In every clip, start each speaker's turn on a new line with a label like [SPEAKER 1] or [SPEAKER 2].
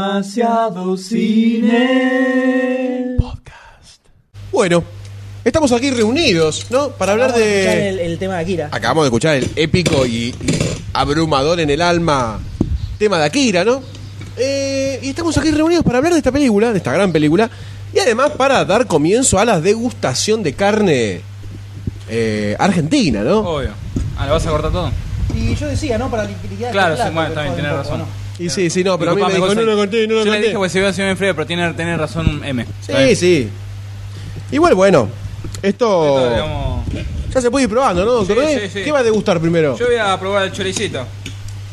[SPEAKER 1] Demasiado cine.
[SPEAKER 2] Bueno, estamos aquí reunidos, ¿no? Para hablar
[SPEAKER 3] Vamos a escuchar el,
[SPEAKER 2] de.
[SPEAKER 3] el tema de Akira.
[SPEAKER 2] Acabamos de escuchar el épico y, y abrumador en el alma tema de Akira, ¿no? Eh, y estamos aquí reunidos para hablar de esta película, de esta gran película, y además para dar comienzo a la degustación de carne eh, argentina, ¿no?
[SPEAKER 4] Obvio. Ah, ¿lo vas a cortar todo?
[SPEAKER 3] Y yo decía, ¿no? Para liquidar.
[SPEAKER 4] Claro,
[SPEAKER 3] el plato,
[SPEAKER 4] sí, bueno,
[SPEAKER 3] que
[SPEAKER 4] también
[SPEAKER 3] joden
[SPEAKER 4] tenés
[SPEAKER 3] un poco,
[SPEAKER 4] razón.
[SPEAKER 2] Y sí, sí, no, pero a mí me dijo,
[SPEAKER 4] Disculpame, José.
[SPEAKER 2] no lo conté, no lo
[SPEAKER 4] Yo
[SPEAKER 2] conté.
[SPEAKER 4] le dije, pues, si hubiera sido en frío, pero tiene, tiene razón M.
[SPEAKER 2] Sí, sí. Igual, bueno, esto.
[SPEAKER 4] Esto, digamos,
[SPEAKER 2] Ya se puede ir probando, ¿no, doctor?
[SPEAKER 4] Sí,
[SPEAKER 2] D?
[SPEAKER 4] sí, sí.
[SPEAKER 2] ¿Qué va a degustar primero?
[SPEAKER 4] Yo voy a probar el choricito.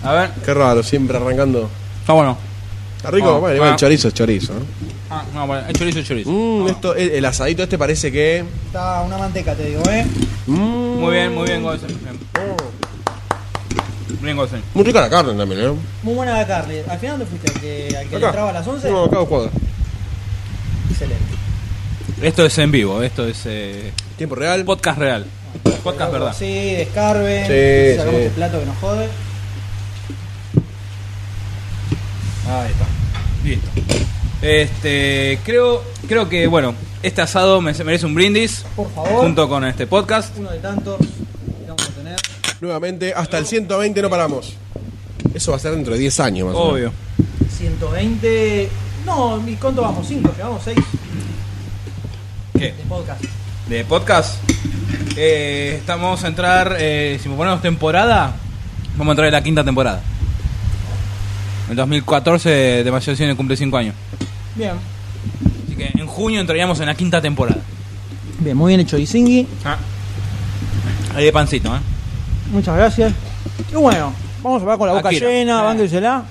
[SPEAKER 4] A ver.
[SPEAKER 2] Qué raro, siempre arrancando.
[SPEAKER 4] Está bueno.
[SPEAKER 2] Está rico,
[SPEAKER 3] Ah,
[SPEAKER 4] Bueno,
[SPEAKER 2] bueno, igual
[SPEAKER 4] bueno.
[SPEAKER 2] el chorizo es chorizo. ¿no?
[SPEAKER 4] Ah, no, bueno, el chorizo es chorizo.
[SPEAKER 2] Mm,
[SPEAKER 3] Ah.
[SPEAKER 2] esto, el, el asadito este parece que.
[SPEAKER 3] Está una manteca, te digo, ¿eh?
[SPEAKER 2] mm,
[SPEAKER 4] Muy bien, muy bien, Goldstein. Bien. Bien, Goldstein.
[SPEAKER 2] Muy rica la carne también, ¿eh?
[SPEAKER 3] Muy buena la carne. ¿Al final dónde fuiste? ¿Al que, al que le
[SPEAKER 2] Acá.
[SPEAKER 3] entraba a las 11?
[SPEAKER 2] No, acá a dos cuadras.
[SPEAKER 3] Excelente.
[SPEAKER 4] Esto es en vivo, esto es eh,
[SPEAKER 2] Tiempo real.
[SPEAKER 4] podcast real. Podcast verdad.
[SPEAKER 3] Sí, descarben.
[SPEAKER 2] Sí,
[SPEAKER 3] sacamos
[SPEAKER 2] sí.
[SPEAKER 3] el plato que nos jode. Ahí está.
[SPEAKER 4] Listo. Este, creo, creo que, bueno, este asado me- se merece un brindis.
[SPEAKER 3] Por favor.
[SPEAKER 4] Junto con este podcast.
[SPEAKER 3] Uno de tantos que vamos a tener.
[SPEAKER 2] Nuevamente, hasta el 120 no paramos. Eso va a ser dentro de 10 años más o menos.
[SPEAKER 4] Obvio.
[SPEAKER 3] 120. No, ¿y cuánto vamos? ¿Cinco? ¿Llevamos seis?
[SPEAKER 4] ¿Qué?
[SPEAKER 3] De podcast.
[SPEAKER 4] de podcast. Eh, estamos a entrar, eh, si me ponemos temporada, vamos a entrar en la quinta temporada. En 2014 Demasiado Cine cumple 5 años.
[SPEAKER 3] Bien.
[SPEAKER 4] Así que en junio entraríamos en la quinta temporada.
[SPEAKER 3] Bien, muy bien hecho, Isingui.
[SPEAKER 4] Ah. Ahí de pancito, ¿eh?
[SPEAKER 3] Muchas gracias. Y bueno, vamos a hablar con la boca
[SPEAKER 4] Akira.
[SPEAKER 3] llena,
[SPEAKER 4] Eh.
[SPEAKER 3] bánquensela.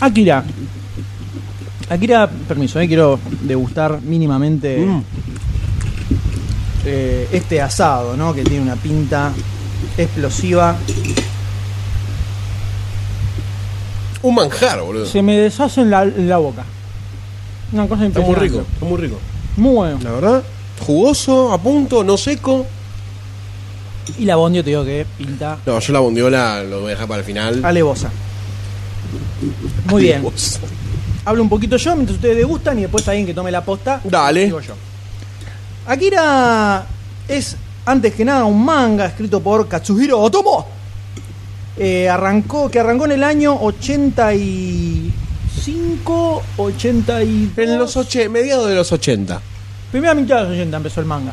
[SPEAKER 3] Akira. Akira, permiso, eh, quiero degustar mínimamente eh, este asado, ¿no? Que tiene una pinta explosiva.
[SPEAKER 2] Un manjar, boludo.
[SPEAKER 3] Se me deshace en la, en la boca. Una cosa
[SPEAKER 2] Está muy rico,
[SPEAKER 3] impresionante.
[SPEAKER 2] está muy rico.
[SPEAKER 3] Muy bueno.
[SPEAKER 2] La verdad, jugoso, a punto, no seco.
[SPEAKER 3] Y la bondio te digo que pinta
[SPEAKER 2] No, yo la bondiola lo voy a dejar para el final.
[SPEAKER 3] alevosa. Muy bien.
[SPEAKER 2] Vos.
[SPEAKER 3] Hablo un poquito yo mientras ustedes degustan y después alguien que tome la posta.
[SPEAKER 2] Dale.
[SPEAKER 3] Digo yo. Akira es, antes que nada, un manga escrito por Katsuhiro Otomo. Eh, arrancó, que arrancó en el año 85, 82.
[SPEAKER 2] En los oche- mediados de los 80.
[SPEAKER 3] Primera mitad de los 80 empezó el manga.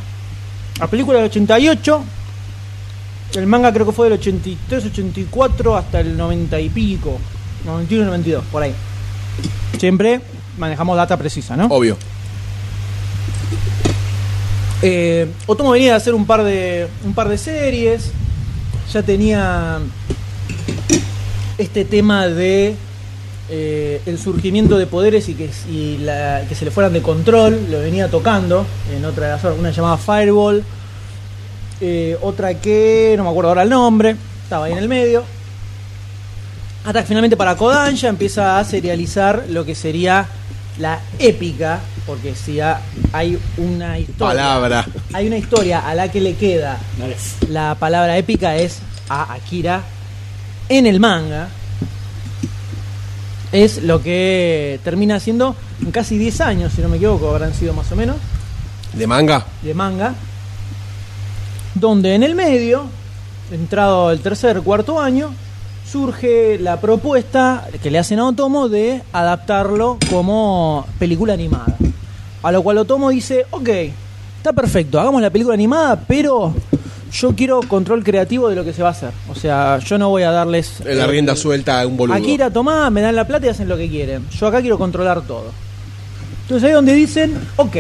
[SPEAKER 3] La película del 88. El manga creo que fue del 83, 84 hasta el 90 y pico. 91, 92, por ahí. Siempre manejamos data precisa, ¿no?
[SPEAKER 2] Obvio.
[SPEAKER 3] Eh, Otomo venía de hacer un par de, un par de series. Ya tenía este tema de eh, el surgimiento de poderes y, que, y la- que se le fueran de control. Lo venía tocando en otra de las obras. Una llamada Fireball. eh, otra que no me acuerdo ahora el nombre. Estaba ahí en el medio. Hasta que finalmente para Kodansha empieza a serializar lo que sería la épica. Porque si ha- hay una historia
[SPEAKER 2] Palabra.
[SPEAKER 3] hay una historia a la que le queda la palabra épica es a Akira en el manga. Es lo que termina siendo en casi 10 años, si no me equivoco, habrán sido más o menos,
[SPEAKER 2] ¿De manga?
[SPEAKER 3] de manga. Donde en el medio, entrado el tercer, cuarto año, surge la propuesta que le hacen a Otomo de adaptarlo como película animada. A lo cual Otomo dice, ok, está perfecto, hagamos la película animada, pero yo quiero control creativo de lo que se va a hacer. O sea, yo no voy a darles... eh,
[SPEAKER 2] La
[SPEAKER 3] el-
[SPEAKER 2] rienda suelta a un boludo.
[SPEAKER 3] Akira, tomá, me dan la plata y hacen lo que quieren. Yo acá quiero controlar todo. Entonces ahí donde dicen, ok,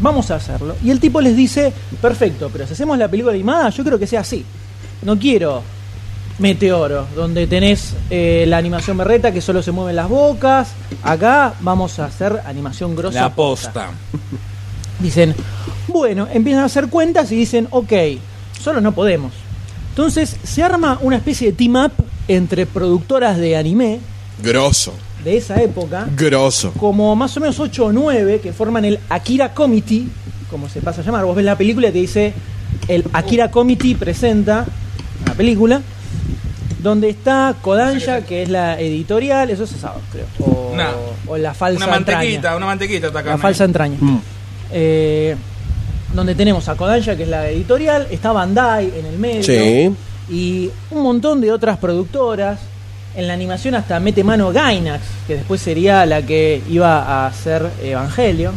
[SPEAKER 3] vamos a hacerlo. Y el tipo les dice, perfecto, pero si hacemos la película animada, yo creo que sea así. No quiero Meteoro, donde tenés eh, la animación berreta que solo se mueven las bocas. Acá vamos a hacer animación grosa.
[SPEAKER 4] La posta.
[SPEAKER 3] Dicen, bueno, empiezan a hacer cuentas y dicen, ok, solo no podemos. Entonces se arma una especie de team up entre productoras de anime
[SPEAKER 2] Grosso.
[SPEAKER 3] de esa época,
[SPEAKER 2] Grosso.
[SPEAKER 3] como más o menos 8 o 9 que forman el Akira Committee, como se pasa a llamar. Vos ves la película y te dice, el Akira Committee presenta la película. donde está Kodansha, que es la editorial, eso se sabe, creo. O,
[SPEAKER 4] Una-
[SPEAKER 3] o la falsa
[SPEAKER 4] Una mantequita,
[SPEAKER 3] entraña.
[SPEAKER 4] una mantequita está acá.
[SPEAKER 3] La
[SPEAKER 4] me-
[SPEAKER 3] falsa entraña.
[SPEAKER 2] Mm.
[SPEAKER 3] Eh, donde tenemos a Kodansha, que es la editorial, está Bandai en el medio.
[SPEAKER 2] Sí.
[SPEAKER 3] Y un montón de otras productoras. En la animación hasta mete mano Gainax, que después sería la que iba a hacer Evangelion.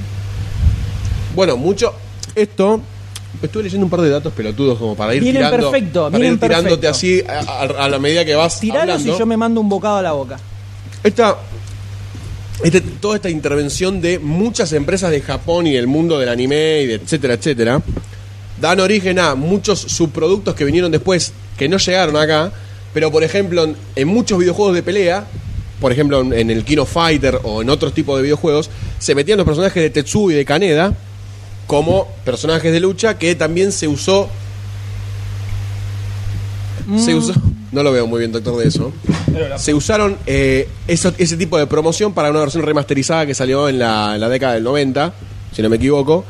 [SPEAKER 2] Bueno, mucho. Esto. Estuve leyendo un par de datos pelotudos como para ir
[SPEAKER 3] Miren
[SPEAKER 2] tirando.
[SPEAKER 3] perfecto,
[SPEAKER 2] para
[SPEAKER 3] miren
[SPEAKER 2] ir tirándote
[SPEAKER 3] perfecto.
[SPEAKER 2] así a, a- a la medida que vas
[SPEAKER 3] Tiralos
[SPEAKER 2] hablando.
[SPEAKER 3] y yo me mando un bocado a la boca.
[SPEAKER 2] Esta, este- toda esta intervención de muchas empresas de Japón y del mundo del anime y de etcétera, etcétera, dan origen a muchos subproductos que vinieron después, que no llegaron acá, pero por ejemplo en, en muchos videojuegos de pelea, por ejemplo en, en el Kino Fighter o en otros tipos de videojuegos, se metían los personajes de Tetsuo y de Kaneda como personajes de lucha que también se usó... Se usó... No lo veo muy bien, doctor, de eso. Se usaron eh, eso- ese tipo de promoción para una versión remasterizada que salió en la, en la década del 90, si no me equivoco.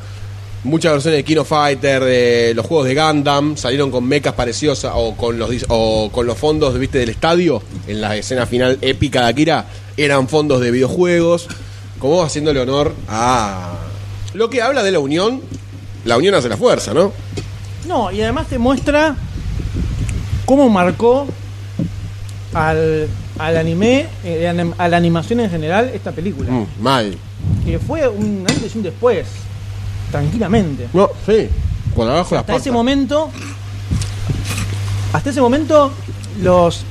[SPEAKER 2] Muchas versiones de Kino Fighter, de los juegos de Gundam, salieron con mechas parecidas a- o con los dis- o con los fondos ¿viste, del estadio en la escena final épica de Akira. Eran fondos de videojuegos, como haciéndole honor a... Lo que habla de la unión, la unión hace la fuerza, ¿no?
[SPEAKER 3] No, y además te muestra cómo marcó al, al anime, eh, anim- a la animación en general, esta película.
[SPEAKER 2] Mm, mal.
[SPEAKER 3] Que fue un antes y un después, tranquilamente.
[SPEAKER 2] No, sí. Por abajo las
[SPEAKER 3] Hasta ese
[SPEAKER 2] patas.
[SPEAKER 3] momento, hasta ese momento, los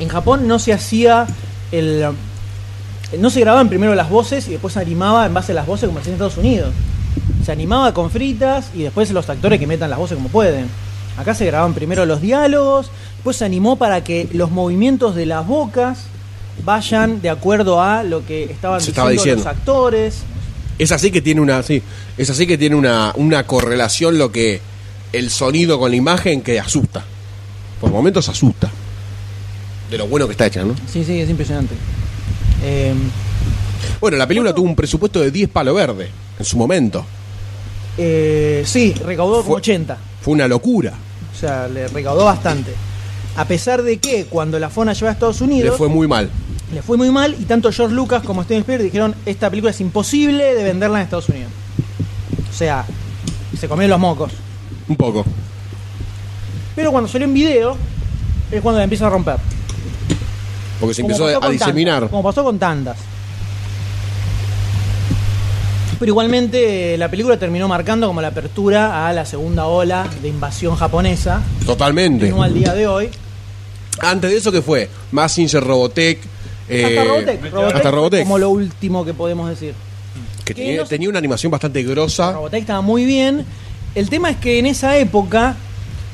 [SPEAKER 3] en Japón no se hacía el. No se grababan primero las voces y después se animaba en base a las voces como hacían en Estados Unidos. Se animaba con fritas y después los actores que metan las voces como pueden. Acá se grababan primero los diálogos, después se animó para que los movimientos de las bocas vayan de acuerdo a lo que estaban
[SPEAKER 2] Se estaba
[SPEAKER 3] diciendo los
[SPEAKER 2] diciendo.
[SPEAKER 3] actores.
[SPEAKER 2] Es así que tiene una, sí, es así que tiene una, una correlación lo que el sonido con la imagen que asusta. Por momentos asusta. De lo bueno que está hecha, ¿no?
[SPEAKER 3] Sí, sí, es impresionante. Em,
[SPEAKER 2] Bueno, la película tuvo un presupuesto de 10 palo verde en su momento.
[SPEAKER 3] Eh, sí, recaudó como
[SPEAKER 2] Fue-
[SPEAKER 3] 80.
[SPEAKER 2] Fue una locura.
[SPEAKER 3] O sea, le recaudó bastante. A pesar de que cuando la Fona llegó a Estados
[SPEAKER 2] Le
[SPEAKER 3] Unidos,
[SPEAKER 2] fue muy mal.
[SPEAKER 3] muy mal y tanto George Lucas como Steven Spielberg dijeron, esta película es imposible de venderla en Estados Unidos. O sea, se comió los mocos.
[SPEAKER 2] Un poco.
[SPEAKER 3] Pero cuando salió en video, es cuando la empieza a romper.
[SPEAKER 2] Porque se
[SPEAKER 3] Como
[SPEAKER 2] empezó
[SPEAKER 3] pasó
[SPEAKER 2] a, a
[SPEAKER 3] con
[SPEAKER 2] diseminar.
[SPEAKER 3] tantas, como pasó con tantas. Pero igualmente eh, la película terminó marcando como la apertura a la segunda ola de invasión japonesa,
[SPEAKER 2] Totalmente.
[SPEAKER 3] no al día de hoy.
[SPEAKER 2] Antes de eso, ¿qué fue? Massinger Robotech. eh,
[SPEAKER 3] hasta Robotech, Robotech
[SPEAKER 2] hasta Robotech.
[SPEAKER 3] Como lo último que podemos decir.
[SPEAKER 2] Que
[SPEAKER 3] Que
[SPEAKER 2] tenía,
[SPEAKER 3] no se-
[SPEAKER 2] tenía una animación bastante grosa.
[SPEAKER 3] Robotech estaba muy bien. El tema es que en esa época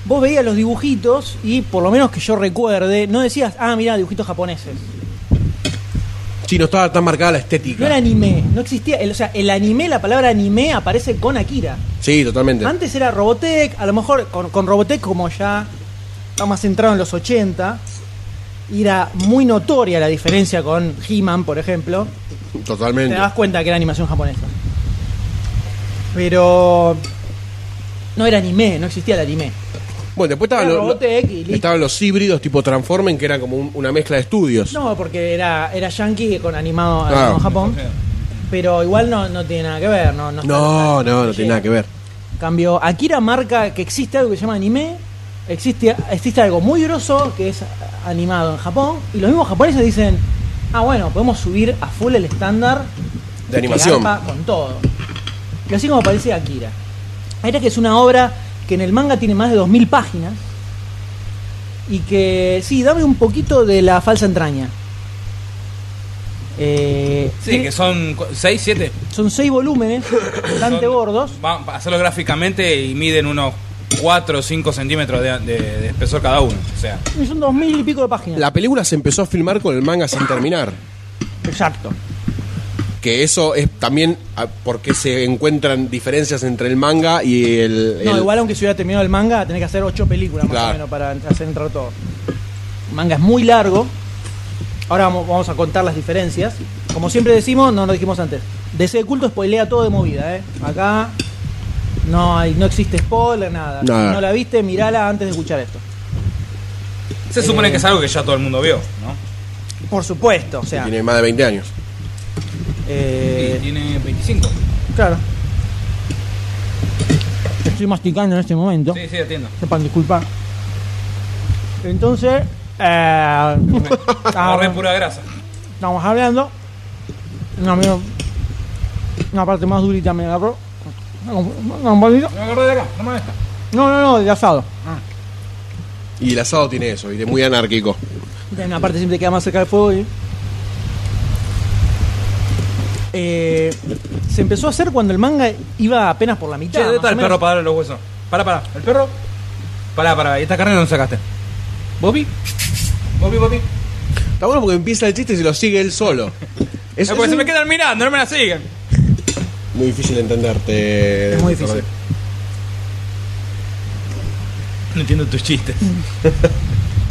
[SPEAKER 3] vos veías los dibujitos y por lo menos que yo recuerde, no decías, ah, mira, dibujitos japoneses.
[SPEAKER 2] Sí, no estaba tan marcada la
[SPEAKER 3] No era
[SPEAKER 2] estética.
[SPEAKER 3] anime, no existía. El- o sea, el anime, la palabra anime aparece con Akira.
[SPEAKER 2] Sí, totalmente.
[SPEAKER 3] Antes era Robotech, a lo mejor con, con Robotech como ya está más centrado en los 80, y era muy notoria la diferencia con He-Man, por ejemplo.
[SPEAKER 2] Totalmente.
[SPEAKER 3] Te das cuenta que era animación japonesa. Pero no era anime, no existía el anime.
[SPEAKER 2] Bueno, después estaban
[SPEAKER 3] Era
[SPEAKER 2] los,
[SPEAKER 3] Robotech y listo.
[SPEAKER 2] estaban los híbridos tipo Transformen, que eran como un- una mezcla de estudios.
[SPEAKER 3] No, porque era, era yankee con animado
[SPEAKER 2] Ah.
[SPEAKER 3] en Japón. Pero igual no, no tiene nada que ver. No, no, está-
[SPEAKER 2] no, no, no tiene nada que ver.
[SPEAKER 3] Cambio, Akira marca que existe algo que se llama anime, existe, existe algo muy grosso que es animado en Japón, y los mismos japoneses dicen, ah bueno, podemos subir a full el estándar
[SPEAKER 2] De animación.
[SPEAKER 3] que garpa con todo. Y así como aparece Akira. Akira que es una obra que en el manga tiene más de 2.000 páginas, y que sí, dame un poquito de la falsa entraña. Eh,
[SPEAKER 4] Sí,
[SPEAKER 3] tiene-
[SPEAKER 4] que son 6, 7.
[SPEAKER 3] son seis volúmenes, bastante gordos.
[SPEAKER 4] Vamos a hacerlo gráficamente y miden unos 4 o 5 centímetros de, de- de espesor cada uno. O sea,
[SPEAKER 3] y Son dos mil y pico de páginas.
[SPEAKER 2] La película se empezó a filmar con el manga sin terminar.
[SPEAKER 3] Exacto.
[SPEAKER 2] Que eso es también ah, porque se encuentran diferencias entre el manga y el.
[SPEAKER 3] No,
[SPEAKER 2] el-
[SPEAKER 3] igual aunque se hubiera terminado el manga, tenés que hacer ocho películas más o
[SPEAKER 2] Claro.
[SPEAKER 3] menos para hacer entrar todo. El manga es muy largo. Ahora vamos, vamos a contar las diferencias. Como siempre decimos, no lo dijimos antes. DC de culto spoilea todo de movida, ¿eh? Acá no hay, no existe spoiler, nada.
[SPEAKER 2] Nada.
[SPEAKER 3] Si no la viste, mirala antes de escuchar esto.
[SPEAKER 1] Se supone
[SPEAKER 3] Eh,
[SPEAKER 1] que es algo que ya todo el mundo vio, ¿no?
[SPEAKER 3] Por supuesto, o sea.
[SPEAKER 2] Tiene más de 20 años.
[SPEAKER 3] eh,
[SPEAKER 1] Y tiene 25.
[SPEAKER 3] claro. Estoy masticando en este momento.
[SPEAKER 1] Sí, sí, entiendo.
[SPEAKER 3] Sepan disculpar. Entonces, eh,
[SPEAKER 1] Agarré
[SPEAKER 3] estábamos,
[SPEAKER 1] pura grasa.
[SPEAKER 3] estábamos hablando. Una, medio- una parte más durita me agarró. No, no,
[SPEAKER 1] Me agarré de acá, no me deja.
[SPEAKER 3] no, de asado.
[SPEAKER 2] Y el asado tiene eso, ¿viste? Muy anárquico.
[SPEAKER 3] De una parte siempre queda más cerca del fuego y... Eh, se empezó a hacer cuando el manga iba apenas por la mitad.
[SPEAKER 1] Che, ¿dónde está
[SPEAKER 3] más
[SPEAKER 1] el
[SPEAKER 3] o menos.
[SPEAKER 1] perro para darle los huesos? Para, para. ¿El perro? Para, para. ¿Y esta carne no sacaste? ¿Bobby? ¿Bobby, Bobby?
[SPEAKER 2] Está bueno porque empieza el chiste y se lo sigue él solo. Es,
[SPEAKER 1] Eh, porque
[SPEAKER 2] es
[SPEAKER 1] se me quedan mirando, no me la siguen.
[SPEAKER 2] muy difícil entenderte.
[SPEAKER 3] Es muy difícil.
[SPEAKER 1] No entiendo tus chistes.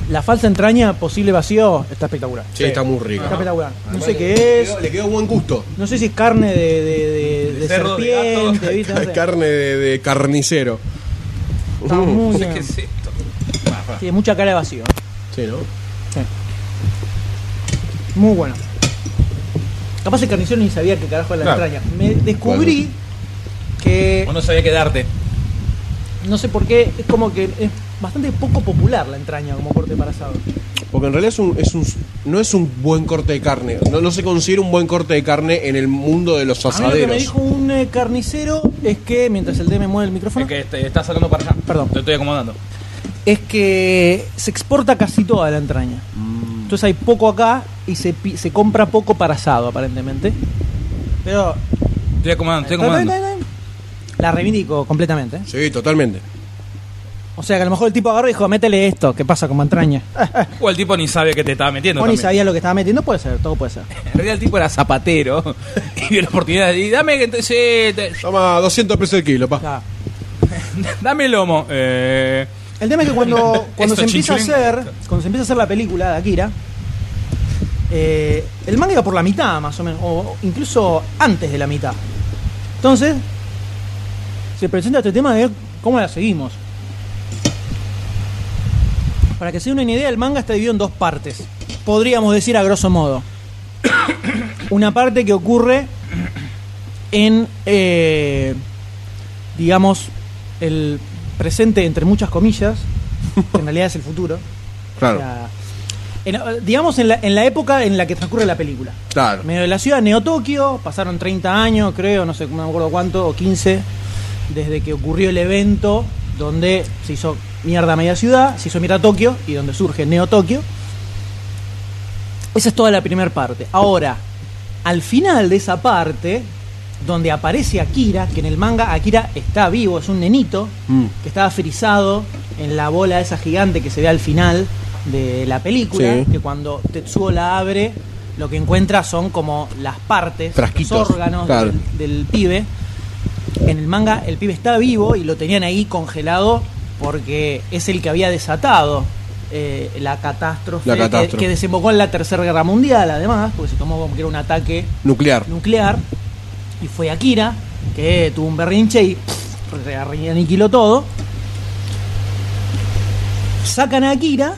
[SPEAKER 3] La falsa entraña, posible vacío, está espectacular.
[SPEAKER 2] Sí, está muy rico.
[SPEAKER 3] Está espectacular. No
[SPEAKER 2] Además,
[SPEAKER 3] sé
[SPEAKER 2] le-
[SPEAKER 3] qué
[SPEAKER 2] le
[SPEAKER 3] es.
[SPEAKER 2] quedó- Le quedó buen gusto.
[SPEAKER 3] No sé si es carne de, de, de- de
[SPEAKER 1] cerdo, de
[SPEAKER 3] serpiente,
[SPEAKER 1] gato.
[SPEAKER 3] ¿viste? No sé.
[SPEAKER 2] Carne de, de carnicero. Mm.
[SPEAKER 3] Está muy
[SPEAKER 1] ¿Qué
[SPEAKER 3] bien.
[SPEAKER 1] es esto?
[SPEAKER 3] Tiene mucha cara de vacío. ¿eh?
[SPEAKER 2] Sí, ¿no?
[SPEAKER 3] Muy bueno. Capaz el carnicero ni sabía qué carajo era la
[SPEAKER 1] Claro.
[SPEAKER 3] entraña. Me descubrí que
[SPEAKER 1] O no sabía quedarte.
[SPEAKER 3] No sé por qué, es como que es bastante poco popular la entraña como corte para asado.
[SPEAKER 2] Porque en realidad es un, es un- no es un buen corte de carne. No, no se considera un buen corte de carne en el mundo de los
[SPEAKER 3] A mí lo que
[SPEAKER 2] asaderos.
[SPEAKER 3] me dijo un eh, carnicero es que, mientras el D me mueve el micrófono,
[SPEAKER 1] Es que te- estás sacando para allá.
[SPEAKER 3] ¿Ah? Perdón.
[SPEAKER 1] Te estoy acomodando.
[SPEAKER 3] es que se exporta casi toda la entraña.
[SPEAKER 1] Mm.
[SPEAKER 3] Entonces hay poco acá y se, pi- se compra poco para asado, aparentemente. Pero
[SPEAKER 1] Estoy acomodando, estoy
[SPEAKER 3] ta- ta-
[SPEAKER 1] acomodando.
[SPEAKER 3] ta- ta- la reivindico completamente. ¿eh?
[SPEAKER 2] Sí, totalmente.
[SPEAKER 3] O sea que a lo mejor el tipo agarró y dijo, métele esto, que pasa como entraña.
[SPEAKER 1] O el tipo ni sabe que te estaba metiendo.
[SPEAKER 3] O ni
[SPEAKER 1] también.
[SPEAKER 3] sabía lo que estaba metiendo, puede ser, todo puede ser.
[SPEAKER 1] En realidad el tipo era zapatero. Y vio la oportunidad. Y dame, que te- sí, te-
[SPEAKER 2] Toma 200 pesos el kilo, pa.
[SPEAKER 3] Claro.
[SPEAKER 1] dame el lomo. Eh,
[SPEAKER 3] El tema es que cuando, cuando
[SPEAKER 1] Esto,
[SPEAKER 3] se empieza a
[SPEAKER 1] chinchulín.
[SPEAKER 3] hacer, cuando se empieza a hacer la película de Akira, eh, el manga iba por la mitad más o menos, o incluso antes de la mitad. Entonces, se presenta este tema de cómo la seguimos. Para que se den una idea, el manga está dividido en dos partes. Podríamos decir a grosso modo. una parte que ocurre en, eh, digamos, el presente entre muchas comillas, que en realidad es el futuro. O
[SPEAKER 2] Claro,
[SPEAKER 3] sea, en- digamos en la, en la época en la que transcurre la película.
[SPEAKER 2] claro.
[SPEAKER 3] Medio de la ciudad, Neo-Tokio, pasaron 30 años, creo, no sé, no me acuerdo cuánto, o 15, desde que ocurrió el evento donde se hizo mierda media ciudad, se hizo mierda Tokio y donde surge Neo-Tokio. Esa es toda la primera parte. Ahora, al final de esa parte, donde aparece Akira, que en el manga Akira está vivo, es un nenito,
[SPEAKER 2] Mm.
[SPEAKER 3] que estaba frisado en la bola esa gigante que se ve al final de la película,
[SPEAKER 2] Sí.
[SPEAKER 3] que cuando Tetsuo la abre, lo que encuentra son como las partes,
[SPEAKER 2] Frasquitos,
[SPEAKER 3] los órganos
[SPEAKER 2] claro.
[SPEAKER 3] del, del pibe. En el manga el pibe está vivo y lo tenían ahí congelado porque es el que había desatado eh, la catástrofe,
[SPEAKER 2] La
[SPEAKER 3] que-
[SPEAKER 2] catástrofe.
[SPEAKER 3] Que, desembocó en la Tercera Guerra Mundial, además, porque se tomó como que era un ataque
[SPEAKER 2] Nuclear.
[SPEAKER 3] nuclear y fue Akira que tuvo un berrinche y pff, re- re- aniquiló todo. Sacan a Akira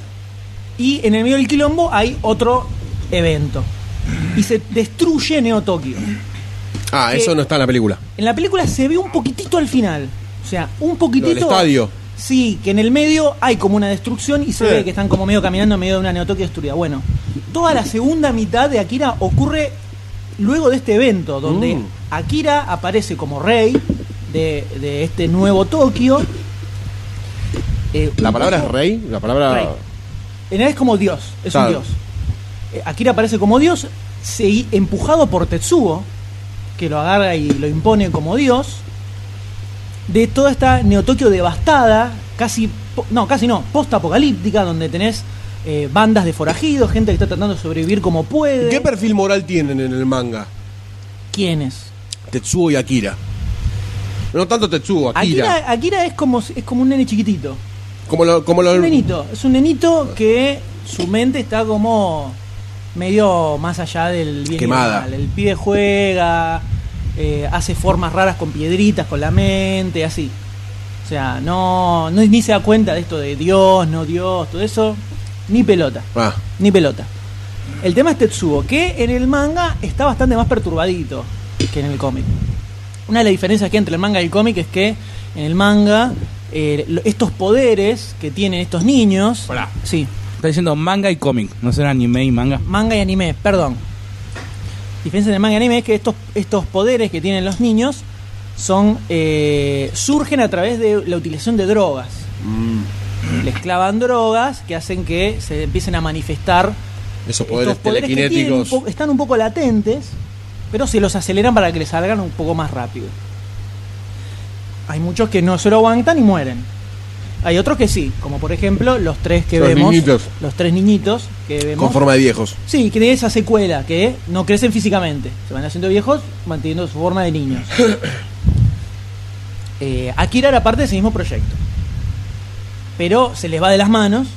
[SPEAKER 3] y en el medio del quilombo hay otro evento y se destruye Neo Tokio.
[SPEAKER 2] Ah,
[SPEAKER 3] que-
[SPEAKER 2] eso no está en la película.
[SPEAKER 3] En la película se ve un poquitito al final, o sea, un poquitito.
[SPEAKER 2] Lo del estadio.
[SPEAKER 3] Sí, que en el medio hay como una destrucción y se
[SPEAKER 2] Sí.
[SPEAKER 3] ve que están como medio caminando en medio de una Neo Tokio destruida. Bueno, toda la segunda mitad de Akira ocurre luego de este evento, donde
[SPEAKER 2] Mm.
[SPEAKER 3] Akira aparece como rey de, de este nuevo Tokio. Eh,
[SPEAKER 2] La
[SPEAKER 3] un
[SPEAKER 2] palabra es
[SPEAKER 3] poco-
[SPEAKER 2] rey. La palabra.
[SPEAKER 3] Rey. En realidad es como Dios, es
[SPEAKER 2] Claro.
[SPEAKER 3] un Dios. Eh, Akira aparece como Dios, se, empujado por Tetsuo, que lo agarra y lo impone como Dios, de toda esta Neotokio devastada, casi, po- no, casi no, post-apocalíptica, donde tenés eh, bandas de forajidos, gente que está tratando de sobrevivir como puede.
[SPEAKER 2] ¿Qué perfil moral tienen en el manga?
[SPEAKER 3] ¿Quiénes?
[SPEAKER 2] Tetsuo y Akira. No tanto Tetsuo, Akira.
[SPEAKER 3] Akira, Akira es, como, es como un nene chiquitito.
[SPEAKER 2] Como lo. Como lo
[SPEAKER 3] Es un nenito, es un nenito que su mente está como medio más allá del bien y
[SPEAKER 2] Quemada.
[SPEAKER 3] del mal. El pibe juega, eh, hace formas raras con piedritas, con la mente, así. O sea, no, no ni se da cuenta de esto de Dios, no Dios, todo eso. Ni pelota.
[SPEAKER 2] Ah,
[SPEAKER 3] Ni pelota. El tema es Tetsuo, que en el manga está bastante más perturbadito que en el cómic. Una de las diferencias que hay entre el manga y el cómic es que en el manga eh, lo- estos poderes que tienen estos niños...
[SPEAKER 4] Pará.
[SPEAKER 3] Sí,
[SPEAKER 4] Está diciendo manga y cómic, no será anime y manga.
[SPEAKER 3] manga y anime, perdón. La diferencia entre manga y anime es que estos, estos poderes que tienen los niños son eh, surgen a través de la utilización de drogas. Les clavan drogas que hacen que se empiecen a manifestar
[SPEAKER 2] esos
[SPEAKER 3] estos
[SPEAKER 2] poderes
[SPEAKER 3] poderes que tienen un
[SPEAKER 2] telequinéticos.
[SPEAKER 3] po- están un poco latentes, pero se los aceleran para que les salgan un poco más rápido. Hay muchos que no se lo aguantan y mueren. Hay otros que sí, como por ejemplo los tres que
[SPEAKER 2] Los
[SPEAKER 3] vemos,
[SPEAKER 2] niñitos.
[SPEAKER 3] los tres niñitos que vemos.
[SPEAKER 2] Con forma de viejos.
[SPEAKER 3] Sí, que tiene esa secuela, que no crecen físicamente. Se van haciendo viejos, manteniendo su forma de niños. Eh, Akira era parte de ese mismo proyecto. Pero se les va de las manos,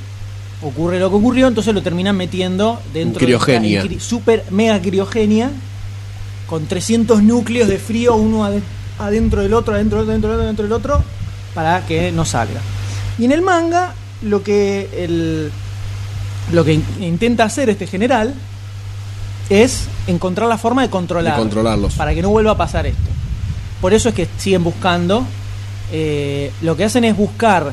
[SPEAKER 3] ocurre lo que ocurrió, entonces lo terminan metiendo dentro
[SPEAKER 2] Criogenia.
[SPEAKER 3] de una cri- super mega criogenia, con 300 núcleos de frío, uno ade- adentro del otro, adentro del otro, adentro del otro, adentro del otro, para que no salga. Y en el manga, lo que el, lo que in- intenta hacer este general es encontrar la forma de
[SPEAKER 2] De
[SPEAKER 3] controlar,
[SPEAKER 2] controlarlos.
[SPEAKER 3] para que no vuelva a pasar esto. Por eso es que siguen buscando. eh, lo que hacen es buscar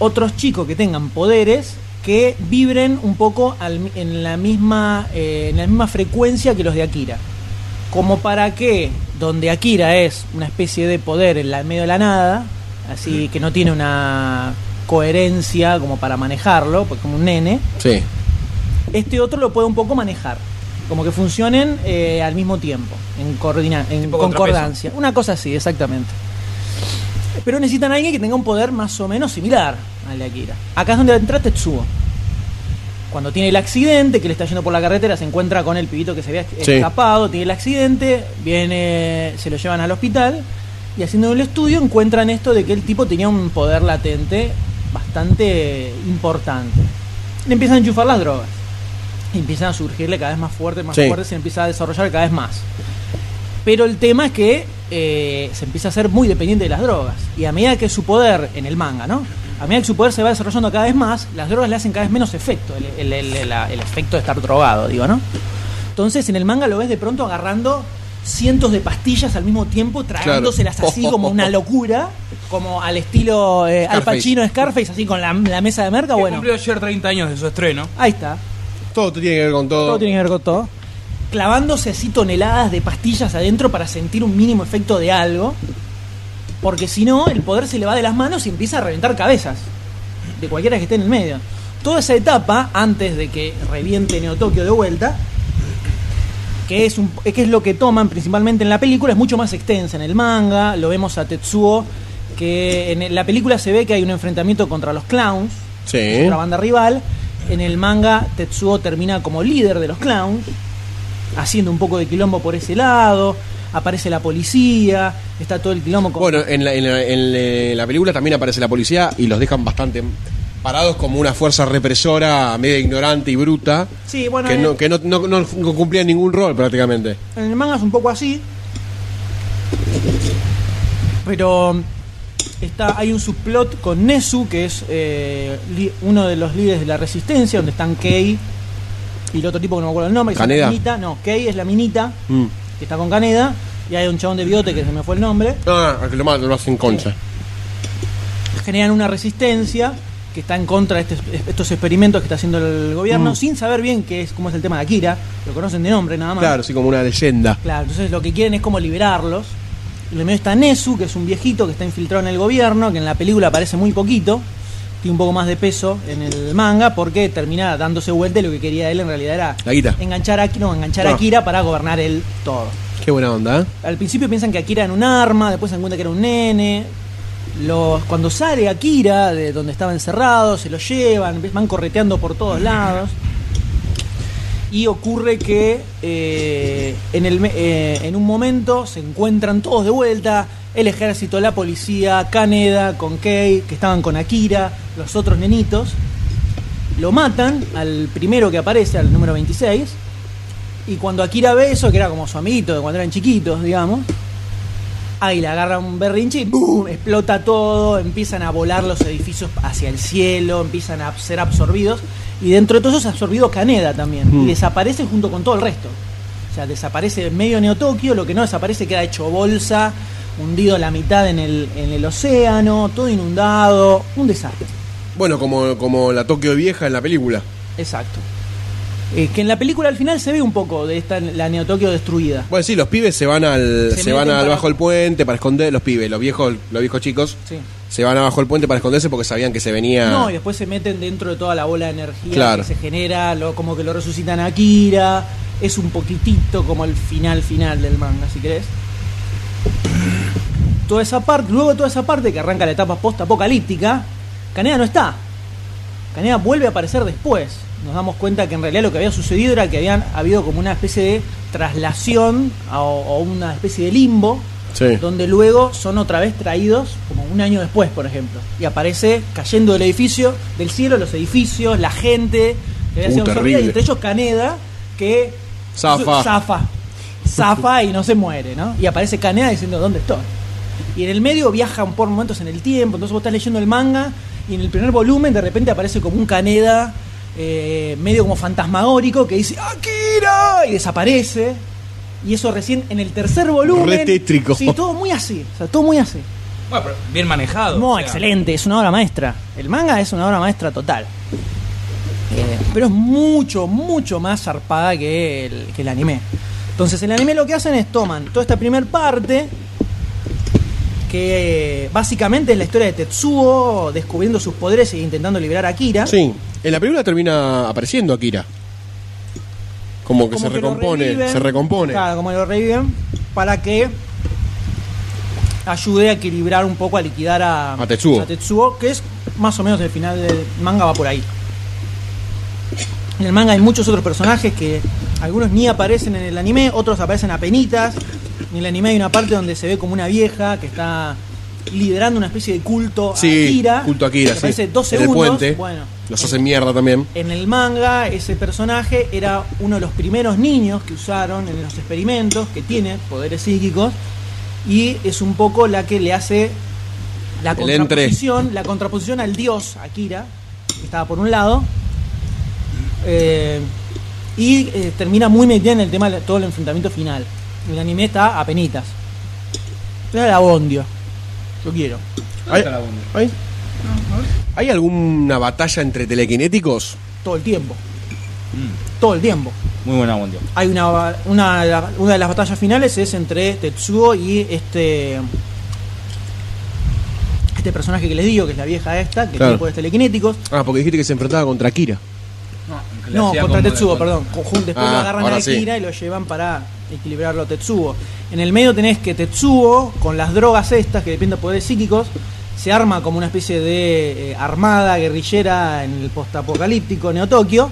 [SPEAKER 3] otros chicos que tengan poderes que vibren un poco al mi- en, la misma, eh, en la misma frecuencia que los de Akira. Como para que, donde Akira es una especie de poder en la en medio de la nada, así que no tiene una coherencia como para manejarlo, pues como un nene,
[SPEAKER 2] Sí.
[SPEAKER 3] este otro lo puede un poco manejar. Como que funcionen eh, al mismo tiempo, en, coordina en
[SPEAKER 4] Tipo
[SPEAKER 3] concordancia. Una cosa así, exactamente. Pero necesitan a alguien que tenga un poder más o menos similar al de Akira. Acá es donde entra Tetsuo. Cuando tiene el accidente, que le está yendo por la carretera, se encuentra con el pibito que se había es-
[SPEAKER 2] Sí.
[SPEAKER 3] escapado, tiene el accidente, viene, se lo llevan al hospital y haciendo el estudio encuentran esto de que el tipo tenía un poder latente bastante importante. Le empiezan a enchufar las drogas y empiezan a surgirle cada vez más fuerte, más
[SPEAKER 2] Sí.
[SPEAKER 3] fuerte, se empieza a desarrollar cada vez más. Pero el tema es que eh, se empieza a ser muy dependiente de las drogas. Y a medida que su poder, en el manga, ¿no? A medida que su poder se va desarrollando cada vez más, las drogas le hacen cada vez menos efecto, el, el- el- la- el efecto de estar drogado, digo, ¿no? Entonces en el manga lo ves de pronto agarrando cientos de pastillas al mismo tiempo, tragándoselas así como una locura, como al estilo eh, Al
[SPEAKER 2] Scarface.
[SPEAKER 3] Pacino Scarface, así con la, la mesa de merca,
[SPEAKER 4] Que
[SPEAKER 3] bueno.
[SPEAKER 4] Cumplió ayer 30 años de su estreno.
[SPEAKER 3] Ahí está.
[SPEAKER 2] Todo te tiene que ver con todo.
[SPEAKER 3] Todo tiene que ver con todo. Clavándose así toneladas de pastillas adentro para sentir un mínimo efecto de algo. Porque si no, el poder se le va de las manos y empieza a reventar cabezas. De cualquiera que esté en el medio. Toda esa etapa, antes de que reviente Neo Tokio de vuelta, que es, un, que es lo que toman principalmente en la película, es mucho más extensa en el manga, lo vemos a Tetsuo, que en la película se ve que hay un enfrentamiento contra los clowns,
[SPEAKER 2] Sí.
[SPEAKER 3] otra banda rival. En el manga, Tetsuo termina como líder de los clowns, haciendo un poco de quilombo por ese lado. Aparece la policía, está todo el quilombo con.
[SPEAKER 2] Bueno, en la, en la- en la- en la película también aparece la policía y los dejan bastante parados como una fuerza represora media ignorante y bruta
[SPEAKER 3] sí, bueno, eh.
[SPEAKER 2] que,
[SPEAKER 3] en,
[SPEAKER 2] no, que no, no- no cumplía ningún rol prácticamente.
[SPEAKER 3] en el manga es un poco así. Pero está, hay un subplot con Nezu, que es eh, li- uno de los líderes de la resistencia, donde están Kei y el otro tipo que no me acuerdo el nombre, que es
[SPEAKER 2] Kaneda.
[SPEAKER 3] la minita. No, Kei es la minita,
[SPEAKER 2] Mm.
[SPEAKER 3] que está con Caneda, y hay un chabón de bigote que se me fue el nombre.
[SPEAKER 2] Ah, que lo, ma- lo hacen concha.
[SPEAKER 3] generan una resistencia que está en contra de este- estos experimentos que está haciendo el gobierno,
[SPEAKER 2] Mm.
[SPEAKER 3] sin saber bien qué es, cómo es el tema de Akira, lo conocen de nombre nada más.
[SPEAKER 2] Claro, sí, como una leyenda.
[SPEAKER 3] Claro, entonces lo que quieren es como liberarlos. En el medio está Nezu, que es un viejito que está infiltrado en el gobierno, que en la película aparece muy poquito, tiene un poco más de peso en el manga, porque termina dándose vuelta y lo que quería él en realidad era
[SPEAKER 2] La guita.
[SPEAKER 3] enganchar a, no, enganchar a
[SPEAKER 2] No.
[SPEAKER 3] Akira para gobernar él todo.
[SPEAKER 2] Qué buena onda, ¿eh?
[SPEAKER 3] Al principio piensan que Akira era un arma, después se dan cuenta que era un nene. Los, cuando sale Akira de donde estaba encerrado, se lo llevan, ¿ves? van correteando por todos lados. Y ocurre que eh, en, el, me- eh, en un momento se encuentran todos de vuelta, el ejército, la policía, Kaneda con Kei, que estaban con Akira, los otros nenitos. Lo matan al primero que aparece, al número 26. Y cuando Akira ve eso, que era como su amiguito de cuando eran chiquitos, digamos, ahí le agarra un berrinche y ¡boom! explota todo, empiezan a volar los edificios hacia el cielo, empiezan a ser absorbidos. Y dentro de todo eso se ha absorbido Caneda también.
[SPEAKER 2] Mm.
[SPEAKER 3] Y desaparece junto con todo el resto. O sea, desaparece medio Neo Tokio, lo que no desaparece queda hecho bolsa, hundido la mitad en el, en el océano, todo inundado, un desastre.
[SPEAKER 2] Bueno, como, como la Tokio vieja en la película.
[SPEAKER 3] Exacto. Eh, que en la película al final se ve un poco de esta la Neo Tokio destruida.
[SPEAKER 2] Bueno, sí, los pibes se van al,
[SPEAKER 3] Se
[SPEAKER 2] se, van
[SPEAKER 3] meten
[SPEAKER 2] al
[SPEAKER 3] para-
[SPEAKER 2] bajo del puente para esconder los pibes, los viejos, los viejos chicos
[SPEAKER 3] Sí.
[SPEAKER 2] se van abajo del puente para esconderse porque sabían que se venía.
[SPEAKER 3] No, y después se meten dentro de toda la bola de energía
[SPEAKER 2] Claro.
[SPEAKER 3] que se genera, lo, como que lo resucitan a Kira. Es un poquitito como el final final del manga, si crees. Toda esa parte, luego toda esa parte que arranca la etapa post apocalíptica, Caneda no está. Caneda vuelve a aparecer después. Nos damos cuenta que en realidad lo que había sucedido era que habían habido como una especie de traslación a- o una especie de limbo
[SPEAKER 2] Sí.
[SPEAKER 3] donde luego son otra vez traídos como un año después, por ejemplo. Y aparece cayendo del edificio, del cielo, los edificios, la gente, que había
[SPEAKER 2] Uh,
[SPEAKER 3] sido absorbida,
[SPEAKER 2] terrible.
[SPEAKER 3] y entre ellos Caneda, que
[SPEAKER 2] Zafa.
[SPEAKER 3] su- zafa, zafa y no se muere, ¿no? Y aparece Caneda diciendo, ¿dónde estoy? Y en el medio viajan por momentos en el tiempo, entonces vos estás leyendo el manga y en el primer volumen de repente aparece como un Caneda eh, medio como fantasmagórico que dice ¡Akira! y desaparece. Y eso recién en el tercer volumen.
[SPEAKER 2] Re tétrico.
[SPEAKER 3] Sí, todo muy así. O sea, todo muy así.
[SPEAKER 4] Bueno, pero bien manejado.
[SPEAKER 3] No,
[SPEAKER 4] o sea.
[SPEAKER 3] excelente, es una obra maestra. El manga es una obra maestra total. Eh, pero es mucho, mucho más zarpada que el, que el anime. Entonces, el anime lo que hacen es toman toda esta primer parte, que básicamente es la historia de Tetsuo descubriendo sus poderes e intentando liberar a Kira.
[SPEAKER 2] Sí. En la película termina apareciendo Akira. Como que
[SPEAKER 3] Como
[SPEAKER 2] se
[SPEAKER 3] que lo
[SPEAKER 2] recompone,
[SPEAKER 3] reviven.
[SPEAKER 2] se recompone.
[SPEAKER 3] Claro, como lo reviven, para que ayude a equilibrar un poco, a liquidar a,
[SPEAKER 2] A Tetsuo.
[SPEAKER 3] Tetsuo, que es más o menos el final del manga, va por ahí. En el manga hay muchos otros personajes que algunos ni aparecen en el anime, otros aparecen a penitas. En el anime hay una parte donde se ve como una vieja que está liderando una especie de culto
[SPEAKER 2] Sí,
[SPEAKER 3] a Akira.
[SPEAKER 2] culto a Akira,
[SPEAKER 3] que
[SPEAKER 2] sí.
[SPEAKER 3] aparece dos
[SPEAKER 2] En el
[SPEAKER 3] segundos.
[SPEAKER 2] puente.
[SPEAKER 3] Bueno,
[SPEAKER 2] Los hacen mierda también.
[SPEAKER 3] en el manga, ese personaje era uno de los primeros niños que usaron en los experimentos, que tiene poderes psíquicos, y es un poco la que le hace la
[SPEAKER 2] El entre.
[SPEAKER 3] contraposición, la contraposición al dios Akira, que estaba por un lado, eh, y eh, termina muy metida en el tema de todo el enfrentamiento final. El anime está a penitas. Era la Bondio. Yo quiero.
[SPEAKER 2] ¿Hay, hay- ¿Hay alguna batalla entre telequinéticos?
[SPEAKER 3] Todo el tiempo.
[SPEAKER 2] Mm.
[SPEAKER 3] Todo el tiempo.
[SPEAKER 4] Muy buena mundial.
[SPEAKER 3] hay una, ba- una, de la- una de las batallas finales es entre Tetsuo y este este personaje que les digo que es la vieja esta que
[SPEAKER 2] Claro.
[SPEAKER 3] tiene poderes telequinéticos
[SPEAKER 2] Ah, porque dijiste que se enfrentaba contra Akira.
[SPEAKER 3] no contra Tetsuo perdón Con- jun- después lo
[SPEAKER 2] Ah,
[SPEAKER 3] agarran
[SPEAKER 2] ahora
[SPEAKER 3] a
[SPEAKER 2] sí.
[SPEAKER 3] Akira y lo llevan para equilibrarlo a Tetsuo en el medio tenés que Tetsuo con las drogas estas que dependen de poderes psíquicos se arma como una especie de eh, armada guerrillera en el postapocalíptico Neo Tokio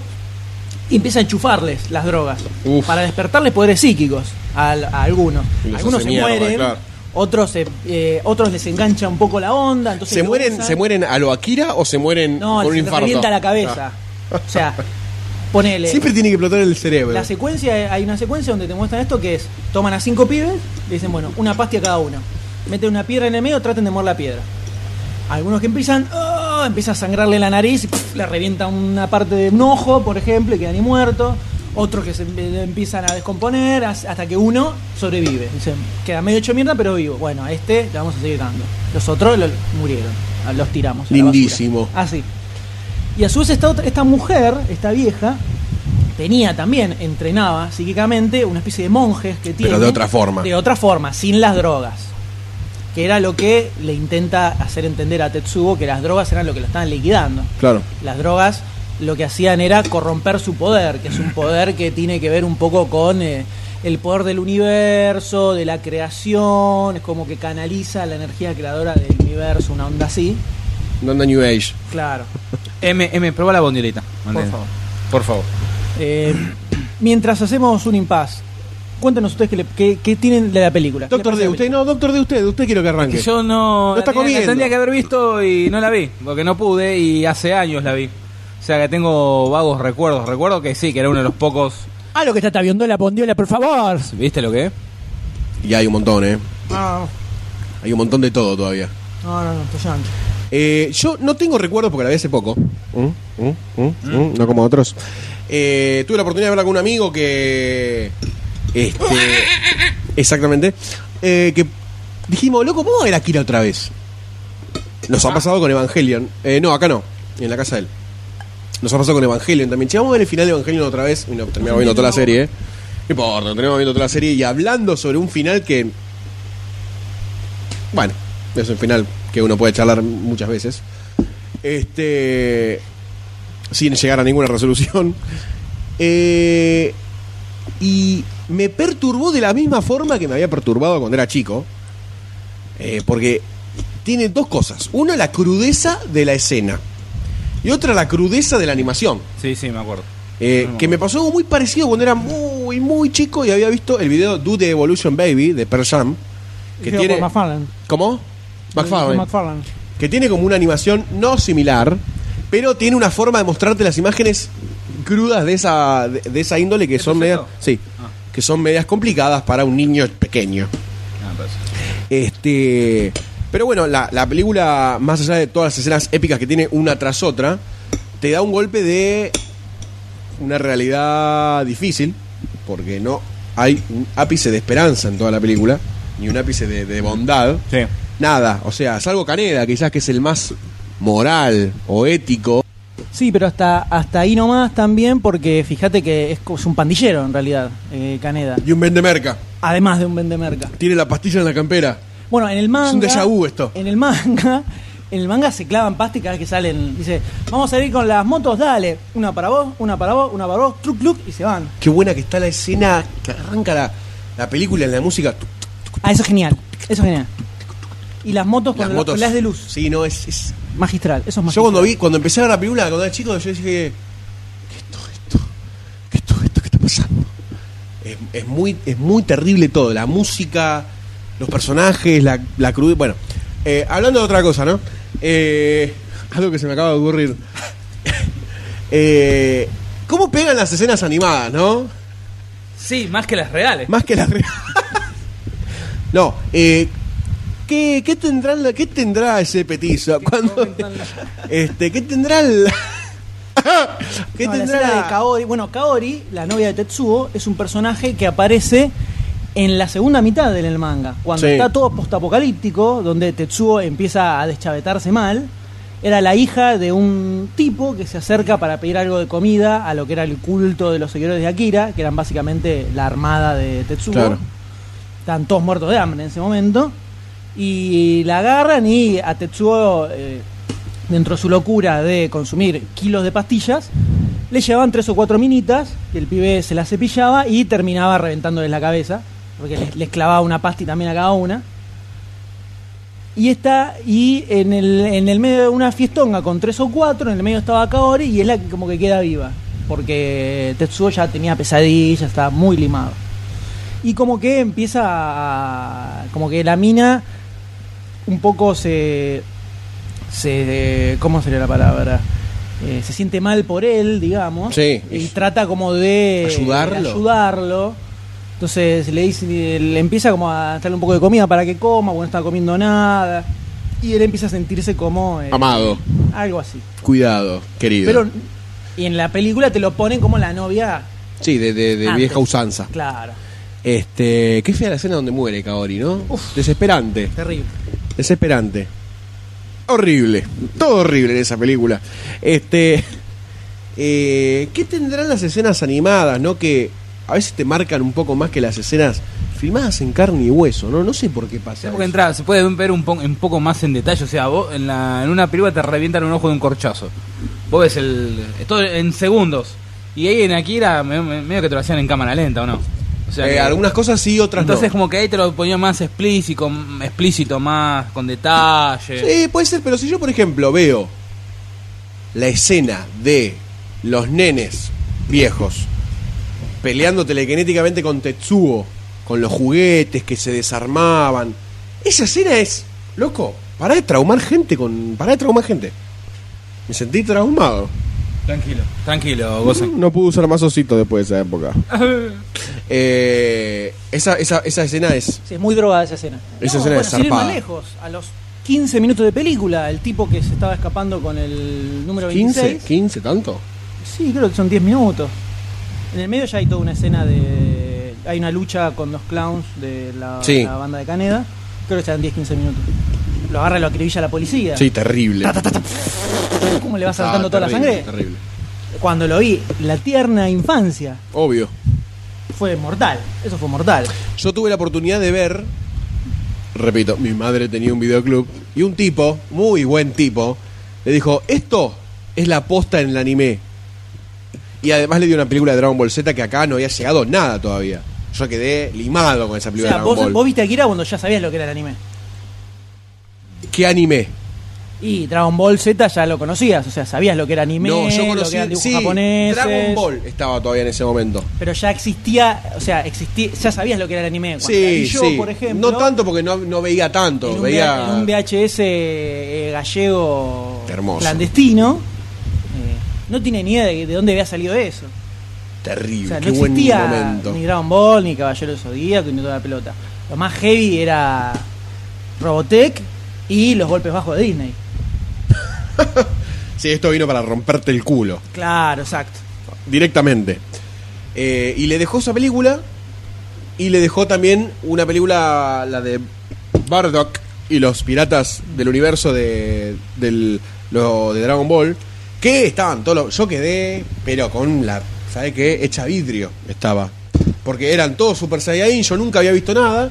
[SPEAKER 3] y empieza a enchufarles las drogas
[SPEAKER 2] Uf.
[SPEAKER 3] para despertarles poderes psíquicos a, a algunos.
[SPEAKER 2] Y los
[SPEAKER 3] Algunos
[SPEAKER 2] hace
[SPEAKER 3] se
[SPEAKER 2] mierda,
[SPEAKER 3] mueren,
[SPEAKER 2] claro.
[SPEAKER 3] otros se- eh, otros les engancha un poco la onda. Entonces
[SPEAKER 2] ¿Se
[SPEAKER 3] lo
[SPEAKER 2] mueren,
[SPEAKER 3] usan.
[SPEAKER 2] ¿Se mueren a lo Akira o se mueren
[SPEAKER 3] No,
[SPEAKER 2] con un
[SPEAKER 3] les
[SPEAKER 2] infarto?
[SPEAKER 3] revienta la cabeza. O sea,
[SPEAKER 2] Ah.
[SPEAKER 3] ponele.
[SPEAKER 2] Siempre tiene que explotar el cerebro.
[SPEAKER 3] La secuencia, hay una secuencia donde te muestran esto que es, toman a cinco pibes, le dicen, bueno, una pastia cada uno. Meten una piedra en el medio, traten de mover la piedra. Algunos que empiezan, "Ah", empieza a sangrarle la nariz, y, pf, le revienta una parte de un ojo, por ejemplo, y queda ni muerto. Otros que se empe- empiezan a descomponer as- hasta que uno sobrevive. Dicen, queda medio hecho mierda, pero vivo. Bueno, a este le vamos a seguir dando. Los otros lo- murieron, a- los tiramos. a la basura. Ah,
[SPEAKER 2] Lindísimo.
[SPEAKER 3] Así. Y a su vez esta, otra- esta mujer, esta vieja, tenía también, entrenaba psíquicamente una especie de monjes que tiene.
[SPEAKER 2] Pero de otra forma.
[SPEAKER 3] De otra forma, sin las drogas. Que era lo que le intenta hacer entender a Tetsubo que las drogas eran lo que lo estaban liquidando.
[SPEAKER 2] Claro.
[SPEAKER 3] Las drogas lo que hacían era corromper su poder, que es un poder que tiene que ver un poco con eh, el poder del universo, de la creación, es como que canaliza la energía creadora del universo, una onda así.
[SPEAKER 2] Onda New Age.
[SPEAKER 3] Claro,
[SPEAKER 4] M, M, prueba la bondiolita.
[SPEAKER 3] por
[SPEAKER 4] Mandela.
[SPEAKER 3] favor.
[SPEAKER 4] Por favor.
[SPEAKER 3] Eh, mientras hacemos un impasse, cuéntenos ustedes qué, le- qué- qué tienen de la película. ¿Qué
[SPEAKER 2] Doctor
[SPEAKER 3] le
[SPEAKER 2] D,
[SPEAKER 3] parece
[SPEAKER 2] usted no, doctor D, usted, usted quiero que arranque.
[SPEAKER 4] Que yo no.
[SPEAKER 2] No
[SPEAKER 4] la
[SPEAKER 2] está
[SPEAKER 4] tenía- la
[SPEAKER 2] comiendo.
[SPEAKER 4] tendría que haber visto y no la vi, porque no pude y hace años la vi. O sea que tengo vagos recuerdos. Recuerdo que sí, que era uno de los pocos.
[SPEAKER 3] la película? Ah, lo que está tabiando la pondiola, por favor.
[SPEAKER 4] ¿Viste lo que es?
[SPEAKER 2] Y hay un montón, ¿eh?
[SPEAKER 3] No,
[SPEAKER 2] Hay un montón de todo todavía.
[SPEAKER 3] Ah, no, no, no, estoy llorando.
[SPEAKER 2] Eh, yo no tengo recuerdos porque la vi hace poco. Mm, mm, mm, mm, no como otros. Eh, tuve la oportunidad de hablar con un amigo que. Este. Exactamente. eh, que dijimos, loco, ¿cómo era Kira otra vez? Nos ha pasado con Evangelion. Eh, no, acá no. En la casa de él. Nos ha pasado con Evangelion también. Che, vamos a ver el final de Evangelion otra vez. Y nos terminamos viendo toda la serie, ¿eh? No importa, nos terminamos viendo toda la serie y hablando sobre un final que. Bueno, es un final que uno puede charlar muchas veces. Este. Sin llegar a ninguna resolución. Eh, y me perturbó de la misma forma que me había perturbado cuando era chico. Eh, porque tiene dos cosas. Una, la crudeza de la escena. Y otra, la crudeza de la animación.
[SPEAKER 4] Sí, sí, me acuerdo.
[SPEAKER 2] Eh, que me pasó algo muy parecido cuando era muy, muy chico y había visto el video Do the Evolution Baby de Pearl Jam. Que
[SPEAKER 3] Dirigido
[SPEAKER 2] tiene,
[SPEAKER 3] por McFarlane.
[SPEAKER 2] ¿Cómo?
[SPEAKER 3] Por
[SPEAKER 2] McFarlane.
[SPEAKER 3] McFarlane.
[SPEAKER 2] Que tiene como una animación no similar, pero tiene una forma de mostrarte las imágenes crudas de esa, de, de esa índole que
[SPEAKER 4] ¿Es
[SPEAKER 2] son medias.
[SPEAKER 4] perfecto?
[SPEAKER 2] Sí.
[SPEAKER 4] Ah.
[SPEAKER 2] Que son medias complicadas para un niño pequeño.
[SPEAKER 4] Ah, pues.
[SPEAKER 2] Este. Pero bueno, la, la película, más allá de todas las escenas épicas que tiene una tras otra, te da un golpe de una realidad difícil, porque no hay un ápice de esperanza en toda la película, ni un ápice de, de bondad.
[SPEAKER 4] Sí.
[SPEAKER 2] Nada, o sea, salvo Caneda, quizás que es el más moral o ético.
[SPEAKER 3] Sí, pero hasta, hasta ahí nomás también, porque fíjate que es, co- es un pandillero en realidad, eh, Caneda.
[SPEAKER 2] Y un vendemerca,
[SPEAKER 3] Además de un vendemerca.
[SPEAKER 2] tiene la pastilla en la campera.
[SPEAKER 3] Bueno, en el manga.
[SPEAKER 2] Es un déjà vu esto.
[SPEAKER 3] En el manga. En el manga se clavan pasta y cada vez que salen. Dice, vamos a salir con las motos, dale. Una para vos, una para vos, una para vos, truc, truc, y se van.
[SPEAKER 2] Qué buena que está la escena que arranca la, la película en la música.
[SPEAKER 3] Ah, eso es genial. Eso es genial. Y las motos con
[SPEAKER 2] Las
[SPEAKER 3] las
[SPEAKER 2] motos.
[SPEAKER 3] de luz.
[SPEAKER 2] Sí, no, es- es,
[SPEAKER 3] Magistral, eso es magistral.
[SPEAKER 2] Yo cuando vi, cuando empecé a ver la película cuando era chico, yo dije, ¿qué es todo esto? ¿Qué es todo esto que está pasando? Es, es muy, es muy terrible todo, la música, los personajes, la, la crudeza. Bueno, eh, hablando de otra cosa, ¿no? Eh, algo que se me acaba de ocurrir. Eh, ¿Cómo pegan las escenas animadas, no?
[SPEAKER 4] Sí, más que las reales.
[SPEAKER 2] Más que las re- No, eh, ¿qué, qué tendrán la- qué tendrá ese petizo? Cuando, este, ¿Qué tendrá la... ¿Qué
[SPEAKER 3] No, la
[SPEAKER 2] tendrá
[SPEAKER 3] escena
[SPEAKER 2] la-
[SPEAKER 3] de Kaori. Bueno, Kaori, la novia de Tetsuo, es un personaje que aparece en la segunda mitad del manga, cuando
[SPEAKER 2] Sí.
[SPEAKER 3] está todo postapocalíptico, donde Tetsuo empieza a deschavetarse mal. Era la hija de un tipo que se acerca para pedir algo de comida a lo que era el culto de los seguidores de Akira, que eran básicamente la armada de Tetsuo.
[SPEAKER 2] Claro.
[SPEAKER 3] Estaban todos muertos de hambre en ese momento. Y la agarran y a Tetsuo, eh, dentro de su locura de consumir kilos de pastillas, le llevaban tres o cuatro minitas, que el pibe se las cepillaba y terminaba reventándoles la cabeza, porque les, les clavaba una pasta y también a cada una. Y está, y en el, en el medio de una fiestonga con tres o cuatro, en el medio estaba Kaori y es la que como que queda viva, porque Tetsuo ya tenía pesadillas, estaba muy limado. Y como que empieza a- como que la mina un poco se se ¿cómo sería la palabra? Eh, se siente mal por él, digamos,
[SPEAKER 2] Sí.
[SPEAKER 3] y trata como de
[SPEAKER 2] Ayudarlo.
[SPEAKER 3] ayudarlo. Entonces le dice, le empieza como a darle un poco de comida para que coma, bueno, no está comiendo nada. Y él empieza a sentirse como eh,
[SPEAKER 2] Amado,
[SPEAKER 3] algo así.
[SPEAKER 2] cuidado, querido.
[SPEAKER 3] Pero y en la película te lo ponen como la novia
[SPEAKER 2] sí, de, de- de
[SPEAKER 3] antes.
[SPEAKER 2] vieja usanza.
[SPEAKER 3] Claro,
[SPEAKER 2] Este, qué fea la escena donde muere Kaori, ¿no?
[SPEAKER 3] Uf.
[SPEAKER 2] Desesperante.
[SPEAKER 3] terrible.
[SPEAKER 2] Desesperante. Horrible. Todo horrible en esa película. Este. eh, ¿Qué tendrán las escenas animadas, no? Que a veces te marcan un poco más que las escenas filmadas en carne y hueso, ¿no? No sé por qué pasa.
[SPEAKER 4] Sí, porque
[SPEAKER 2] eso.
[SPEAKER 4] entra, se puede ver un, po- un poco más en detalle. O sea, vos en, la- en una película te revientan un ojo de un corchazo. Vos ves el. Todo en segundos. Y ahí en Akira, me- me- medio que te lo hacían en cámara lenta, ¿o no? O sea,
[SPEAKER 2] Eh,
[SPEAKER 4] que-
[SPEAKER 2] algunas cosas sí, otras
[SPEAKER 4] Entonces,
[SPEAKER 2] no.
[SPEAKER 4] como que ahí te lo ponía más explícito, m- explícito más con detalle.
[SPEAKER 2] Sí, puede ser, pero si yo, por ejemplo, veo la escena de los nenes viejos peleando telequinéticamente con Tetsuo, con los juguetes que se desarmaban. Esa escena es, loco, para de traumar gente con. para de traumar gente. Me sentí traumado.
[SPEAKER 4] Tranquilo, tranquilo, gozan.
[SPEAKER 2] No pude usar más osito después de esa época. Eh, esa, esa, esa escena es.
[SPEAKER 3] Sí, es muy drogada esa escena.
[SPEAKER 2] Esa escena es
[SPEAKER 3] sin ir más
[SPEAKER 2] zarpada.
[SPEAKER 3] lejos, a los 15 minutos de película, el tipo que se estaba escapando con el número
[SPEAKER 2] 15,
[SPEAKER 3] 26.
[SPEAKER 2] 15, tanto.
[SPEAKER 3] Sí, creo que son 10 minutos. En el medio ya hay toda una escena de. Hay una lucha con los clowns de la,
[SPEAKER 2] Sí.
[SPEAKER 3] la banda de Caneda. Creo que serán 10-15 minutos. Lo agarra y lo acribilla la policía.
[SPEAKER 2] Sí, terrible.
[SPEAKER 3] ¿Cómo le va
[SPEAKER 2] Ah,
[SPEAKER 3] saltando toda la
[SPEAKER 2] terrible,
[SPEAKER 3] sangre?
[SPEAKER 2] Terrible.
[SPEAKER 3] Cuando lo vi, la tierna infancia
[SPEAKER 2] Obvio.
[SPEAKER 3] fue mortal. Eso fue mortal.
[SPEAKER 2] Yo tuve la oportunidad de ver, repito, mi madre tenía un videoclub y un tipo, muy buen tipo, le dijo, esto es la posta en el anime. Y además le dio una película de Dragon Ball Z que acá no había llegado nada todavía. Yo quedé limado con esa
[SPEAKER 3] O
[SPEAKER 2] película
[SPEAKER 3] sea,
[SPEAKER 2] de Dragon
[SPEAKER 3] vos,
[SPEAKER 2] Ball.
[SPEAKER 3] vos viste Akira cuando ya sabías lo que era el anime.
[SPEAKER 2] ¿Qué anime?
[SPEAKER 3] Y Dragon Ball Z ya lo conocías, o sea, sabías lo que era anime,
[SPEAKER 2] no, yo
[SPEAKER 3] lo que
[SPEAKER 2] conocí
[SPEAKER 3] eran dibujos
[SPEAKER 2] sí,
[SPEAKER 3] japoneses.
[SPEAKER 2] Dragon Ball estaba todavía en ese momento.
[SPEAKER 3] Pero ya existía, o sea, existía, ya sabías lo que era el anime. Cuando la vi
[SPEAKER 2] Sí,
[SPEAKER 3] yo,
[SPEAKER 2] sí.
[SPEAKER 3] por ejemplo,
[SPEAKER 2] no tanto porque no, no veía tanto,
[SPEAKER 3] en un,
[SPEAKER 2] veía
[SPEAKER 3] V- en un VHS eh, gallego
[SPEAKER 2] Hermoso.
[SPEAKER 3] clandestino, eh, no tiene ni idea de, de dónde había salido eso.
[SPEAKER 2] terrible,
[SPEAKER 3] O sea, no
[SPEAKER 2] qué buen
[SPEAKER 3] existía
[SPEAKER 2] momento.
[SPEAKER 3] ni Dragon Ball, ni Caballero del Zodíaco, ni toda la pelota. Lo más heavy era Robotech y los golpes bajos de Disney.
[SPEAKER 2] Sí, esto vino para romperte el culo.
[SPEAKER 3] Claro, exacto.
[SPEAKER 2] directamente. Eh, y le dejó esa película y le dejó también una película, la de Bardock y los piratas del universo de, del, lo, de Dragon Ball, que estaban todos los... Yo quedé, pero con la... ¿Sabe qué? Hecha vidrio estaba. Porque eran todos Super Saiyajin, yo nunca había visto nada. y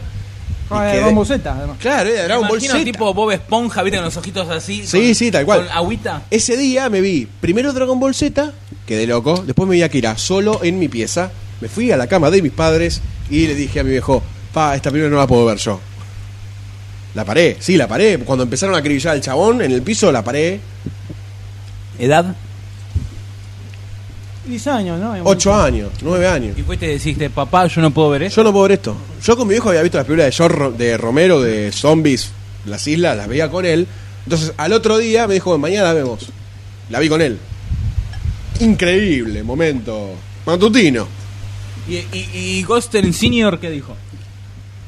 [SPEAKER 3] Ah,
[SPEAKER 2] quedé-
[SPEAKER 3] Dragon Ball Z, además.
[SPEAKER 2] Claro, era Dragon Ball
[SPEAKER 4] Imagino
[SPEAKER 2] Z.
[SPEAKER 4] tipo Bob Esponja, viste, con los ojitos así.
[SPEAKER 2] Sí,
[SPEAKER 4] con-
[SPEAKER 2] sí, tal cual.
[SPEAKER 4] Con agüita.
[SPEAKER 2] Ese día me vi primero Dragon Ball Z, quedé loco, después me vi a Akira solo en mi pieza, me fui a la cama de mis padres y le dije a mi viejo, pa, esta película no la puedo ver yo. La paré, sí, la paré. Cuando empezaron a acribillar al chabón en el piso, la paré.
[SPEAKER 4] ¿Edad?
[SPEAKER 3] 10 años, ¿no? En
[SPEAKER 2] Ocho
[SPEAKER 3] un-
[SPEAKER 2] años, nueve años.
[SPEAKER 4] Y fuiste y deciste, papá, yo no puedo ver eso.
[SPEAKER 2] Yo no puedo ver esto. Yo con mi viejo había visto las películas de, George Ro- de Romero, de Zombies, las islas, las veía con él. Entonces al otro día me dijo, mañana vemos. La vi con él. Increíble momento. Matutino.
[SPEAKER 4] ¿Y, y, y Gosten Senior qué dijo?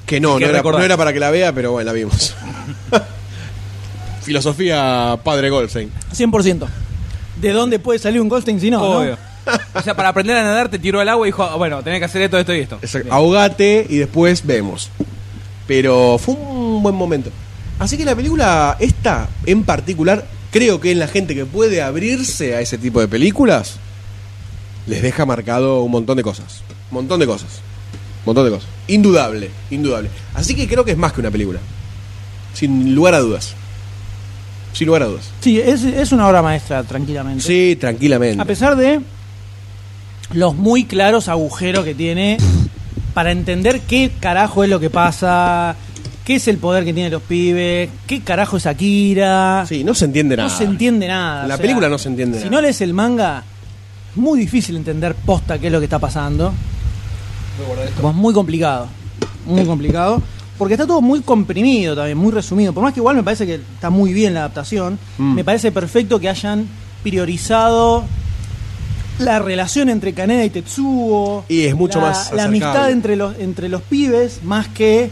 [SPEAKER 2] Que no,
[SPEAKER 4] que
[SPEAKER 2] no era,
[SPEAKER 4] recordar.
[SPEAKER 2] no era para que la vea, pero bueno, la vimos. Filosofía padre Goldstein.
[SPEAKER 3] 100%. ¿De dónde puede salir un Goldstein si no? no?
[SPEAKER 4] Obvio. O sea, para aprender a nadar te tiró al agua y dijo, "Ah, bueno, tenés que hacer esto, esto y esto.
[SPEAKER 2] Exacto. Ahogate y después vemos. Pero fue un buen momento. Así que la película esta en particular, creo que en la gente que puede abrirse a ese tipo de películas, les deja marcado un montón de cosas. Un montón de cosas. Un montón de cosas. Indudable, indudable. Así que creo que es más que una película. Sin lugar a dudas. Sin lugar a dudas.
[SPEAKER 3] Sí, es, es una obra maestra, tranquilamente.
[SPEAKER 2] Sí, tranquilamente.
[SPEAKER 3] A pesar de los muy claros agujeros que tiene para entender qué carajo es lo que pasa, qué es el poder que tienen los pibes, qué carajo es Akira.
[SPEAKER 2] Sí, no se entiende
[SPEAKER 3] no
[SPEAKER 2] nada.
[SPEAKER 3] se entiende nada.
[SPEAKER 2] La película no se entiende
[SPEAKER 3] Si
[SPEAKER 2] nada.
[SPEAKER 3] no lees el manga, es muy difícil entender posta qué es lo que está pasando. Como es muy complicado. Muy complicado. Porque está todo muy comprimido también, muy resumido. Por más que igual me parece que está muy bien la adaptación,
[SPEAKER 2] Mm.
[SPEAKER 3] me parece perfecto que hayan priorizado la relación entre Kaneda y Tetsuo.
[SPEAKER 2] Y es mucho
[SPEAKER 3] la-
[SPEAKER 2] más acercable.
[SPEAKER 3] La amistad entre los, entre los pibes, más que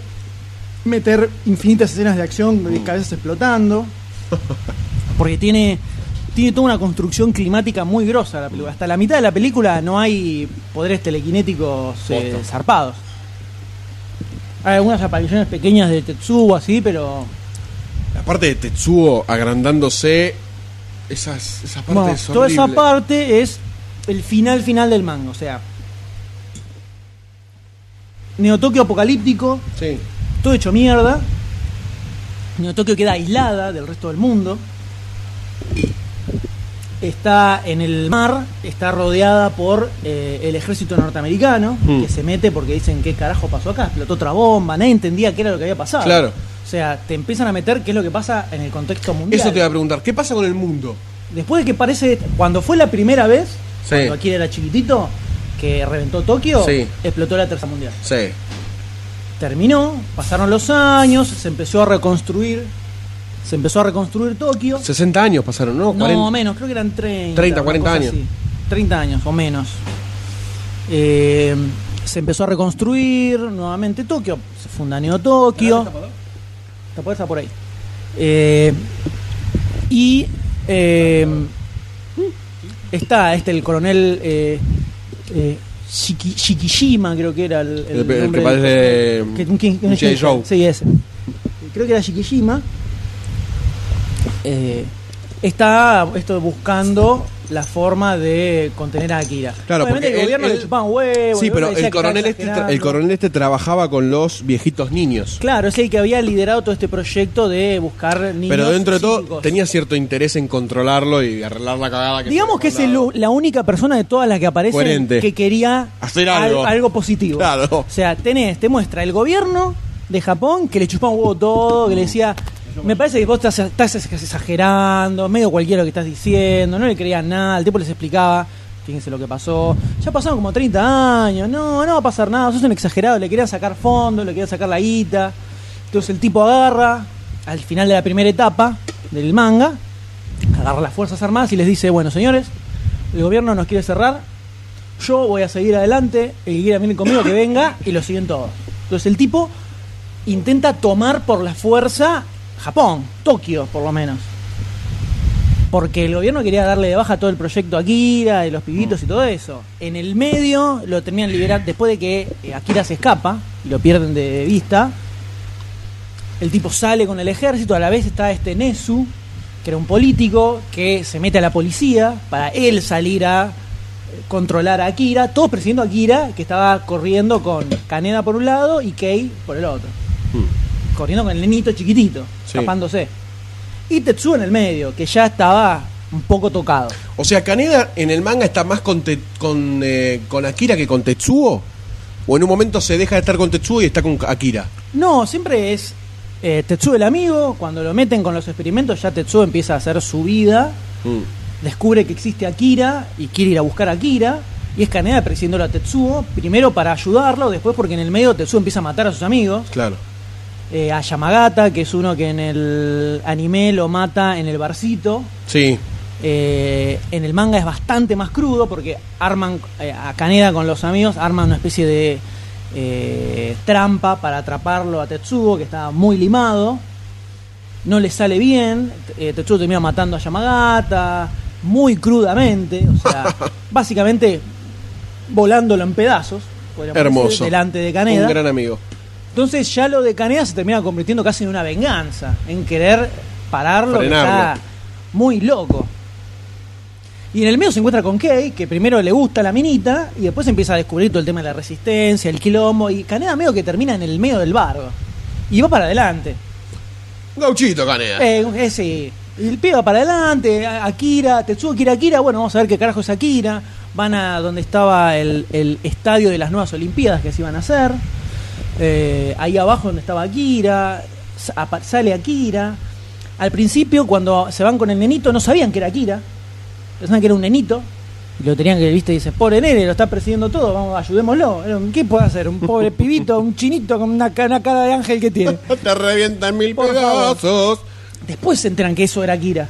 [SPEAKER 3] meter infinitas escenas de acción
[SPEAKER 2] Mm.
[SPEAKER 3] de cabezas explotando. Porque tiene, tiene toda una construcción climática muy grosa la película. Hasta la mitad de la película no hay poderes telequinéticos eh,
[SPEAKER 2] Posta.
[SPEAKER 3] zarpados. Hay algunas apariciones pequeñas de Tetsuo así, pero
[SPEAKER 2] La parte de Tetsuo agrandándose, esas, esa parte
[SPEAKER 3] no,
[SPEAKER 2] es
[SPEAKER 3] toda esa
[SPEAKER 2] horrible.
[SPEAKER 3] parte es el final final del manga, o sea. Neotokio apocalíptico,
[SPEAKER 2] Sí.
[SPEAKER 3] todo hecho mierda. Neo Tokio queda aislada del resto del mundo. Está en el mar, está rodeada por eh, el ejército norteamericano,
[SPEAKER 2] Mm.
[SPEAKER 3] que se mete porque dicen qué carajo pasó acá, explotó otra bomba, nadie entendía qué era lo que había pasado.
[SPEAKER 2] Claro.
[SPEAKER 3] O sea, te empiezan a meter qué es lo que pasa en el contexto mundial.
[SPEAKER 2] Eso te iba a preguntar, ¿qué pasa con el mundo?
[SPEAKER 3] Después de que parece, cuando fue la primera vez,
[SPEAKER 2] Sí.
[SPEAKER 3] cuando Akira era chiquitito, que reventó Tokio,
[SPEAKER 2] Sí.
[SPEAKER 3] explotó la Tercera Mundial
[SPEAKER 2] Sí.
[SPEAKER 3] terminó, pasaron los años, se empezó a reconstruir, se empezó a reconstruir Tokio.
[SPEAKER 2] 60 años pasaron, ¿no?
[SPEAKER 3] No,
[SPEAKER 2] 40.
[SPEAKER 3] menos, creo que eran 30.
[SPEAKER 2] 30,
[SPEAKER 3] una
[SPEAKER 2] 40
[SPEAKER 3] cosa
[SPEAKER 2] años.
[SPEAKER 3] así. 30 años o menos. Eh, se empezó a reconstruir nuevamente Tokio, se funda Neo Tokio. ¿Te puedes estar por ahí? Eh, y eh, está este, el coronel eh, eh, Shiki- Shikishima, creo que era el,
[SPEAKER 2] El- el
[SPEAKER 3] nombre
[SPEAKER 2] que
[SPEAKER 3] del-
[SPEAKER 2] parece,
[SPEAKER 3] que- un king-
[SPEAKER 2] un
[SPEAKER 3] un
[SPEAKER 2] G.I.
[SPEAKER 3] king-
[SPEAKER 2] Joe.
[SPEAKER 3] Sí, ese. Creo que era Shikishima. Eh, está esto buscando la forma de contener a Akira.
[SPEAKER 2] Claro,
[SPEAKER 3] Obviamente
[SPEAKER 2] porque
[SPEAKER 3] el
[SPEAKER 2] él-
[SPEAKER 3] gobierno
[SPEAKER 2] él-
[SPEAKER 3] le chupaban huevos.
[SPEAKER 2] Sí,
[SPEAKER 3] el
[SPEAKER 2] pero
[SPEAKER 3] gobierno decía
[SPEAKER 2] el
[SPEAKER 3] que estaba
[SPEAKER 2] coronel, este, tra- el
[SPEAKER 3] exagerando.
[SPEAKER 2] coronel este trabajaba con los viejitos niños.
[SPEAKER 3] Claro, es el que había liderado todo este proyecto de buscar niños.
[SPEAKER 2] Pero dentro de todo
[SPEAKER 3] psíquicos.
[SPEAKER 2] tenía cierto interés en controlarlo y arreglar la cagada que
[SPEAKER 3] Digamos que es el- la única persona de todas las que aparece
[SPEAKER 2] Coherente.
[SPEAKER 3] que quería
[SPEAKER 2] Hacer
[SPEAKER 3] al-
[SPEAKER 2] algo.
[SPEAKER 3] positivo.
[SPEAKER 2] Claro.
[SPEAKER 3] O sea, tenés, te muestra el gobierno de Japón que le chupaba un huevo todo, que le decía, me parece que vos estás, estás exagerando, medio cualquiera lo que estás diciendo, no le creían nada, el tipo les explicaba, fíjense lo que pasó, ya pasaron como 30 años, no, no va a pasar nada, sos un exagerado, le querían sacar fondos, le querían sacar la guita. Entonces el tipo agarra, al final de la primera etapa del manga, agarra las Fuerzas Armadas y les dice, bueno, señores, el gobierno nos quiere cerrar, yo voy a seguir adelante, el que quiera venir conmigo que venga, y lo siguen todos. Entonces el tipo intenta tomar por la fuerza Japón, Tokio por lo menos. Porque el gobierno quería darle de baja todo el proyecto Akira, de los pibitos y todo eso. En el medio lo terminan liberando, después de que eh, Akira se escapa y lo pierden de vista, el tipo sale con el ejército, a la vez está este Nesu, que era un político, que se mete a la policía para él salir a eh, controlar a Akira, todos persiguiendo a Akira, que estaba corriendo con Kaneda por un lado y Kei por el otro.
[SPEAKER 2] Hmm.
[SPEAKER 3] Corriendo con el nenito chiquitito,
[SPEAKER 2] Sí.
[SPEAKER 3] escapándose. Y Tetsuo en el medio, que ya estaba un poco tocado.
[SPEAKER 2] O sea, Kaneda en el manga está más con, Te- con, eh, con Akira que con Tetsuo. O en un momento se deja de estar con Tetsuo y está con Akira.
[SPEAKER 3] No, siempre es eh, Tetsuo el amigo, cuando lo meten con los experimentos ya Tetsuo empieza a hacer su vida
[SPEAKER 2] Mm,
[SPEAKER 3] descubre que existe Akira y quiere ir a buscar a Akira. Y es Kaneda persiguiéndolo a Tetsuo, primero para ayudarlo, después porque en el medio Tetsuo empieza a matar a sus amigos.
[SPEAKER 2] Claro.
[SPEAKER 3] Eh, a Yamagata, que es uno que en el anime lo mata en el barcito.
[SPEAKER 2] Sí.
[SPEAKER 3] Eh, en el manga es bastante más crudo porque arman eh, a Kaneda con los amigos, arman una especie de eh, trampa para atraparlo a Tetsuo, que está muy limado. No le sale bien. eh, Tetsuo termina matando a Yamagata muy crudamente. O sea, básicamente volándolo en pedazos. podríamos
[SPEAKER 2] Hermoso.
[SPEAKER 3] decir, delante de
[SPEAKER 2] Un
[SPEAKER 3] Kaneda.
[SPEAKER 2] gran amigo.
[SPEAKER 3] Entonces ya lo de Caneda se termina convirtiendo casi en una venganza, en querer pararlo, que
[SPEAKER 2] Frenarlo.
[SPEAKER 3] está muy loco. Y en el medio se encuentra con Kay, que primero le gusta la minita, y después empieza a descubrir todo el tema de la resistencia, el quilombo, y Caneda medio que termina en el medio del barro. Y va para adelante.
[SPEAKER 2] Gauchito Kaneda.
[SPEAKER 3] Eh, ese, el pibe va para adelante, a- Akira, Tetsuo quiere Akira, bueno, vamos a ver qué carajo es Akira. Van a donde estaba el, el estadio de las nuevas Olimpiadas que se iban a hacer. Eh, ahí abajo donde estaba Akira, sa- apa- sale Akira. Al principio, cuando se van con el nenito, no sabían que era Akira. Pensaban que era un nenito. Y lo tenían que, viste, dices, pobre nene, lo está presidiendo todo, vamos, ayudémoslo. Era un- ¿Qué puede hacer? Un pobre pibito, un chinito con una, ca- una cara de ángel que tiene.
[SPEAKER 2] Te revientan mil
[SPEAKER 3] Por favor.
[SPEAKER 2] pedazos.
[SPEAKER 3] Después se enteran que eso era Akira.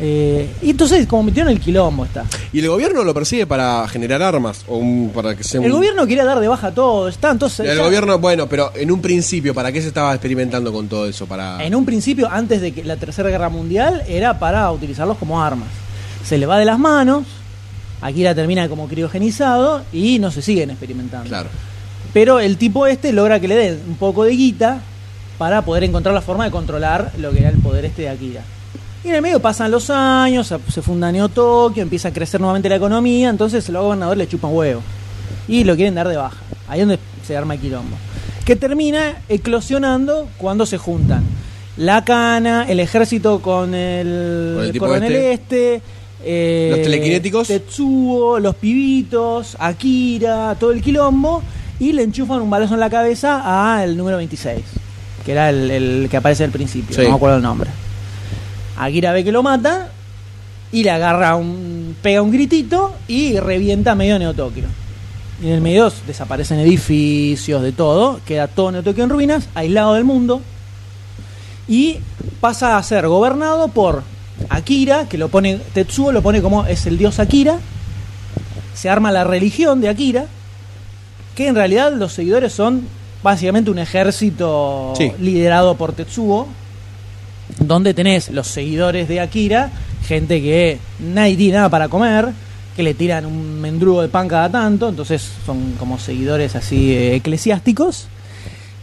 [SPEAKER 3] Eh, y entonces, como metieron el quilombo, está.
[SPEAKER 2] Y el gobierno lo persigue para generar armas. O un- para que sea un-
[SPEAKER 3] El gobierno quería dar de baja todo, está. Entonces,
[SPEAKER 2] El
[SPEAKER 3] ya-
[SPEAKER 2] gobierno, bueno, pero en un principio, ¿para qué se estaba experimentando con todo eso? Para...
[SPEAKER 3] en un principio, antes de que la Tercera Guerra Mundial, era para utilizarlos como armas. Se le va de las manos, Akira termina como criogenizado y no se siguen experimentando.
[SPEAKER 2] Claro.
[SPEAKER 3] Pero el tipo este logra que le den un poco de guita para poder encontrar la forma de controlar lo que era el poder este de Akira. Y en el medio pasan los años, se funda Neo Tokio, empieza a crecer nuevamente la economía, entonces los gobernadores le chupan huevo. Y lo quieren dar de baja. Ahí es donde se arma el quilombo. Que termina eclosionando cuando se juntan. La cana, el ejército con el,
[SPEAKER 2] Con el tipo
[SPEAKER 3] coronel este, eh,
[SPEAKER 2] Los telequinéticos.
[SPEAKER 3] Tetsuo, los pibitos, Akira, todo el quilombo. Y le enchufan un balazo en la cabeza al número 26, que era el, el que aparece al principio,
[SPEAKER 2] Sí.
[SPEAKER 3] no me acuerdo el nombre. Akira ve que lo mata y le agarra un. pega un gritito y revienta medio Neo Tokio. Y en el medio desaparecen edificios, de todo, queda todo Neo Tokio en ruinas, aislado del mundo. Y pasa a ser gobernado por Akira, que lo pone. Tetsuo lo pone como es el dios Akira. Se arma la religión de Akira. Que en realidad los seguidores son básicamente un ejército
[SPEAKER 2] Sí.
[SPEAKER 3] liderado por Tetsuo donde tenés los seguidores de Akira, gente que nadie tiene nada para comer, que le tiran un mendrugo de pan cada tanto, entonces son como seguidores así eh, eclesiásticos.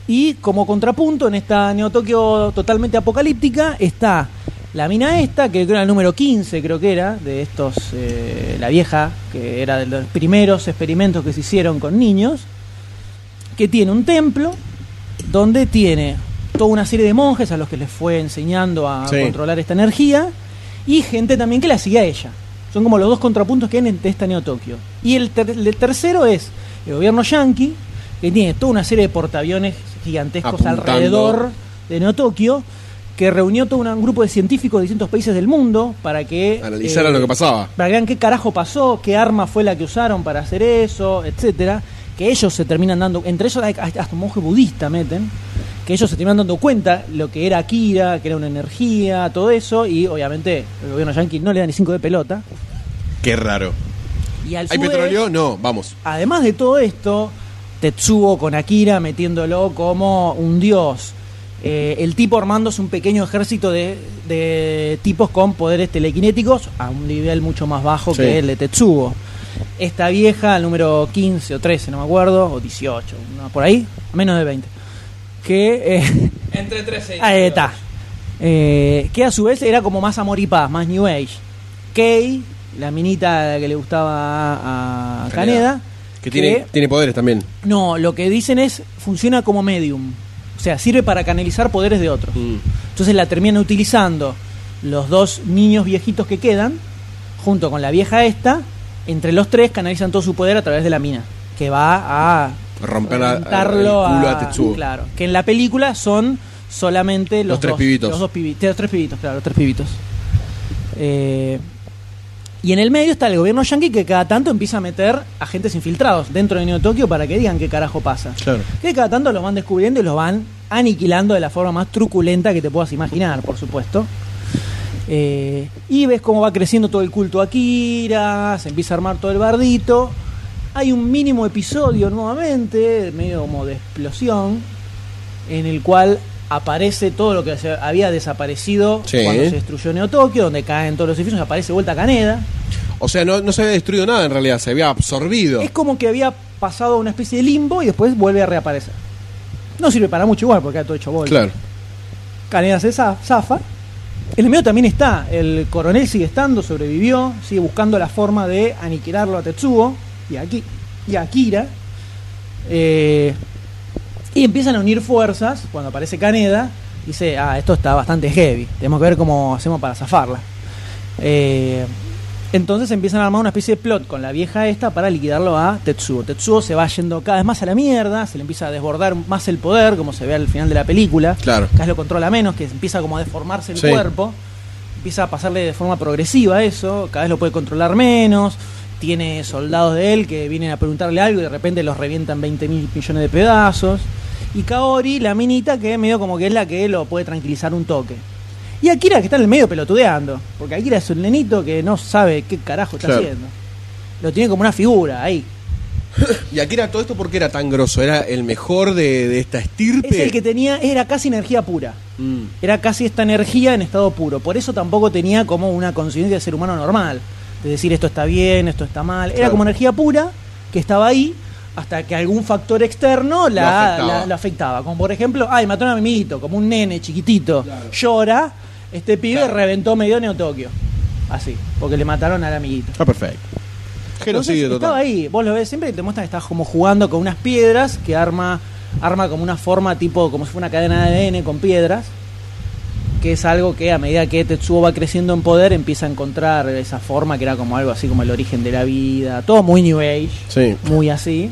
[SPEAKER 3] Y como contrapunto, en esta Neo Tokio totalmente apocalíptica, está la mina esta, que creo era el número 15, creo que era, de estos, eh, la vieja, que era de los primeros experimentos que se hicieron con niños, que tiene un templo donde tiene toda una serie de monjes a los que les fue enseñando a
[SPEAKER 2] Sí.
[SPEAKER 3] controlar esta energía y gente también que la sigue a ella. Son como los dos contrapuntos que hay en esta Neo Tokio. Y el, ter- el tercero es el gobierno yanqui, que tiene toda una serie de portaaviones gigantescos
[SPEAKER 2] Apuntando.
[SPEAKER 3] alrededor de Neo Tokio, que reunió todo una- un grupo de científicos de distintos países del mundo para que
[SPEAKER 2] Analizaron
[SPEAKER 3] eh,
[SPEAKER 2] lo que pasaba.
[SPEAKER 3] para que vean qué carajo pasó, qué arma fue la que usaron para hacer eso, etcétera, que ellos se terminan dando, entre ellos hay hasta un monje budista meten, que ellos se terminan dando cuenta lo que era Akira, que era una energía, todo eso, y obviamente el gobierno yanqui no le da ni cinco de pelota.
[SPEAKER 2] Qué raro.
[SPEAKER 3] Y al
[SPEAKER 2] ¿Hay
[SPEAKER 3] su vez,
[SPEAKER 2] petróleo? No, vamos.
[SPEAKER 3] Además de todo esto, Tetsuo con Akira metiéndolo como un dios. Eh, el tipo armándose un pequeño ejército de, de tipos con poderes telequinéticos a un nivel mucho más bajo
[SPEAKER 2] Sí.
[SPEAKER 3] que el de Tetsuo. Esta vieja, el número 15 o 13, no me acuerdo, o 18, no, por ahí, menos de 20. Que eh,
[SPEAKER 4] Entre 13
[SPEAKER 3] Ahí está. Eh, que a su vez era como más amor y paz, más New Age. Kay, la minita que le gustaba a Caneda.
[SPEAKER 2] Que tiene, tiene poderes también.
[SPEAKER 3] No, lo que dicen es, funciona como medium. O sea, sirve para canalizar poderes de otros.
[SPEAKER 2] Mm.
[SPEAKER 3] Entonces la terminan utilizando los dos niños viejitos que quedan, junto con la vieja esta. Entre los tres canalizan todo su poder a través de la mina, que va a
[SPEAKER 2] Romper a-
[SPEAKER 3] orientarlo
[SPEAKER 2] el culo a
[SPEAKER 3] a-
[SPEAKER 2] Tetsuo.
[SPEAKER 3] Claro, que en la película son solamente los,
[SPEAKER 2] Los tres
[SPEAKER 3] dos-
[SPEAKER 2] pibitos.
[SPEAKER 3] Los dos pibitos, los tres pibitos, claro, los tres pibitos. Eh, y en el medio está el gobierno yankee que cada tanto empieza a meter agentes infiltrados dentro de Neo Tokio para que digan qué carajo pasa.
[SPEAKER 2] Claro.
[SPEAKER 3] Que cada tanto los van descubriendo y los van aniquilando de la forma más truculenta que te puedas imaginar, por supuesto. Eh, y ves cómo va creciendo todo el culto a Akira, se empieza a armar todo el bardito. Hay un mínimo episodio nuevamente, medio como de explosión, en el cual aparece todo lo que se había desaparecido
[SPEAKER 2] Sí.
[SPEAKER 3] cuando se destruyó Neo Tokio, donde caen todos los edificios, aparece vuelta Caneda.
[SPEAKER 2] O sea, no, no se había destruido nada en realidad, se había absorbido.
[SPEAKER 3] Es como que había pasado una especie de limbo y después vuelve a reaparecer. No sirve para mucho igual porque ha todo hecho bolsa.
[SPEAKER 2] Claro.
[SPEAKER 3] Caneda se za- zafa. En el medio también está, el coronel sigue estando, sobrevivió, sigue buscando la forma de aniquilarlo a Tetsuo y a, Aki- y a Akira. Eh, y empiezan a unir fuerzas cuando aparece Caneda. Dice, ah, esto está bastante heavy, tenemos que ver cómo hacemos para zafarla. Eh, entonces empiezan a armar una especie de plot con la vieja esta para liquidarlo a Tetsuo. Tetsuo se va yendo cada vez más a la mierda, se le empieza a desbordar más el poder, como se ve al final de la película
[SPEAKER 2] Claro.
[SPEAKER 3] cada vez lo controla menos, que empieza como a deformarse el
[SPEAKER 2] Sí.
[SPEAKER 3] cuerpo, empieza a pasarle de forma progresiva eso, cada vez lo puede controlar menos, tiene soldados de él que vienen a preguntarle algo y de repente los revientan 20 mil millones de pedazos, y Kaori, la minita, que medio como que es la que lo puede tranquilizar un toque. Y Akira que está en el medio pelotudeando, porque Akira es un nenito que no sabe qué carajo está
[SPEAKER 2] Claro.
[SPEAKER 3] haciendo. Lo tiene como una figura ahí.
[SPEAKER 2] Y aquí era todo esto porque era tan grosso, era el mejor de, de esta estirpe.
[SPEAKER 3] Es el que tenía, era casi energía pura.
[SPEAKER 2] Mm.
[SPEAKER 3] era casi esta energía en estado puro. Por eso tampoco tenía como una conciencia de ser humano normal. De decir esto está bien, esto está mal. Era
[SPEAKER 2] Claro.
[SPEAKER 3] como energía pura que estaba ahí hasta que algún factor externo la,
[SPEAKER 2] Lo afectaba.
[SPEAKER 3] la- la afectaba. Como por ejemplo, ay, mató a un amiguito, como un nene chiquitito. Llora, este pibe
[SPEAKER 2] Claro.
[SPEAKER 3] reventó medio Neo Tokio. Así, porque le mataron al amiguito.
[SPEAKER 2] Está perfecto.
[SPEAKER 3] Entonces,
[SPEAKER 2] Genocidio
[SPEAKER 3] estaba
[SPEAKER 2] total.
[SPEAKER 3] ahí, vos lo ves siempre y te muestran que estás como jugando con unas piedras que arma, arma como una forma tipo, como si fuera una cadena de ADN con piedras, que es algo que a medida que Tetsuo va creciendo en poder empieza a encontrar esa forma que era como algo así como el origen de la vida, todo muy New Age,
[SPEAKER 2] Sí.
[SPEAKER 3] muy así.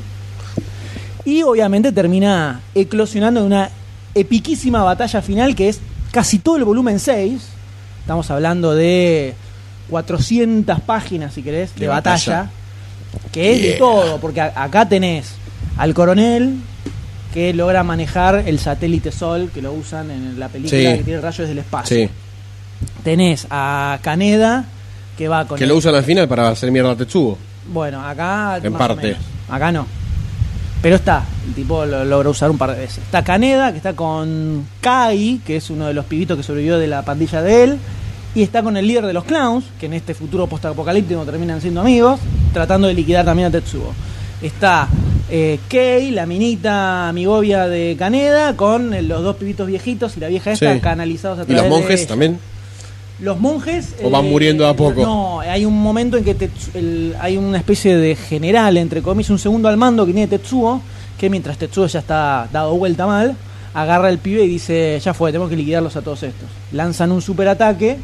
[SPEAKER 3] Y obviamente termina eclosionando en una epiquísima batalla final que es casi todo el volumen 6. Estamos hablando de 400 páginas, si querés, de,
[SPEAKER 2] De batalla.
[SPEAKER 3] batalla. Que es de
[SPEAKER 2] Yeah.
[SPEAKER 3] todo, porque a- acá tenés al coronel que logra manejar el satélite Sol que lo usan en la película
[SPEAKER 2] Sí.
[SPEAKER 3] que tiene rayos del espacio.
[SPEAKER 2] Sí.
[SPEAKER 3] Tenés a Caneda que va con
[SPEAKER 2] Que
[SPEAKER 3] el-
[SPEAKER 2] lo usan al final para hacer mierda a Tetsuo.
[SPEAKER 3] bueno, acá.
[SPEAKER 2] En
[SPEAKER 3] más o
[SPEAKER 2] parte.
[SPEAKER 3] menos. Acá no. Pero está, el tipo lo logra usar un par de veces. Está Caneda, que está con Kai, que es uno de los pibitos que sobrevivió de la pandilla de él. Y está con el líder de los clowns, que en este futuro postapocalíptico terminan siendo amigos, tratando de liquidar también a Tetsuo. Está eh, Kei, la minita amigobia de Caneda, con eh, los dos pibitos viejitos y la vieja esta
[SPEAKER 2] Sí.
[SPEAKER 3] canalizados a
[SPEAKER 2] Y
[SPEAKER 3] través
[SPEAKER 2] los monjes
[SPEAKER 3] de-
[SPEAKER 2] también.
[SPEAKER 3] los monjes. eh,
[SPEAKER 2] ¿O van muriendo de a poco?
[SPEAKER 3] No, hay un momento en que Tetsu- el- hay una especie de general, entre comillas, un segundo al mando que tiene Tetsuo, que mientras Tetsuo ya está dado vuelta mal, agarra al pibe y dice: Ya fue, tenemos que liquidarlos a todos estos. Lanzan un superataque.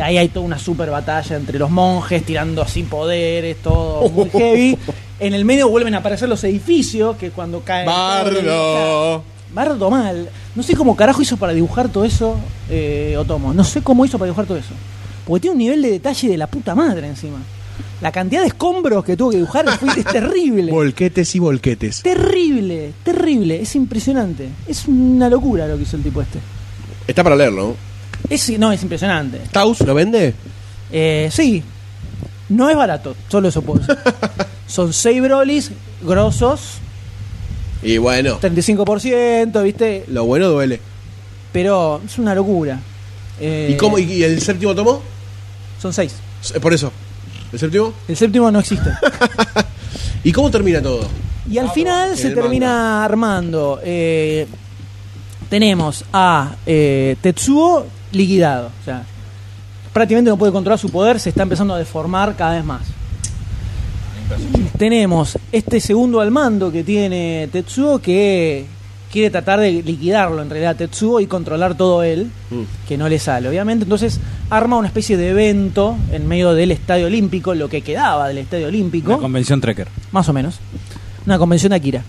[SPEAKER 3] Ahí hay toda una super batalla entre los monjes, tirando así poderes, todo muy heavy. En el medio vuelven a aparecer los edificios, que cuando caen.
[SPEAKER 2] Bardo.
[SPEAKER 3] Bardo mal. No sé cómo carajo hizo para dibujar todo eso, eh, Otomo. No sé cómo hizo para dibujar todo eso. Porque tiene un nivel de detalle de la puta madre encima. La cantidad de escombros que tuvo que dibujar fue- es terrible.
[SPEAKER 2] Volquetes y volquetes.
[SPEAKER 3] terrible, terrible. Es impresionante. Es una locura lo que hizo el tipo este.
[SPEAKER 2] Está para leerlo. ¿no?
[SPEAKER 3] Es, no, es impresionante.
[SPEAKER 2] ¿Taus lo vende?
[SPEAKER 3] Eh, sí. No es barato, solo eso puedo decir. Son 6 brolis grosos,
[SPEAKER 2] Y bueno,
[SPEAKER 3] 35%, ¿viste?
[SPEAKER 2] lo bueno duele.
[SPEAKER 3] Pero es una locura. Eh,
[SPEAKER 2] ¿Y cómo? ¿Y- ¿Y el séptimo tomó?
[SPEAKER 3] Son 6.
[SPEAKER 2] Eh, Por eso. ¿El séptimo?
[SPEAKER 3] El séptimo no existe.
[SPEAKER 2] ¿Y cómo termina todo?
[SPEAKER 3] Y al final se
[SPEAKER 2] Ah, el
[SPEAKER 3] termina armando. eh, tenemos a eh, Tetsuo liquidado. O sea, prácticamente no puede controlar su poder, se está empezando a deformar cada vez más. Tenemos este segundo al mando que tiene Tetsuo que quiere tratar de liquidarlo en realidad a Tetsuo y controlar todo él,
[SPEAKER 2] Mm.
[SPEAKER 3] que no le sale, obviamente. Entonces arma una especie de evento en medio del Estadio Olímpico, lo que quedaba del Estadio Olímpico.
[SPEAKER 4] La convención Trekker.
[SPEAKER 3] Más o menos. Una convención de Akira.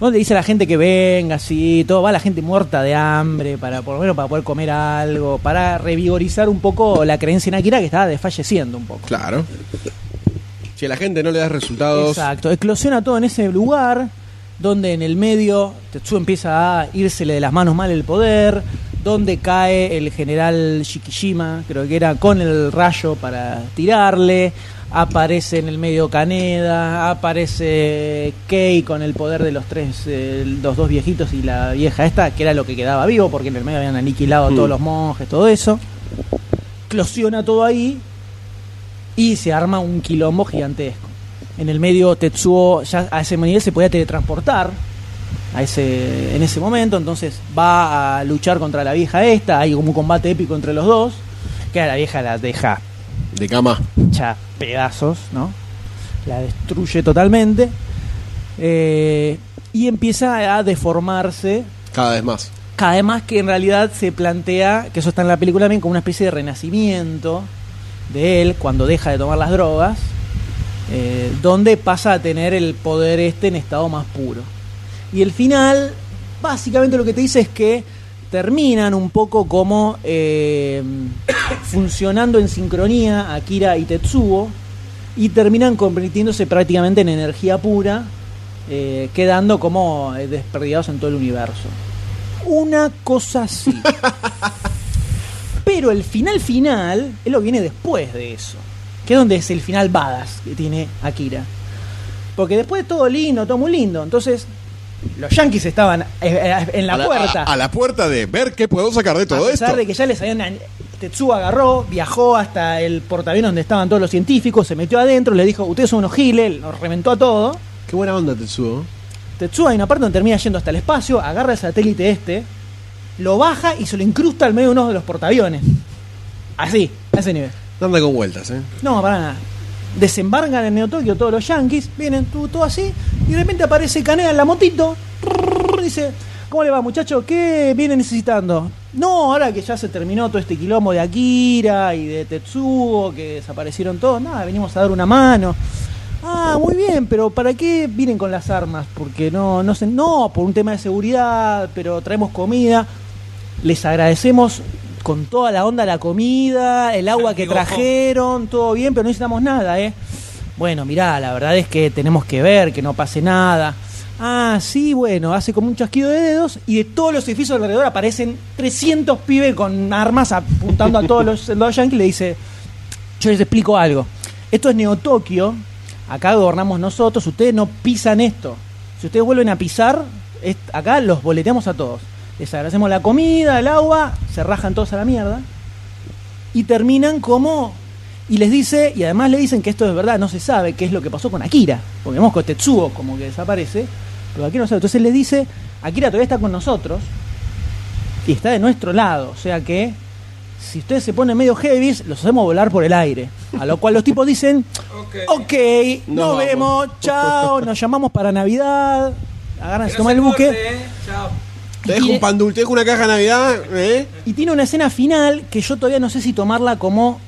[SPEAKER 3] Donde dice a la gente que venga, así, todo. Va la gente muerta de hambre, para por lo menos para poder comer algo, para revigorizar un poco la creencia en Akira que estaba desfalleciendo un poco.
[SPEAKER 2] Claro. Si a la gente no le das resultados.
[SPEAKER 3] Exacto. Eclosiona todo en ese lugar, donde en el medio Tetsuo empieza a írsele de las manos mal el poder, donde cae el general Shikishima, creo que era, con el rayo para tirarle. Aparece en el medio Kaneda, aparece Kei con el poder de los tres, eh, los dos viejitos y la vieja esta, que era lo que quedaba vivo, porque en el medio habían aniquilado a todos
[SPEAKER 2] Mm.
[SPEAKER 3] los monjes, todo eso. Eclosiona todo ahí y se arma un quilombo gigantesco. En el medio Tetsuo ya a ese nivel se podía teletransportar a ese, en ese momento, entonces va a luchar contra la vieja esta, hay como un combate épico entre los dos, que a la vieja la deja
[SPEAKER 2] De cama.
[SPEAKER 3] hecha pedazos, ¿no? La destruye totalmente eh, y empieza a deformarse
[SPEAKER 2] Cada vez más.
[SPEAKER 3] cada vez más que en realidad se plantea, que eso está en la película también, como una especie de renacimiento de él cuando deja de tomar las drogas, eh, donde pasa a tener el poder este en estado más puro. Y el final, básicamente lo que te dice es que terminan un poco como eh, funcionando en sincronía Akira y Tetsuo y terminan convirtiéndose prácticamente en energía pura, eh, quedando como eh, desperdigados en todo el universo una cosa así. Pero el final final es lo que viene después de eso. Que es donde es el final badass que tiene Akira. Porque después de todo lindo, todo muy lindo. Entonces, los yankees estaban eh, eh, en la
[SPEAKER 2] a
[SPEAKER 3] puerta.
[SPEAKER 2] a, a la puerta de ver qué puedo sacar de todo
[SPEAKER 3] a pesar
[SPEAKER 2] esto.
[SPEAKER 3] de que ya les habían... an- Tetsuo agarró, viajó hasta el portaaviones donde estaban todos los científicos, se metió adentro, le dijo, ustedes son unos giles, los reventó a todo.
[SPEAKER 2] Qué buena onda Tetsuo.
[SPEAKER 3] Tetsuo hay una parte donde termina yendo hasta el espacio, agarra el satélite este, lo baja y se lo incrusta al medio de uno de los portaaviones. Así, a ese nivel.
[SPEAKER 2] No Anda con vueltas, ¿eh?
[SPEAKER 3] No, para nada. Desembarcan en Neo Tokio todos los yankees, vienen tú, todo así, y de repente aparece Caneda en la motito, trrr, dice, ¿cómo le va muchacho? ¿Qué viene necesitando? No, ahora que ya se terminó todo este quilombo de Akira y de Tetsuo, que desaparecieron todos, nada, venimos a dar una mano. Ah, muy bien, pero ¿para qué vienen con las armas? Porque no, no sé, no, por un tema de seguridad, pero traemos comida. Les agradecemos con toda la onda la comida, el agua que
[SPEAKER 4] Antigojo.
[SPEAKER 3] trajeron, todo bien, pero no necesitamos nada, ¿eh? Bueno, mirá, la verdad es que tenemos que ver que no pase nada. Ah, sí, bueno, hace como un chasquido de dedos y de todos los edificios alrededor aparecen 300 pibes con armas apuntando a todos los, los yankees y le dice, yo les explico algo. Esto es Neotokio. Acá gobernamos nosotros. Ustedes no pisan esto. Si ustedes vuelven a pisar, est- acá los boleteamos a todos. Les agradecemos la comida, el agua, se rajan todos a la mierda. Y terminan como. Y les dice, y además le dicen que esto es verdad, no se sabe qué es lo que pasó con Akira. Porque vemos con Tetsuo como que desaparece, pero Akira no sabe. Entonces les dice, Akira todavía está con nosotros y está de nuestro lado. O sea que si ustedes se ponen medio heavy, los hacemos volar por el aire. A lo cual los tipos dicen, ok, nos,
[SPEAKER 2] Nos
[SPEAKER 3] vemos, chao, nos llamamos para Navidad, agarran, se
[SPEAKER 1] Que no
[SPEAKER 3] toman
[SPEAKER 1] se
[SPEAKER 3] el buque.
[SPEAKER 1] corte, eh. Chao.
[SPEAKER 2] Te dejo un pandul, te dejo una caja de Navidad, ¿eh?
[SPEAKER 3] Y tiene una escena final que yo todavía no sé si tomarla como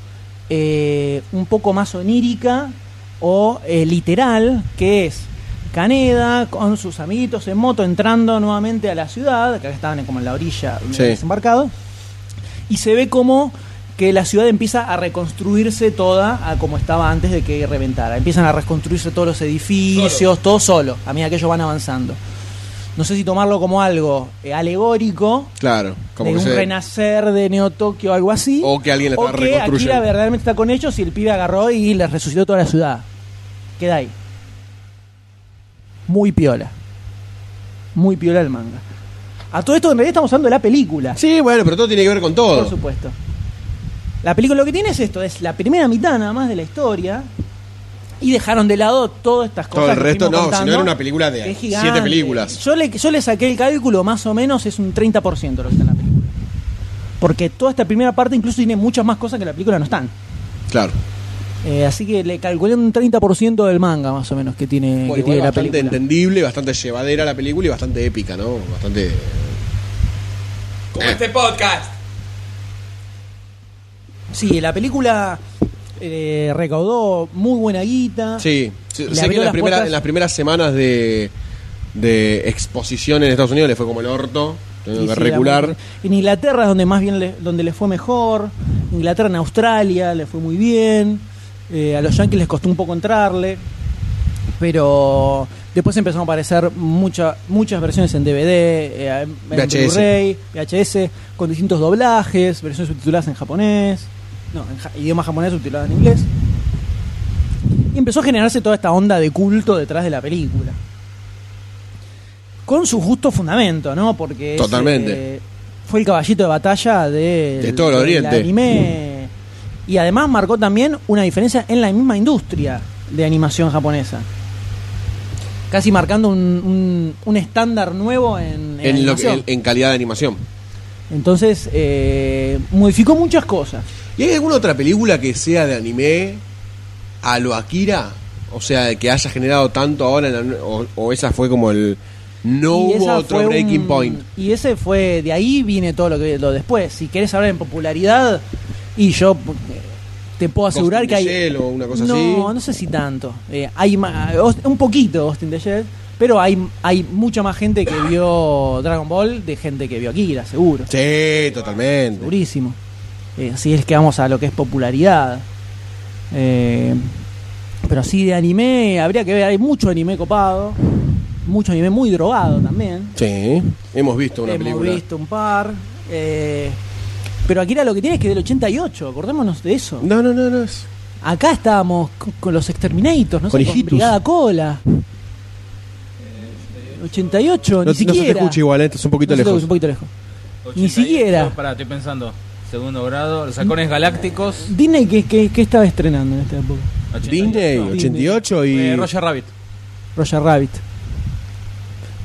[SPEAKER 3] eh, un poco más onírica o eh, literal, que es Caneda con sus amiguitos en moto entrando nuevamente a la ciudad, que acá estaban como en la orilla donde
[SPEAKER 2] Sí.
[SPEAKER 3] había desembarcado, y se ve como que la ciudad empieza a reconstruirse toda a como estaba antes de que reventara. Empiezan a reconstruirse todos los edificios, todo solo, a medida que ellos van avanzando. No sé si tomarlo como algo eh, alegórico
[SPEAKER 2] Claro, como
[SPEAKER 3] de
[SPEAKER 2] que
[SPEAKER 3] un
[SPEAKER 2] se-
[SPEAKER 3] renacer de Neo Tokio o algo así.
[SPEAKER 2] O que alguien la
[SPEAKER 3] O
[SPEAKER 2] está
[SPEAKER 3] que Akira
[SPEAKER 2] reconstruyendo.
[SPEAKER 3] verdaderamente está con ellos y el pibe agarró y les resucitó toda la ciudad. Queda ahí. Muy piola. Muy piola el manga. A todo esto en realidad estamos hablando de la película.
[SPEAKER 2] Sí, bueno, pero todo tiene que ver con
[SPEAKER 3] Por
[SPEAKER 2] todo.
[SPEAKER 3] supuesto. La película lo que tiene es esto, es la primera mitad nada más de la historia y dejaron de lado todas estas cosas.
[SPEAKER 2] Todo el
[SPEAKER 3] que
[SPEAKER 2] resto
[SPEAKER 3] fuimos
[SPEAKER 2] no, si no era
[SPEAKER 3] contando,
[SPEAKER 2] una película de
[SPEAKER 3] que es
[SPEAKER 2] siete
[SPEAKER 3] gigante.
[SPEAKER 2] películas.
[SPEAKER 3] Yo le, yo le saqué el cálculo, más o menos es un 30% lo que está en la película. Porque toda esta primera parte incluso tiene muchas más cosas que en la película no están.
[SPEAKER 2] Claro.
[SPEAKER 3] Eh, así que le calculé un 30% del manga más o menos que tiene,
[SPEAKER 2] Bueno,
[SPEAKER 3] que
[SPEAKER 2] igual
[SPEAKER 3] tiene la
[SPEAKER 2] bastante
[SPEAKER 3] película.
[SPEAKER 2] entendible, bastante llevadera la película y bastante épica, ¿no? Bastante.
[SPEAKER 1] Como este podcast.
[SPEAKER 3] Sí, la película eh, recaudó muy buena guita.
[SPEAKER 2] Sí, sí,
[SPEAKER 3] Le
[SPEAKER 2] sé que
[SPEAKER 3] abrió
[SPEAKER 2] en,
[SPEAKER 3] las
[SPEAKER 2] las primeras-
[SPEAKER 3] puertas.
[SPEAKER 2] en las primeras semanas de, de exposición en Estados Unidos le fue como el orto,
[SPEAKER 3] Y
[SPEAKER 2] tengo
[SPEAKER 3] sí,
[SPEAKER 2] que
[SPEAKER 3] la
[SPEAKER 2] regular.
[SPEAKER 3] muerte. En Inglaterra es donde más bien le, donde le fue mejor. Inglaterra en Australia le fue muy bien. Eh, a los Yankees les costó un poco entrarle. Pero después empezaron a aparecer mucha- muchas versiones en DVD, eh, en
[SPEAKER 2] VHS.
[SPEAKER 3] Blu-ray, VHS, con distintos doblajes, versiones subtituladas en japonés, no, en ja- idioma japonés subtitulada en inglés. Y empezó a generarse toda esta onda de culto detrás de la película. Con su justo fundamento, ¿no? Porque es,
[SPEAKER 2] Totalmente.
[SPEAKER 3] eh, fue el caballito de batalla de,
[SPEAKER 2] De todo el
[SPEAKER 3] del
[SPEAKER 2] Oriente.
[SPEAKER 3] anime. Y además marcó también una diferencia en la misma industria de animación japonesa. Casi marcando un, un- un estándar nuevo en, en
[SPEAKER 2] En, lo que-
[SPEAKER 3] animación.
[SPEAKER 2] en- en calidad de animación.
[SPEAKER 3] Entonces, eh, modificó muchas cosas.
[SPEAKER 2] ¿Y hay alguna otra película que sea de anime a lo Akira? O sea, que haya generado tanto ahora, en la- o, o esa fue como el. No
[SPEAKER 3] Y
[SPEAKER 2] hubo
[SPEAKER 3] esa
[SPEAKER 2] otro
[SPEAKER 3] fue
[SPEAKER 2] breaking
[SPEAKER 3] un-
[SPEAKER 2] point.
[SPEAKER 3] Y ese fue, de ahí viene todo lo que lo después. Si querés hablar en popularidad, y yo eh, te puedo
[SPEAKER 2] Ghost
[SPEAKER 3] asegurar
[SPEAKER 2] in
[SPEAKER 3] que
[SPEAKER 2] the
[SPEAKER 3] hay.
[SPEAKER 2] Shell o una cosa
[SPEAKER 3] no,
[SPEAKER 2] así.
[SPEAKER 3] no sé si tanto. Eh, hay ma- un poquito Austin the Shell, pero hay, hay mucha más gente que vio Dragon Ball de gente que vio Akira, seguro.
[SPEAKER 2] Sí, totalmente.
[SPEAKER 3] Segurísimo. Eh, así es que vamos a lo que es popularidad. Eh, pero así de anime, habría que ver, hay mucho anime copado, mucho anime muy drogado también.
[SPEAKER 2] Sí, hemos visto una
[SPEAKER 3] Hemos
[SPEAKER 2] película.
[SPEAKER 3] visto un par. eh, pero Akira lo que tiene es que del 88, acordémonos de eso.
[SPEAKER 2] No, no, no, no. es-
[SPEAKER 3] Acá estábamos con, con los Exterminators, ¿no?
[SPEAKER 2] Con
[SPEAKER 3] sé, con
[SPEAKER 2] Hijitus.
[SPEAKER 3] Brigada Cola. 88,
[SPEAKER 2] No, no
[SPEAKER 3] ni
[SPEAKER 2] se
[SPEAKER 3] siquiera.
[SPEAKER 2] te escucha igual, eh, estás un poquito
[SPEAKER 3] No se te-
[SPEAKER 2] lejos.
[SPEAKER 3] un poquito lejos.
[SPEAKER 4] 88,
[SPEAKER 3] siquiera.
[SPEAKER 4] Pará, estoy pensando. Segundo grado, los halcones galácticos.
[SPEAKER 3] Disney, ¿qué, qué, qué estaba estrenando en esta época?
[SPEAKER 4] 88.
[SPEAKER 2] Disney,
[SPEAKER 3] Disney.
[SPEAKER 2] 88 y.
[SPEAKER 4] Eh, Roger Rabbit.
[SPEAKER 3] Roger Rabbit.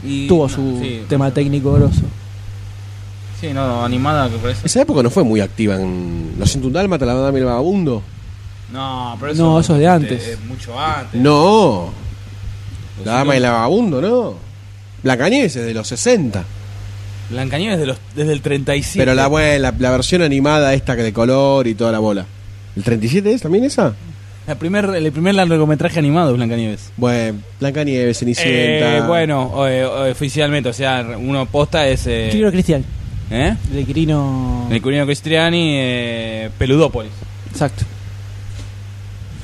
[SPEAKER 4] Y-
[SPEAKER 3] Tuvo
[SPEAKER 4] no,
[SPEAKER 3] su
[SPEAKER 4] sí,
[SPEAKER 3] tema técnico grosso.
[SPEAKER 4] Sí, no, animada que parece.
[SPEAKER 2] Esa época no fue muy activa en. Los 101 Dálmata, la dama y el vagabundo.
[SPEAKER 4] No, pero eso.
[SPEAKER 3] No, eso es de antes.
[SPEAKER 4] eh, mucho antes.
[SPEAKER 2] No,
[SPEAKER 4] Los
[SPEAKER 2] la dama y
[SPEAKER 4] Simpsons-
[SPEAKER 2] el vagabundo, no. Blancanieves es de los 60.
[SPEAKER 4] Blancanieves desde, los- desde el 37.
[SPEAKER 2] Pero la, buena, la, la versión animada esta que de color y toda la bola. ¿El 37 es también esa?
[SPEAKER 4] La primer, el primer largometraje animado es Blancanieves.
[SPEAKER 2] Bueno, Blancanieves, Cenicienta.
[SPEAKER 4] Eh, bueno, eh, oficialmente, o sea, uno posta es. eh,
[SPEAKER 3] Quirino Cristian.
[SPEAKER 4] ¿Eh?
[SPEAKER 3] De Quirino.
[SPEAKER 4] El Curino Cristiani, eh, Peludópolis.
[SPEAKER 3] Exacto.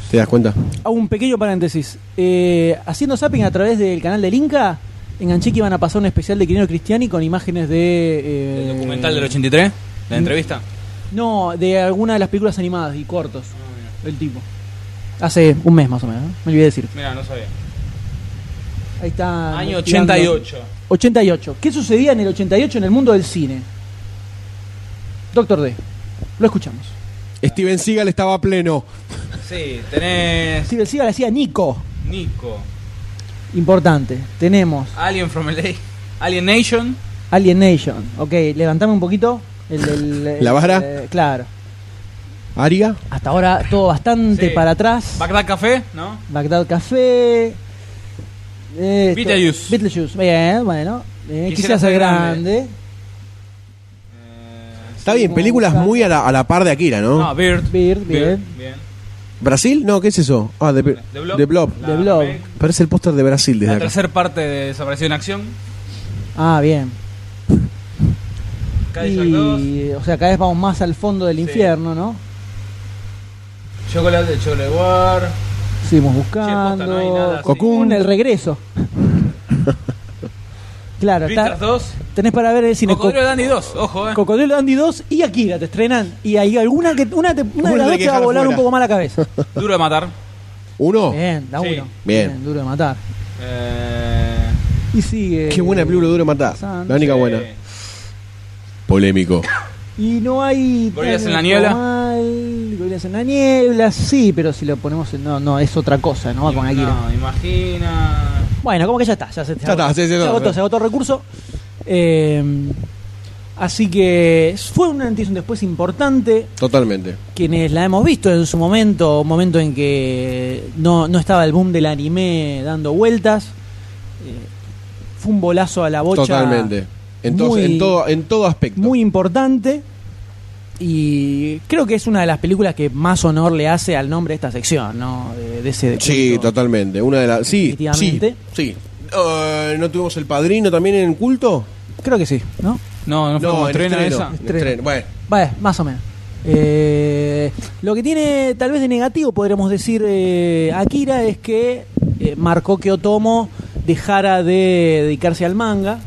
[SPEAKER 2] ¿Te das cuenta?
[SPEAKER 3] Hago un pequeño paréntesis. Eh, haciendo zapping a través del canal del Inca, enganché que iban a pasar un especial de Quirino Cristiani con imágenes de. eh,
[SPEAKER 4] El documental del 83, la entrevista.
[SPEAKER 3] No, de alguna de las películas animadas y cortos. El tipo. Hace un mes más o menos, ¿no? me olvidé de decir.
[SPEAKER 4] Mira, no sabía.
[SPEAKER 3] Ahí está.
[SPEAKER 1] Año
[SPEAKER 3] investigando.
[SPEAKER 1] 88.
[SPEAKER 3] 88. ¿Qué sucedía en el 88 en el mundo del cine? Doctor D. Lo escuchamos.
[SPEAKER 2] Steven Seagal estaba pleno.
[SPEAKER 1] Sí, tenés
[SPEAKER 3] Steven Seagal hacía Nico.
[SPEAKER 1] Nico,
[SPEAKER 3] Importante. Tenemos
[SPEAKER 1] Alien from LA, Alien Nation.
[SPEAKER 3] Alien Nation. Ok, levantame un poquito. el- el- el-
[SPEAKER 2] ¿La vara?
[SPEAKER 3] eh, claro.
[SPEAKER 2] Aria.
[SPEAKER 3] Hasta ahora todo bastante
[SPEAKER 1] Sí.
[SPEAKER 3] para atrás.
[SPEAKER 1] Bagdad Café, ¿no?
[SPEAKER 3] Bagdad Café. eh, esto-
[SPEAKER 1] Beetlejuice.
[SPEAKER 3] Beetlejuice. Bien, bueno. Eh,
[SPEAKER 1] Quisiera
[SPEAKER 3] quisiera ser
[SPEAKER 1] ser
[SPEAKER 3] grande.
[SPEAKER 1] grande.
[SPEAKER 2] Está bien, películas
[SPEAKER 3] Busca.
[SPEAKER 2] muy a la, a la par de Akira, ¿no?
[SPEAKER 1] Eh, No, Bird.
[SPEAKER 3] Bird, bien.
[SPEAKER 1] bien.
[SPEAKER 2] ¿Brasil? No, ¿qué es eso? Ah, de,
[SPEAKER 1] The Blob.
[SPEAKER 2] The Blob.
[SPEAKER 1] La
[SPEAKER 3] The Blob.
[SPEAKER 1] remake.
[SPEAKER 2] Parece el póster de Brasil desde
[SPEAKER 1] La
[SPEAKER 2] acá.
[SPEAKER 1] tercera parte de Desaparecido en Acción.
[SPEAKER 3] Ah, bien.
[SPEAKER 1] Cadillac 2.
[SPEAKER 3] Y, o sea, cada vez vamos más al fondo del
[SPEAKER 1] Sí.
[SPEAKER 3] infierno, ¿no?
[SPEAKER 1] Chocolate de Chocolate War.
[SPEAKER 3] Seguimos
[SPEAKER 1] posta, no hay
[SPEAKER 3] buscando.
[SPEAKER 1] nada así.
[SPEAKER 3] Cocoon, el regreso. claro, está-
[SPEAKER 1] Beatles 2.
[SPEAKER 3] tenés para ver el cine.
[SPEAKER 1] Cocodrilo
[SPEAKER 3] Co-
[SPEAKER 1] Dandy 2. Ojo, eh.
[SPEAKER 3] Cocodrilo Dandy 2 y Akira te estrenan. Y hay alguna que una, te- una de
[SPEAKER 2] Una
[SPEAKER 3] las
[SPEAKER 2] de
[SPEAKER 3] dos
[SPEAKER 2] que
[SPEAKER 3] te va a
[SPEAKER 2] dejar
[SPEAKER 3] volar un
[SPEAKER 2] fuera.
[SPEAKER 3] poco más la cabeza.
[SPEAKER 1] Duro de matar.
[SPEAKER 2] ¿Uno?
[SPEAKER 3] Bien, da
[SPEAKER 1] Sí.
[SPEAKER 3] uno.
[SPEAKER 2] Bien.
[SPEAKER 3] Duro de matar.
[SPEAKER 1] Eh,
[SPEAKER 3] Y sigue.
[SPEAKER 2] Qué buena película duro matar.
[SPEAKER 3] Santos.
[SPEAKER 2] La única
[SPEAKER 1] sí.
[SPEAKER 2] buena. Polémico.
[SPEAKER 3] Y no hay.
[SPEAKER 1] Gorilas en la
[SPEAKER 3] no
[SPEAKER 1] niebla.
[SPEAKER 3] hay- Gorilas en la niebla, sí, pero si lo ponemos en. No, no, es otra cosa, no va con Akira.
[SPEAKER 1] No, imagina.
[SPEAKER 3] Bueno, como que ya está, ya se, se
[SPEAKER 2] Ya
[SPEAKER 3] agotó,
[SPEAKER 2] está, sí, sí,
[SPEAKER 3] se
[SPEAKER 2] no,
[SPEAKER 3] agotó,
[SPEAKER 2] no.
[SPEAKER 3] se agotó el recurso. Eh, así que fue un antes y un después importante.
[SPEAKER 2] Totalmente.
[SPEAKER 3] Quienes la hemos visto en su momento, un momento en que no, no estaba el boom del anime dando vueltas. eh, fue un bolazo a la bocha.
[SPEAKER 2] Totalmente. Entonces,
[SPEAKER 3] muy-
[SPEAKER 2] en, todo, en todo aspecto.
[SPEAKER 3] muy importante y creo que es una de las películas que más honor le hace al nombre de esta sección, ¿no? De, de ese de
[SPEAKER 2] Sí,
[SPEAKER 3] culto.
[SPEAKER 2] totalmente. Una de las. Sí, sí,
[SPEAKER 3] Definitivamente.
[SPEAKER 2] sí. Eh, ¿No tuvimos el padrino también en culto?
[SPEAKER 3] Creo que sí, ¿no?
[SPEAKER 4] No, no fue como
[SPEAKER 2] en
[SPEAKER 4] estrena
[SPEAKER 2] estreno,
[SPEAKER 4] esa.
[SPEAKER 2] en estreno. Bueno,
[SPEAKER 3] Vale, más o menos. Eh, lo que tiene tal vez de negativo, podríamos decir, eh, Akira, es que eh, marcó que Otomo dejara de dedicarse al manga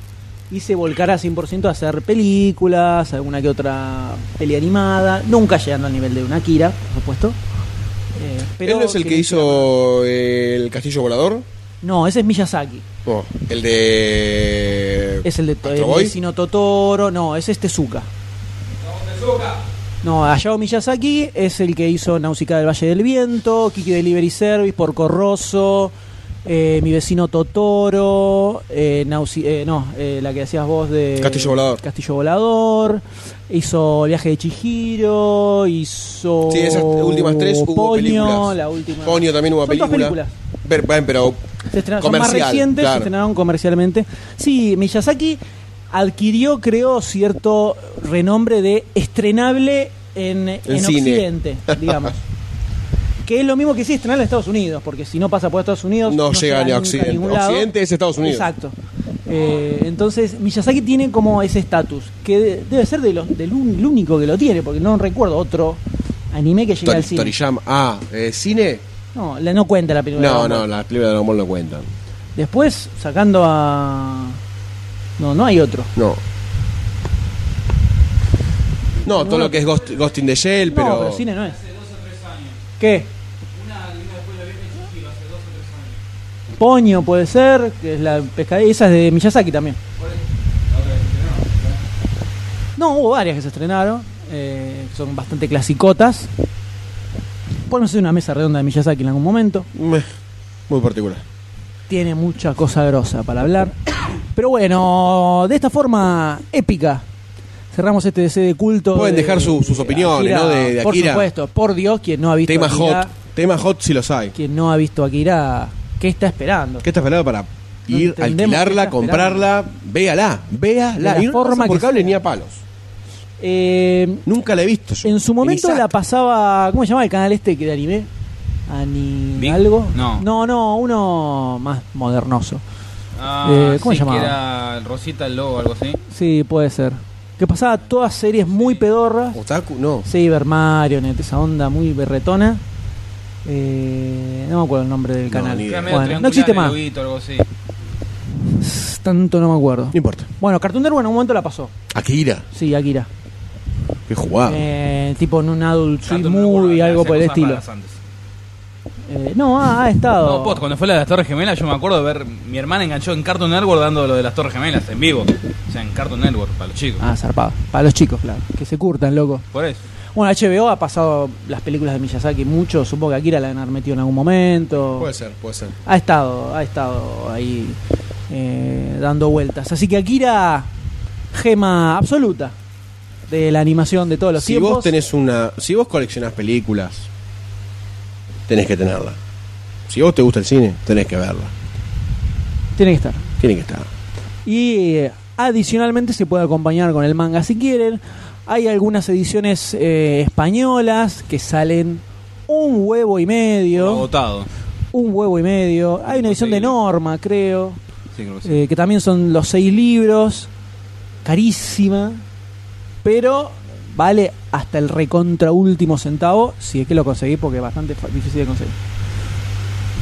[SPEAKER 3] y se volcara 100% a hacer películas, alguna que otra peli animada, nunca llegando al nivel de una Akira, por supuesto. Eh, pero
[SPEAKER 2] ¿él no es el que
[SPEAKER 3] quería
[SPEAKER 2] hizo eh, el castillo volador?
[SPEAKER 3] No, ese es Miyazaki.
[SPEAKER 2] No, el de.
[SPEAKER 3] Es el de,
[SPEAKER 2] ¿Astro
[SPEAKER 3] el de
[SPEAKER 2] Boy?
[SPEAKER 3] Sino Totoro. No, ese es este Tezuka. No, Hayao Miyazaki es el que hizo Nausicaa del Valle del Viento, Kiki Delivery Service, Porco Rosso, eh, Mi Vecino Totoro, eh, Nausi- eh, no, eh, la que hacías vos de...
[SPEAKER 2] Castillo Volador.
[SPEAKER 3] Castillo Volador, hizo El Viaje de Chihiro, hizo...
[SPEAKER 2] Sí, esas últimas tres hubo
[SPEAKER 3] Ponyo,
[SPEAKER 2] películas.
[SPEAKER 3] la última...
[SPEAKER 2] Ponyo también hubo
[SPEAKER 3] Son dos
[SPEAKER 2] película.
[SPEAKER 3] películas.
[SPEAKER 2] Ver- bueno, pero.
[SPEAKER 3] Se estrenaron, son más
[SPEAKER 2] Comercial,
[SPEAKER 3] recientes, se
[SPEAKER 2] claro.
[SPEAKER 3] estrenaron comercialmente. Sí, Miyazaki adquirió, creo, cierto renombre de estrenable en, en
[SPEAKER 2] cine.
[SPEAKER 3] Occidente, digamos. que es lo mismo que sí estrenar en Estados Unidos, porque si no pasa por Estados Unidos.
[SPEAKER 2] No llega ni a
[SPEAKER 3] nunca
[SPEAKER 2] Occidente.
[SPEAKER 3] ningún lado.
[SPEAKER 2] Occidente es Estados Unidos.
[SPEAKER 3] Exacto. Eh, entonces, Miyazaki tiene como ese estatus, que de- debe ser de los- del un- el único que lo tiene, porque no recuerdo otro anime que llegue
[SPEAKER 2] Tori-
[SPEAKER 3] al cine.
[SPEAKER 2] Toriyama. Ah, eh, ¿cine?
[SPEAKER 3] No, la- no cuenta la película. de
[SPEAKER 2] No,
[SPEAKER 3] Dragon Ball.
[SPEAKER 2] no, las películas de Dragon Ball no cuentan.
[SPEAKER 3] Después, sacando a. No, no hay otro.
[SPEAKER 2] No. No, todo lo que es Ghost, Ghost in the Shell, pero.
[SPEAKER 3] No, pero cine no es. ¿Qué? Poño puede ser, que es la pescadilla. Esa es de Miyazaki también. No, hubo varias que se estrenaron. eh, que son bastante clasicotas. Podemos hacer una mesa redonda de Miyazaki en algún momento.
[SPEAKER 2] Meh, Muy particular.
[SPEAKER 3] tiene mucha cosa grosa para hablar. Pero bueno, de esta forma épica cerramos este DC de culto.
[SPEAKER 2] Pueden
[SPEAKER 3] de-
[SPEAKER 2] dejar su- sus opiniones, ¿no? De- de
[SPEAKER 3] por
[SPEAKER 2] Akira.
[SPEAKER 3] supuesto, por Dios, quien no ha visto
[SPEAKER 2] Tema
[SPEAKER 3] Akira,
[SPEAKER 2] hot. Tema hot si los hay.
[SPEAKER 3] quien no ha visto Akira, ¿qué está esperando?
[SPEAKER 2] ¿Qué estás esperando para
[SPEAKER 3] No
[SPEAKER 2] ir,
[SPEAKER 3] entendemos qué
[SPEAKER 2] alquilarla,
[SPEAKER 3] estás
[SPEAKER 2] comprarla? Véala, véala.
[SPEAKER 3] De la
[SPEAKER 2] y no pasa
[SPEAKER 3] forma
[SPEAKER 2] por
[SPEAKER 3] que
[SPEAKER 2] cable
[SPEAKER 3] sea.
[SPEAKER 2] ni a palos.
[SPEAKER 3] Eh,
[SPEAKER 2] Nunca la he visto yo.
[SPEAKER 3] en su momento
[SPEAKER 2] Ni
[SPEAKER 3] la
[SPEAKER 2] saca.
[SPEAKER 3] pasaba, ¿cómo se llama el canal este que de anime? Ani
[SPEAKER 4] Bing?
[SPEAKER 3] algo?
[SPEAKER 4] No.
[SPEAKER 3] no, no, uno más modernoso.
[SPEAKER 4] Ah,
[SPEAKER 3] Eh, ¿cómo se
[SPEAKER 4] sí,
[SPEAKER 3] llamaba?
[SPEAKER 4] que era Rosita el Lobo, algo así.
[SPEAKER 3] Sí, puede ser. Que pasaba todas series muy pedorras.
[SPEAKER 2] Otaku, no.
[SPEAKER 3] Saber Marionette, esa onda muy berretona. Eh, no me acuerdo el nombre del
[SPEAKER 2] No,
[SPEAKER 3] canal.
[SPEAKER 2] ni idea.
[SPEAKER 4] Era medio
[SPEAKER 3] Bueno, no
[SPEAKER 4] triangular
[SPEAKER 3] existe
[SPEAKER 4] el
[SPEAKER 3] más.
[SPEAKER 4] loguito, algo así.
[SPEAKER 3] S- Tanto no me acuerdo.
[SPEAKER 2] No importa.
[SPEAKER 3] Bueno, Cartoon Network en un momento la pasó.
[SPEAKER 2] Akira,
[SPEAKER 3] Sí, Akira.
[SPEAKER 2] qué jugada. Ah.
[SPEAKER 3] Eh, tipo en un Adult Swim
[SPEAKER 4] Cartoon Network,
[SPEAKER 3] Movie,
[SPEAKER 4] hacía
[SPEAKER 3] algo por el
[SPEAKER 4] cosas
[SPEAKER 3] estilo.
[SPEAKER 4] raras antes.
[SPEAKER 3] Eh, no, ha, ha estado.
[SPEAKER 4] No, post, cuando fue la de las Torres Gemelas, yo me acuerdo de ver mi hermana enganchó en Cartoon Network dando lo de las Torres Gemelas en vivo. O sea, en Cartoon Network, para los chicos.
[SPEAKER 3] Ah, zarpado. Para los chicos, claro. Que se curtan, loco.
[SPEAKER 4] Por eso.
[SPEAKER 3] Bueno, HBO ha pasado las películas de Miyazaki mucho. Supongo que Akira la han haber metido en algún momento.
[SPEAKER 2] Puede ser, puede ser.
[SPEAKER 3] Ha estado, ha estado ahí eh, dando vueltas. Así que Akira, gema absoluta de la animación de todos los
[SPEAKER 2] si
[SPEAKER 3] tiempos.
[SPEAKER 2] vos tenés una. Si vos coleccionás películas, tenés que tenerla. Si vos te gusta el cine, tenés que verla.
[SPEAKER 3] Tiene que estar.
[SPEAKER 2] Tiene que estar.
[SPEAKER 3] Y eh, adicionalmente se puede acompañar con el manga si quieren. Hay algunas ediciones eh, españolas que salen un huevo y medio.
[SPEAKER 4] Agotado.
[SPEAKER 3] Un huevo y medio. Hay una edición de Norma, creo.
[SPEAKER 4] Sí, creo que sí.
[SPEAKER 3] eh, que también son los seis libros, carísima, pero vale hasta el recontra último centavo, si es que lo conseguís, porque es bastante fa- difícil de conseguir.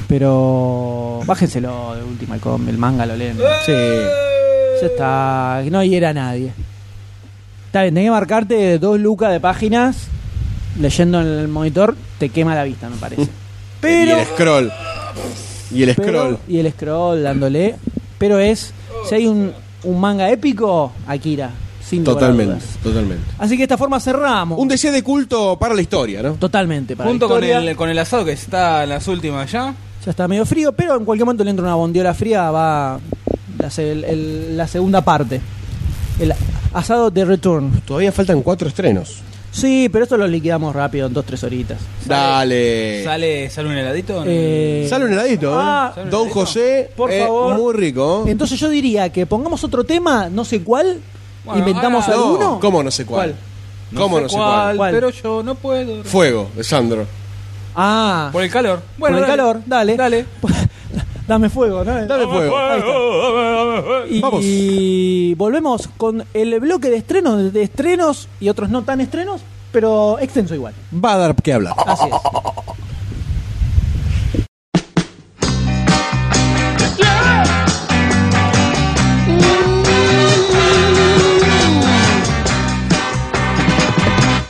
[SPEAKER 3] Pero bájenselo de última, el, com- el manga lo leen.
[SPEAKER 2] Sí.
[SPEAKER 3] Ya está, no hiera a nadie. Está bien, tenés que marcarte dos lucas de páginas, leyendo en el monitor, te quema la vista, me parece.
[SPEAKER 2] Y
[SPEAKER 3] Pero
[SPEAKER 2] el scroll. Y el
[SPEAKER 3] pero-
[SPEAKER 2] scroll.
[SPEAKER 3] y el scroll dándole. Pero es, si hay un, un manga épico, Akira. Sin lugar a
[SPEAKER 2] Totalmente,
[SPEAKER 3] dudas.
[SPEAKER 2] totalmente.
[SPEAKER 3] Así que de esta forma cerramos.
[SPEAKER 2] Un deseo de culto para la historia, ¿no?
[SPEAKER 3] Totalmente, para
[SPEAKER 4] Junto
[SPEAKER 3] la
[SPEAKER 4] con
[SPEAKER 3] historia.
[SPEAKER 4] el, con el asado que está en las últimas ya.
[SPEAKER 3] Ya está medio frío, pero en cualquier momento le entra una bondiola fría, va la, se- el- el- la segunda parte. El asado de return.
[SPEAKER 2] Todavía faltan cuatro estrenos.
[SPEAKER 3] Sí, pero esto lo liquidamos rápido, en dos, tres horitas.
[SPEAKER 2] Dale.
[SPEAKER 4] Sale, sale un heladito.
[SPEAKER 3] Eh,
[SPEAKER 2] Sale un heladito, ¿eh?
[SPEAKER 3] Ah,
[SPEAKER 4] ¿Sale un
[SPEAKER 2] Don
[SPEAKER 4] heladito?
[SPEAKER 2] José,
[SPEAKER 3] Por
[SPEAKER 2] eh,
[SPEAKER 3] favor.
[SPEAKER 2] muy rico.
[SPEAKER 3] Entonces yo diría que pongamos otro tema, no sé cuál,
[SPEAKER 4] Bueno,
[SPEAKER 3] inventamos
[SPEAKER 4] ahora-
[SPEAKER 2] No,
[SPEAKER 3] alguno.
[SPEAKER 2] ¿Cómo no sé cuál? ¿Cómo no sé cuál?
[SPEAKER 3] cuál.
[SPEAKER 4] Pero yo no puedo.
[SPEAKER 2] Fuego, de Sandro.
[SPEAKER 3] Ah,
[SPEAKER 4] Por el calor.
[SPEAKER 3] Bueno,
[SPEAKER 4] Bueno,
[SPEAKER 3] el
[SPEAKER 4] dale.
[SPEAKER 3] calor, dale.
[SPEAKER 4] Dale.
[SPEAKER 3] Dame fuego, ¿no?
[SPEAKER 2] Dame fuego.
[SPEAKER 3] Ahí está. Y
[SPEAKER 2] Vamos.
[SPEAKER 3] volvemos con el bloque de estrenos, de estrenos y otros no tan estrenos, pero extenso igual.
[SPEAKER 2] Va a dar que hablar.
[SPEAKER 3] Así es.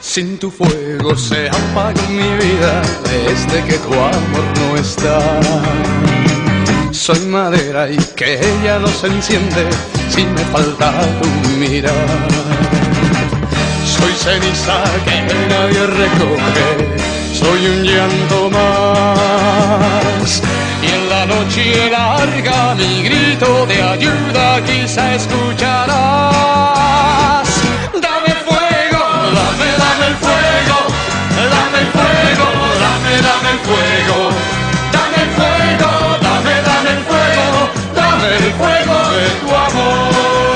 [SPEAKER 5] Sin tu fuego se apagó mi vida desde que tu amor no está. Soy madera y que ella no se enciende si me falta tu mirar. Soy ceniza que nadie recoge, soy un llanto más. Y en la noche larga mi grito de ayuda quizá escucharás. Dame fuego, dame, dame el fuego, dame el fuego, dame, dame el fuego, dame el fuego, dame, dame el fuego, dame el fuego de tu amor.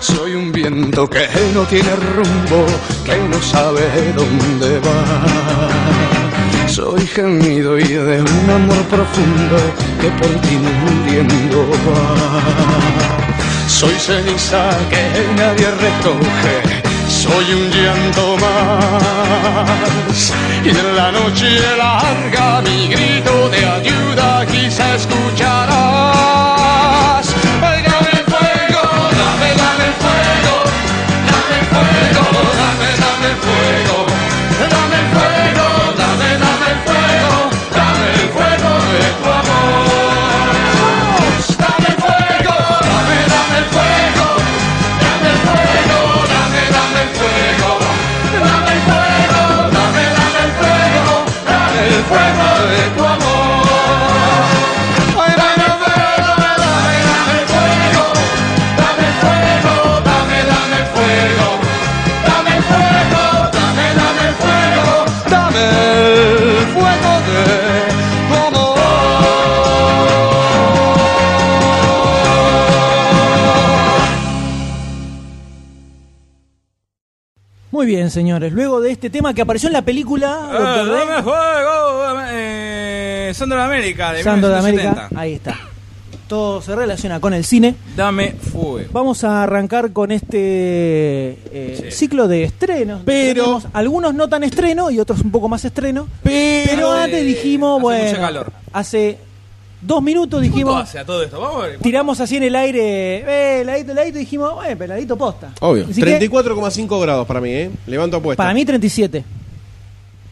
[SPEAKER 5] Soy un viento que no tiene rumbo, que no sabe dónde va. Soy gemido y de un amor profundo que por ti muriendo va. Soy ceniza que nadie recoge, soy un llanto más. Y en la noche larga mi grito de ayuda quizá escucharás. Ay, dame el fuego, dame, dame el fuego, dame el fuego, dame, dame el fuego, dame el fuego, dame, dame el fuego, dame el fuego de tu amor. Dame el fuego, dame, dame el fuego, dame el fuego, dame, dame el fuego, dame el fuego, dame, dame el fuego, dame el fuego de tu amor. Ay, dame el fuego, dame, dame el fuego, dame el fuego, dame, dame el fuego, dame el fuego, dame, dame el fuego, dame el fuego de tu amor.
[SPEAKER 3] Muy bien, señores. Luego de este tema que apareció en la película
[SPEAKER 4] Ah,
[SPEAKER 3] Doctor Dre,
[SPEAKER 4] dame fuego. dame- Eh, Sandro de América. De
[SPEAKER 3] Sando de América,
[SPEAKER 4] 1970.
[SPEAKER 3] ahí está. Todo se relaciona con el cine.
[SPEAKER 4] Dame fuego.
[SPEAKER 3] Vamos a arrancar con este eh,
[SPEAKER 4] Sí.
[SPEAKER 3] ciclo de estrenos.
[SPEAKER 2] Pero-
[SPEAKER 3] Tenemos algunos no tan estreno y otros un poco más estreno. Pero
[SPEAKER 4] Hace-
[SPEAKER 3] antes dijimos,
[SPEAKER 4] Eh, hace
[SPEAKER 3] bueno,
[SPEAKER 4] mucho calor.
[SPEAKER 3] hace dos minutos
[SPEAKER 4] ¿Cuánto
[SPEAKER 3] dijimos,
[SPEAKER 4] hace a todo esto? Vamos a ver.
[SPEAKER 3] tiramos así en el aire, eh, ladito, ladito, y dijimos, bueno, pero ladito posta.
[SPEAKER 2] Obvio.
[SPEAKER 3] Así que,
[SPEAKER 2] 34,5 grados para mí, ¿eh? Levanto apuesta.
[SPEAKER 3] para mí 37.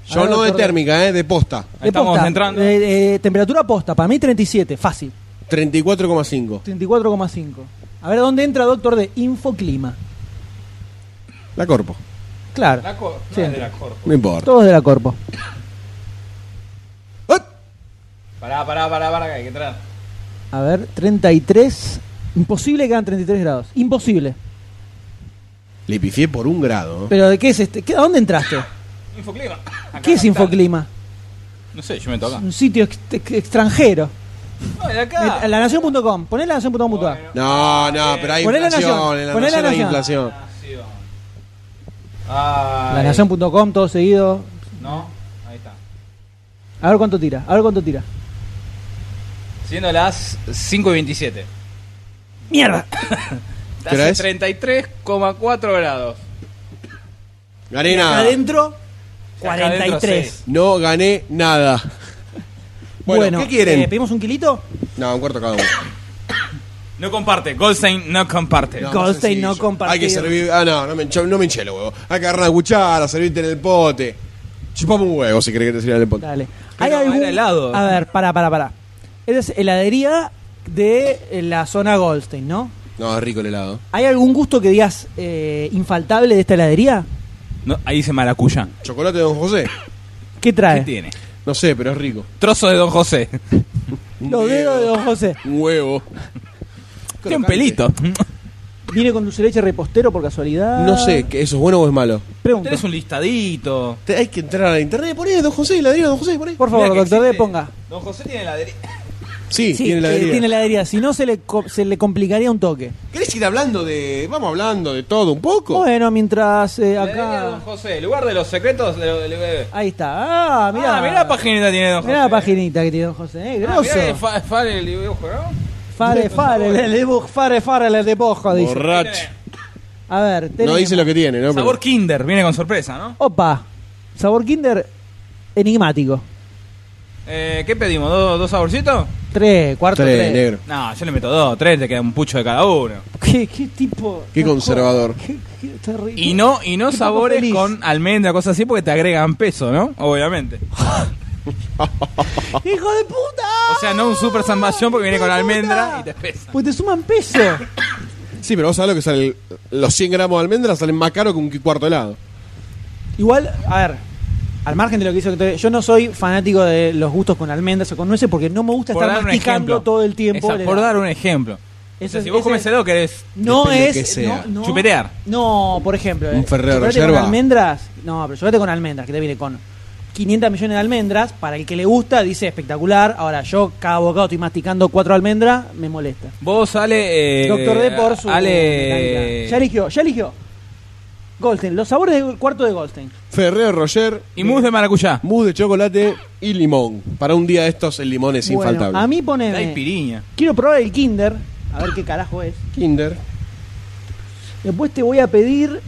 [SPEAKER 2] Yo
[SPEAKER 3] Ahora
[SPEAKER 2] no de
[SPEAKER 3] recordé.
[SPEAKER 2] térmica, eh, de posta.
[SPEAKER 3] De
[SPEAKER 4] Estamos
[SPEAKER 3] posta,
[SPEAKER 4] entrando.
[SPEAKER 3] eh, eh, temperatura posta, para mí 37, fácil.
[SPEAKER 2] 34,5.
[SPEAKER 3] 34,5. A ver, ¿dónde entra, doctor, de Infoclima?
[SPEAKER 2] La corpo.
[SPEAKER 3] Claro, Sí.
[SPEAKER 1] de la corpo.
[SPEAKER 2] No importa.
[SPEAKER 3] todos de la Corpo.
[SPEAKER 2] ¡Ah!
[SPEAKER 1] Pará, pará, pará, pará, que hay que entrar.
[SPEAKER 3] A ver, 33. Imposible que hagan 33 grados. Imposible.
[SPEAKER 2] Le pifié por un grado. ¿no?
[SPEAKER 3] Pero ¿de qué es este? ¿Qué- ¿A dónde entraste?
[SPEAKER 1] Infoclima. Acá
[SPEAKER 3] ¿Qué es
[SPEAKER 1] capital.
[SPEAKER 3] Infoclima?
[SPEAKER 4] No sé, yo me toca.
[SPEAKER 3] Un sitio ex- ex- extranjero.
[SPEAKER 1] No, de acá.
[SPEAKER 3] Lanación.com. Poné lanación.com.ar.
[SPEAKER 2] No, no, pero hay
[SPEAKER 3] Poné la
[SPEAKER 2] inflación.
[SPEAKER 3] nación,
[SPEAKER 2] En la
[SPEAKER 3] poné la
[SPEAKER 2] nación hay
[SPEAKER 3] nación.
[SPEAKER 2] inflación.
[SPEAKER 1] Nación. Ay.
[SPEAKER 3] Lanación.com, todo seguido.
[SPEAKER 1] No, ahí está.
[SPEAKER 3] A ver cuánto tira, a ver cuánto tira.
[SPEAKER 1] Siendo las 5 y 27.
[SPEAKER 3] ¡Mierda!
[SPEAKER 2] ¿Qué hora
[SPEAKER 1] Hace
[SPEAKER 2] es?
[SPEAKER 1] 33,4 grados.
[SPEAKER 2] Gané nada.
[SPEAKER 3] Adentro,
[SPEAKER 1] Acá adentro,
[SPEAKER 3] 43.
[SPEAKER 1] sí.
[SPEAKER 2] No gané nada. Bueno, ¿qué quieren?
[SPEAKER 3] eh, ¿Pedimos un kilito?
[SPEAKER 2] No, un cuarto cada uno.
[SPEAKER 1] No comparte, Goldstein no comparte.
[SPEAKER 2] No,
[SPEAKER 3] Goldstein no
[SPEAKER 2] sencillo.
[SPEAKER 3] compartir.
[SPEAKER 2] Hay que servir. Ah, no, no me, encho- no me enchelo, huevo. Hay que agarrar una cuchara, servirte en el pote. Chupame un huevo si querés que te sirva en el pote.
[SPEAKER 3] Dale.
[SPEAKER 1] Pero
[SPEAKER 3] ¿Hay algún...
[SPEAKER 1] era helado.
[SPEAKER 3] A ver, pará, pará, pará. Esa es heladería de eh, la zona Goldstein, ¿no?
[SPEAKER 2] No, es rico el helado.
[SPEAKER 3] ¿Hay algún gusto que digas eh, infaltable de esta heladería?
[SPEAKER 4] No, ahí dice maracuya.
[SPEAKER 2] Chocolate de Don José.
[SPEAKER 3] ¿Qué
[SPEAKER 4] ¿Qué
[SPEAKER 3] trae?
[SPEAKER 4] tiene?
[SPEAKER 2] No sé, pero es rico.
[SPEAKER 4] Trozo de Don José.
[SPEAKER 2] Un
[SPEAKER 3] Los
[SPEAKER 2] dedo,
[SPEAKER 3] dedos de Don José.
[SPEAKER 2] Un huevo.
[SPEAKER 4] Tiene un pelito.
[SPEAKER 3] ¿Viene con dulce de leche repostero por casualidad?
[SPEAKER 2] No sé, que ¿eso es bueno o es malo?
[SPEAKER 3] Pregunto.
[SPEAKER 4] Tenés un listadito.
[SPEAKER 2] Te- hay que entrar a internet. Poné Don José, heladería Don José, poné.
[SPEAKER 3] Por favor,
[SPEAKER 1] Mirá que
[SPEAKER 3] doctor D,
[SPEAKER 1] existe-
[SPEAKER 3] ponga.
[SPEAKER 1] Don José tiene la derecha.
[SPEAKER 2] Sí,
[SPEAKER 3] Sí,
[SPEAKER 2] tiene
[SPEAKER 3] que
[SPEAKER 2] heladería.
[SPEAKER 3] tiene heladería. Si no, se le, co- se le complicaría un toque.
[SPEAKER 2] ¿Querés ir hablando de. Vamos hablando de todo un poco?
[SPEAKER 3] Bueno, mientras eh,
[SPEAKER 1] Don
[SPEAKER 3] acá...
[SPEAKER 1] José, el lugar de los secretos de lo- de lo- de-
[SPEAKER 3] Ahí está. Ah, mirá.
[SPEAKER 1] Ah, mirá la paginita tiene Don José.
[SPEAKER 3] Mirá la paginita que tiene Don José. Eh,
[SPEAKER 1] Ah, mirá
[SPEAKER 3] grosso.
[SPEAKER 1] que fa- fale el dibujo, ¿no?
[SPEAKER 3] Fare, fare, le le bu- fare, fare, le de bojo, dice.
[SPEAKER 2] Borracho.
[SPEAKER 3] A ver,
[SPEAKER 2] No
[SPEAKER 3] tenemos-
[SPEAKER 2] dice lo que tiene, ¿no?
[SPEAKER 4] Sabor Kinder, viene con sorpresa, ¿no?
[SPEAKER 3] Opa, sabor Kinder enigmático.
[SPEAKER 1] Eh, ¿Qué pedimos? ¿Dos, dos saborcitos?
[SPEAKER 3] Tres, cuarto,
[SPEAKER 2] Pero- Tres,
[SPEAKER 3] tres.
[SPEAKER 2] negro.
[SPEAKER 4] No, yo le meto dos, tres, te queda un pucho de cada uno.
[SPEAKER 3] ¿Qué, qué tipo?
[SPEAKER 2] Qué
[SPEAKER 3] no,
[SPEAKER 2] conservador.
[SPEAKER 3] qué- qué terrible.
[SPEAKER 4] Y no, y no
[SPEAKER 3] Qué poco
[SPEAKER 4] sabores
[SPEAKER 3] feliz.
[SPEAKER 4] con almendra, cosas así, porque te agregan peso, ¿no? Obviamente.
[SPEAKER 3] ¡Hijo de puta!
[SPEAKER 4] O sea, no un super zamballón porque viene con almendra y te pesa.
[SPEAKER 3] Pues te suman peso.
[SPEAKER 2] Sí, pero vos sabés lo que sale. Los 100 gramos de almendras salen más caro que un cuarto de helado.
[SPEAKER 3] Igual, a ver, al margen de lo que hizo que te- yo no soy fanático de los gustos con almendras o con nueces porque no me gusta
[SPEAKER 4] Por dar
[SPEAKER 3] estar
[SPEAKER 4] un
[SPEAKER 3] masticando
[SPEAKER 4] ejemplo.
[SPEAKER 3] todo el tiempo.
[SPEAKER 4] Esa,
[SPEAKER 3] el
[SPEAKER 4] por
[SPEAKER 3] helado.
[SPEAKER 4] dar un ejemplo.
[SPEAKER 3] Eso
[SPEAKER 4] O sea,
[SPEAKER 3] es-
[SPEAKER 4] si vos
[SPEAKER 3] ese-
[SPEAKER 4] comes helado, querés.
[SPEAKER 3] No
[SPEAKER 2] Depende de
[SPEAKER 3] es.
[SPEAKER 2] qué sea.
[SPEAKER 3] No, no.
[SPEAKER 4] Chupetear.
[SPEAKER 3] No, por ejemplo.
[SPEAKER 2] Un
[SPEAKER 3] eh,
[SPEAKER 2] Ferrero
[SPEAKER 3] chocolate
[SPEAKER 2] Rocher
[SPEAKER 3] con
[SPEAKER 2] va.
[SPEAKER 3] almendras. No, pero chocolate con almendras, que te viene con 500 millones de almendras. Para el que le gusta, dice espectacular. Ahora, yo cada bocado estoy masticando cuatro almendras, me molesta.
[SPEAKER 4] Vos, Ale. eh,
[SPEAKER 3] Doctor D por su.
[SPEAKER 4] Ale.
[SPEAKER 3] mecánica. Ya eligió, ya eligió. Goldstein, los sabores del cuarto de Goldstein.
[SPEAKER 2] Ferrero Roger,
[SPEAKER 4] Y mousse de maracuyá.
[SPEAKER 2] mousse de chocolate y limón. Para un día de estos, el limón es
[SPEAKER 3] Bueno,
[SPEAKER 2] infaltable.
[SPEAKER 3] a mí
[SPEAKER 4] Dai
[SPEAKER 3] poneme.
[SPEAKER 4] piriña.
[SPEAKER 3] Quiero probar el Kinder, a ver qué carajo es.
[SPEAKER 2] Kinder.
[SPEAKER 3] Después te voy a pedir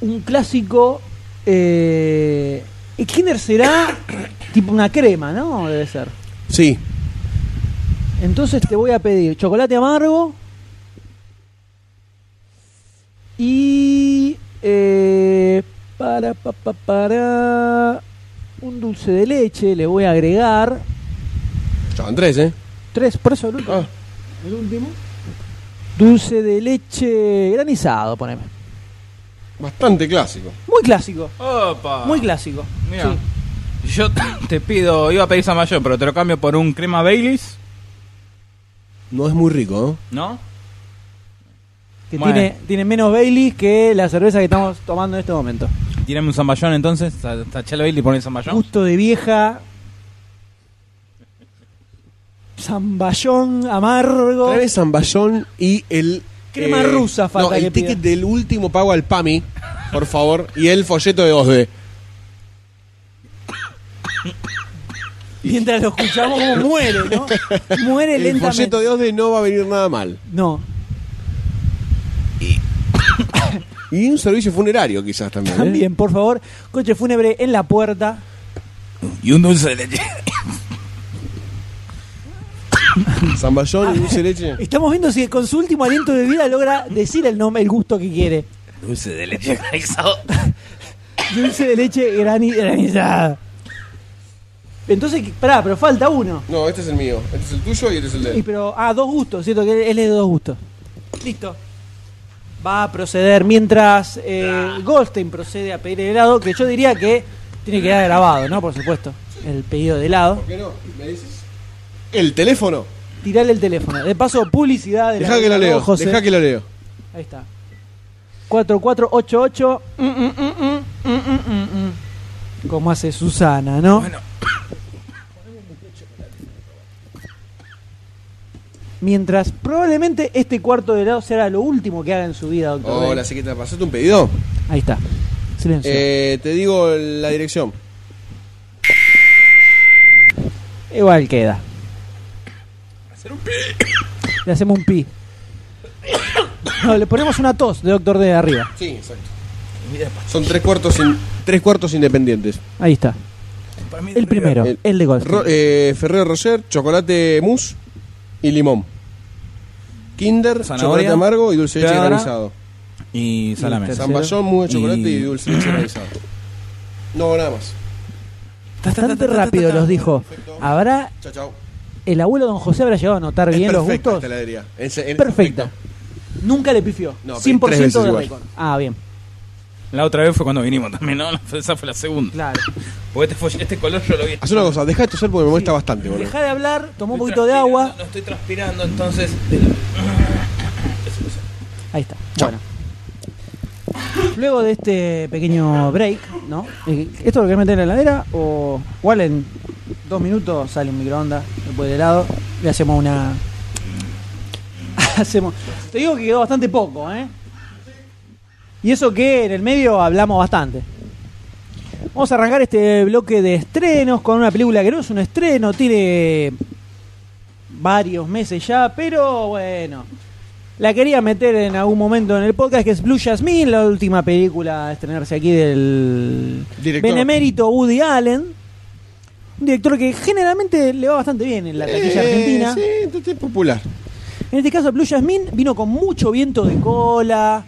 [SPEAKER 3] un clásico. Eh, el Kinder será tipo una crema, ¿no? Debe ser.
[SPEAKER 2] Sí.
[SPEAKER 3] Entonces te voy a pedir chocolate amargo y eh, para pa, pa, para un dulce de leche le voy a agregar
[SPEAKER 2] Ya van tres, ¿eh?
[SPEAKER 3] tres por eso el último,
[SPEAKER 2] Ah.
[SPEAKER 3] el último. dulce de leche granizado poneme
[SPEAKER 2] Bastante clásico.
[SPEAKER 3] muy clásico
[SPEAKER 1] Opa.
[SPEAKER 3] muy clásico
[SPEAKER 1] Mira.
[SPEAKER 3] Sí.
[SPEAKER 4] Yo te pido, iba a pedir zamballón, pero te lo cambio por un crema Baileys,
[SPEAKER 2] No es muy rico,
[SPEAKER 4] ¿no?
[SPEAKER 3] que
[SPEAKER 4] Bueno.
[SPEAKER 3] tiene tiene menos Baileys que la cerveza que estamos tomando en este momento
[SPEAKER 4] Tirame un zamballón entonces, ta- tachá la Bailey y poné zamballón.
[SPEAKER 3] Gusto de vieja. Zamballón
[SPEAKER 2] ¿no?
[SPEAKER 3] amargo.
[SPEAKER 2] Trae zamballón y el... eh,
[SPEAKER 3] Crema rusa falta
[SPEAKER 2] No, el
[SPEAKER 3] que
[SPEAKER 2] ticket
[SPEAKER 3] pida.
[SPEAKER 2] del último pago al PAMI, por favor. y el folleto de 2D.
[SPEAKER 3] Mientras lo escuchamos como muere, ¿no? Muere
[SPEAKER 2] El
[SPEAKER 3] lentamente.
[SPEAKER 2] folleto de 2D no va a venir nada mal.
[SPEAKER 3] No.
[SPEAKER 2] Y un servicio funerario quizás también. ¿eh?
[SPEAKER 3] También, por favor, coche fúnebre en la puerta.
[SPEAKER 4] Y un dulce de leche.
[SPEAKER 2] Zamballón y dulce de leche.
[SPEAKER 3] Estamos viendo si con su último aliento de vida logra decir el nombre, el gusto que quiere.
[SPEAKER 4] dulce de leche.
[SPEAKER 3] Dulce de leche grani- granizada. Entonces, pará, pero falta uno.
[SPEAKER 2] No, este es el mío. Este es el tuyo y este es el de
[SPEAKER 3] Y
[SPEAKER 2] él.
[SPEAKER 3] pero, ah, dos gustos, ¿cierto? Que él es de dos gustos. Listo. Va a proceder mientras eh, Goldstein procede a pedir el helado, que yo diría que tiene que quedar grabado, ¿no? Por supuesto. El pedido de helado.
[SPEAKER 2] ¿Por qué no? ¿Me dices? El teléfono.
[SPEAKER 3] Tirale el teléfono. De paso, publicidad de la
[SPEAKER 2] Deja que lo
[SPEAKER 3] Rosa
[SPEAKER 2] leo.
[SPEAKER 3] José.
[SPEAKER 2] Deja que lo leo.
[SPEAKER 3] Ahí está. 4488. Mm, mm, mm, mm, mm, mm, mm, mm. Como hace Susana, ¿no? Mientras probablemente este cuarto de helado será lo último que haga en su vida, doctor.
[SPEAKER 2] Hola,
[SPEAKER 3] Ben.
[SPEAKER 2] secretaria, ¿pasaste un pedido?
[SPEAKER 3] Ahí está. Silencio.
[SPEAKER 2] Eh, te digo la dirección.
[SPEAKER 3] Igual queda. Le hacemos un pi. No, le ponemos una tos de Doctor D arriba.
[SPEAKER 2] Sí, exacto. Son tres cuartos, in- tres cuartos independientes.
[SPEAKER 3] Ahí está. El primero, el, de golf.
[SPEAKER 2] Ro- eh, Ferrero Rocher, chocolate mousse y limón. Kinder,
[SPEAKER 1] Zanahoria,
[SPEAKER 2] chocolate amargo y dulce de leche
[SPEAKER 1] piedra,
[SPEAKER 2] granizado.
[SPEAKER 1] Y salame.
[SPEAKER 3] Tercero.
[SPEAKER 2] Zamballón, mousse de chocolate y,
[SPEAKER 1] Y-
[SPEAKER 2] dulce de leche granizado. No, nada más.
[SPEAKER 3] Bastante rápido los dijo. Habrá
[SPEAKER 2] Chao, chao.
[SPEAKER 3] el abuelo don José habrá llegado a notar
[SPEAKER 2] Es
[SPEAKER 3] bien los
[SPEAKER 2] perfecta
[SPEAKER 3] gustos.
[SPEAKER 2] esta heladería. Es- es
[SPEAKER 3] Perfecta. Nunca le pifió.
[SPEAKER 2] No, pero
[SPEAKER 3] 100%
[SPEAKER 2] tres veces
[SPEAKER 3] de
[SPEAKER 2] igual.
[SPEAKER 3] récord. Ah, bien.
[SPEAKER 4] La otra vez fue cuando vinimos también, ¿no? Esa fue la segunda.
[SPEAKER 3] Claro.
[SPEAKER 4] Porque este, fue- este color yo lo vi.
[SPEAKER 2] Haz una cosa, deja de toser porque me molesta bastante, boludo.
[SPEAKER 3] Deja de hablar, toma un
[SPEAKER 4] Estoy
[SPEAKER 3] poquito de
[SPEAKER 4] transpirando,
[SPEAKER 3] agua.
[SPEAKER 4] No estoy transpirando, entonces.
[SPEAKER 3] Ahí está.
[SPEAKER 2] Chao.
[SPEAKER 3] Bueno. Luego de este pequeño break, ¿no? Eh, ¿Esto lo querés meter en la heladera? O igual en dos minutos sale un microondas, después del helado, le hacemos una. hacemos. Te digo que quedó bastante poco, ¿eh? Y eso que en el medio hablamos bastante. Vamos a arrancar este bloque de estrenos con una película que no es un estreno, tiene varios meses ya, pero bueno. La quería meter en algún momento en el podcast, que es Blue Jasmine, la última película a estrenarse aquí del
[SPEAKER 2] Director.
[SPEAKER 3] benemérito Woody Allen. Un director que generalmente le va bastante bien en la taquilla
[SPEAKER 2] Eh,
[SPEAKER 3] argentina.
[SPEAKER 2] Sí, entonces es popular.
[SPEAKER 3] En este caso, Blue Jasmine vino con mucho viento de cola,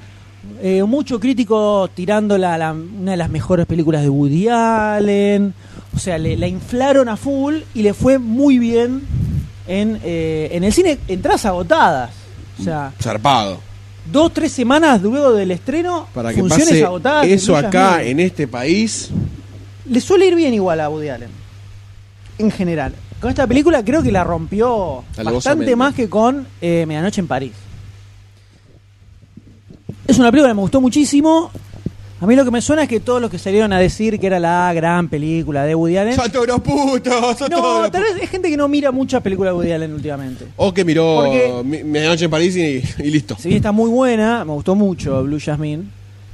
[SPEAKER 3] eh, mucho crítico tirándola a la- una de las mejores películas de Woody Allen. O sea, le, la inflaron a full y le fue muy bien en, eh, en el cine. Entradas agotadas. O sea,
[SPEAKER 2] Zarpado.
[SPEAKER 3] dos, tres semanas luego del estreno,
[SPEAKER 2] Para que
[SPEAKER 3] funciones
[SPEAKER 2] pase
[SPEAKER 3] agotadas. de
[SPEAKER 2] eso
[SPEAKER 3] Blue
[SPEAKER 2] acá
[SPEAKER 3] Jasmine.
[SPEAKER 2] en este país.
[SPEAKER 3] Le suele ir bien igual a Woody Allen. En general. Con esta película creo que la rompió
[SPEAKER 2] Alevosamente.
[SPEAKER 3] bastante más que con eh, Medianoche en París. Es una película que me gustó muchísimo. A mí lo que me suena es que todos los que salieron a decir que era la gran película de Woody Allen.
[SPEAKER 2] ¡Son todos los putos! ¡Son todos
[SPEAKER 3] ¿Eh? No,
[SPEAKER 2] los
[SPEAKER 3] tal
[SPEAKER 2] putos!
[SPEAKER 3] vez es gente que no mira muchas películas de Woody Allen últimamente.
[SPEAKER 2] O que miró
[SPEAKER 3] Porque-
[SPEAKER 2] mi- Medianoche en París y, y listo.
[SPEAKER 3] Si bien está muy buena, me gustó mucho Blue Jasmine.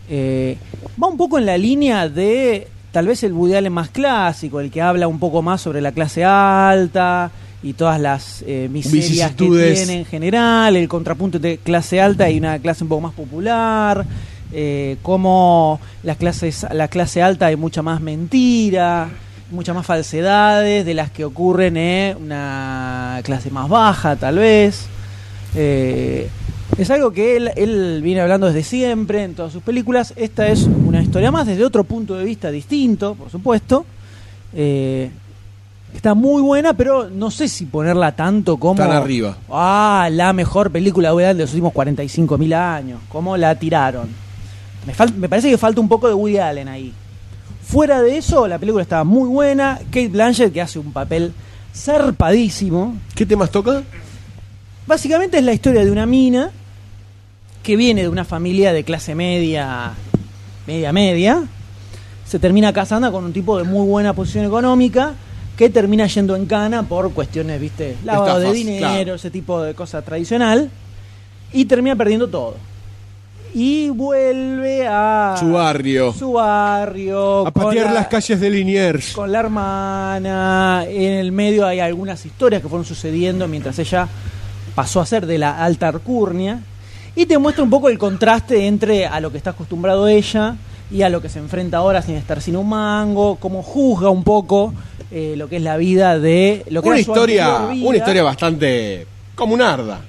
[SPEAKER 3] eh, va un poco en la línea de tal vez el Woody Allen más clásico, el que habla un poco más sobre la clase alta y todas las eh, miserias que
[SPEAKER 2] Vicisitudes.
[SPEAKER 3] tiene en general, el contrapunto entre clase alta y una clase un poco más popular, eh, cómo las clases, la clase alta hay mucha más mentira, muchas más falsedades de las que ocurren en una clase más baja tal vez. Eh, es algo que él, él viene hablando desde siempre en todas sus películas. Esta es una historia más desde otro punto de vista distinto, por supuesto. Eh, está muy buena, pero no sé si ponerla tanto como...
[SPEAKER 2] Tan arriba.
[SPEAKER 3] Ah, la mejor película de Woody Allen de los últimos 45.000 años. ¿Cómo la tiraron? Me, fal- me parece que falta un poco de Woody Allen ahí. Fuera de eso, la película está muy buena. Kate Blanchett, que hace un papel zarpadísimo.
[SPEAKER 2] ¿Qué temas toca?
[SPEAKER 3] Básicamente es la historia de una mina que viene de una familia de clase media, media, media. Se termina casando con un tipo de muy buena posición económica que termina yendo en cana por cuestiones, viste, lavado de
[SPEAKER 2] Estafas,
[SPEAKER 3] dinero,
[SPEAKER 2] claro.
[SPEAKER 3] ese tipo de cosa tradicional. Y termina perdiendo todo. Y vuelve a
[SPEAKER 2] Su barrio.
[SPEAKER 3] Su barrio.
[SPEAKER 2] A
[SPEAKER 3] con
[SPEAKER 2] patear
[SPEAKER 3] la-
[SPEAKER 2] las calles de Liniers.
[SPEAKER 3] con la hermana. En el medio hay algunas historias que fueron sucediendo mientras ella pasó a ser de la alta alcurnia. Y te muestra un poco el contraste entre a lo que está acostumbrado ella y a lo que se enfrenta ahora sin estar sin un mango, cómo juzga un poco eh, lo que es la vida de lo que
[SPEAKER 2] Una
[SPEAKER 3] era su
[SPEAKER 2] historia,
[SPEAKER 3] anterior vida.
[SPEAKER 2] una historia bastante comunarda.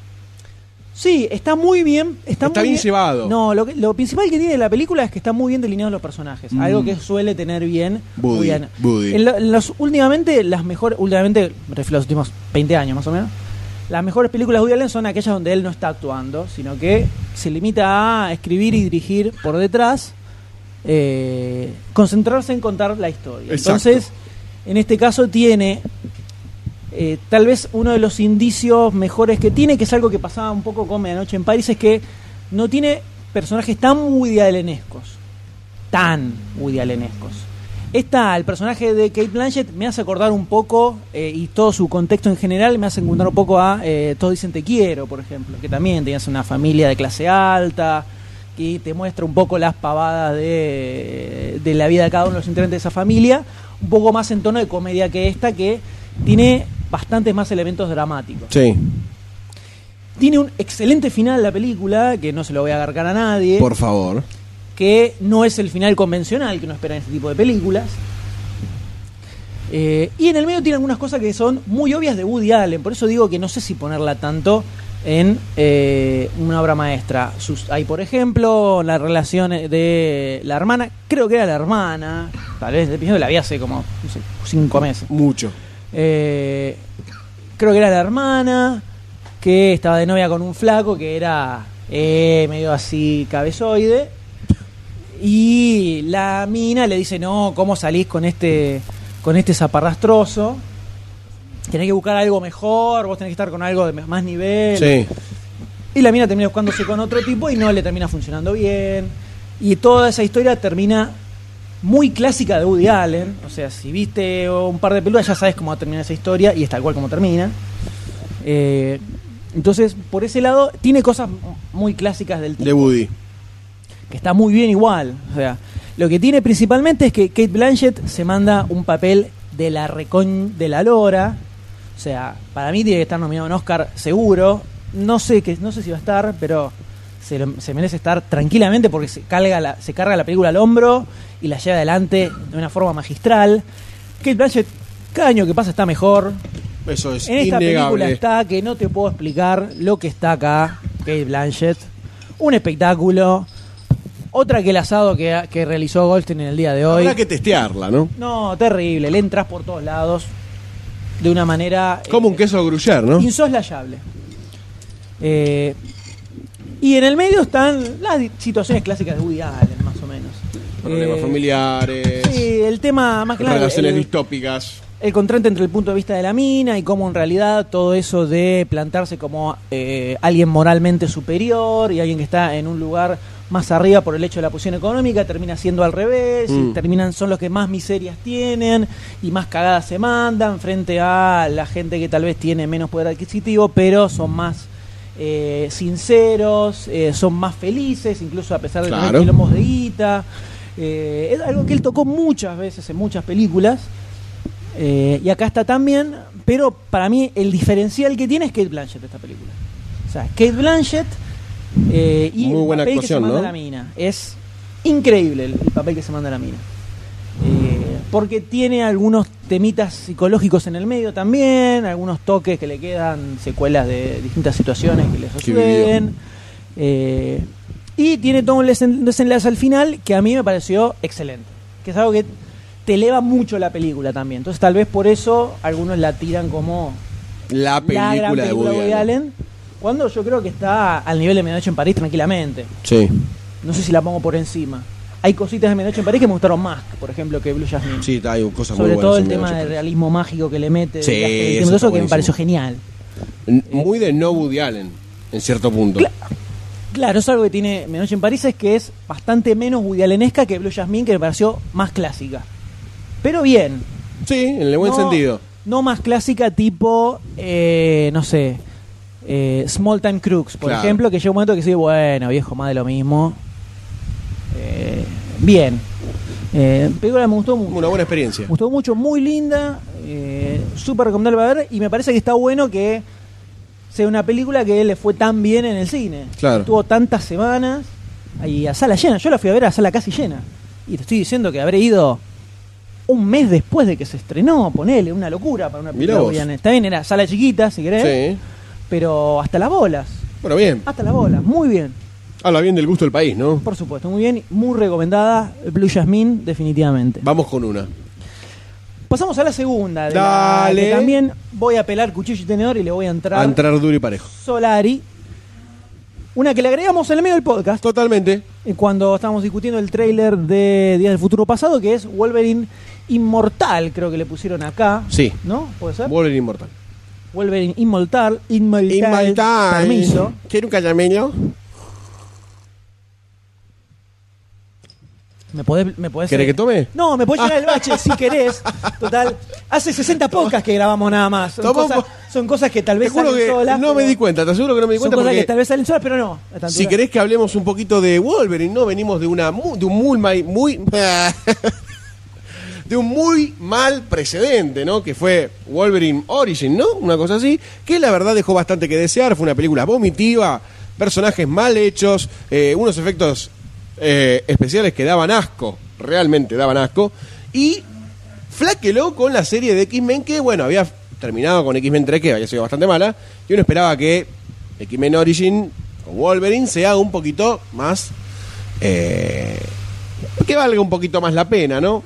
[SPEAKER 3] Sí, está muy bien. Está,
[SPEAKER 2] Está
[SPEAKER 3] muy
[SPEAKER 2] bien llevado.
[SPEAKER 3] No, lo, que- lo principal que tiene la película es que está muy bien delineados los personajes.
[SPEAKER 2] Mm.
[SPEAKER 3] Algo que suele tener bien.
[SPEAKER 2] Woody,
[SPEAKER 3] Woody.
[SPEAKER 2] Woody.
[SPEAKER 3] En lo- en los, últimamente, las mejores. Últimamente, me refiero a los últimos 20 años más o menos. Las mejores películas de Woody Allen son aquellas donde él no está actuando, sino que se limita a escribir y dirigir por detrás, eh, concentrarse en contar la historia.
[SPEAKER 2] Exacto.
[SPEAKER 3] Entonces, en este caso tiene eh, tal vez uno de los indicios mejores que tiene, que es algo que pasaba un poco con Medianoche en París, es que no tiene personajes tan Woody Allenescos. Tan Woody Allenescos. Esta, el personaje de Kate Blanchett me hace acordar un poco, eh, y todo su contexto en general, me hace acordar un poco a eh, Todos dicen te quiero, por ejemplo, que también tenías una familia de clase alta, que te muestra un poco las pavadas de, de la vida de cada uno de los integrantes de esa familia, un poco más en tono de comedia que esta, que tiene bastantes más elementos dramáticos.
[SPEAKER 2] Sí,
[SPEAKER 3] Tiene un excelente final la película, que no se lo voy a agarcar a nadie,
[SPEAKER 2] por favor.
[SPEAKER 3] que no es el final convencional que uno espera en este tipo de películas. Eh, y en el medio tiene algunas cosas que son muy obvias de Woody Allen, por eso digo que no sé si ponerla tanto en eh, una obra maestra. Sus- hay, por ejemplo, la relación de la hermana, creo que era la hermana, tal vez el episodio la vi hace como no sé, cinco meses.
[SPEAKER 2] Mucho.
[SPEAKER 3] Eh, creo que era la hermana, que estaba de novia con un flaco que era eh, medio así cabezoide. Y la mina le dice, no, ¿cómo salís con este, con este zaparrastroso? Tenés que buscar algo mejor, vos tenés que estar con algo de más nivel.
[SPEAKER 2] Sí.
[SPEAKER 3] Y la mina termina buscándose con otro tipo y no le termina funcionando bien. Y toda esa historia termina muy clásica de Woody Allen. O sea, si viste un par de películas ya sabes cómo va a terminar esa historia y es tal cual como termina. Eh, entonces, por ese lado, tiene cosas muy clásicas del tipo
[SPEAKER 2] De Woody.
[SPEAKER 3] que está muy bien igual. O sea, lo que tiene principalmente es que Kate Blanchett se manda un papel de la recon de la lora. O sea, para mí tiene que estar nominado a un Oscar seguro. No sé que, no sé si va a estar, pero se, lo- se merece estar tranquilamente porque se carga, la, se carga la película al hombro y la lleva adelante de una forma magistral. Kate Blanchett, cada año que pasa está mejor.
[SPEAKER 2] Eso es
[SPEAKER 3] En esta película
[SPEAKER 2] innegable.
[SPEAKER 3] está que no te puedo explicar lo que está acá, Kate Blanchett. Un espectáculo. Otra que el asado que, que realizó Goldstein en el día de hoy.
[SPEAKER 2] Habrá que testearla, ¿no?
[SPEAKER 3] No, terrible. Le entras por todos lados de una manera.
[SPEAKER 2] Como un
[SPEAKER 3] eh,
[SPEAKER 2] queso gruyer, ¿no?
[SPEAKER 3] Insoslayable. Eh, y en el medio están las di- situaciones clásicas de Woody Allen, más o menos.
[SPEAKER 2] Problemas
[SPEAKER 3] Eh,
[SPEAKER 2] familiares,
[SPEAKER 3] Sí, el tema más claro.
[SPEAKER 2] relaciones
[SPEAKER 3] el-
[SPEAKER 2] distópicas.
[SPEAKER 3] el contraste entre el punto de vista de la mina y cómo en realidad todo eso de plantarse como eh, alguien moralmente superior y alguien que está en un lugar más arriba por el hecho de la posición económica termina siendo al revés
[SPEAKER 2] Mm.
[SPEAKER 3] y terminan son los que más miserias tienen y más cagadas se mandan frente a la gente que tal vez tiene menos poder adquisitivo pero son más eh, sinceros eh, son más felices incluso a pesar de
[SPEAKER 2] Claro.
[SPEAKER 3] tener quilombos de guita Eh, es algo que él tocó muchas veces en muchas películas eh, y acá está también, pero para mí el diferencial que tiene es Kate Blanchett esta película. O sea, Kate Blanchett eh, y
[SPEAKER 2] Muy
[SPEAKER 3] el
[SPEAKER 2] buena
[SPEAKER 3] papel
[SPEAKER 2] actuación,
[SPEAKER 3] que se manda
[SPEAKER 2] ¿no?
[SPEAKER 3] la mina. Es increíble el, el papel que se manda la mina. Eh, porque tiene algunos temitas psicológicos en el medio también, algunos toques que le quedan, secuelas de distintas situaciones que le suceden. Eh, y tiene todo un desen- desenlace al final que a mí me pareció excelente. Que es algo que te eleva mucho la película también. Entonces tal vez por eso algunos la tiran como
[SPEAKER 2] La película,
[SPEAKER 3] la gran película
[SPEAKER 2] de Woody, Allen.
[SPEAKER 3] Cuando yo creo que está al nivel de Medianoche en París tranquilamente.
[SPEAKER 2] Sí,
[SPEAKER 3] No sé si la pongo por encima. Hay cositas de Medianoche en París que me gustaron más, por ejemplo, que Blue Jasmine.
[SPEAKER 2] sí, hay cosas
[SPEAKER 3] Sobre
[SPEAKER 2] muy buenas.
[SPEAKER 3] todo el
[SPEAKER 2] en
[SPEAKER 3] tema
[SPEAKER 2] 1980.
[SPEAKER 3] del realismo mágico que le mete.
[SPEAKER 2] Sí,
[SPEAKER 3] de viaje en
[SPEAKER 2] eso
[SPEAKER 3] el
[SPEAKER 2] está
[SPEAKER 3] tiempo, eso que me
[SPEAKER 2] buenísimo.
[SPEAKER 3] pareció genial.
[SPEAKER 2] N- Muy de no Woody Allen, en cierto punto.
[SPEAKER 3] Cla- Claro, es algo que tiene Medianoche en París es que es bastante menos Woody Allenesca que Blue Jasmine, que me pareció más clásica. Pero bien,
[SPEAKER 2] Sí, en el buen
[SPEAKER 3] No-
[SPEAKER 2] sentido.
[SPEAKER 3] No más clásica tipo, eh, no sé, eh, Small Time Crooks, por
[SPEAKER 2] Claro.
[SPEAKER 3] ejemplo, que llega un momento que sí, bueno, viejo, más de lo mismo. Eh, bien. Eh, película que me gustó mucho.
[SPEAKER 2] Una buena experiencia.
[SPEAKER 3] Me gustó mucho, muy linda, eh, súper recomendable para ver y me parece que está bueno que sea una película que le fue tan bien en el cine.
[SPEAKER 2] Claro.
[SPEAKER 3] Tuvo tantas semanas y a sala llena. Yo la fui a ver a sala casi llena. Y te estoy diciendo que habré ido un mes después de que se estrenó, ponele, una locura para una
[SPEAKER 2] Mirá
[SPEAKER 3] película.
[SPEAKER 2] vos.
[SPEAKER 3] obviamente. Está bien, era sala chiquita, si querés,
[SPEAKER 2] Sí.
[SPEAKER 3] pero hasta las bolas.
[SPEAKER 2] Bueno, bien.
[SPEAKER 3] Hasta la bola, muy bien.
[SPEAKER 2] Habla bien del gusto del país, ¿no?
[SPEAKER 3] Por supuesto, muy bien. Muy recomendada. Blue Jasmine, definitivamente.
[SPEAKER 2] Vamos con una.
[SPEAKER 3] Pasamos a la segunda. de la-
[SPEAKER 2] Dale.
[SPEAKER 3] que también voy a pelar cuchillo y tenedor y le voy a entrar
[SPEAKER 2] A entrar duro y parejo.
[SPEAKER 3] Solari. Una que le agregamos en el medio del podcast.
[SPEAKER 2] Totalmente.
[SPEAKER 3] eh, Cuando estábamos discutiendo el tráiler de Días del Futuro Pasado, que es Wolverine Inmortal, creo que le pusieron acá.
[SPEAKER 2] Sí.
[SPEAKER 3] ¿No? ¿Puede ser?
[SPEAKER 2] Wolverine Inmortal.
[SPEAKER 3] Wolverine Inmortal. Inmortal.
[SPEAKER 2] Inmortal.
[SPEAKER 3] Permiso.
[SPEAKER 2] ¿Quiere un callameño?
[SPEAKER 3] ¿Me podés, me podés-
[SPEAKER 2] ¿Querés que tome?
[SPEAKER 3] No, me podés llenar el bache si querés. Total. Hace 60 podcasts que grabamos nada más. Son,
[SPEAKER 2] Toma un
[SPEAKER 3] cosas,
[SPEAKER 2] po-
[SPEAKER 3] son cosas que tal
[SPEAKER 2] Te
[SPEAKER 3] vez
[SPEAKER 2] juro
[SPEAKER 3] salen
[SPEAKER 2] que
[SPEAKER 3] solas.
[SPEAKER 2] no me
[SPEAKER 3] pero
[SPEAKER 2] di cuenta, te aseguro que no me di
[SPEAKER 3] Son
[SPEAKER 2] cuenta
[SPEAKER 3] cosas que
[SPEAKER 2] porque
[SPEAKER 3] tal vez salen solas, pero no. a esta
[SPEAKER 2] si
[SPEAKER 3] altura.
[SPEAKER 2] querés que hablemos un poquito de Wolverine, no venimos de una mu- de un muy mal, muy de un muy mal precedente, ¿no? Que fue Wolverine Origin, ¿no? Una cosa así, que la verdad dejó bastante que desear, fue una película vomitiva, personajes mal hechos, eh, unos efectos eh, especiales que daban asco, realmente daban asco y flaqueló con la serie de X-Men que, bueno, había terminado con X-Men 3, que había sido bastante mala, y uno esperaba que X-Men Origin con Wolverine sea un poquito más... eh, que valga un poquito más la pena, ¿no?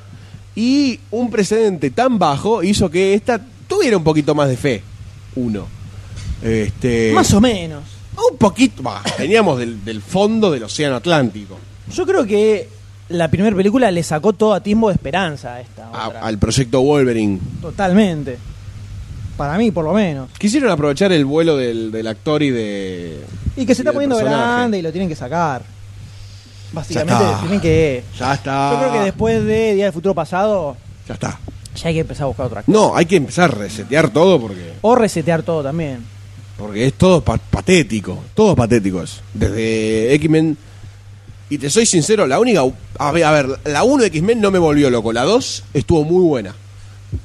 [SPEAKER 2] Y un precedente tan bajo hizo que esta tuviera un poquito más de fe, uno. Este,
[SPEAKER 3] Más o menos.
[SPEAKER 2] un poquito, bah, teníamos del, del fondo del Océano Atlántico
[SPEAKER 3] Yo creo que la primera película le sacó todo a timbo de esperanza a esta.
[SPEAKER 2] a-
[SPEAKER 3] otra.
[SPEAKER 2] al proyecto Wolverine.
[SPEAKER 3] Totalmente. Para mí, por lo menos.
[SPEAKER 2] Quisieron aprovechar el vuelo del, del actor y de.
[SPEAKER 3] Y que se está
[SPEAKER 2] del
[SPEAKER 3] poniendo
[SPEAKER 2] personaje.
[SPEAKER 3] grande y lo tienen que sacar. Básicamente,
[SPEAKER 2] Ya está.
[SPEAKER 3] tienen que.
[SPEAKER 2] Ya está.
[SPEAKER 3] Yo creo que después de Día del Futuro Pasado,
[SPEAKER 2] Ya está.
[SPEAKER 3] ya hay que empezar a buscar otra cosa.
[SPEAKER 2] No, hay que empezar a resetear todo porque.
[SPEAKER 3] O resetear todo también.
[SPEAKER 2] Porque es todo pa- patético. Todo patético es. Desde X-Men. Y te soy sincero, la única. A ver, a ver, la 1 de X-Men no me volvió loco. La 2 estuvo muy buena.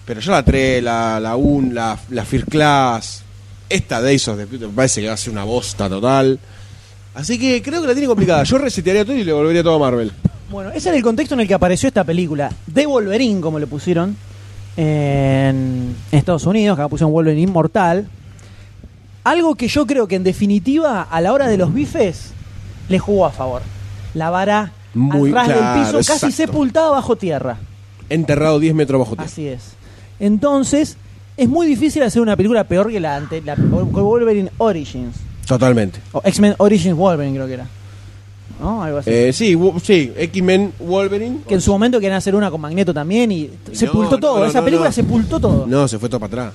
[SPEAKER 2] Pero yo la 3, la, la 1, la, la First Class. Esta Days of the Future me parece que va a ser una bosta total. Así que creo que la tiene complicada. Yo resetearía todo y le volvería todo a Marvel.
[SPEAKER 3] Bueno, ese era el contexto en el que apareció esta película. De Wolverine, como le pusieron en Estados Unidos, acá pusieron Wolverine Inmortal. Algo que yo creo que en definitiva, a la hora de los bifes, le jugó a favor. La vara
[SPEAKER 2] Muy
[SPEAKER 3] al ras
[SPEAKER 2] claro,
[SPEAKER 3] del piso, casi
[SPEAKER 2] exacto.
[SPEAKER 3] sepultada bajo tierra.
[SPEAKER 2] Enterrado 10 metros bajo tierra.
[SPEAKER 3] Así es. Entonces, es muy difícil hacer una película peor que la ante la Wolverine Origins.
[SPEAKER 2] Totalmente.
[SPEAKER 3] O X-Men Origins Wolverine, creo que era. ¿No? Algo así.
[SPEAKER 2] Eh, sí, wo- sí, X-Men Wolverine.
[SPEAKER 3] Que en su momento querían hacer una con Magneto también y
[SPEAKER 2] No,
[SPEAKER 3] sepultó
[SPEAKER 2] no,
[SPEAKER 3] todo.
[SPEAKER 2] no,
[SPEAKER 3] Esa
[SPEAKER 2] no,
[SPEAKER 3] película
[SPEAKER 2] no.
[SPEAKER 3] sepultó todo.
[SPEAKER 2] No, se fue todo para atrás.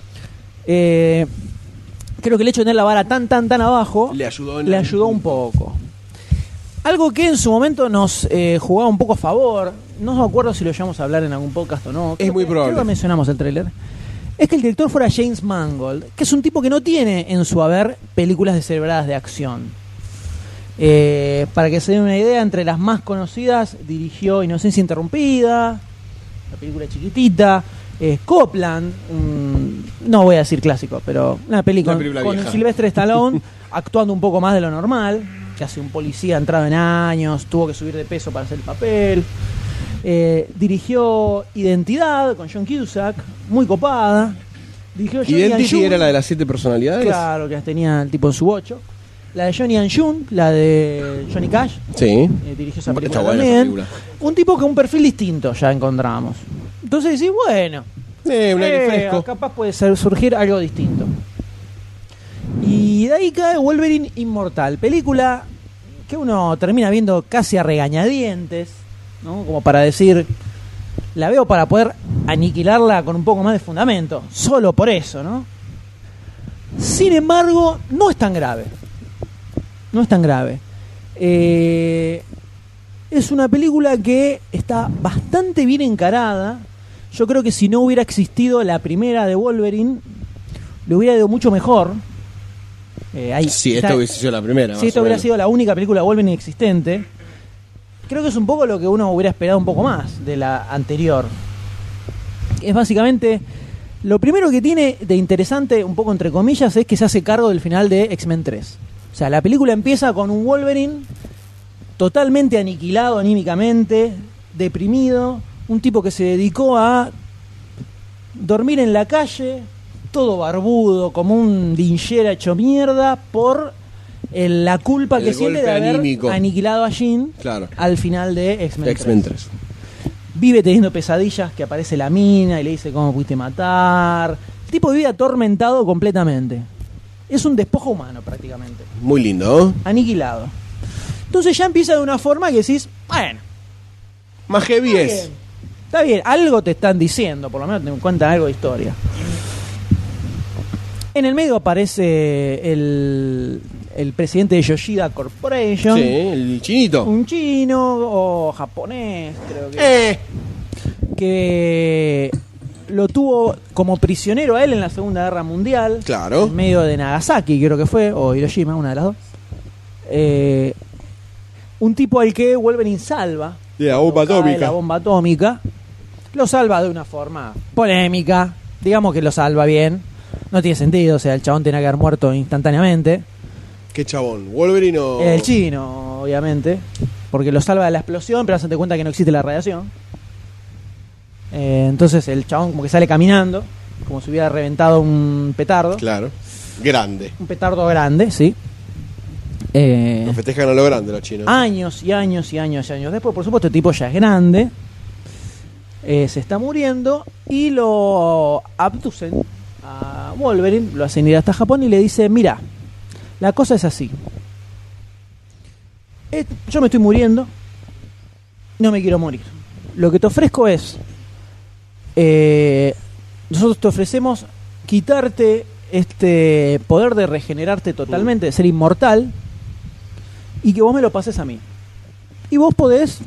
[SPEAKER 3] Eh, creo que el hecho de tener la vara tan, tan, tan abajo
[SPEAKER 2] Le ayudó en
[SPEAKER 3] le
[SPEAKER 2] algún
[SPEAKER 3] ayudó un poco. Algo que en su momento nos eh, jugaba un poco a favor, no me acuerdo si lo llegamos a hablar en algún podcast o no. Creo
[SPEAKER 2] muy
[SPEAKER 3] que-
[SPEAKER 2] probable.
[SPEAKER 3] Creo que mencionamos el tráiler. Es que el director fuera James Mangold, que es un tipo que no tiene en su haber películas descerebradas de acción. Eh, para que se den una idea, entre las más conocidas dirigió Inocencia Interrumpida, la película chiquitita, eh, Copland, un- no voy a decir clásico, pero una película,
[SPEAKER 2] Una película
[SPEAKER 3] con
[SPEAKER 2] vieja.
[SPEAKER 3] Silvestre Stallone actuando un poco más de lo normal, que hace un policía entrado en años, tuvo que subir de peso para hacer el papel. Eh, dirigió Identidad con John Cusack, muy copada. Dirigió Johnny and
[SPEAKER 2] Identity
[SPEAKER 3] June.
[SPEAKER 2] era la de las siete personalidades.
[SPEAKER 3] Claro, que las tenía el tipo en su bocho. La de Johnny and June, la de Johnny Cash,
[SPEAKER 2] Sí.
[SPEAKER 3] eh, dirigió esa
[SPEAKER 2] Está
[SPEAKER 3] película
[SPEAKER 2] buena esa
[SPEAKER 3] también.
[SPEAKER 2] película.
[SPEAKER 3] Un tipo con un perfil distinto ya encontramos. Entonces decís, bueno,
[SPEAKER 2] Eh, un aire
[SPEAKER 3] eh,
[SPEAKER 2] fresco.
[SPEAKER 3] capaz puede ser- surgir algo distinto. Y de ahí cae Wolverine Inmortal, película que uno termina viendo casi a regañadientes, ¿no? Como para decir, la veo para poder aniquilarla con un poco más de fundamento, solo por eso, ¿no? Sin embargo, no es tan grave. No es tan grave. Eh, es una película que está bastante bien encarada. Yo creo que si no hubiera existido la primera de Wolverine, le hubiera ido mucho mejor. Eh, ahí
[SPEAKER 2] Sí,
[SPEAKER 3] está-
[SPEAKER 2] esta hubiese sido la primera.
[SPEAKER 3] si
[SPEAKER 2] más
[SPEAKER 3] esto
[SPEAKER 2] o
[SPEAKER 3] hubiera
[SPEAKER 2] menos.
[SPEAKER 3] sido la única película de Wolverine existente, creo que es un poco lo que uno hubiera esperado un poco más de la anterior. Es básicamente lo primero que tiene de interesante, un poco entre comillas, es que se hace cargo del final de X-Men 3. O sea, la película empieza con un Wolverine totalmente aniquilado anímicamente, deprimido, un tipo que se dedicó a dormir en la calle, todo barbudo, como un linchera hecho mierda, por el- la culpa que
[SPEAKER 2] El
[SPEAKER 3] siente de
[SPEAKER 2] golpe
[SPEAKER 3] haber
[SPEAKER 2] anímico.
[SPEAKER 3] aniquilado a Jean
[SPEAKER 2] Claro.
[SPEAKER 3] al final de X-Men.
[SPEAKER 2] X-Men
[SPEAKER 3] 3.
[SPEAKER 2] 3.
[SPEAKER 3] Vive teniendo pesadillas que aparece la mina y le dice cómo pudiste matar. El tipo vive atormentado completamente. Es un despojo humano prácticamente.
[SPEAKER 2] Muy lindo, ¿eh? ¿no?
[SPEAKER 3] Aniquilado. Entonces ya empieza de una forma que decís, bueno,
[SPEAKER 2] Más heavy
[SPEAKER 3] Está
[SPEAKER 2] es.
[SPEAKER 3] bien. Está bien, algo te están diciendo, por lo menos te cuentan algo de historia. En el medio aparece el, el presidente de Yoshida Corporation,
[SPEAKER 2] Sí, el chinito.
[SPEAKER 3] un chino o japonés, creo que,
[SPEAKER 2] Eh.
[SPEAKER 3] que lo tuvo como prisionero a él en la Segunda Guerra Mundial.
[SPEAKER 2] Claro.
[SPEAKER 3] En medio de Nagasaki, creo que fue, o Hiroshima, una de las dos. Eh, un tipo al que Wolverine salva
[SPEAKER 2] De la bomba
[SPEAKER 3] cuando cae
[SPEAKER 2] atómica.
[SPEAKER 3] La bomba atómica. Lo salva de una forma polémica. Digamos que lo salva bien. No tiene sentido, o sea, el chabón tenía que haber muerto instantáneamente.
[SPEAKER 2] Qué chabón. Wolverine o.
[SPEAKER 3] Era el chino, obviamente. Porque lo salva de la explosión, pero se te cuenta que no existe la radiación. Eh, entonces el chabón como que sale caminando, como si hubiera reventado un petardo.
[SPEAKER 2] Claro. Grande.
[SPEAKER 3] Un petardo grande, sí. Eh,
[SPEAKER 2] Nos festejan a lo grande los chinos.
[SPEAKER 3] años y años y años y años después. Por supuesto, el tipo ya es grande, eh, se está muriendo y lo abducen a Wolverine, lo hacen ir hasta Japón y le dice, mira, la cosa es así. Eh, Yo me estoy muriendo, no me quiero morir. Lo que te ofrezco es, eh, nosotros te ofrecemos quitarte este poder de regenerarte totalmente, de ser inmortal, y que vos me lo pases a mí. Y vos podés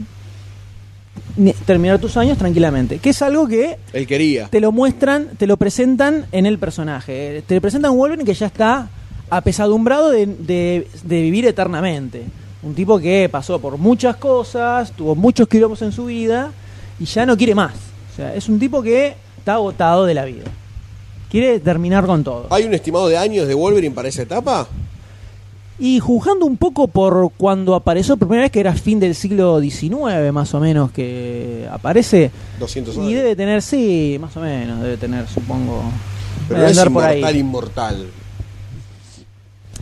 [SPEAKER 3] ni- terminar tus años tranquilamente, que es algo que
[SPEAKER 2] Él quería.
[SPEAKER 3] te lo muestran, te lo presentan en el personaje. Eh, Te presentan un Wolverine que ya está apesadumbrado de, de- de vivir eternamente. Un tipo que pasó por muchas cosas, tuvo muchos quilombos en su vida y ya no quiere más. O sea, es un tipo que está agotado de la vida. Quiere terminar con todo.
[SPEAKER 2] ¿Hay un estimado de años de Wolverine para esa etapa?
[SPEAKER 3] Y juzgando un poco por cuando apareció por primera vez, que era fin del siglo XIX más o menos que aparece,
[SPEAKER 2] 200
[SPEAKER 3] y
[SPEAKER 2] años.
[SPEAKER 3] debe tener, sí, más o menos, debe tener, supongo,
[SPEAKER 2] Pero no
[SPEAKER 3] debe
[SPEAKER 2] es
[SPEAKER 3] andar por ahí.
[SPEAKER 2] inmortal, inmortal.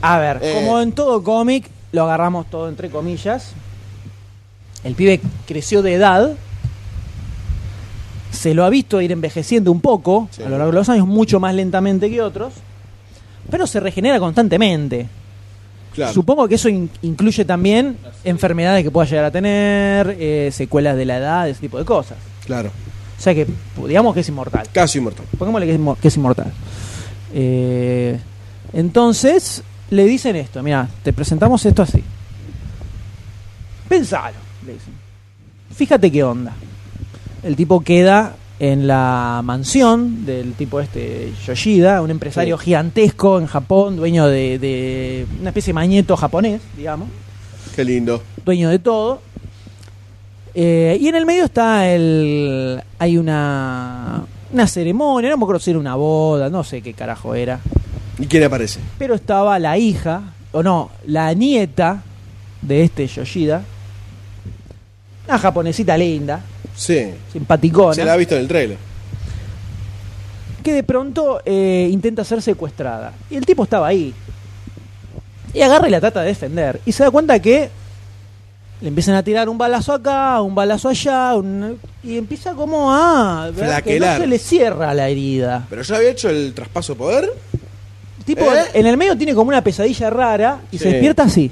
[SPEAKER 3] A ver,
[SPEAKER 2] Eh.
[SPEAKER 3] como en todo cómic, lo agarramos todo entre comillas. El pibe creció de edad. Se lo ha visto ir envejeciendo un poco
[SPEAKER 2] Sí.
[SPEAKER 3] a lo largo de los años, mucho más lentamente que otros. Pero se regenera constantemente.
[SPEAKER 2] Claro.
[SPEAKER 3] Supongo que eso in- incluye también enfermedades que pueda llegar a tener, eh, secuelas de la edad, ese tipo de cosas.
[SPEAKER 2] Claro.
[SPEAKER 3] O sea que, digamos que es inmortal
[SPEAKER 2] Casi inmortal.
[SPEAKER 3] pongámosle que es, inmo- que es inmortal. Eh, entonces le dicen esto, mira, te presentamos esto así. Pensalo, le dicen. Fíjate qué onda. El tipo queda en la mansión del tipo este Yoshida, un empresario
[SPEAKER 2] Sí.
[SPEAKER 3] gigantesco en Japón, dueño de, de una especie de mañeto japonés, digamos
[SPEAKER 2] Qué lindo.
[SPEAKER 3] dueño de todo. Eh, y en el medio está el. Hay una. Una ceremonia, no me acuerdo si era una boda, no sé qué carajo era.
[SPEAKER 2] ¿Y quién aparece?
[SPEAKER 3] Pero estaba la hija, o no, la nieta de este Yoshida. Una japonesita linda,
[SPEAKER 2] Sí. Se la ha
[SPEAKER 3] simpaticona,
[SPEAKER 2] visto en el trailer.
[SPEAKER 3] que de pronto eh, intenta ser secuestrada. Y el tipo estaba ahí. Y agarra y la trata de defender. Y se da cuenta que le empiezan a tirar un balazo acá, un balazo allá, un- y empieza como a... ¿verdad? Que no
[SPEAKER 2] Flaquelar.
[SPEAKER 3] se le cierra la herida.
[SPEAKER 2] Pero ya había hecho el traspaso de poder.
[SPEAKER 3] El tipo
[SPEAKER 2] ¿Eh?
[SPEAKER 3] en el medio tiene como una pesadilla rara y se
[SPEAKER 2] Sí.
[SPEAKER 3] despierta así.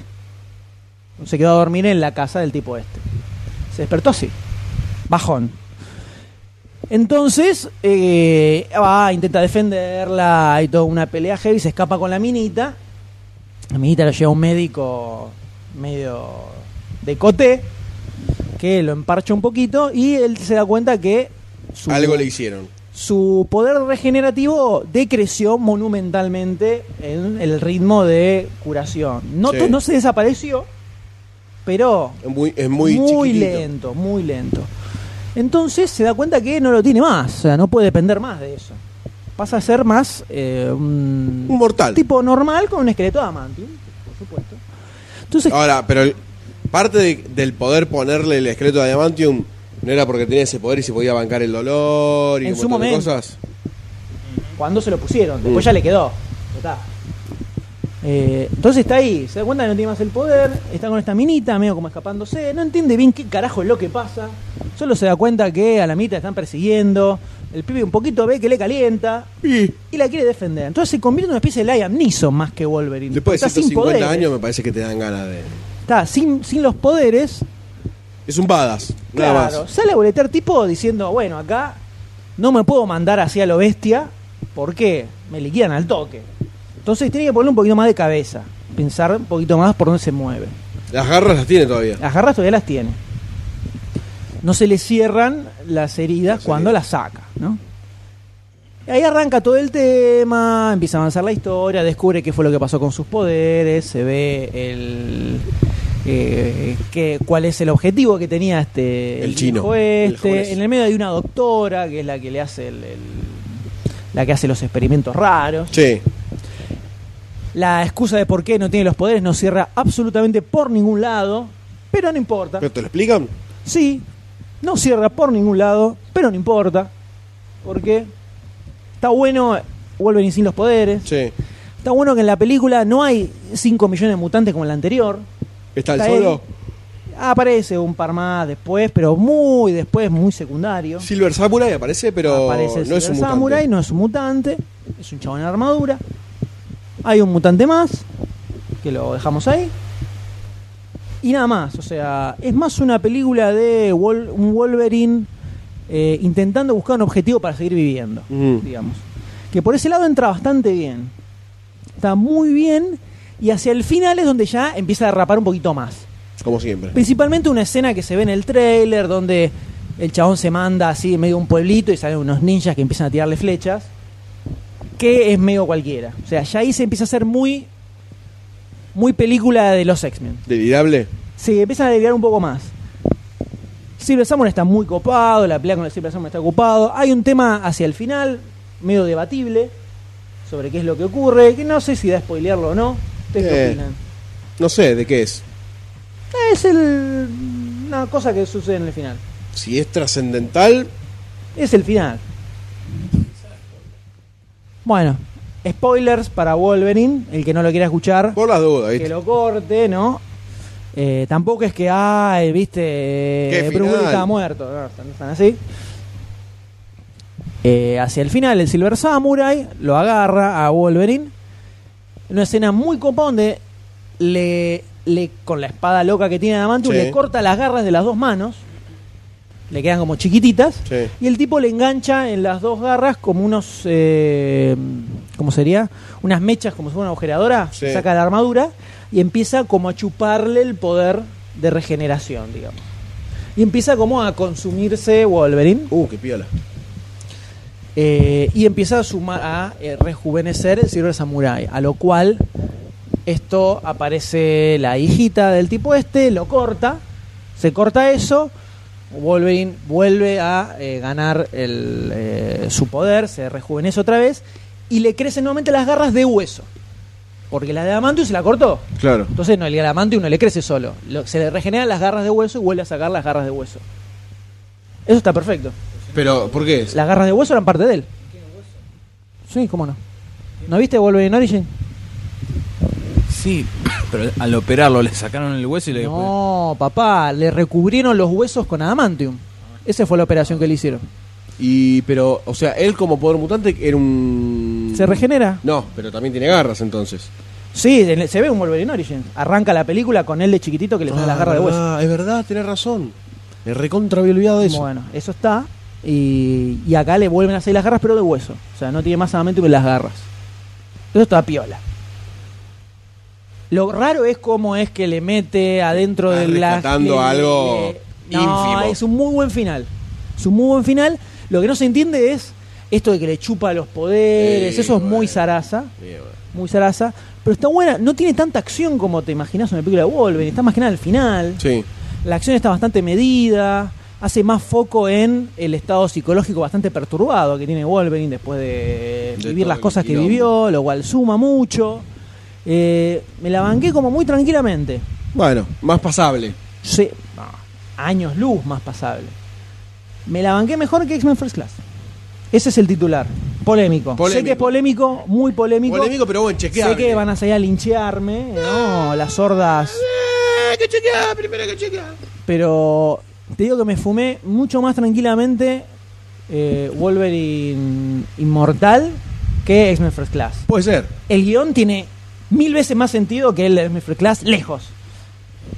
[SPEAKER 3] Se quedó a dormir en la casa del tipo este. Se despertó así. Bajón. Entonces, eh, va, intenta defenderla, hay toda una pelea heavy, se escapa con la minita. La minita lo lleva a un médico medio de coté, que lo emparcha un poquito y él se da cuenta que su-
[SPEAKER 2] Algo le hicieron.
[SPEAKER 3] su poder regenerativo decreció monumentalmente en el ritmo de curación. No,
[SPEAKER 2] Sí.
[SPEAKER 3] to- no se desapareció, pero
[SPEAKER 2] Es muy, es muy, chiquitito.
[SPEAKER 3] lento, muy lento. Entonces se da cuenta que no lo tiene más, o sea, no puede depender más de eso. Pasa a ser más eh, un,
[SPEAKER 2] Un mortal.
[SPEAKER 3] tipo normal con un esqueleto de amantium, por supuesto. Entonces,
[SPEAKER 2] Ahora, pero el- parte de- del poder ponerle el esqueleto de Diamantium no era porque tenía ese poder y se podía bancar el dolor y
[SPEAKER 3] En
[SPEAKER 2] un
[SPEAKER 3] su
[SPEAKER 2] montón de
[SPEAKER 3] momento.
[SPEAKER 2] cosas.
[SPEAKER 3] cuando se lo pusieron, después
[SPEAKER 2] Mm.
[SPEAKER 3] ya le quedó. Ya está. Eh, entonces está ahí, se da cuenta que no tiene más el poder, está con esta minita, medio como escapándose, no entiende bien qué carajo es lo que pasa, solo se da cuenta que a la mitad están persiguiendo, el pibe un poquito ve que le calienta
[SPEAKER 2] Y
[SPEAKER 3] y la quiere defender. Entonces se convierte en una especie de Liam Neeson más que Wolverine.
[SPEAKER 2] después de
[SPEAKER 3] Está sin
[SPEAKER 2] 150
[SPEAKER 3] poderes.
[SPEAKER 2] años me parece que te dan ganas de...
[SPEAKER 3] Está sin, sin los poderes,
[SPEAKER 2] Es un badass, nada
[SPEAKER 3] Claro,
[SPEAKER 2] más.
[SPEAKER 3] sale a boletear tipo diciendo, bueno, acá no me puedo mandar así a lo bestia, porque me liquidan al toque. Entonces tiene que poner un poquito más de cabeza, pensar un poquito más por dónde se mueve.
[SPEAKER 2] Las garras las tiene todavía.
[SPEAKER 3] Las garras todavía las tiene. No se le cierran las heridas
[SPEAKER 2] Las
[SPEAKER 3] cuando
[SPEAKER 2] heridas.
[SPEAKER 3] las saca, ¿no? Y ahí arranca todo el tema, empieza a avanzar la historia, descubre qué fue lo que pasó con sus poderes, se ve el eh, qué- cuál es el objetivo que tenía este
[SPEAKER 2] El chino,
[SPEAKER 3] viejo
[SPEAKER 2] el
[SPEAKER 3] este.
[SPEAKER 2] japonés.
[SPEAKER 3] en el medio hay una doctora que es la que le hace el- el- la que hace los experimentos raros.
[SPEAKER 2] Sí.
[SPEAKER 3] La excusa de por qué no tiene los poderes no cierra absolutamente por ningún lado, pero no importa.
[SPEAKER 2] ¿Pero te lo explican?
[SPEAKER 3] Sí, no cierra por ningún lado, pero no importa. Porque está bueno Wolverine sin los poderes.
[SPEAKER 2] Sí.
[SPEAKER 3] Está bueno que en la película no hay 5 millones de mutantes como en la anterior.
[SPEAKER 2] ¿Está el
[SPEAKER 3] Está él.
[SPEAKER 2] solo?
[SPEAKER 3] Aparece un par más después, pero muy después, muy secundario.
[SPEAKER 2] Silver Samurai aparece, pero
[SPEAKER 3] Aparece el
[SPEAKER 2] no es
[SPEAKER 3] Silver
[SPEAKER 2] un mutante.
[SPEAKER 3] Samurai, no es un mutante, es un chabón en armadura. Hay un mutante más, que lo dejamos ahí. Y nada más, o sea, es más una película de Wol- un Wolverine eh, intentando buscar un objetivo para seguir viviendo,
[SPEAKER 2] Mm.
[SPEAKER 3] digamos. Que por ese lado entra bastante bien. Está muy bien y hacia el final es donde ya empieza a derrapar un poquito más.
[SPEAKER 2] Como siempre.
[SPEAKER 3] Principalmente una escena que se ve en el trailer donde el chabón se manda así en medio de un pueblito y salen unos ninjas que empiezan a tirarle flechas. Que es medio cualquiera. O sea, ya ahí se empieza a hacer muy. Muy película de los X-Men.
[SPEAKER 2] Delirable.
[SPEAKER 3] Se empiezan a desviar un poco más. Silver Samurai está muy copado, la pelea con el Silver Samurai está ocupado. Hay un tema hacia el final, medio debatible, sobre qué es lo que ocurre, que no sé si da a spoilearlo o no. ¿Ustedes qué
[SPEAKER 2] Eh.
[SPEAKER 3] opinan?
[SPEAKER 2] No sé de qué es.
[SPEAKER 3] Es el, una cosa que sucede en el final.
[SPEAKER 2] Si es trascendental,
[SPEAKER 3] Es el final. Bueno, spoilers para Wolverine, el que no lo quiera escuchar,
[SPEAKER 2] por las dudas,
[SPEAKER 3] que
[SPEAKER 2] ¿viste?
[SPEAKER 3] lo corte, ¿no? Eh, tampoco es que, ay, viste, Eh,
[SPEAKER 2] Qué
[SPEAKER 3] Bruce Willis
[SPEAKER 2] final.
[SPEAKER 3] estaba muerto, no, están, están así. Eh, hacia el final, el Silver Samurai lo agarra a Wolverine. Una escena muy copa donde le, le- con la espada loca que tiene Adamantium,
[SPEAKER 2] Sí.
[SPEAKER 3] le corta las garras de las dos manos. Le quedan como chiquititas.
[SPEAKER 2] Sí.
[SPEAKER 3] Y el tipo le engancha en las dos garras como unos. eh, ¿Cómo sería? Unas mechas, como si fuera una agujeradora.
[SPEAKER 2] Sí.
[SPEAKER 3] Saca la armadura y empieza como a chuparle el poder de regeneración, digamos. Y empieza como a consumirse Wolverine.
[SPEAKER 2] Uh, qué piola.
[SPEAKER 3] Eh, y empieza a, suma- a eh, rejuvenecer el Silver Samurai, a lo cual esto aparece la hijita del tipo este, lo corta, se corta eso, Wolverine vuelve a eh, ganar el, eh, su poder, se rejuvenece otra vez y le crecen nuevamente las garras de hueso, porque la de Adamantium se la cortó.
[SPEAKER 2] Claro.
[SPEAKER 3] Entonces no, el Adamantium no le crece solo, lo- se le regeneran las garras de hueso y vuelve a sacar las garras de hueso. Eso está perfecto.
[SPEAKER 2] Pero, ¿por qué es?
[SPEAKER 3] Las garras de hueso eran parte de él. Sí, cómo no. ¿No viste Wolverine Origin?
[SPEAKER 4] Sí, pero al operarlo le sacaron el hueso y le
[SPEAKER 3] No, papá, le recubrieron los huesos con adamantium. Esa fue la operación que le hicieron.
[SPEAKER 2] Y, pero, o sea, él como poder mutante era un...
[SPEAKER 3] ¿Se regenera?
[SPEAKER 2] No, pero también tiene garras entonces.
[SPEAKER 3] Sí, en- se ve un Wolverine Origin. Arranca la película con él de chiquitito que le pone las garras de hueso.
[SPEAKER 2] Ah, es verdad, tenés razón. Me recontra había olvidado eso.
[SPEAKER 3] Bueno, eso está. Y, y acá le vuelven a hacer las garras, pero de hueso. O sea, no tiene más adamantium que las garras. Eso está piola. Lo raro es cómo es que le mete adentro
[SPEAKER 2] Está
[SPEAKER 3] de la. eh,
[SPEAKER 2] rescatando algo
[SPEAKER 3] no,
[SPEAKER 2] ínfimo.
[SPEAKER 3] Es un muy buen final. Es un muy buen final. Lo que no se entiende es esto de que le chupa los poderes.
[SPEAKER 2] Sí,
[SPEAKER 3] eso es muy
[SPEAKER 2] bueno.
[SPEAKER 3] zaraza.
[SPEAKER 2] Bien, bueno.
[SPEAKER 3] Muy zaraza. Pero está buena. No tiene tanta acción como te imaginas en la película de Wolverine. Está más que nada al final.
[SPEAKER 2] Sí.
[SPEAKER 3] La acción está bastante medida, hace más foco en el estado psicológico bastante perturbado que tiene Wolverine después de,
[SPEAKER 2] De
[SPEAKER 3] vivir
[SPEAKER 2] todo
[SPEAKER 3] las
[SPEAKER 2] el
[SPEAKER 3] cosas que
[SPEAKER 2] quilombo.
[SPEAKER 3] vivió, lo cual suma mucho. Eh, me la banqué como muy tranquilamente.
[SPEAKER 2] Bueno, más pasable.
[SPEAKER 3] Sí, no, años luz más pasable. Me la banqué mejor que X-Men First Class. Ese es el titular. Polémico.
[SPEAKER 2] Polémico.
[SPEAKER 3] Sé que es polémico, muy polémico.
[SPEAKER 2] Polémico, pero bueno, chequeado.
[SPEAKER 3] Sé que van a salir a linchearme, ¿no? Las hordas.
[SPEAKER 2] Eh, que chequear, primero que chequear.
[SPEAKER 3] Pero te digo que me fumé mucho más tranquilamente eh, Wolverine Inmortal que X-Men First Class.
[SPEAKER 2] Puede ser.
[SPEAKER 3] El guión tiene mil veces más sentido que el de X-Men First Class, lejos.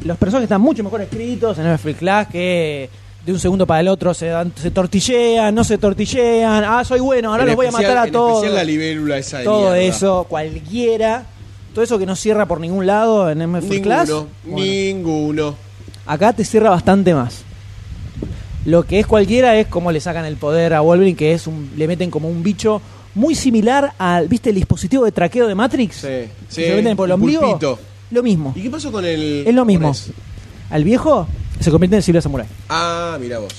[SPEAKER 3] Los personajes están mucho mejor escritos en X-Men First Class que de un segundo para el otro se, dan, se tortillean, no se tortillean. Ah, soy bueno, ahora
[SPEAKER 2] En
[SPEAKER 3] los voy a
[SPEAKER 2] especial-
[SPEAKER 3] matar a
[SPEAKER 2] en
[SPEAKER 3] todos
[SPEAKER 2] especial la libélula esa de
[SPEAKER 3] todo
[SPEAKER 2] mierda.
[SPEAKER 3] eso, cualquiera, todo eso que no cierra por ningún lado en MF
[SPEAKER 2] Ninguno,
[SPEAKER 3] Class, bueno,
[SPEAKER 2] ninguno.
[SPEAKER 3] acá te cierra bastante más. Lo que es cualquiera es cómo le sacan el poder a Wolverine, que es un, le meten como un bicho muy similar al, ¿viste el dispositivo de traqueo de Matrix?
[SPEAKER 2] Sí,
[SPEAKER 3] Que
[SPEAKER 2] sí,
[SPEAKER 3] se lo meten por el
[SPEAKER 2] un
[SPEAKER 3] ombligo.
[SPEAKER 2] pulpito.
[SPEAKER 3] Lo mismo,
[SPEAKER 2] ¿Y qué pasó con el.?
[SPEAKER 3] es lo mismo.
[SPEAKER 2] con ese?
[SPEAKER 3] Al viejo se convierte en Silvia Samurai.
[SPEAKER 2] Ah, mira vos.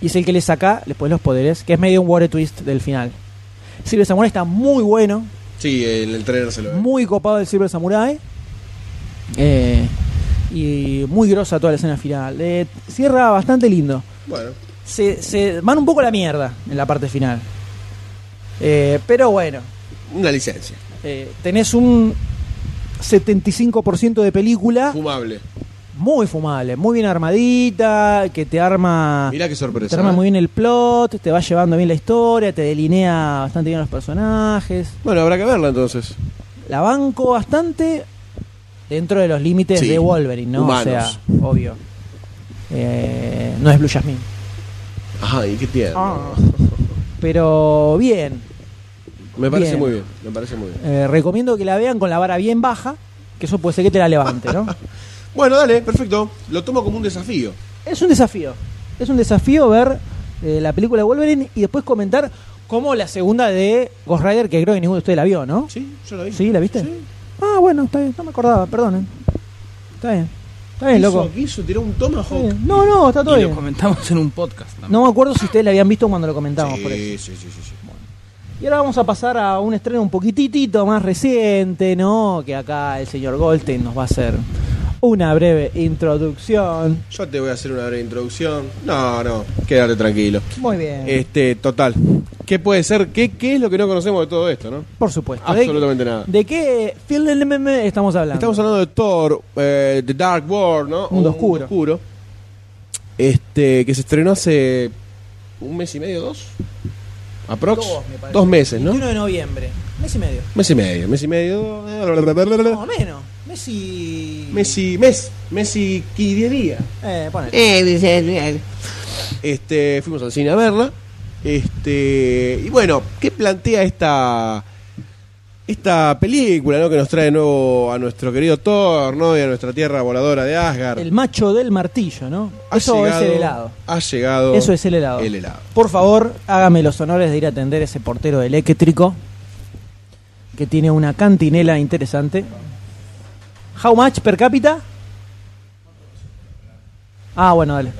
[SPEAKER 3] Y es el que le saca después los poderes, que es medio un water twist del final. Silvia Samurai está muy bueno,
[SPEAKER 2] Sí, el, el trailer se lo ve.
[SPEAKER 3] muy copado el Silver Samurai. Eh, y muy grosa toda la escena final. Eh, cierra bastante lindo.
[SPEAKER 2] Bueno,
[SPEAKER 3] Se, se van un poco a la mierda en la parte final. Eh, pero bueno,
[SPEAKER 2] una licencia.
[SPEAKER 3] eh, tenés un 75% de película
[SPEAKER 2] Fumable.
[SPEAKER 3] muy fumable, muy bien armadita, que te arma...
[SPEAKER 2] Mirá qué sorpresa.
[SPEAKER 3] Te arma
[SPEAKER 2] ¿eh?
[SPEAKER 3] Ah. muy bien el plot, te va llevando bien la historia, te delinea bastante bien los personajes.
[SPEAKER 2] Bueno, habrá que verla entonces.
[SPEAKER 3] la banco bastante dentro de los límites
[SPEAKER 2] Sí,
[SPEAKER 3] de Wolverine, ¿no?
[SPEAKER 2] humanos.
[SPEAKER 3] O sea, obvio. Eh, no es Blue Jasmine.
[SPEAKER 2] Ajá, y qué tierno.
[SPEAKER 3] Ah, Pero bien.
[SPEAKER 2] Me parece
[SPEAKER 3] bien.
[SPEAKER 2] muy bien, me parece muy bien.
[SPEAKER 3] Eh, recomiendo que la vean con la vara bien baja, que eso puede ser que te la levante, ¿no?
[SPEAKER 2] Bueno, dale, perfecto. Lo tomo como un desafío.
[SPEAKER 3] es un desafío. Es un desafío ver eh, la película de Wolverine y después comentar cómo la segunda de Ghost Rider, que creo que ninguno de ustedes la vio, ¿no?
[SPEAKER 2] Sí, yo lo vi.
[SPEAKER 3] ¿Sí? ¿La viste?
[SPEAKER 2] Sí.
[SPEAKER 3] Ah, bueno, está bien. No me acordaba, perdonen. Está bien. Está bien,
[SPEAKER 2] Hizo-
[SPEAKER 3] Eh, loco.
[SPEAKER 2] hizo? Tiró un tomahawk.
[SPEAKER 3] Está bien. No, no, está todo
[SPEAKER 4] Y lo
[SPEAKER 3] bien.
[SPEAKER 4] comentamos en un podcast también.
[SPEAKER 3] No me acuerdo si ustedes la habían visto cuando lo comentamos, por
[SPEAKER 2] sí,
[SPEAKER 3] eso.
[SPEAKER 2] sí, sí, sí, sí.
[SPEAKER 3] Y ahora vamos a pasar a un estreno un poquitito más reciente, ¿no? Que acá el señor Goldstein nos va a hacer una breve introducción.
[SPEAKER 2] Yo te voy a hacer una breve introducción. No, no, quédate tranquilo.
[SPEAKER 3] Muy bien.
[SPEAKER 2] Este, total. ¿Qué puede ser? ¿Qué, ¿Qué es lo que no conocemos de todo esto, no?
[SPEAKER 3] por supuesto. ¿De-
[SPEAKER 2] Absolutamente nada.
[SPEAKER 3] ¿De qué film estamos hablando?
[SPEAKER 2] Estamos hablando de Thor, eh, The Dark World, ¿no?
[SPEAKER 3] Mundo
[SPEAKER 2] O
[SPEAKER 3] Oscuro.
[SPEAKER 2] Este, que se estrenó hace un mes y medio, dos. Aprox.
[SPEAKER 3] Dos, me parece.
[SPEAKER 2] Dos meses, ¿no?
[SPEAKER 3] 21 de noviembre. Mes y medio.
[SPEAKER 2] Mes y medio, mes y medio.
[SPEAKER 3] Más o menos. Mes y...
[SPEAKER 2] Mes y mes, mes y qui- diez días.
[SPEAKER 3] Eh, ponele.
[SPEAKER 2] Este, fuimos al cine a verla. Este, y bueno, ¿qué plantea esta esta película, ¿no? que nos trae de nuevo a nuestro querido Thor, ¿no? y a nuestra tierra voladora de Asgard?
[SPEAKER 3] El macho del martillo, ¿no?
[SPEAKER 2] Ha
[SPEAKER 3] Eso
[SPEAKER 2] llegado-
[SPEAKER 3] es el helado.
[SPEAKER 2] Ha llegado.
[SPEAKER 3] Eso es el helado.
[SPEAKER 2] El helado.
[SPEAKER 3] Por favor, hágame los honores de ir a atender ese portero eléctrico que tiene una cantinela interesante. How much per cápita? Ah, bueno, dale.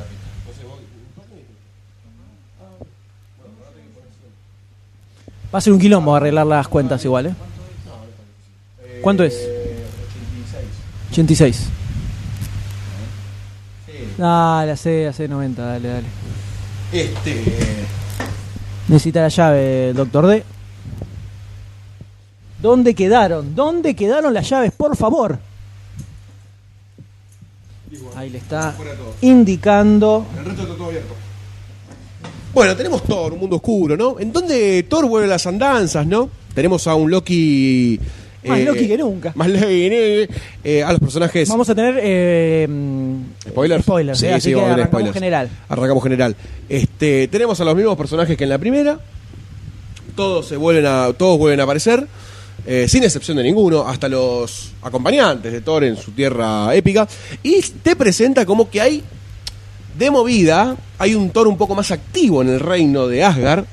[SPEAKER 3] Va a ser un quilombo arreglar las cuentas igual, ¿eh? ¿Cuánto es? 86. Dale, hace, hace 90, dale, dale.
[SPEAKER 2] Este.
[SPEAKER 3] Necesita la llave, doctor D. ¿Dónde quedaron? ¿Dónde quedaron las llaves, por favor? Ahí le está indicando.
[SPEAKER 2] El resto está todo abierto. Bueno, tenemos Thor, un mundo oscuro, ¿no? En donde Thor vuelve a las andanzas, ¿no? Tenemos a un Loki. eh,
[SPEAKER 3] Más Loki que nunca.
[SPEAKER 2] Más Loki que nunca. Eh, a los personajes.
[SPEAKER 3] Vamos a tener eh, mm,
[SPEAKER 2] ¿Spoilers?
[SPEAKER 3] spoilers,
[SPEAKER 2] Sí,
[SPEAKER 3] eh,
[SPEAKER 2] sí,
[SPEAKER 3] así que
[SPEAKER 2] vamos a tener
[SPEAKER 3] arrancamos
[SPEAKER 2] spoilers.
[SPEAKER 3] general.
[SPEAKER 2] Arrancamos general. Este, tenemos a los mismos personajes que en la primera. Todos se vuelven a. Todos vuelven a aparecer. eh, sin excepción de ninguno, hasta los acompañantes de Thor en su tierra épica. Y te presenta como que hay. De movida, hay un Thor un poco más activo en el reino de Asgard.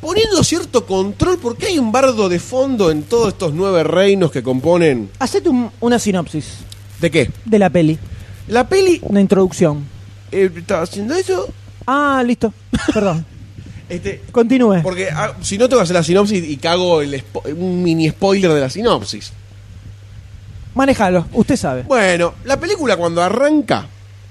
[SPEAKER 2] Poniendo cierto control, porque hay un bardo de fondo en todos estos nueve reinos que componen.
[SPEAKER 3] Hacete un- una sinopsis
[SPEAKER 2] ¿De qué?
[SPEAKER 3] de la peli,
[SPEAKER 2] La peli
[SPEAKER 3] una introducción.
[SPEAKER 2] eh, está haciendo eso.
[SPEAKER 3] Ah, listo, perdón.
[SPEAKER 2] Este,
[SPEAKER 3] Continúe.
[SPEAKER 2] Porque ah, si no tengo que hacer la sinopsis y cago el spo- un mini spoiler de la sinopsis.
[SPEAKER 3] Manejalo, usted sabe.
[SPEAKER 2] Bueno, la película cuando arranca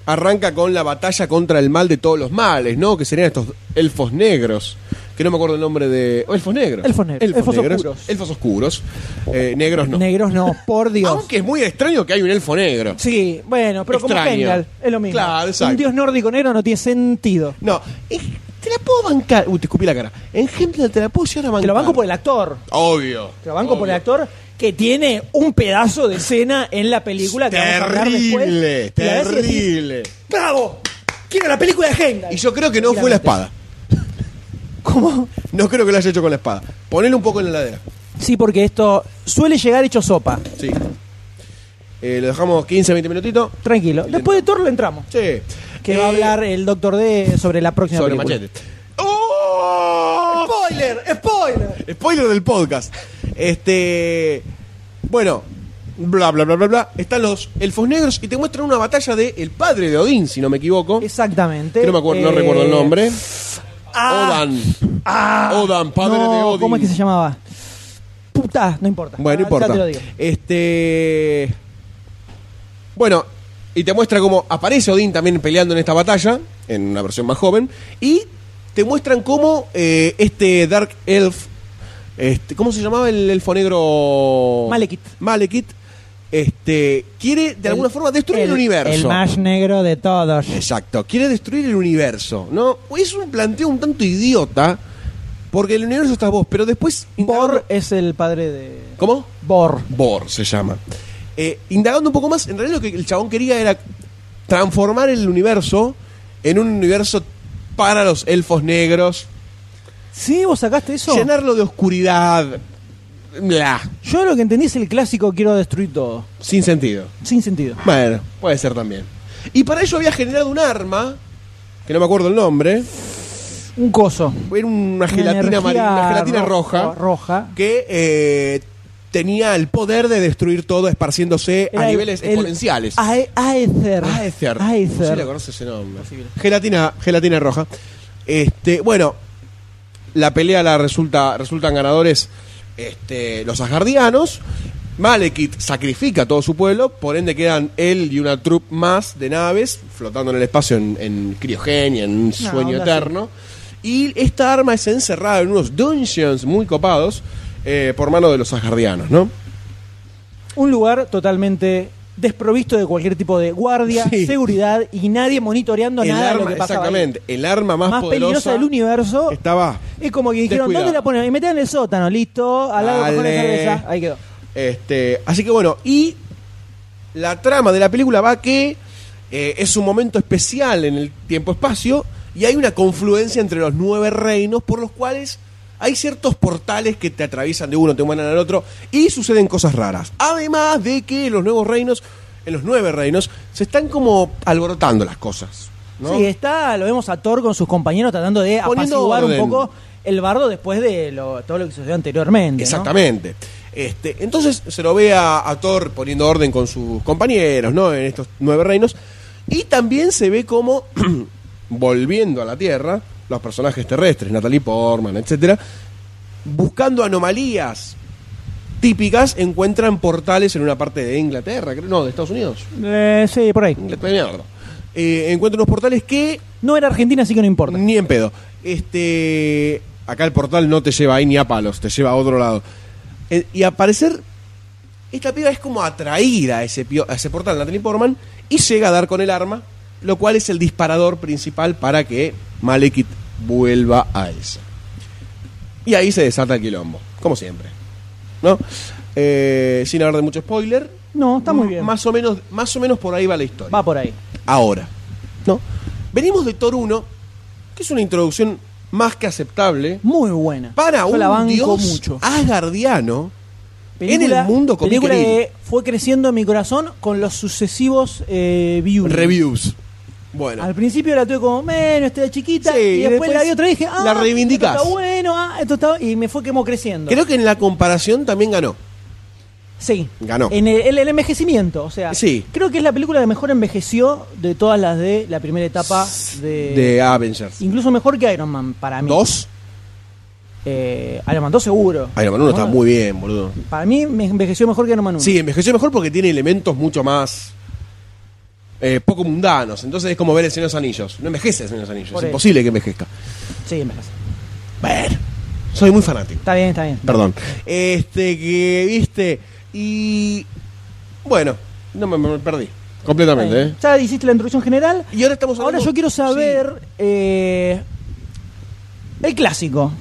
[SPEAKER 2] arranca con la batalla contra el mal de todos los males, ¿no? Que serían estos elfos negros. Que no me acuerdo el nombre de. Elfos negros.
[SPEAKER 3] Elfos negros. Elfos oscuros.
[SPEAKER 2] Elfos oscuros. Eh, negros no. Ah,
[SPEAKER 3] Negros no, por Dios.
[SPEAKER 2] Aunque es muy extraño que hay un elfo negro.
[SPEAKER 3] Sí, bueno, pero como
[SPEAKER 2] Extraño.
[SPEAKER 3] Kendall, es lo mismo.
[SPEAKER 2] Claro, exacto.
[SPEAKER 3] Un dios nórdico negro no tiene sentido.
[SPEAKER 2] No, es- te la puedo bancar. Uh, te escupí la cara. En Hempel te la puedo llegar a bancar.
[SPEAKER 3] Te lo banco por el actor.
[SPEAKER 2] Obvio.
[SPEAKER 3] Te lo banco por
[SPEAKER 2] obvio.
[SPEAKER 3] el actor que tiene un pedazo de escena en la película que vamos a hablar después.
[SPEAKER 2] Terrible,
[SPEAKER 3] Y a veces decís,
[SPEAKER 2] terrible.
[SPEAKER 3] ¡Bravo! Quiero la película de Kendall.
[SPEAKER 2] Y yo creo que no fue la espada.
[SPEAKER 3] ¿Cómo?
[SPEAKER 2] No creo que lo haya hecho con la espada. Ponele un poco en la heladera.
[SPEAKER 3] Sí, porque esto suele llegar hecho sopa.
[SPEAKER 2] Sí. Eh, lo dejamos 15, 20 minutitos.
[SPEAKER 3] Tranquilo. Después de Thor lo entramos.
[SPEAKER 2] Sí.
[SPEAKER 3] Que
[SPEAKER 2] Eh,
[SPEAKER 3] va a hablar el Doctor D sobre la próxima
[SPEAKER 2] sobre
[SPEAKER 3] película.
[SPEAKER 2] Machete. ¡Oh!
[SPEAKER 3] ¡Spoiler! ¡Spoiler!
[SPEAKER 2] Spoiler del podcast. Este. Bueno, bla, bla, bla, bla, bla. Están los elfos negros y te muestran una batalla de el padre de Odín, si no me equivoco.
[SPEAKER 3] Exactamente.
[SPEAKER 2] Que no me acuerdo, no
[SPEAKER 3] Eh,
[SPEAKER 2] recuerdo el nombre.
[SPEAKER 3] Ah,
[SPEAKER 2] Odan. Odan, padre
[SPEAKER 3] no,
[SPEAKER 2] de Odín.
[SPEAKER 3] ¿Cómo es que se llamaba? Puta, no importa.
[SPEAKER 2] Bueno, no
[SPEAKER 3] Ah,
[SPEAKER 2] importa.
[SPEAKER 3] Ya te lo digo.
[SPEAKER 2] Este. Bueno, y te muestra cómo aparece Odín también peleando en esta batalla, en una versión más joven, y te muestran cómo eh, este Dark Elf. Este, ¿Cómo se llamaba el elfo negro?
[SPEAKER 3] Malekith.
[SPEAKER 2] Malekith. Este, quiere de alguna forma destruir el, universo.
[SPEAKER 3] El más negro de todos.
[SPEAKER 2] Exacto, quiere destruir el universo, ¿no? Es un planteo un tanto idiota, porque el universo estás vos, pero después.
[SPEAKER 3] Bor es el padre de.
[SPEAKER 2] ¿Cómo?
[SPEAKER 3] Bor.
[SPEAKER 2] Bor se llama. Eh, indagando un poco más, en realidad lo que el chabón quería era transformar el universo en un universo para los elfos negros,
[SPEAKER 3] Sí, vos sacaste eso.
[SPEAKER 2] llenarlo de oscuridad, bla,
[SPEAKER 3] Yo lo que entendí es el clásico quiero destruir todo.
[SPEAKER 2] sin sentido.
[SPEAKER 3] Sin sentido.
[SPEAKER 2] Bueno, puede ser también. Y para ello había generado un arma, que no me acuerdo el nombre,
[SPEAKER 3] Un coso.
[SPEAKER 2] era una gelatina,
[SPEAKER 3] energía
[SPEAKER 2] amarilla, una gelatina
[SPEAKER 3] ro-
[SPEAKER 2] roja,
[SPEAKER 3] roja.
[SPEAKER 2] que eh, tenía el poder de destruir todo esparciéndose
[SPEAKER 3] Era
[SPEAKER 2] a
[SPEAKER 3] el-
[SPEAKER 2] niveles
[SPEAKER 3] el-
[SPEAKER 2] exponenciales.
[SPEAKER 3] Ae- Aether.
[SPEAKER 2] Aether.
[SPEAKER 3] Aether.
[SPEAKER 2] Sí le conoce ese nombre. Gelatina, gelatina roja. Este, bueno, la pelea la resulta, resultan ganadores este, los asgardianos. Malekith sacrifica a todo su pueblo, por ende quedan él y una troupe más de naves flotando en el espacio en, en criogenia, en un sueño
[SPEAKER 3] onda
[SPEAKER 2] eterno. Y esta arma es encerrada en unos dungeons muy copados eh, por mano de los asgardianos, ¿no?
[SPEAKER 3] Un lugar totalmente desprovisto de cualquier tipo de guardia,
[SPEAKER 2] Sí.
[SPEAKER 3] seguridad y nadie monitoreando
[SPEAKER 2] el
[SPEAKER 3] nada de
[SPEAKER 2] arma,
[SPEAKER 3] lo que pasaba ahí.
[SPEAKER 2] exactamente, el arma más,
[SPEAKER 3] Más peligrosa
[SPEAKER 2] poderosa
[SPEAKER 3] del universo.
[SPEAKER 2] estaba
[SPEAKER 3] Es como que dijeron,
[SPEAKER 2] Descuidado.
[SPEAKER 3] ¿dónde la ponen? Y metían en el sótano, listo, al lado de la
[SPEAKER 2] Dale.
[SPEAKER 3] cerveza. Ahí quedó.
[SPEAKER 2] Este, así que bueno, y la trama de la película va que eh, es un momento especial en el tiempo-espacio y hay una confluencia entre los nueve reinos por los cuales hay ciertos portales que te atraviesan de uno, te mandan al otro y suceden cosas raras. Además de que en los nuevos reinos, en los nueve reinos, se están como alborotando las cosas. ¿no?
[SPEAKER 3] Sí, está, lo vemos a Thor con sus compañeros tratando de
[SPEAKER 2] Poniendo
[SPEAKER 3] apaciguar
[SPEAKER 2] orden.
[SPEAKER 3] un poco el bardo después de lo- todo lo que sucedió anteriormente. ¿no?
[SPEAKER 2] Exactamente. Este, entonces se lo ve a, a Thor poniendo orden con sus compañeros, ¿no? En estos nueve reinos. Y también se ve como, volviendo a la Tierra, los personajes terrestres, Natalie Portman, etcétera, buscando anomalías típicas, encuentran portales en una parte de Inglaterra, creo- no, de Estados Unidos.
[SPEAKER 3] Eh, sí, por ahí.
[SPEAKER 2] Inglaterra, mierda. Eh, encuentran unos portales que
[SPEAKER 3] No era Argentina, así que no importa.
[SPEAKER 2] ni en pedo. Este. Acá el portal no te lleva ahí ni a palos, te lleva a otro lado. Eh, y al parecer, esta piba es como atraída a ese, pio- a ese portal, Natalie Portman, y llega a dar con el arma, lo cual es el disparador principal para que Malekith vuelva a esa. Y ahí se desata el quilombo, como siempre. ¿No? Eh, sin hablar de mucho spoiler.
[SPEAKER 3] No, está muy
[SPEAKER 2] m-
[SPEAKER 3] bien.
[SPEAKER 2] mm, Más o menos, más o menos por ahí va la historia
[SPEAKER 3] Va por ahí.
[SPEAKER 2] ahora. ¿No? Venimos de Thor 1, que es una introducción más que aceptable
[SPEAKER 3] Muy buena.
[SPEAKER 2] para
[SPEAKER 3] Yo
[SPEAKER 2] un
[SPEAKER 3] la banco
[SPEAKER 2] dios
[SPEAKER 3] mucho.
[SPEAKER 2] asgardiano en el mundo con
[SPEAKER 3] película que fue creciendo en mi corazón con los sucesivos eh, views.
[SPEAKER 2] reviews. Bueno,
[SPEAKER 3] Al principio la tuve como, menos, esta era chiquita.
[SPEAKER 2] Sí,
[SPEAKER 3] y
[SPEAKER 2] y
[SPEAKER 3] después, la
[SPEAKER 2] después
[SPEAKER 3] vi otra vez y dije, ah,
[SPEAKER 2] la reivindicás.
[SPEAKER 3] esto está bueno, ah, esto está. Y me fue quemó creciendo.
[SPEAKER 2] creo que en la comparación también ganó.
[SPEAKER 3] Sí.
[SPEAKER 2] Ganó.
[SPEAKER 3] En el, el- el envejecimiento, o sea.
[SPEAKER 2] Sí.
[SPEAKER 3] Creo que es la película que mejor envejeció de todas las de la primera etapa de.
[SPEAKER 2] De Avengers.
[SPEAKER 3] Incluso mejor que Iron Man para mí.
[SPEAKER 2] ¿Dos?
[SPEAKER 3] Eh, Iron Man 2 seguro.
[SPEAKER 2] Iron Man 1
[SPEAKER 3] Ah.
[SPEAKER 2] está muy bien, boludo.
[SPEAKER 3] Para mí me envejeció mejor que Iron Man 1.
[SPEAKER 2] Sí, envejeció mejor porque tiene elementos mucho más eh, poco mundanos. Entonces es como ver el Señor de los Anillos. No envejece el Señor de los Anillos.
[SPEAKER 3] Por
[SPEAKER 2] es
[SPEAKER 3] eso.
[SPEAKER 2] imposible que envejezca.
[SPEAKER 3] Sí, me parece.
[SPEAKER 2] Bueno, soy muy fanático.
[SPEAKER 3] Está bien, está bien.
[SPEAKER 2] Perdón. Este, que viste. Y. Bueno, no me, me perdí. Completamente, ¿eh?
[SPEAKER 3] Ya hiciste la introducción general.
[SPEAKER 2] Y ahora estamos
[SPEAKER 3] Ahora yo quiero saber eh, el clásico.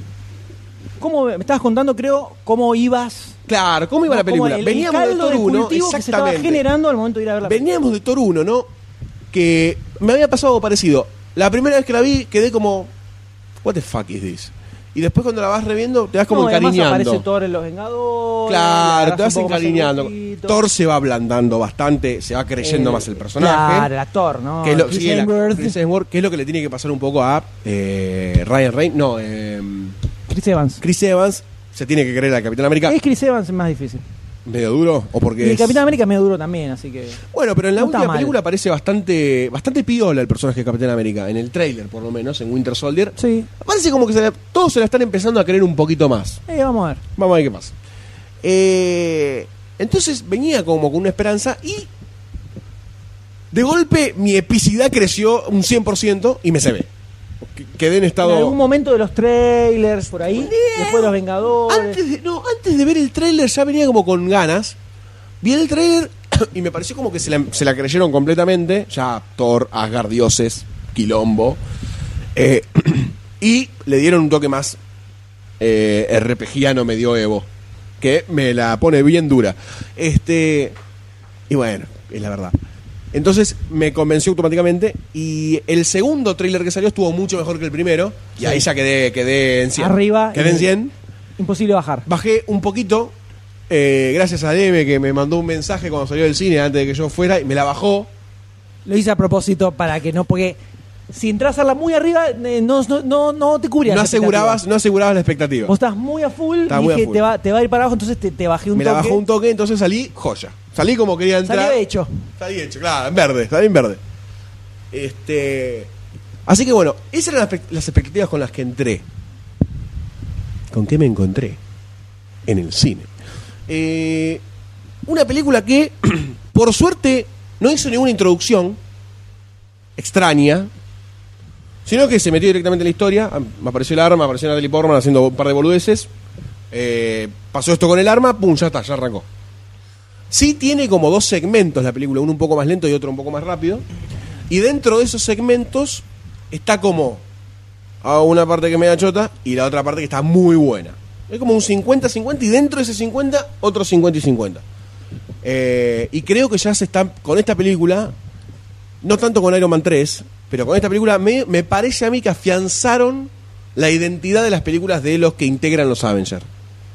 [SPEAKER 3] ¿Cómo me estabas contando, creo, cómo ibas?
[SPEAKER 2] Sí. Claro, ¿cómo iba la
[SPEAKER 3] como
[SPEAKER 2] película?
[SPEAKER 3] el- el
[SPEAKER 2] Veníamos de
[SPEAKER 3] caldo
[SPEAKER 2] Thor 1.
[SPEAKER 3] cultivo que se estaba
[SPEAKER 2] Exactamente.
[SPEAKER 3] generando al momento de ir a ver la
[SPEAKER 2] Veníamos de Thor 1, ¿no? Que me había pasado algo parecido. La primera vez que la vi quedé como. ¿What the fuck is this? Y después cuando la vas reviendo te vas como
[SPEAKER 3] No, además
[SPEAKER 2] encariñando.
[SPEAKER 3] aparece Thor en Los Vengadores.
[SPEAKER 2] Claro, te
[SPEAKER 3] agarras
[SPEAKER 2] vas
[SPEAKER 3] un poco más el
[SPEAKER 2] encariñando.
[SPEAKER 3] gustito.
[SPEAKER 2] Thor se va ablandando bastante, se va creyendo
[SPEAKER 3] Eh,
[SPEAKER 2] más el personaje.
[SPEAKER 3] Claro, el actor, ¿no?
[SPEAKER 2] que es lo,
[SPEAKER 3] Chris
[SPEAKER 2] sí, la-
[SPEAKER 3] Hemsworth.
[SPEAKER 2] Chris Hemsworth, que es lo que le tiene que pasar un poco a eh, Ryan Reynolds. No, eh,
[SPEAKER 3] Chris Evans.
[SPEAKER 2] Chris Evans se tiene que creer al Capitán América.
[SPEAKER 3] Es Chris Evans es más difícil.
[SPEAKER 2] Medio duro, o porque
[SPEAKER 3] Y el
[SPEAKER 2] es-
[SPEAKER 3] Capitán América me duro también, así que.
[SPEAKER 2] Bueno, pero en la
[SPEAKER 3] no está
[SPEAKER 2] última
[SPEAKER 3] mal.
[SPEAKER 2] película aparece bastante bastante piola el personaje de Capitán América. En el tráiler, por lo menos, en Winter Soldier.
[SPEAKER 3] Sí.
[SPEAKER 2] Parece como que se la- todos se la están empezando a creer un poquito más.
[SPEAKER 3] Eh, vamos a ver.
[SPEAKER 2] Vamos a ver qué pasa. Eh, entonces venía como con una esperanza y de golpe mi epicidad creció un 100% y me se ve. Qu- Quedé en
[SPEAKER 3] En algún
[SPEAKER 2] estado...
[SPEAKER 3] momento de los trailers, por ahí. Después de los Vengadores.
[SPEAKER 2] Antes de, no, antes de ver el tráiler ya venía como con ganas. Vi el tráiler y me pareció como que se la, se la creyeron completamente. Ya Thor, Asgard, dioses, quilombo. Eh, y le dieron un toque más eh, RPGiano medioevo. Que me la pone bien dura. Este. Y bueno, es la verdad. Entonces me convenció automáticamente. Y el segundo tráiler que salió estuvo mucho mejor que el primero. Y ahí ya quedé, quedé en 100.
[SPEAKER 3] Arriba
[SPEAKER 2] Quedé en
[SPEAKER 3] y-
[SPEAKER 2] 100.
[SPEAKER 3] Imposible bajar.
[SPEAKER 2] Bajé un poquito. eh, gracias a Deme que me mandó un mensaje cuando salió del cine antes de que yo fuera y me la bajó.
[SPEAKER 3] Lo hice a propósito para que no, porque si entras a la muy arriba, eh, no, no, no, no te cubrías.
[SPEAKER 2] No
[SPEAKER 3] las
[SPEAKER 2] asegurabas,
[SPEAKER 3] expectativas.
[SPEAKER 2] no asegurabas la expectativa.
[SPEAKER 3] Vos estás muy a full
[SPEAKER 2] Estaba
[SPEAKER 3] y
[SPEAKER 2] muy a
[SPEAKER 3] dije,
[SPEAKER 2] full.
[SPEAKER 3] Te, va, te va a ir para abajo, entonces te, te bajé un
[SPEAKER 2] Me la
[SPEAKER 3] toque.
[SPEAKER 2] bajó un toque, entonces salí joya. Salí como quería entrar.
[SPEAKER 3] Salió hecho.
[SPEAKER 2] Salí hecho, claro, en verde, salí en verde. Este. Así que bueno, esas eran las expect- las expectativas con las que entré. ¿Con qué me encontré? En el cine. Eh, una película que, por suerte, no hizo ninguna introducción extraña, sino que se metió directamente en la historia. Am- Me apareció el arma, apareció Natalie Portman haciendo un par de boludeces. Eh, pasó esto con el arma, pum, ya está, ya arrancó. Sí tiene como dos segmentos la película, uno un poco más lento y otro un poco más rápido. Y dentro de esos segmentos está como a una parte que me da chota y la otra parte que está muy buena. Es como un 50-50 y dentro de ese 50 otro 50 y 50. Eh, y creo que ya se está con esta película, no tanto con Iron Man 3, pero con esta película me, me parece a mí que afianzaron la identidad de las películas de los que integran los Avengers.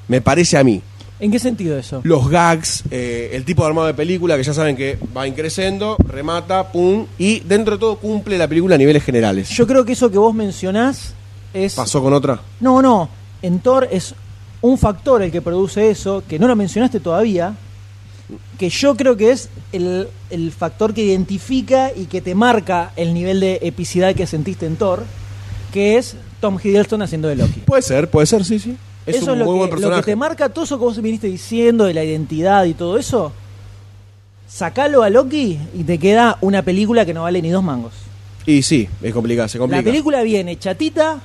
[SPEAKER 2] Me parece a mí
[SPEAKER 3] ¿En qué sentido eso?
[SPEAKER 2] los gags, eh, el tipo de armado de película que ya saben que va increciendo, remata, pum, y dentro de todo cumple la película a niveles generales.
[SPEAKER 3] Yo creo que eso que vos mencionás es.
[SPEAKER 2] ¿Pasó con otra?
[SPEAKER 3] No, no. En Thor es un factor el que produce eso, que no lo mencionaste todavía, que yo creo que es el, el factor que identifica y que te marca el nivel de epicidad que sentiste en Thor, que es Tom Hiddleston haciendo de Loki.
[SPEAKER 2] Puede ser, puede ser, sí, sí. Es
[SPEAKER 3] eso
[SPEAKER 2] un muy
[SPEAKER 3] es lo
[SPEAKER 2] buen
[SPEAKER 3] que, lo que
[SPEAKER 2] personaje.
[SPEAKER 3] te marca todo eso que vos viniste diciendo de la identidad y todo eso. Sacalo a Loki y te queda una película que no vale ni dos mangos.
[SPEAKER 2] y sí, es complicado, se complica.
[SPEAKER 3] La película viene chatita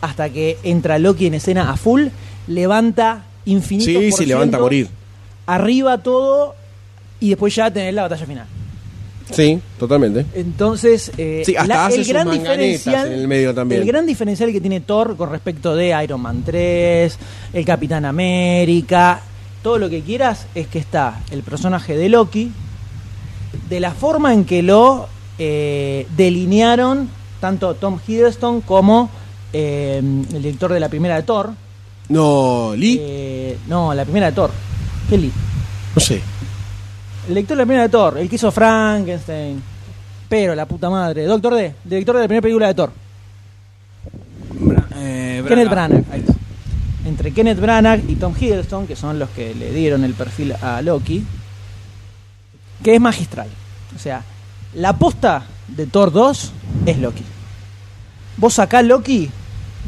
[SPEAKER 3] hasta que entra Loki en escena a full, levanta infinito.
[SPEAKER 2] sí,
[SPEAKER 3] por
[SPEAKER 2] sí, levanta a
[SPEAKER 3] ciento,
[SPEAKER 2] morir.
[SPEAKER 3] Arriba todo y después ya tenés la batalla final.
[SPEAKER 2] Sí, totalmente.
[SPEAKER 3] Entonces, eh,
[SPEAKER 2] Sí, hasta
[SPEAKER 3] la-
[SPEAKER 2] hace
[SPEAKER 3] el
[SPEAKER 2] sus
[SPEAKER 3] gran
[SPEAKER 2] manganetas
[SPEAKER 3] diferencial
[SPEAKER 2] en el medio también.
[SPEAKER 3] el gran diferencial que tiene Thor con respecto de Iron Man 3, el Capitán América, todo lo que quieras es que está el personaje de Loki de la forma en que lo eh, delinearon tanto Tom Hiddleston como eh, el director de la primera de Thor.
[SPEAKER 2] No, Lee,
[SPEAKER 3] Eh, no, la primera de Thor. Kelly.
[SPEAKER 2] no sé.
[SPEAKER 3] El director de la primera de Thor, el que hizo Frankenstein. Pero la puta madre. Doctor D, director de la primera película de Thor.
[SPEAKER 4] Bra- eh,
[SPEAKER 3] Kenneth
[SPEAKER 4] Branagh.
[SPEAKER 3] Branagh.
[SPEAKER 4] Ahí está.
[SPEAKER 3] Entre Kenneth Branagh y Tom Hiddleston, que son los que le dieron el perfil a Loki, que es magistral. O sea, la posta de Thor 2 es Loki. Vos sacás Loki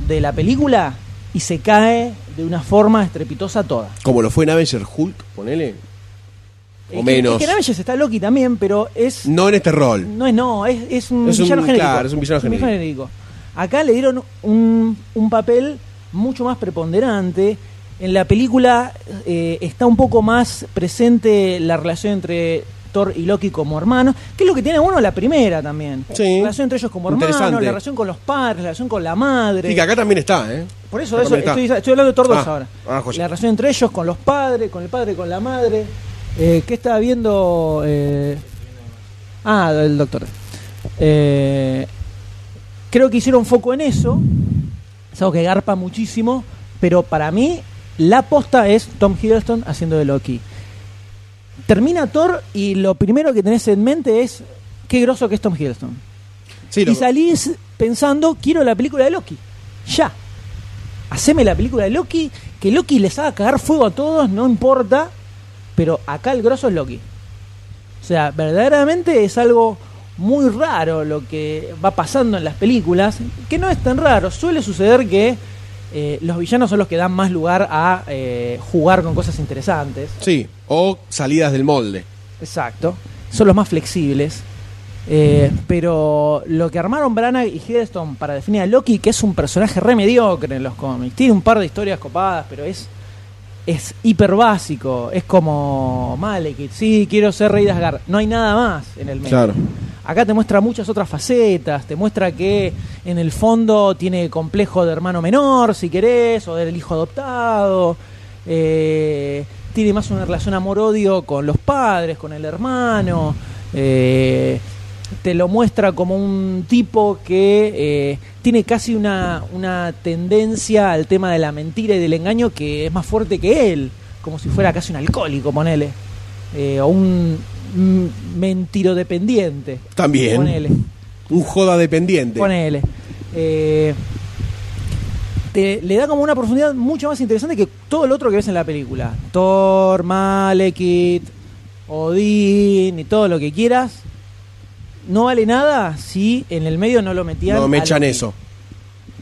[SPEAKER 3] de la película y se cae de una forma estrepitosa toda.
[SPEAKER 2] Como lo fue en Avenger Hulk, ponele. O
[SPEAKER 3] Es que-
[SPEAKER 2] menos.
[SPEAKER 3] Es que Navajas está Loki también, pero es.
[SPEAKER 2] No en este rol.
[SPEAKER 3] No es no, es, es un
[SPEAKER 2] Es un-
[SPEAKER 3] villano genérico.
[SPEAKER 2] claro, es un villano genérico.
[SPEAKER 3] Acá le dieron un, un papel mucho más preponderante. En la película eh, está un poco más presente la relación entre Thor y Loki como hermanos, que es lo que tiene uno la primera también.
[SPEAKER 2] Sí.
[SPEAKER 3] La relación entre ellos como hermanos, la
[SPEAKER 2] Interesante.
[SPEAKER 3] relación con los padres, la relación con la madre.
[SPEAKER 2] Y que acá también está, ¿eh?
[SPEAKER 3] Por eso,
[SPEAKER 2] Acá
[SPEAKER 3] eso
[SPEAKER 2] también está.
[SPEAKER 3] estoy, estoy hablando de Thor 2
[SPEAKER 2] Ah,
[SPEAKER 3] ahora.
[SPEAKER 2] ah, joya.
[SPEAKER 3] la relación entre ellos, con los padres, con el padre, con la madre. Eh, ¿Qué estaba viendo? eh? Ah, el doctor. Eh, creo que hicieron foco en eso. Es algo que garpa muchísimo. Pero para mí, la posta es Tom Hiddleston haciendo de Loki. Termina Thor y lo primero que tenés en mente es qué groso que es Tom Hiddleston.
[SPEAKER 2] Sí, lo-
[SPEAKER 3] Y salís pensando, quiero la película de Loki. Ya. Haceme la película de Loki, que Loki les haga cagar fuego a todos, no importa. Pero acá el grosso es Loki. O sea, verdaderamente es algo muy raro lo que va pasando en las películas, que no es tan raro. Suele suceder que eh, los villanos son los que dan más lugar a eh, jugar con cosas interesantes.
[SPEAKER 2] Sí, o salidas del molde.
[SPEAKER 3] Exacto. Son los más flexibles. Eh, pero lo que armaron Branagh y Hiddleston para definir a Loki, que es un personaje re mediocre en los cómics, tiene un par de historias copadas, pero es, es hiper básico. Es como Malekith, sí, quiero ser rey de Asgard. No hay nada más en el medio.
[SPEAKER 2] Claro.
[SPEAKER 3] Acá te muestra muchas otras facetas, te muestra que en el fondo tiene complejo de hermano menor, si querés, o del hijo adoptado, eh, tiene más una relación amor-odio con los padres, con el hermano, eh, te lo muestra como un tipo que eh, tiene casi una, una tendencia al tema de la mentira y del engaño que es más fuerte que él, como si fuera casi un alcohólico, ponele, eh, o un mm, mentiro dependiente.
[SPEAKER 2] También.
[SPEAKER 3] Ponele.
[SPEAKER 2] Un joda dependiente.
[SPEAKER 3] Ponele. Eh, te- le da como una profundidad mucho más interesante que todo lo otro que ves en la película. Thor, Malekith, Odín y todo lo que quieras. No vale nada si en el medio no lo metían.
[SPEAKER 2] No me
[SPEAKER 3] a
[SPEAKER 2] echan
[SPEAKER 3] Loki.
[SPEAKER 2] eso.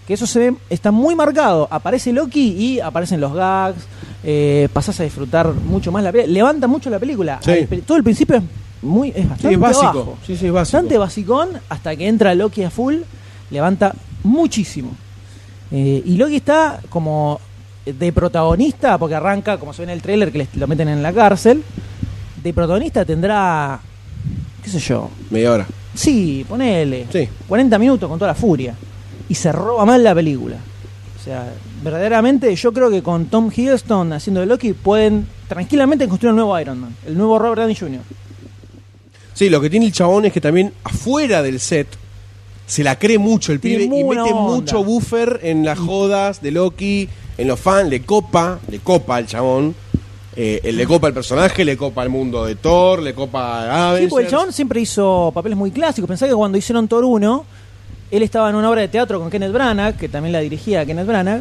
[SPEAKER 3] Que eso se ve, está muy marcado. Aparece Loki y aparecen los gags. Eh, pasás a disfrutar mucho más la película. Levanta mucho la película.
[SPEAKER 2] Sí.
[SPEAKER 3] Al pri- todo el principio es muy es
[SPEAKER 2] Sí,
[SPEAKER 3] bastante
[SPEAKER 2] es
[SPEAKER 3] bajo
[SPEAKER 2] básico. Sí, sí, es básico.
[SPEAKER 3] bastante basicón hasta que entra Loki a full, levanta muchísimo. Eh, y Loki está como de protagonista, porque arranca, como se ve en el tráiler, que les- lo meten en la cárcel. De protagonista tendrá, qué sé yo,
[SPEAKER 2] Media hora.
[SPEAKER 3] sí, ponele,
[SPEAKER 2] Sí.
[SPEAKER 3] 40 minutos con toda la furia. Y se roba mal la película. O sea, verdaderamente yo creo que con Tom Hiddleston haciendo de Loki pueden tranquilamente construir un nuevo Iron Man, el nuevo Robert Downey Jr.
[SPEAKER 2] Sí, lo que tiene el chabón es que también afuera del set se la cree mucho el pibe
[SPEAKER 3] Tiene
[SPEAKER 2] y
[SPEAKER 3] muy buena
[SPEAKER 2] mete
[SPEAKER 3] onda.
[SPEAKER 2] mucho buffer en las jodas de Loki, en los fans, le copa, le copa al chabón. Eh, le copa el personaje, le copa el mundo de Thor, le copa a
[SPEAKER 3] Sí, pues,
[SPEAKER 2] Avengers.
[SPEAKER 3] porque el chabón siempre hizo papeles muy clásicos. Pensá que cuando hicieron Thor 1, él estaba en una obra de teatro con Kenneth Branagh, que también la dirigía Kenneth Branagh,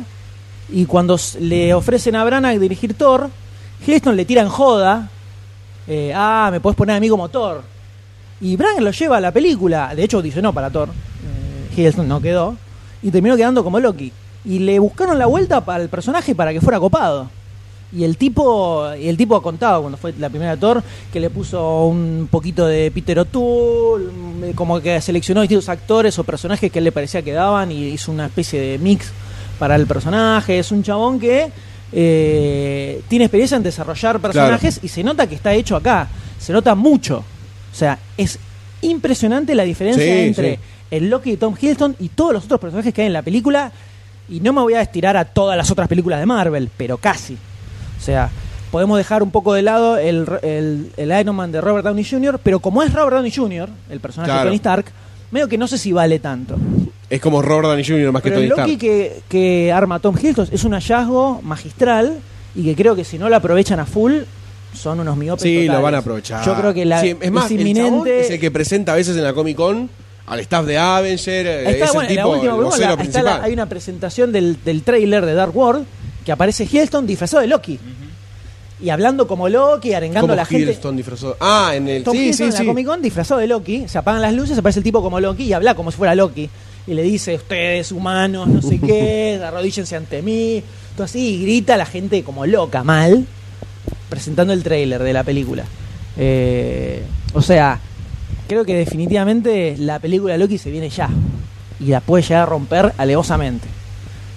[SPEAKER 3] y cuando s- le ofrecen a Branagh dirigir Thor, Hiddleston le tira en joda, eh, ah, me podés poner a mí como Thor. Y Branagh lo lleva a la película, de hecho audicionó para Thor, eh, Hiddleston no quedó, y terminó quedando como Loki. Y le buscaron la vuelta para el personaje para que fuera copado. Y el tipo, y el tipo ha contado cuando fue la primera Thor que le puso un poquito de Peter O'Toole, mm, como que seleccionó distintos actores o personajes que a él le parecía que daban y hizo una especie de mix para el personaje. Es un chabón que eh, tiene experiencia en desarrollar personajes y se nota que está hecho acá. Se nota mucho. O sea, es impresionante la diferencia
[SPEAKER 2] Sí,
[SPEAKER 3] entre
[SPEAKER 2] sí.
[SPEAKER 3] el Loki de Tom Hiddleston y todos los otros personajes que hay en la película. Y no me voy a estirar a todas las otras películas de Marvel, pero casi. O sea, podemos dejar un poco de lado el, el- el Iron Man de Robert Downey Jr., pero como es Robert Downey Jr., el personaje de
[SPEAKER 2] Claro.
[SPEAKER 3] Tony Stark, medio que no sé si vale tanto.
[SPEAKER 2] Es como Robert Downey Jr. más que
[SPEAKER 3] pero
[SPEAKER 2] Tony
[SPEAKER 3] el Loki
[SPEAKER 2] Stark.
[SPEAKER 3] que, que arma Tom Hiddleston es un hallazgo magistral y que creo que si no lo aprovechan a full, son unos miopes
[SPEAKER 2] Sí, lo
[SPEAKER 3] totales.
[SPEAKER 2] van a aprovechar.
[SPEAKER 3] Yo creo que la,
[SPEAKER 2] Sí, es más,
[SPEAKER 3] es
[SPEAKER 2] el chabón
[SPEAKER 3] inminente...
[SPEAKER 2] es el que presenta a veces en la Comic Con al staff de Avengers. eh,
[SPEAKER 3] Está,
[SPEAKER 2] es
[SPEAKER 3] bueno,
[SPEAKER 2] el
[SPEAKER 3] en la
[SPEAKER 2] tipo,
[SPEAKER 3] última
[SPEAKER 2] el
[SPEAKER 3] película,
[SPEAKER 2] vocero
[SPEAKER 3] la- está la-
[SPEAKER 2] principal.
[SPEAKER 3] hay una presentación del, del trailer de Dark World que aparece Hiddleston disfrazado de Loki. Y hablando como Loki, arengando
[SPEAKER 2] Como
[SPEAKER 3] a la gente.
[SPEAKER 2] Hiddleston disfrazado. Ah, en el.
[SPEAKER 3] Tom
[SPEAKER 2] sí,
[SPEAKER 3] Hiddleston
[SPEAKER 2] sí,
[SPEAKER 3] en la
[SPEAKER 2] sí.
[SPEAKER 3] Comic Con disfrazado de Loki, se apagan las luces, aparece el tipo como Loki y habla como si fuera Loki. Y le dice, ustedes humanos, no sé qué, arrodíllense ante mí. Todo así, y grita la gente como loca, mal, presentando el trailer de la película. Eh, o sea, creo que definitivamente la película Loki se viene ya. Y la puede llegar a romper alevosamente.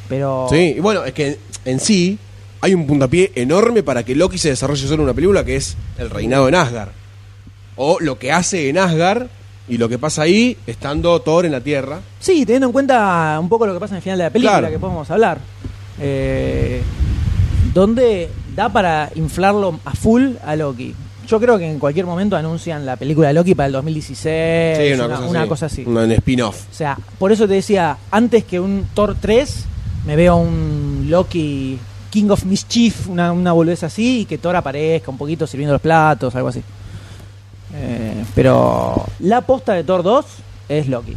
[SPEAKER 3] Pero.
[SPEAKER 2] Sí, y bueno, es que en sí hay un puntapié enorme para que Loki se desarrolle solo en una película que es el reinado en Asgard. O lo que hace en Asgard y lo que pasa ahí estando Thor en la Tierra.
[SPEAKER 3] Sí, teniendo en cuenta un poco lo que pasa en el final de la película,
[SPEAKER 2] Claro.
[SPEAKER 3] que podemos hablar. Eh, donde da para inflarlo a full a Loki. Yo creo que en cualquier momento anuncian la película de Loki para el 2016.
[SPEAKER 2] Sí,
[SPEAKER 3] una, una cosa así.
[SPEAKER 2] Un un spin-off.
[SPEAKER 3] O sea, por eso te decía, antes que un Thor 3, me veo un Loki King of Mischief, una, una boludez así, y que Thor aparezca un poquito sirviendo los platos, algo así. Eh, pero la posta de Thor 2 es Loki.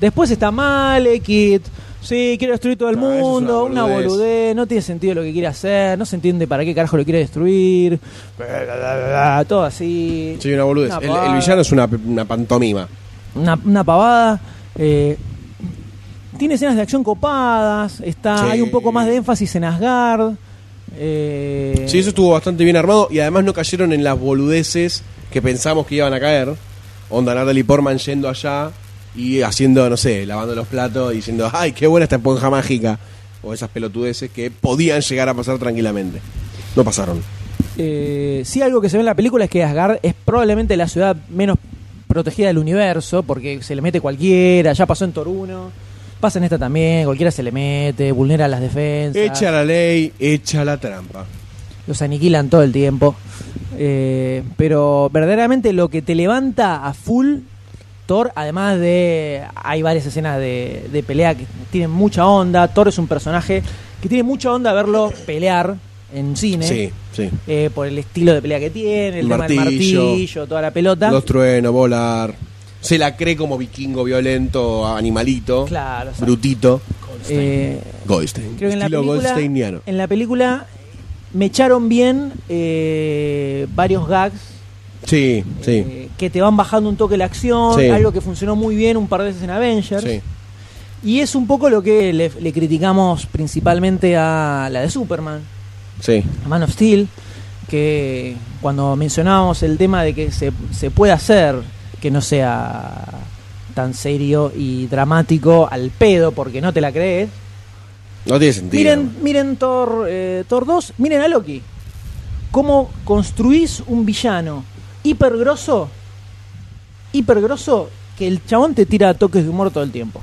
[SPEAKER 3] Después está Malekith. Sí, quiero destruir todo el
[SPEAKER 2] Ah, eso es una
[SPEAKER 3] mundo, una boludez.
[SPEAKER 2] boludez.
[SPEAKER 3] no tiene sentido lo que quiere hacer, no se entiende para qué carajo lo quiere destruir, bla, bla, bla, bla, todo así.
[SPEAKER 2] Sí, una boludez.
[SPEAKER 3] Una
[SPEAKER 2] El, el
[SPEAKER 3] pavada.
[SPEAKER 2] villano es una, una pantomima.
[SPEAKER 3] una, una pavada. eh, tiene escenas de acción copadas, está,
[SPEAKER 2] Sí.
[SPEAKER 3] hay un poco más de énfasis en Asgard. eh,
[SPEAKER 2] Sí, eso estuvo bastante bien armado y además no cayeron en las boludeces que pensamos que iban a caer. Onda Natalie Portman yendo allá y haciendo, no sé, lavando los platos y diciendo, ¡ay, qué buena esta esponja mágica! O esas pelotudeces que podían llegar a pasar tranquilamente. No pasaron.
[SPEAKER 3] eh, sí, algo que se ve en la película es que Asgard es probablemente la ciudad menos protegida del universo, porque se le mete cualquiera, ya pasó en Toruno, pasa en esta también, cualquiera se le mete, vulnera las defensas.
[SPEAKER 2] Echa la ley, echa la trampa.
[SPEAKER 3] los aniquilan todo el tiempo. Eh, pero verdaderamente lo que te levanta a full Thor, además de. Hay varias escenas de, de pelea que tienen mucha onda. Thor es un personaje que tiene mucha onda verlo pelear en cine.
[SPEAKER 2] Sí, sí.
[SPEAKER 3] eh, por el estilo de pelea que tiene,
[SPEAKER 2] El
[SPEAKER 3] el, tema del
[SPEAKER 2] martillo.
[SPEAKER 3] martillo, toda la pelota.
[SPEAKER 2] Los truenos, volar. Se la cree como vikingo violento, animalito,
[SPEAKER 3] Claro, exacto.
[SPEAKER 2] brutito.
[SPEAKER 3] Eh,
[SPEAKER 2] Goldstein.
[SPEAKER 3] Creo que en la,
[SPEAKER 2] Estilo
[SPEAKER 3] película,
[SPEAKER 2] Goldsteiniano.
[SPEAKER 3] en la película me echaron bien eh, varios gags
[SPEAKER 2] Sí, sí.
[SPEAKER 3] eh, que te van bajando un toque la acción,
[SPEAKER 2] Sí.
[SPEAKER 3] algo que funcionó muy bien un par de veces en Avengers.
[SPEAKER 2] sí.
[SPEAKER 3] Y es un poco lo que le, le criticamos principalmente a la de Superman,
[SPEAKER 2] Sí.
[SPEAKER 3] a Man of Steel, que cuando mencionábamos el tema de que se, se puede hacer que no sea tan serio y dramático al pedo porque no te la crees.
[SPEAKER 2] No tiene sentido.
[SPEAKER 3] Miren, miren Thor, eh, Thor 2, miren a Loki. Cómo construís un villano hipergrosso, hipergrosso, que el chabón te tira toques de humor todo el tiempo.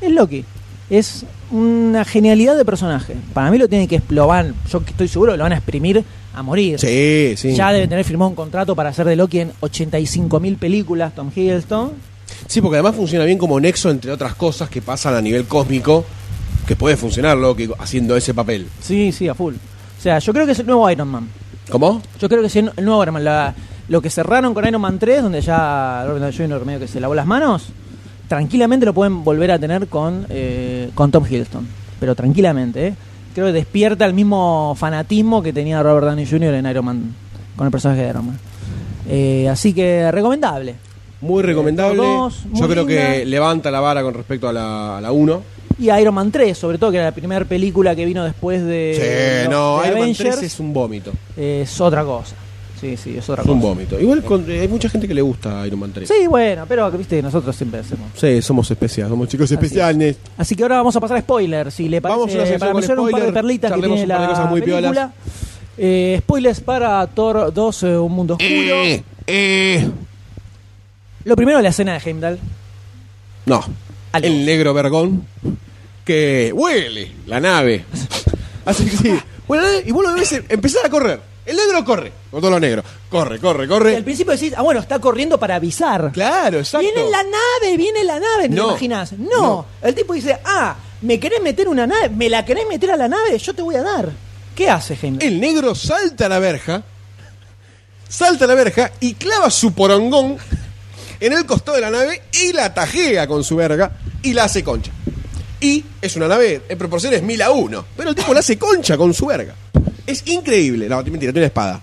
[SPEAKER 3] Es Loki. Es una genialidad de personaje. Para mí lo tienen que explotar. Yo que estoy seguro que lo van a exprimir a morir.
[SPEAKER 2] Sí, sí.
[SPEAKER 3] Ya deben tener firmado un contrato para hacer de Loki en 85.000 películas, Tom Hiddleston.
[SPEAKER 2] Sí, porque además funciona bien como nexo entre otras cosas que pasan a nivel cósmico, que puede funcionar Loki haciendo ese papel.
[SPEAKER 3] Sí, sí, a full. O sea, yo creo que es el nuevo Iron Man.
[SPEAKER 2] ¿Cómo?
[SPEAKER 3] Yo creo que si el nuevo Iron Man, la- lo que cerraron con Iron Man 3, donde ya Robert Downey Jr. medio que se lavó las manos, tranquilamente lo pueden volver a tener con, eh, con Tom Hiddleston. Pero tranquilamente, ¿eh? Creo que despierta el mismo fanatismo que tenía Robert Downey Jr. en Iron Man, con el personaje de Iron Man. Eh, así que recomendable.
[SPEAKER 2] Muy recomendable.
[SPEAKER 3] Thor dos, muy
[SPEAKER 2] Yo creo
[SPEAKER 3] linda.
[SPEAKER 2] que levanta la vara con respecto a la, a la 1.
[SPEAKER 3] Y Iron Man 3, sobre todo, que era la primera película que vino después de.
[SPEAKER 2] sí,
[SPEAKER 3] Eh, los-
[SPEAKER 2] no,
[SPEAKER 3] de
[SPEAKER 2] Iron Man
[SPEAKER 3] Avengers, eh,
[SPEAKER 2] 3 es un vómito.
[SPEAKER 3] es otra cosa. Sí, sí, es otra
[SPEAKER 2] Es un
[SPEAKER 3] cosa.
[SPEAKER 2] vómito. Igual con- eh, hay mucha gente que le gusta Iron Man 3.
[SPEAKER 3] Sí, bueno, pero viste, nosotros siempre hacemos.
[SPEAKER 2] Sí, somos especiales, somos chicos
[SPEAKER 3] Así es.
[SPEAKER 2] especiales.
[SPEAKER 3] Así que ahora vamos a pasar a spoilers, si le parece.
[SPEAKER 2] Vamos a una sección
[SPEAKER 3] para
[SPEAKER 2] con
[SPEAKER 3] mencionar un par de
[SPEAKER 2] spoilers,
[SPEAKER 3] perlitas que
[SPEAKER 2] charlemos
[SPEAKER 3] tiene
[SPEAKER 2] un par de
[SPEAKER 3] la
[SPEAKER 2] cosas muy
[SPEAKER 3] película.
[SPEAKER 2] piolas.
[SPEAKER 3] Eh, spoilers para Thor 2, eh, Un Mundo Oscuro.
[SPEAKER 2] eh.
[SPEAKER 3] Lo primero, la escena de Heimdall.
[SPEAKER 2] No.
[SPEAKER 3] Algo.
[SPEAKER 2] El negro vergón que huele la nave. Así que sí. Bueno, y vos lo ves em- empezar a correr. El negro corre. Con todo lo negro. Corre, corre,
[SPEAKER 3] Y al
[SPEAKER 2] corre.
[SPEAKER 3] principio decís, ah, bueno, está corriendo para avisar.
[SPEAKER 2] Claro, exacto.
[SPEAKER 3] Viene la nave, viene la nave, ¿no,
[SPEAKER 2] No.
[SPEAKER 3] te imaginas? No.
[SPEAKER 2] No.
[SPEAKER 3] El tipo dice, ah, ¿me querés meter una nave? ¿Me la querés meter a la nave? Yo te voy a dar. ¿Qué hace Heimdall?
[SPEAKER 2] El negro salta a la verja. Salta a la verja y clava su porongón en el costado de la nave y la tajea con su verga y la hace concha. Y es una nave en proporciones mil a uno, pero el tipo la hace concha con su verga. Es increíble. No, mentira, tiene una espada.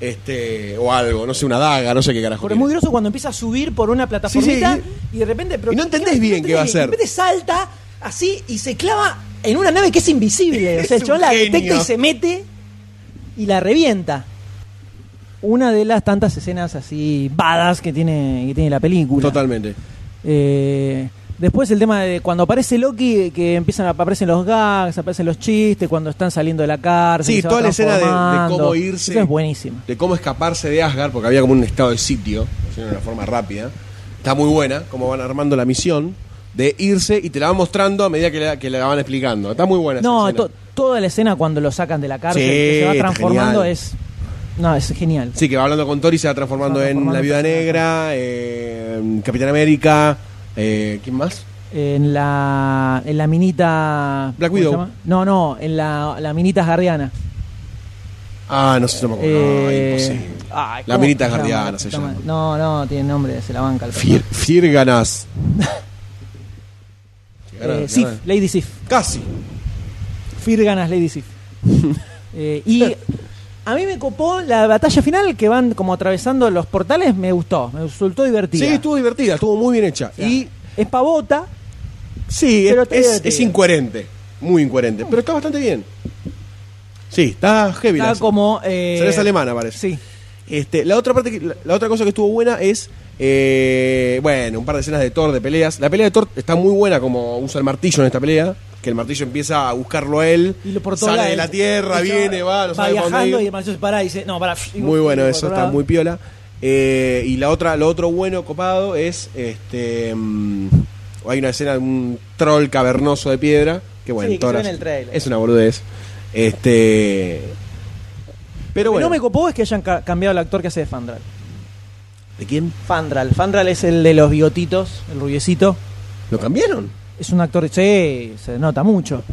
[SPEAKER 2] Este, o algo, no sé, una daga, no sé qué carajo.
[SPEAKER 3] Porque es
[SPEAKER 2] tiene.
[SPEAKER 3] muy groso cuando empieza a subir por una plataformita
[SPEAKER 2] Sí,
[SPEAKER 3] y de repente. pero
[SPEAKER 2] Y no entendés bien qué va a
[SPEAKER 3] entendés bien.
[SPEAKER 2] hacer.
[SPEAKER 3] De repente salta así y se clava en una nave que es invisible. O sea,
[SPEAKER 2] Es
[SPEAKER 3] el
[SPEAKER 2] un
[SPEAKER 3] chabón la
[SPEAKER 2] genio.
[SPEAKER 3] detecta y se mete y la revienta. una de las tantas escenas así badas que tiene, que tiene la película.
[SPEAKER 2] Totalmente.
[SPEAKER 3] Eh, después el tema de cuando aparece Loki, que empiezan a, aparecen los gags, aparecen los chistes, cuando están saliendo de la cárcel.
[SPEAKER 2] Sí,
[SPEAKER 3] se va
[SPEAKER 2] toda la escena de- de
[SPEAKER 3] transformando.
[SPEAKER 2] cómo irse.
[SPEAKER 3] Esa es buenísima.
[SPEAKER 2] de cómo escaparse de Asgard, porque había como un estado de sitio, lo hicieron de una forma rápida. Está muy buena, cómo van armando la misión de irse y te la van mostrando a medida que la, que la van explicando. Está muy buena. esa
[SPEAKER 3] No,
[SPEAKER 2] escena.
[SPEAKER 3] to- toda la escena cuando lo sacan de la cárcel,
[SPEAKER 2] Sí,
[SPEAKER 3] que se va
[SPEAKER 2] está
[SPEAKER 3] transformando,
[SPEAKER 2] genial.
[SPEAKER 3] es. No, es genial.
[SPEAKER 2] Sí, que va hablando con Thor y se va transformando,
[SPEAKER 3] Se va transformando
[SPEAKER 2] en La Viuda
[SPEAKER 3] en personaje.
[SPEAKER 2] Negra, eh, en Capitán América, eh, ¿quién más?
[SPEAKER 3] En la, en la minita.
[SPEAKER 2] Black
[SPEAKER 3] ¿cómo se
[SPEAKER 2] Widow.
[SPEAKER 3] llama? No, no, en la, la minita asgardiana.
[SPEAKER 2] Ah, no sé, no me acuerdo.
[SPEAKER 3] Eh,
[SPEAKER 2] Ay, imposible.
[SPEAKER 3] ay,
[SPEAKER 2] La
[SPEAKER 3] ¿cómo
[SPEAKER 2] minita
[SPEAKER 3] se llama?
[SPEAKER 2] asgardiana se llama.
[SPEAKER 3] No, no, tiene nombre, se la banca. el
[SPEAKER 2] Fier- Fierganas.
[SPEAKER 3] Eh, Sif, Lady Sif.
[SPEAKER 2] Casi.
[SPEAKER 3] Firganas Lady Sif. Eh, y a mí me copó la batalla final que van como atravesando los portales, me gustó, me resultó divertida.
[SPEAKER 2] Sí, estuvo divertida, estuvo muy bien hecha.
[SPEAKER 3] O sea,
[SPEAKER 2] Y
[SPEAKER 3] es pavota,
[SPEAKER 2] Sí,
[SPEAKER 3] Pero
[SPEAKER 2] es,
[SPEAKER 3] te digo,
[SPEAKER 2] es-
[SPEAKER 3] te
[SPEAKER 2] es
[SPEAKER 3] digo.
[SPEAKER 2] incoherente. Muy incoherente. Pero está bastante bien. Sí, está heavy.
[SPEAKER 3] está
[SPEAKER 2] la-
[SPEAKER 3] como... eh,
[SPEAKER 2] Cerveza alemana, parece.
[SPEAKER 3] Sí.
[SPEAKER 2] Este, la, otra parte que- la, la otra cosa que estuvo buena es. eh, bueno, un par de escenas de Thor, de peleas. La pelea de Thor está muy buena, como usa el martillo en esta pelea. Que el martillo empieza a buscarlo a él.
[SPEAKER 3] Y lo por todo
[SPEAKER 2] sale
[SPEAKER 3] lado,
[SPEAKER 2] de la
[SPEAKER 3] él-
[SPEAKER 2] tierra,
[SPEAKER 3] él
[SPEAKER 2] viene, va, no sabe pa' dónde
[SPEAKER 3] viajando
[SPEAKER 2] ir.
[SPEAKER 3] y el maestro se para y dice, no, para.
[SPEAKER 2] Muy bueno eso, está muy piola. Eh, y la otra, lo otro bueno copado es este mm, hay una escena de un troll cavernoso de piedra, que bueno,
[SPEAKER 3] Sí, que se
[SPEAKER 2] Thor
[SPEAKER 3] ve
[SPEAKER 2] hace-
[SPEAKER 3] en el tráiler.
[SPEAKER 2] es una boludez. Este pero
[SPEAKER 3] Lo que
[SPEAKER 2] bueno,
[SPEAKER 3] no me copó es que hayan ca- cambiado el actor que hace de Fandral.
[SPEAKER 2] ¿de quién
[SPEAKER 3] Fandral. Fandral es el de los bigotitos, el rubiecito.
[SPEAKER 2] lo cambiaron?
[SPEAKER 3] Es un actor, sí, se nota mucho.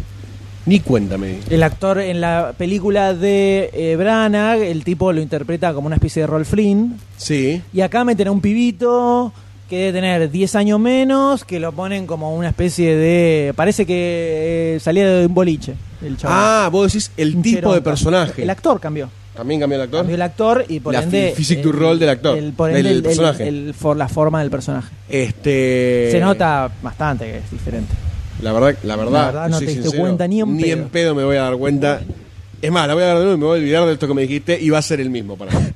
[SPEAKER 2] Ni cuéntame.
[SPEAKER 3] El actor en la película de eh, Branagh, el tipo lo interpreta como una especie de Rolf Flynn.
[SPEAKER 2] Sí.
[SPEAKER 3] Y acá meten a un pibito que debe tener 10 años menos, que lo ponen como una especie de... Parece que eh, salía de un boliche, el chaval.
[SPEAKER 2] Ah, vos decís el
[SPEAKER 3] Un
[SPEAKER 2] tipo de
[SPEAKER 3] cheronca.
[SPEAKER 2] personaje.
[SPEAKER 3] El actor cambió.
[SPEAKER 2] También cambió el actor.
[SPEAKER 3] Cambió el actor y por
[SPEAKER 2] La
[SPEAKER 3] ende...
[SPEAKER 2] fi- physique
[SPEAKER 3] el-
[SPEAKER 2] du rôle del actor,
[SPEAKER 3] el- por
[SPEAKER 2] del
[SPEAKER 3] ende, el- el-
[SPEAKER 2] personaje.
[SPEAKER 3] el- for- la forma del personaje.
[SPEAKER 2] Este
[SPEAKER 3] Se nota bastante que es diferente.
[SPEAKER 2] La verdad, la verdad,
[SPEAKER 3] La verdad no
[SPEAKER 2] soy
[SPEAKER 3] te diste cuenta ni en pedo.
[SPEAKER 2] me voy a dar cuenta. Es más, la voy a dar de nuevo y me voy a olvidar de esto que me dijiste y va a ser el mismo para mí.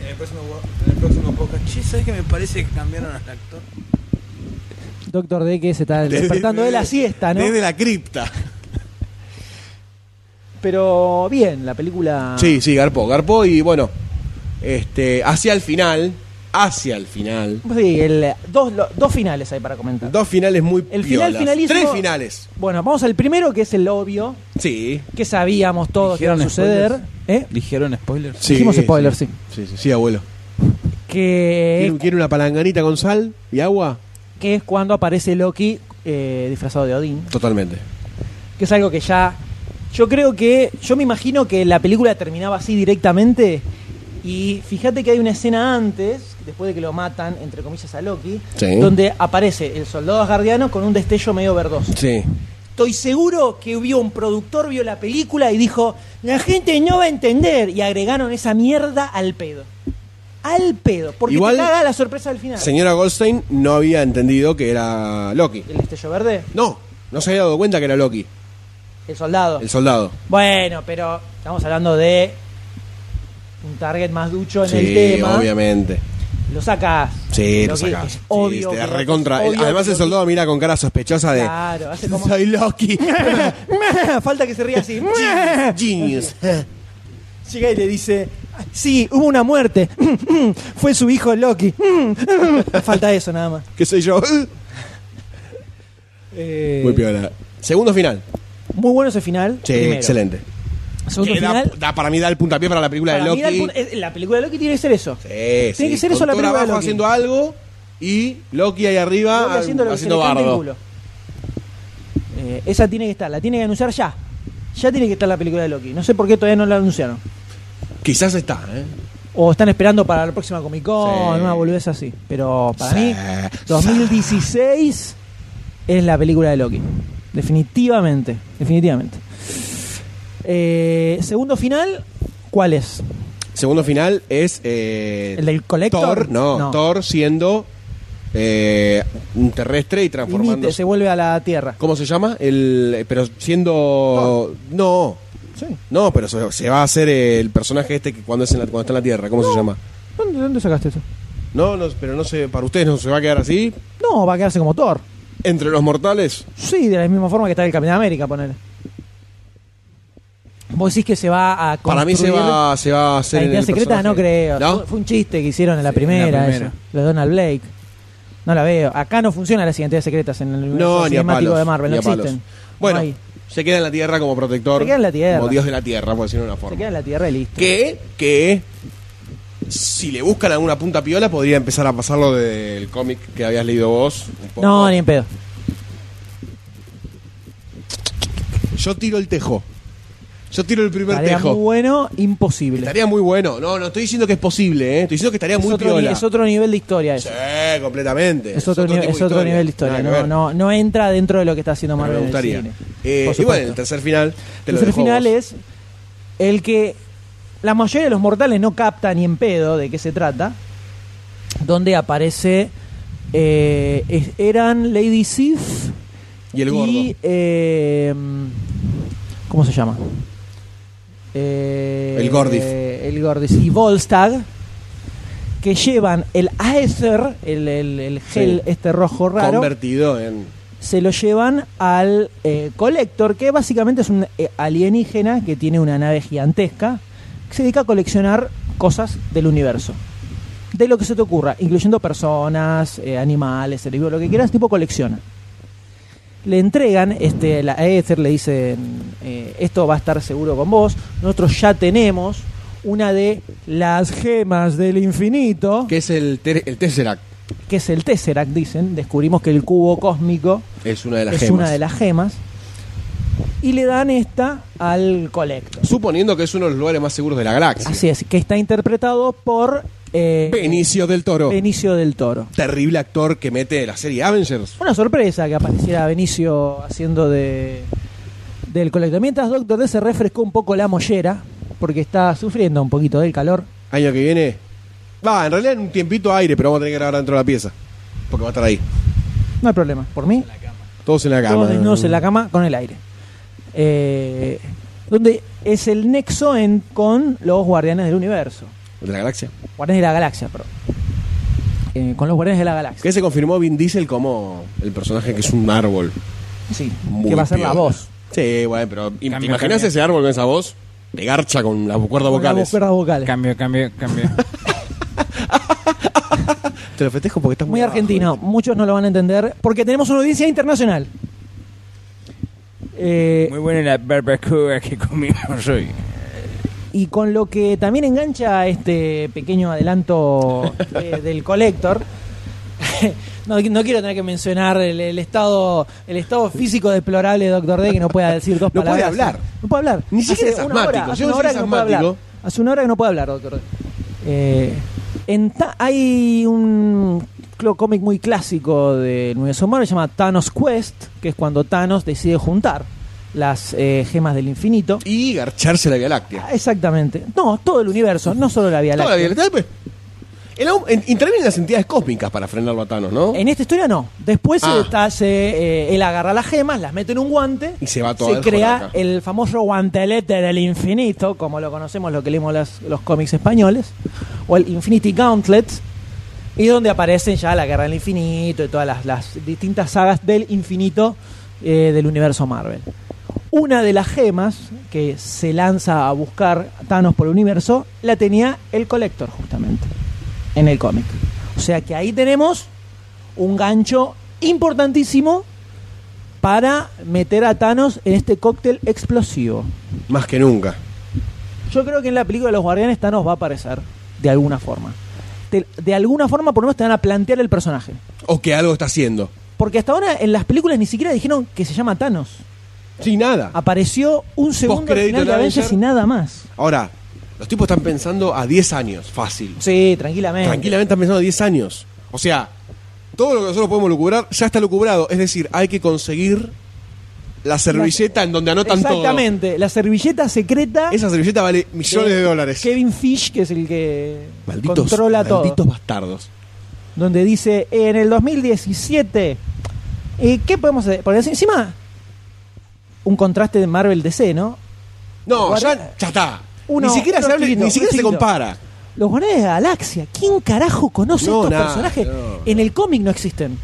[SPEAKER 1] En el próximo, en el próximo podcast. Che, ¿sabes que me parece que cambiaron al actor?
[SPEAKER 3] Doctor D que se está despertando de la siesta, ¿no?
[SPEAKER 2] Desde la cripta.
[SPEAKER 3] Pero bien, la película...
[SPEAKER 2] Sí, sí, garpó, garpó y bueno, este, hacia el final, hacia el final.
[SPEAKER 3] Sí, el- dos, lo- dos finales hay para comentar.
[SPEAKER 2] Dos finales muy
[SPEAKER 3] el final
[SPEAKER 2] piolas.
[SPEAKER 3] finalísimo.
[SPEAKER 2] Tres finales.
[SPEAKER 3] Bueno, vamos al primero que es el obvio,
[SPEAKER 2] Sí.
[SPEAKER 3] que sabíamos todos que iba a
[SPEAKER 4] ¿Dijeron
[SPEAKER 3] suceder. ¿eh?
[SPEAKER 4] ¿Dijeron spoilers?
[SPEAKER 2] sí
[SPEAKER 3] Dijimos spoiler, sí. Este-
[SPEAKER 2] Sí, sí, sí, abuelo.
[SPEAKER 3] Que,
[SPEAKER 2] ¿Quiere, quiere una palanganita con sal y agua?
[SPEAKER 3] que es cuando aparece Loki eh, disfrazado de Odín.
[SPEAKER 2] Totalmente.
[SPEAKER 3] Que es algo que ya. Yo creo que. Yo me imagino que la película terminaba así directamente. Y fíjate que hay una escena antes, después de que lo matan, entre comillas, a Loki,
[SPEAKER 2] Sí.
[SPEAKER 3] donde aparece el soldado asgardiano con un destello medio verdoso.
[SPEAKER 2] Sí.
[SPEAKER 3] Estoy seguro que vio un productor, vio la película y dijo, la gente no va a entender. Y agregaron esa mierda al pedo. Al pedo. Porque
[SPEAKER 2] Igual-
[SPEAKER 3] te caga la sorpresa del final.
[SPEAKER 2] Señora Goldstein no había entendido que era Loki.
[SPEAKER 3] El destello verde,
[SPEAKER 2] No, no se había dado cuenta que era Loki,
[SPEAKER 3] el soldado.
[SPEAKER 2] el soldado.
[SPEAKER 3] Bueno, pero estamos hablando de un target más ducho en el
[SPEAKER 2] Sí,
[SPEAKER 3] tema.
[SPEAKER 2] obviamente.
[SPEAKER 3] Lo sacas.
[SPEAKER 2] Sí, lo
[SPEAKER 3] que
[SPEAKER 2] sacás.
[SPEAKER 3] es obvio.
[SPEAKER 2] Sí, te
[SPEAKER 3] que-
[SPEAKER 2] recontra.
[SPEAKER 3] es obvio
[SPEAKER 2] Además,
[SPEAKER 3] que
[SPEAKER 2] el
[SPEAKER 3] Loki-
[SPEAKER 2] soldado eh. mira con cara sospechosa de.
[SPEAKER 3] Claro, hace como-
[SPEAKER 2] Soy Loki.
[SPEAKER 3] Falta que se ría así.
[SPEAKER 2] Genius.
[SPEAKER 3] Llega y le dice, sí, hubo una muerte. Fue su hijo Loki. Falta eso nada más.
[SPEAKER 2] ¿Qué soy yo?
[SPEAKER 3] Eh,
[SPEAKER 2] Muy piola. Segundo final.
[SPEAKER 3] Muy bueno ese final.
[SPEAKER 2] Sí,
[SPEAKER 3] primero.
[SPEAKER 2] excelente.
[SPEAKER 3] Segundo
[SPEAKER 2] Que da-
[SPEAKER 3] final.
[SPEAKER 2] da para mí da el puntapié para la película de
[SPEAKER 3] para
[SPEAKER 2] Loki.
[SPEAKER 3] mí da el punto- eh, la película de Loki tiene que ser eso.
[SPEAKER 2] Sí,
[SPEAKER 3] tiene
[SPEAKER 2] sí,
[SPEAKER 3] que ser
[SPEAKER 2] con
[SPEAKER 3] eso la
[SPEAKER 2] Thor
[SPEAKER 3] película de
[SPEAKER 2] abajo
[SPEAKER 3] Loki.
[SPEAKER 2] haciendo algo y Loki ahí arriba
[SPEAKER 3] Loki haciendo lo que se
[SPEAKER 2] Ah, haciendo
[SPEAKER 3] le canta el
[SPEAKER 2] bardo.
[SPEAKER 3] culo. Eh, esa tiene que estar, la tiene que anunciar ya. Ya tiene que estar la película de Loki. No sé por qué todavía no la anunciaron.
[SPEAKER 2] Quizás está, ¿eh?
[SPEAKER 3] O están esperando para la próxima Comic Con,
[SPEAKER 2] Sí.
[SPEAKER 3] una boludez así. Pero para
[SPEAKER 2] Sí.
[SPEAKER 3] mí, 2016 es la película de Loki. Definitivamente, definitivamente. Eh, segundo final, ¿cuál es?
[SPEAKER 2] Segundo final es. eh,
[SPEAKER 3] ¿El del Collector?
[SPEAKER 2] Thor, no,
[SPEAKER 3] No.
[SPEAKER 2] Thor siendo eh, un terrestre y
[SPEAKER 3] Dimite,
[SPEAKER 2] transformándose.
[SPEAKER 3] se vuelve a la Tierra.
[SPEAKER 2] ¿Cómo se llama? El, pero siendo. No.
[SPEAKER 3] Sí.
[SPEAKER 2] No, pero se, se va a hacer el personaje este que cuando, es en la- cuando está en la Tierra, ¿cómo se llama?
[SPEAKER 3] ¿Dónde, dónde sacaste eso?
[SPEAKER 2] No, no, pero no sé, para ustedes no se va a quedar así.
[SPEAKER 3] No, va a quedarse como Thor.
[SPEAKER 2] Entre los mortales,
[SPEAKER 3] Sí, de la misma forma que está el Capitán América, ponele. Vos decís que se va a
[SPEAKER 2] para mí se
[SPEAKER 3] construir
[SPEAKER 2] va, se va a hacer.
[SPEAKER 3] la
[SPEAKER 2] en
[SPEAKER 3] identidad
[SPEAKER 2] el
[SPEAKER 3] secreta, no
[SPEAKER 2] personaje.
[SPEAKER 3] creo.
[SPEAKER 2] ¿No?
[SPEAKER 3] Fue- Fue un chiste que hicieron en la
[SPEAKER 4] Sí, en la
[SPEAKER 3] primera,
[SPEAKER 4] primera.
[SPEAKER 3] eso, lo de Donald Blake. No la veo. Acá no funcionan las identidades secretas en el universo
[SPEAKER 2] No, ni a
[SPEAKER 3] cinemático
[SPEAKER 2] palos,
[SPEAKER 3] de Marvel,
[SPEAKER 2] ni
[SPEAKER 3] no
[SPEAKER 2] a palos.
[SPEAKER 3] existen.
[SPEAKER 2] Bueno,
[SPEAKER 3] No hay.
[SPEAKER 2] se queda en la Tierra como protector.
[SPEAKER 3] Se queda en la Tierra.
[SPEAKER 2] Como dios de la Tierra, por decirlo de una
[SPEAKER 3] se
[SPEAKER 2] forma.
[SPEAKER 3] queda en la Tierra y listo.
[SPEAKER 2] Que, que, si le buscan alguna punta piola, podría empezar a pasarlo del cómic que habías leído vos. un poco.
[SPEAKER 3] No, ni en pedo.
[SPEAKER 2] Yo tiro el tejo. Yo tiro el primer
[SPEAKER 3] Estaría
[SPEAKER 2] tejo.
[SPEAKER 3] muy bueno, imposible.
[SPEAKER 2] Estaría muy bueno. No, no estoy diciendo que es posible, ¿eh? Estoy diciendo que estaría
[SPEAKER 3] es,
[SPEAKER 2] muy
[SPEAKER 3] otro, ni-
[SPEAKER 2] piola.
[SPEAKER 3] es otro nivel de historia eso.
[SPEAKER 2] Sí, completamente.
[SPEAKER 3] Es otro, nivel,
[SPEAKER 2] tipo
[SPEAKER 3] es otro nivel de historia.
[SPEAKER 2] Nada que
[SPEAKER 3] No,
[SPEAKER 2] ver.
[SPEAKER 3] no, no entra dentro de lo que está haciendo
[SPEAKER 2] Pero
[SPEAKER 3] Marvel.
[SPEAKER 2] me gustaría.
[SPEAKER 3] En el cine.
[SPEAKER 2] Eh,
[SPEAKER 3] Por
[SPEAKER 2] y bueno,
[SPEAKER 3] supuesto.
[SPEAKER 2] el tercer final. Te lo
[SPEAKER 3] Entonces el
[SPEAKER 2] dejo
[SPEAKER 3] final
[SPEAKER 2] vos.
[SPEAKER 3] es el que la mayoría de los mortales no capta ni en pedo de qué se trata, donde aparece eh, es- eran Lady Sif
[SPEAKER 2] Y el gordo.
[SPEAKER 3] eh, ¿cómo se llama? Eh,
[SPEAKER 2] El Gordif.
[SPEAKER 3] eh, el Gordif y Volstagg que llevan el Aether, el, el- el gel
[SPEAKER 2] Sí.
[SPEAKER 3] este rojo raro
[SPEAKER 2] Convertido en.
[SPEAKER 3] se lo llevan al eh, Collector, que básicamente es un eh, alienígena que tiene una nave gigantesca, que se dedica a coleccionar cosas del universo. De lo que se te ocurra, incluyendo personas, eh, animales, seres vivos, lo que quieras, tipo colecciona. Le entregan, este, la a Ether le dicen, eh, esto va a estar seguro con vos, nosotros ya tenemos una de las gemas del infinito,
[SPEAKER 2] Que es el, ter- el Tesseract.
[SPEAKER 3] que es el Tesseract, dicen, descubrimos que el cubo cósmico
[SPEAKER 2] Es una de las
[SPEAKER 3] es
[SPEAKER 2] gemas.
[SPEAKER 3] una de las gemas. Y le dan esta al colector.
[SPEAKER 2] Suponiendo que es uno de los lugares más seguros de la galaxia.
[SPEAKER 3] Así es, que está interpretado por eh,
[SPEAKER 2] Benicio del Toro.
[SPEAKER 3] Benicio del Toro.
[SPEAKER 2] Terrible actor que mete la serie Avengers.
[SPEAKER 3] Una sorpresa que apareciera Benicio haciendo de del colector. Mientras Doctor D se refrescó un poco la mollera, porque está sufriendo un poquito del calor.
[SPEAKER 2] Año que viene. Va, en realidad en un tiempito aire, pero vamos a tener que grabar dentro de la pieza. Porque va a estar ahí.
[SPEAKER 3] No hay problema, por mí.
[SPEAKER 2] Todos en la cama.
[SPEAKER 3] Todos desnudos en la cama con el aire. Eh, donde es el nexo en, con los guardianes del universo.
[SPEAKER 2] De la galaxia.
[SPEAKER 3] Guardianes de la Galaxia, perdón. Eh, con los Guardianes de la Galaxia.
[SPEAKER 2] Que se confirmó Vin Diesel como el personaje que es un árbol.
[SPEAKER 3] Sí,
[SPEAKER 2] Muy
[SPEAKER 3] que va a ser la
[SPEAKER 2] piola.
[SPEAKER 3] voz.
[SPEAKER 2] Sí, bueno, pero ¿te
[SPEAKER 4] Cambio,
[SPEAKER 2] imaginas
[SPEAKER 4] cambio.
[SPEAKER 2] ese árbol con esa voz? Te garcha con las cuerdas
[SPEAKER 3] Con las
[SPEAKER 2] vocales.
[SPEAKER 3] cuerdas vocales.
[SPEAKER 4] Cambio, cambio, cambio.
[SPEAKER 2] Te lo festejo porque estás
[SPEAKER 3] Muy argentino, muchos no lo van a entender porque tenemos una audiencia internacional. Eh,
[SPEAKER 4] Muy buena la barbacoa que comimos hoy.
[SPEAKER 3] y con lo que también engancha este pequeño adelanto eh, del colector. No, no quiero tener que mencionar el, el estado el estado físico deplorable de Doctor D que no puede decir dos
[SPEAKER 2] No puede
[SPEAKER 3] palabras.
[SPEAKER 2] hablar.
[SPEAKER 3] No puede hablar.
[SPEAKER 2] Ni siquiera es
[SPEAKER 3] una hora-
[SPEAKER 2] asmático.
[SPEAKER 3] hace
[SPEAKER 2] Yo
[SPEAKER 3] una
[SPEAKER 2] no sé
[SPEAKER 3] hora
[SPEAKER 2] si es
[SPEAKER 3] que no puede
[SPEAKER 2] asmático.
[SPEAKER 3] hablar. Hace una hora que no puede hablar, Doctor D. Eh, en ta- hay un clo- cómic muy clásico del universo humano que se llama Thanos Quest, que es cuando Thanos decide juntar las eh, gemas del infinito.
[SPEAKER 2] Y garcharse la Vía Láctea.
[SPEAKER 3] Ah, Exactamente. No, todo el universo, no solo la Vía
[SPEAKER 2] Toda la
[SPEAKER 3] Láctea.
[SPEAKER 2] Vía Láctea, pues. En la- en- intervienen las entidades cósmicas para frenarlo a Thanos, ¿no?
[SPEAKER 3] En esta historia no. Después
[SPEAKER 2] Ah.
[SPEAKER 3] está- se, eh, él agarra las gemas, las mete en un guante.
[SPEAKER 2] Y se va todo
[SPEAKER 3] Se
[SPEAKER 2] el
[SPEAKER 3] crea
[SPEAKER 2] joraca.
[SPEAKER 3] el famoso guantelete del infinito, como lo conocemos, lo que leemos las- los cómics españoles. O el Infinity Gauntlet. Y donde aparecen ya la guerra del infinito y todas las, las distintas sagas del infinito eh, del universo Marvel. Una de las gemas que se lanza a buscar Thanos por el universo la tenía el Collector, justamente, en el cómic. O sea que ahí tenemos un gancho importantísimo para meter a Thanos en este cóctel explosivo.
[SPEAKER 2] Más que nunca.
[SPEAKER 3] Yo creo que en la película de los Guardianes Thanos va a aparecer, de alguna forma. Te- de alguna forma, por lo menos, te van a plantear el personaje.
[SPEAKER 2] O que algo está haciendo.
[SPEAKER 3] Porque hasta ahora en las películas ni siquiera dijeron que se llama Thanos.
[SPEAKER 2] Sin nada.
[SPEAKER 3] Apareció un segundo al
[SPEAKER 2] Postcrédito
[SPEAKER 3] final de
[SPEAKER 2] en
[SPEAKER 3] Avengers
[SPEAKER 2] Avenger.
[SPEAKER 3] y nada más.
[SPEAKER 2] Ahora, los tipos están pensando a 10 años. Fácil.
[SPEAKER 3] Sí, tranquilamente.
[SPEAKER 2] Tranquilamente están pensando a 10 años. O sea, todo lo que nosotros podemos lucubrar ya está lucubrado. Es decir, hay que conseguir la servilleta en donde anotan todo.
[SPEAKER 3] Exactamente. La servilleta secreta
[SPEAKER 2] Esa servilleta vale millones de, dólares.
[SPEAKER 3] Kevin Fish, que es el que
[SPEAKER 2] Malditos,
[SPEAKER 3] controla todo.
[SPEAKER 2] malditos bastardos.
[SPEAKER 3] donde dice en el 2017 eh, qué podemos hacer porque encima un contraste de Marvel DC no
[SPEAKER 2] No,
[SPEAKER 3] Guardianes-
[SPEAKER 2] ya, ya está.
[SPEAKER 3] Uno,
[SPEAKER 2] ni siquiera, se,
[SPEAKER 3] uno
[SPEAKER 2] hable-
[SPEAKER 3] chiquito,
[SPEAKER 2] ni siquiera se
[SPEAKER 3] chiquito.
[SPEAKER 2] compara.
[SPEAKER 3] Los Guardianes de la Galaxia. ¿Quién carajo conoce
[SPEAKER 2] No,
[SPEAKER 3] estos
[SPEAKER 2] nada,
[SPEAKER 3] personajes?
[SPEAKER 2] no, no.
[SPEAKER 3] En el cómic no existen.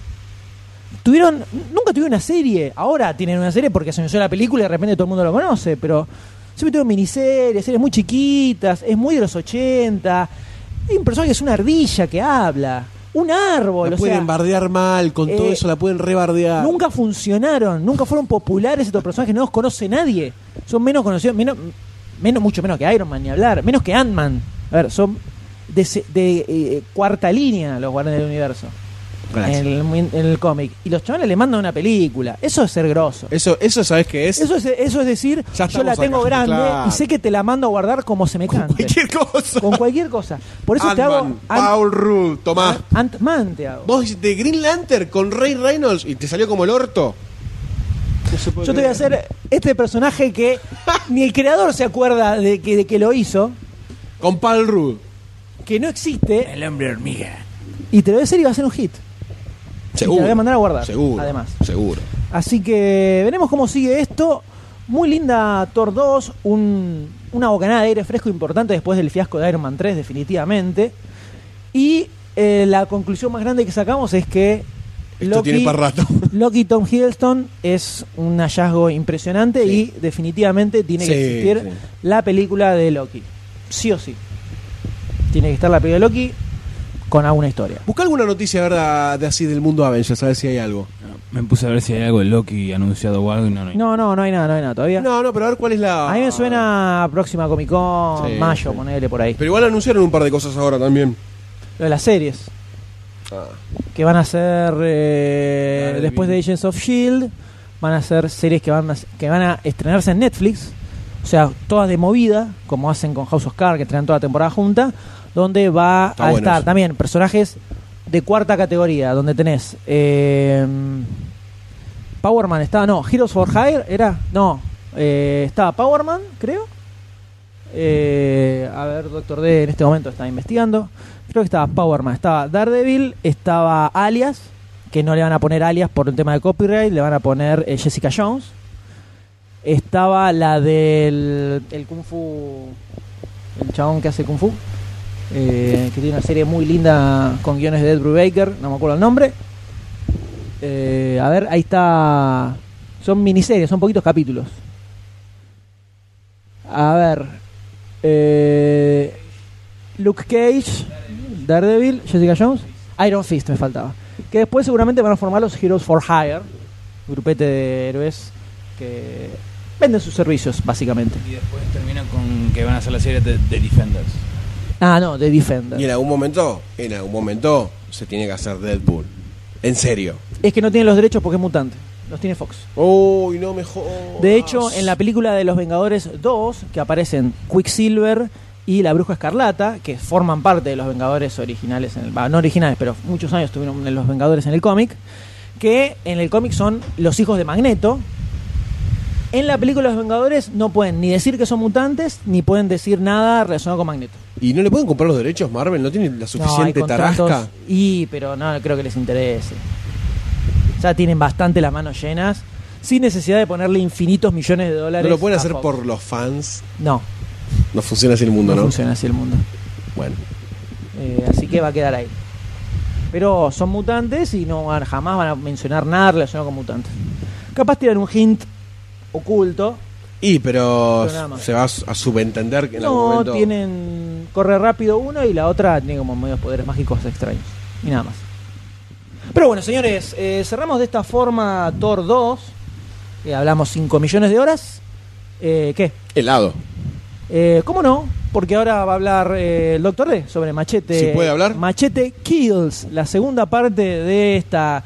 [SPEAKER 3] Tuvieron, nunca tuvieron una serie. Ahora tienen una serie porque se anunció la película y de repente todo el mundo lo conoce. Pero siempre tuvieron miniseries, series muy chiquitas. Es muy de los 80. Hay un personaje que es una ardilla que habla. Un árbol.
[SPEAKER 2] La
[SPEAKER 3] o sea,
[SPEAKER 2] pueden bardear mal, con todo
[SPEAKER 3] eh,
[SPEAKER 2] eso la pueden rebardear.
[SPEAKER 3] Nunca funcionaron, nunca fueron populares estos personajes, no los conoce nadie. Son menos conocidos, menos, menos mucho menos que Iron Man, ni hablar, menos que Ant-Man. A ver, son de, se- de, eh, cuarta línea los Guardianes del Universo en
[SPEAKER 2] Gracias.
[SPEAKER 3] el, mu- en el cómic. Y los chavales le mandan una película. Eso es ser grosso.
[SPEAKER 2] Eso, eso sabes qué es.
[SPEAKER 3] Eso es, eso es decir,
[SPEAKER 2] Ya
[SPEAKER 3] yo la
[SPEAKER 2] estamos
[SPEAKER 3] tengo
[SPEAKER 2] acá,
[SPEAKER 3] grande
[SPEAKER 2] claro.
[SPEAKER 3] y sé que te la mando a guardar como se me cante.
[SPEAKER 2] Cualquier cosa.
[SPEAKER 3] Con cualquier cosa. Por eso te hago
[SPEAKER 2] Ant-Man,
[SPEAKER 3] Ant- Ah,
[SPEAKER 2] Paul Rudd, Tomás.
[SPEAKER 3] Ant-Man te hago.
[SPEAKER 2] Vos de Green Lantern con Rey Reynolds y te salió como el orto.
[SPEAKER 3] Yo te voy a hacer este personaje que ni el creador se acuerda de que, de que lo hizo,
[SPEAKER 2] Con Paul Rudd.
[SPEAKER 3] que no existe. El hombre hormiga. Y te lo voy a hacer y va a ser un hit.
[SPEAKER 2] Seguro.
[SPEAKER 3] voy a mandar a guardar,
[SPEAKER 2] Seguro.
[SPEAKER 3] además.
[SPEAKER 2] Seguro.
[SPEAKER 3] Así que veremos cómo sigue esto. Muy linda Thor 2, un- una bocanada de aire fresco importante después del fiasco de Iron Man 3, definitivamente. Y eh, la conclusión más grande que sacamos es que
[SPEAKER 2] Esto tiene para rato.
[SPEAKER 3] Loki Tom Hiddleston es un hallazgo impresionante y definitivamente tiene
[SPEAKER 2] Sí,
[SPEAKER 3] que existir
[SPEAKER 2] sí.
[SPEAKER 3] la película de Loki. Sí o sí. Tiene que estar la película de Loki con alguna historia.
[SPEAKER 2] Busca alguna noticia verdad de así del mundo Avengers, a ver si hay algo.
[SPEAKER 4] Me puse a ver si hay algo de Loki anunciado o algo y no, no hay.
[SPEAKER 3] No, no, no hay nada, no hay nada todavía.
[SPEAKER 2] No, no, pero a ver cuál es la.
[SPEAKER 3] A mí me suena próxima Comic Con,
[SPEAKER 2] Sí,
[SPEAKER 3] mayo,
[SPEAKER 2] sí.
[SPEAKER 3] ponele por ahí.
[SPEAKER 2] Pero igual anunciaron un par de cosas ahora también.
[SPEAKER 3] Lo de las series.
[SPEAKER 2] Ah.
[SPEAKER 3] Que van a ser, eh,
[SPEAKER 2] Daredevil.
[SPEAKER 3] después de Agents of S.H.I.E.L.D., E van a ser series que van a, que van a estrenarse en Netflix. O sea, todas de movida, como hacen con House of Cards, que estrenan toda la temporada junta. Donde va
[SPEAKER 2] Está
[SPEAKER 3] a
[SPEAKER 2] bueno
[SPEAKER 3] estar
[SPEAKER 2] eso.
[SPEAKER 3] también personajes de cuarta categoría, donde tenés... eh, Power Man estaba, no, Heroes for Hire era, no, eh, estaba Power Man, creo. Eh, a ver, Doctor D en este momento está investigando. Creo que estaba Power Man, estaba Daredevil, estaba Alias, que no le van a poner Alias por un tema de copyright, le van a poner eh, Jessica Jones. Estaba la del el Kung Fu, el chabón que hace Kung Fu, eh, que tiene una serie muy linda con guiones de Ed Brubaker, no me acuerdo el nombre. Eh, a ver, ahí está. Son miniseries, son poquitos capítulos. A ver. eh, Luke Cage, Daredevil, Jessica Jones, Iron Fist me faltaba. Que después seguramente van a formar los Heroes for Hire, grupete de héroes que venden sus servicios, básicamente.
[SPEAKER 4] Y después termina con que van a hacer la serie de, de Defenders.
[SPEAKER 3] Ah, no, de Defender.
[SPEAKER 2] Y en algún momento, en algún momento, se tiene que hacer Deadpool. En serio.
[SPEAKER 3] Es que no tienen los derechos porque es mutante. Los tiene Fox.
[SPEAKER 2] Uy, no me jodas.
[SPEAKER 3] De hecho, en la película de Los Vengadores 2, que aparecen Quicksilver y la Bruja Escarlata, que forman parte de los Vengadores originales, en el, bah, no originales, pero muchos años tuvieron en los Vengadores en el cómic, que en el cómic son los hijos de Magneto. En la película Los Vengadores no pueden ni decir que son mutantes, ni pueden decir nada relacionado con Magneto.
[SPEAKER 2] ¿Y no le pueden comprar los derechos Marvel? ¿No tiene la
[SPEAKER 3] No, hay
[SPEAKER 2] suficiente
[SPEAKER 3] contratos,
[SPEAKER 2] tarasca?
[SPEAKER 3] Y, pero no creo que les interese. Ya tienen bastante las manos llenas, sin necesidad de ponerle infinitos millones de
[SPEAKER 2] ¿No
[SPEAKER 3] dólares.
[SPEAKER 2] lo pueden
[SPEAKER 3] a
[SPEAKER 2] hacer
[SPEAKER 3] Fox.
[SPEAKER 2] por los fans?
[SPEAKER 3] No,
[SPEAKER 2] No funciona así el mundo, ¿no?
[SPEAKER 3] no, funciona así el mundo.
[SPEAKER 2] Bueno.
[SPEAKER 3] Eh, así que va a quedar ahí. Pero son mutantes y no van- jamás van a mencionar nada relacionado con mutantes. Capaz tiran un hint oculto.
[SPEAKER 2] Y pero
[SPEAKER 3] Pero nada más.
[SPEAKER 2] se va a su- a subentender que en algún
[SPEAKER 3] No,
[SPEAKER 2] momento.
[SPEAKER 3] tienen. Corre rápido uno y la otra tiene como medios poderes mágicos extraños. Y nada más. Pero bueno, señores, eh, cerramos de esta forma Thor 2. Eh, hablamos 5 millones de horas. Eh, ¿Qué?
[SPEAKER 2] Helado.
[SPEAKER 3] Eh, ¿Cómo no? Porque ahora va a hablar eh, el doctor D sobre Machete.
[SPEAKER 2] Si puede hablar.
[SPEAKER 3] Machete Kills, la segunda parte de esta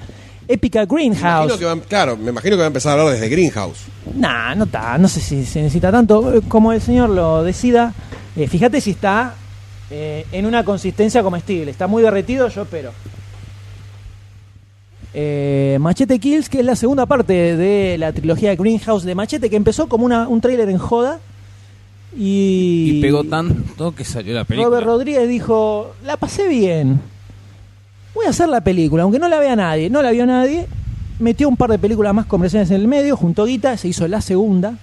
[SPEAKER 3] épica
[SPEAKER 2] Me imagino
[SPEAKER 3] Greenhouse.
[SPEAKER 2] que van- claro, me imagino que va a empezar a hablar desde Greenhouse.
[SPEAKER 3] Nah, no está, no sé si se necesita tanto. Eh, Como el señor lo decida, eh, fíjate si está eh, en una consistencia comestible. Está muy derretido, yo espero. Eh, Machete Kills, que es la segunda parte de la trilogía Greenhouse de Machete, que empezó como una- un tráiler en joda. Y,
[SPEAKER 4] Y pegó tanto que salió la película.
[SPEAKER 3] Robert Rodríguez dijo, la pasé bien. Voy a hacer la película, aunque no la vea nadie. No la vio nadie. Metió un par de películas más comerciales en el medio, juntó guita, se hizo la segunda.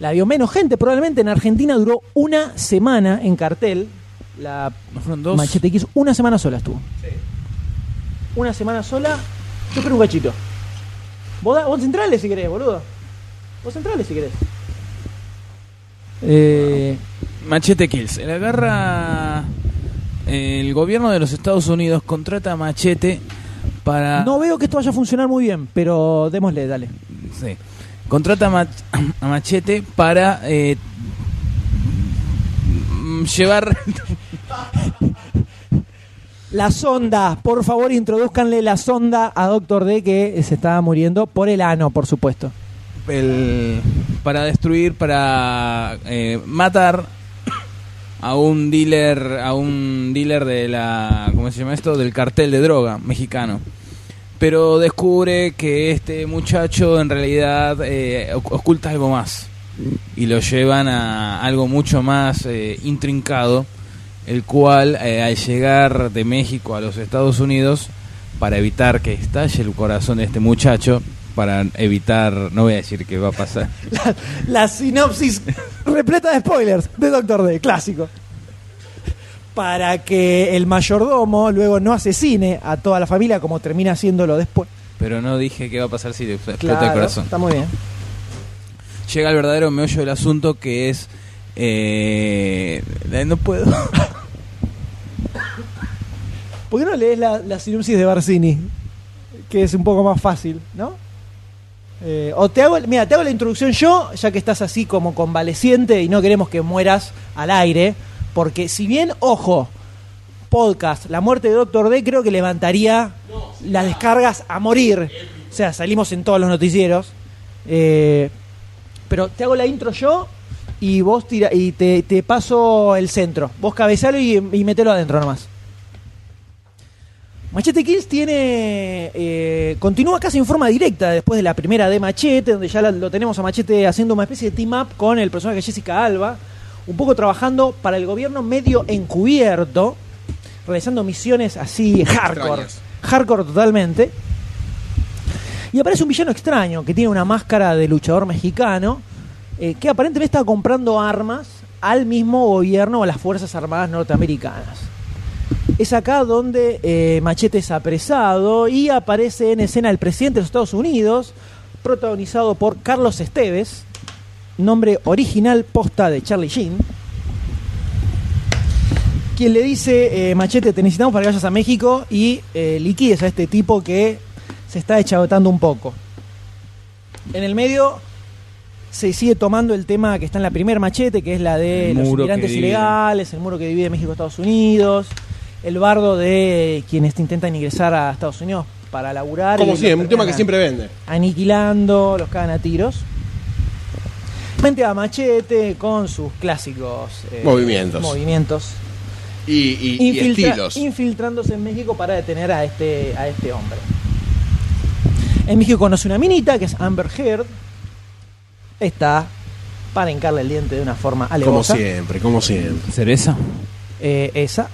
[SPEAKER 3] La vio menos gente, probablemente en Argentina duró una semana en cartel. La
[SPEAKER 4] ¿No fueron dos?
[SPEAKER 3] Machete Kiss, una semana sola estuvo. Una semana sola, yo espero un cachito. Vos, da- vos centrales si querés, boludo. Vos centrales si querés. Eh,
[SPEAKER 4] Machete Kills. La agarra. El gobierno de los Estados Unidos contrata a Machete para.
[SPEAKER 3] No veo que esto vaya a funcionar muy bien, pero démosle, dale.
[SPEAKER 4] Sí. Contrata a, Mach- a Machete para eh, mm, llevar.
[SPEAKER 3] La sonda, por favor, introduzcanle la sonda a Doctor D que se estaba muriendo por el ano, por supuesto.
[SPEAKER 4] el- para destruir, para eh, matar a un dealer, a un dealer de la, ¿cómo se llama esto? Del cartel de droga mexicano. Pero descubre que este muchacho en realidad eh, oc- oculta algo más y lo llevan a algo mucho más eh, intrincado, el cual eh, al llegar de México a los Estados Unidos para evitar que estalle el corazón de este muchacho, para evitar, no voy a decir qué va a pasar.
[SPEAKER 3] La, la sinopsis repleta de spoilers de Doctor D, clásico. Para que el mayordomo luego no asesine a toda la familia como termina haciéndolo después.
[SPEAKER 4] Pero no dije qué va a pasar si le explota el
[SPEAKER 3] Claro,
[SPEAKER 4] corazón.
[SPEAKER 3] Está muy bien.
[SPEAKER 4] Llega el verdadero meollo del asunto que es... eh, no puedo.
[SPEAKER 3] ¿Por qué no lees la, la sinopsis de Barcini? Que es un poco más fácil, ¿no? Eh, o te hago, mira, te hago la introducción yo, ya que estás así como convaleciente y no queremos que mueras al aire, porque si bien, ojo, podcast, la muerte de Doctor D creo que levantaría las descargas a morir. O sea, salimos en todos los noticieros. Eh, pero te hago la intro yo y vos tira, y te, te paso el centro. Vos cabezalo y, y metelo adentro nomás. Machete Kills tiene. eh, continúa casi en forma directa después de la primera de Machete, donde ya la- lo tenemos a Machete haciendo una especie de team up con el personaje Jessica Alba, un poco trabajando para el gobierno medio encubierto, realizando misiones así hardcore.
[SPEAKER 2] Extrañas.
[SPEAKER 3] Hardcore totalmente. Y aparece un villano extraño que tiene una máscara de luchador mexicano eh, que aparentemente está comprando armas al mismo gobierno o a las Fuerzas Armadas norteamericanas. Es acá donde eh, Machete es apresado y aparece en escena el presidente de los Estados Unidos, protagonizado por Carlos Esteves, nombre original posta de Charlie Sheen, quien le dice, eh, Machete, te necesitamos para que vayas a México y eh, liquides a este tipo que se está echabotando un poco. En el medio se sigue tomando el tema que está en la primer machete, que es la de
[SPEAKER 4] El
[SPEAKER 3] los
[SPEAKER 4] muro que
[SPEAKER 3] inmigrantes
[SPEAKER 4] divide.
[SPEAKER 3] ilegales, el muro que divide México y Estados Unidos, el bardo de quienes te intentan ingresar a Estados Unidos para laburar. y
[SPEAKER 2] Como
[SPEAKER 3] los
[SPEAKER 2] siempre, un tema que
[SPEAKER 3] terminan
[SPEAKER 2] siempre vende.
[SPEAKER 3] aniquilando, los cagan a tiros. Mente a machete con sus clásicos eh,
[SPEAKER 2] Movimientos.
[SPEAKER 3] movimientos.
[SPEAKER 2] Y, y- y
[SPEAKER 3] Infiltra-
[SPEAKER 2] estilos.
[SPEAKER 3] Infiltrándose en México para detener a este, a este hombre. En México conoce una minita que es Amber Heard. Está para hincarle el diente de una forma
[SPEAKER 2] Como
[SPEAKER 3] alevosa.
[SPEAKER 2] siempre, como siempre.
[SPEAKER 4] ¿Cereza?
[SPEAKER 3] Eh, esa.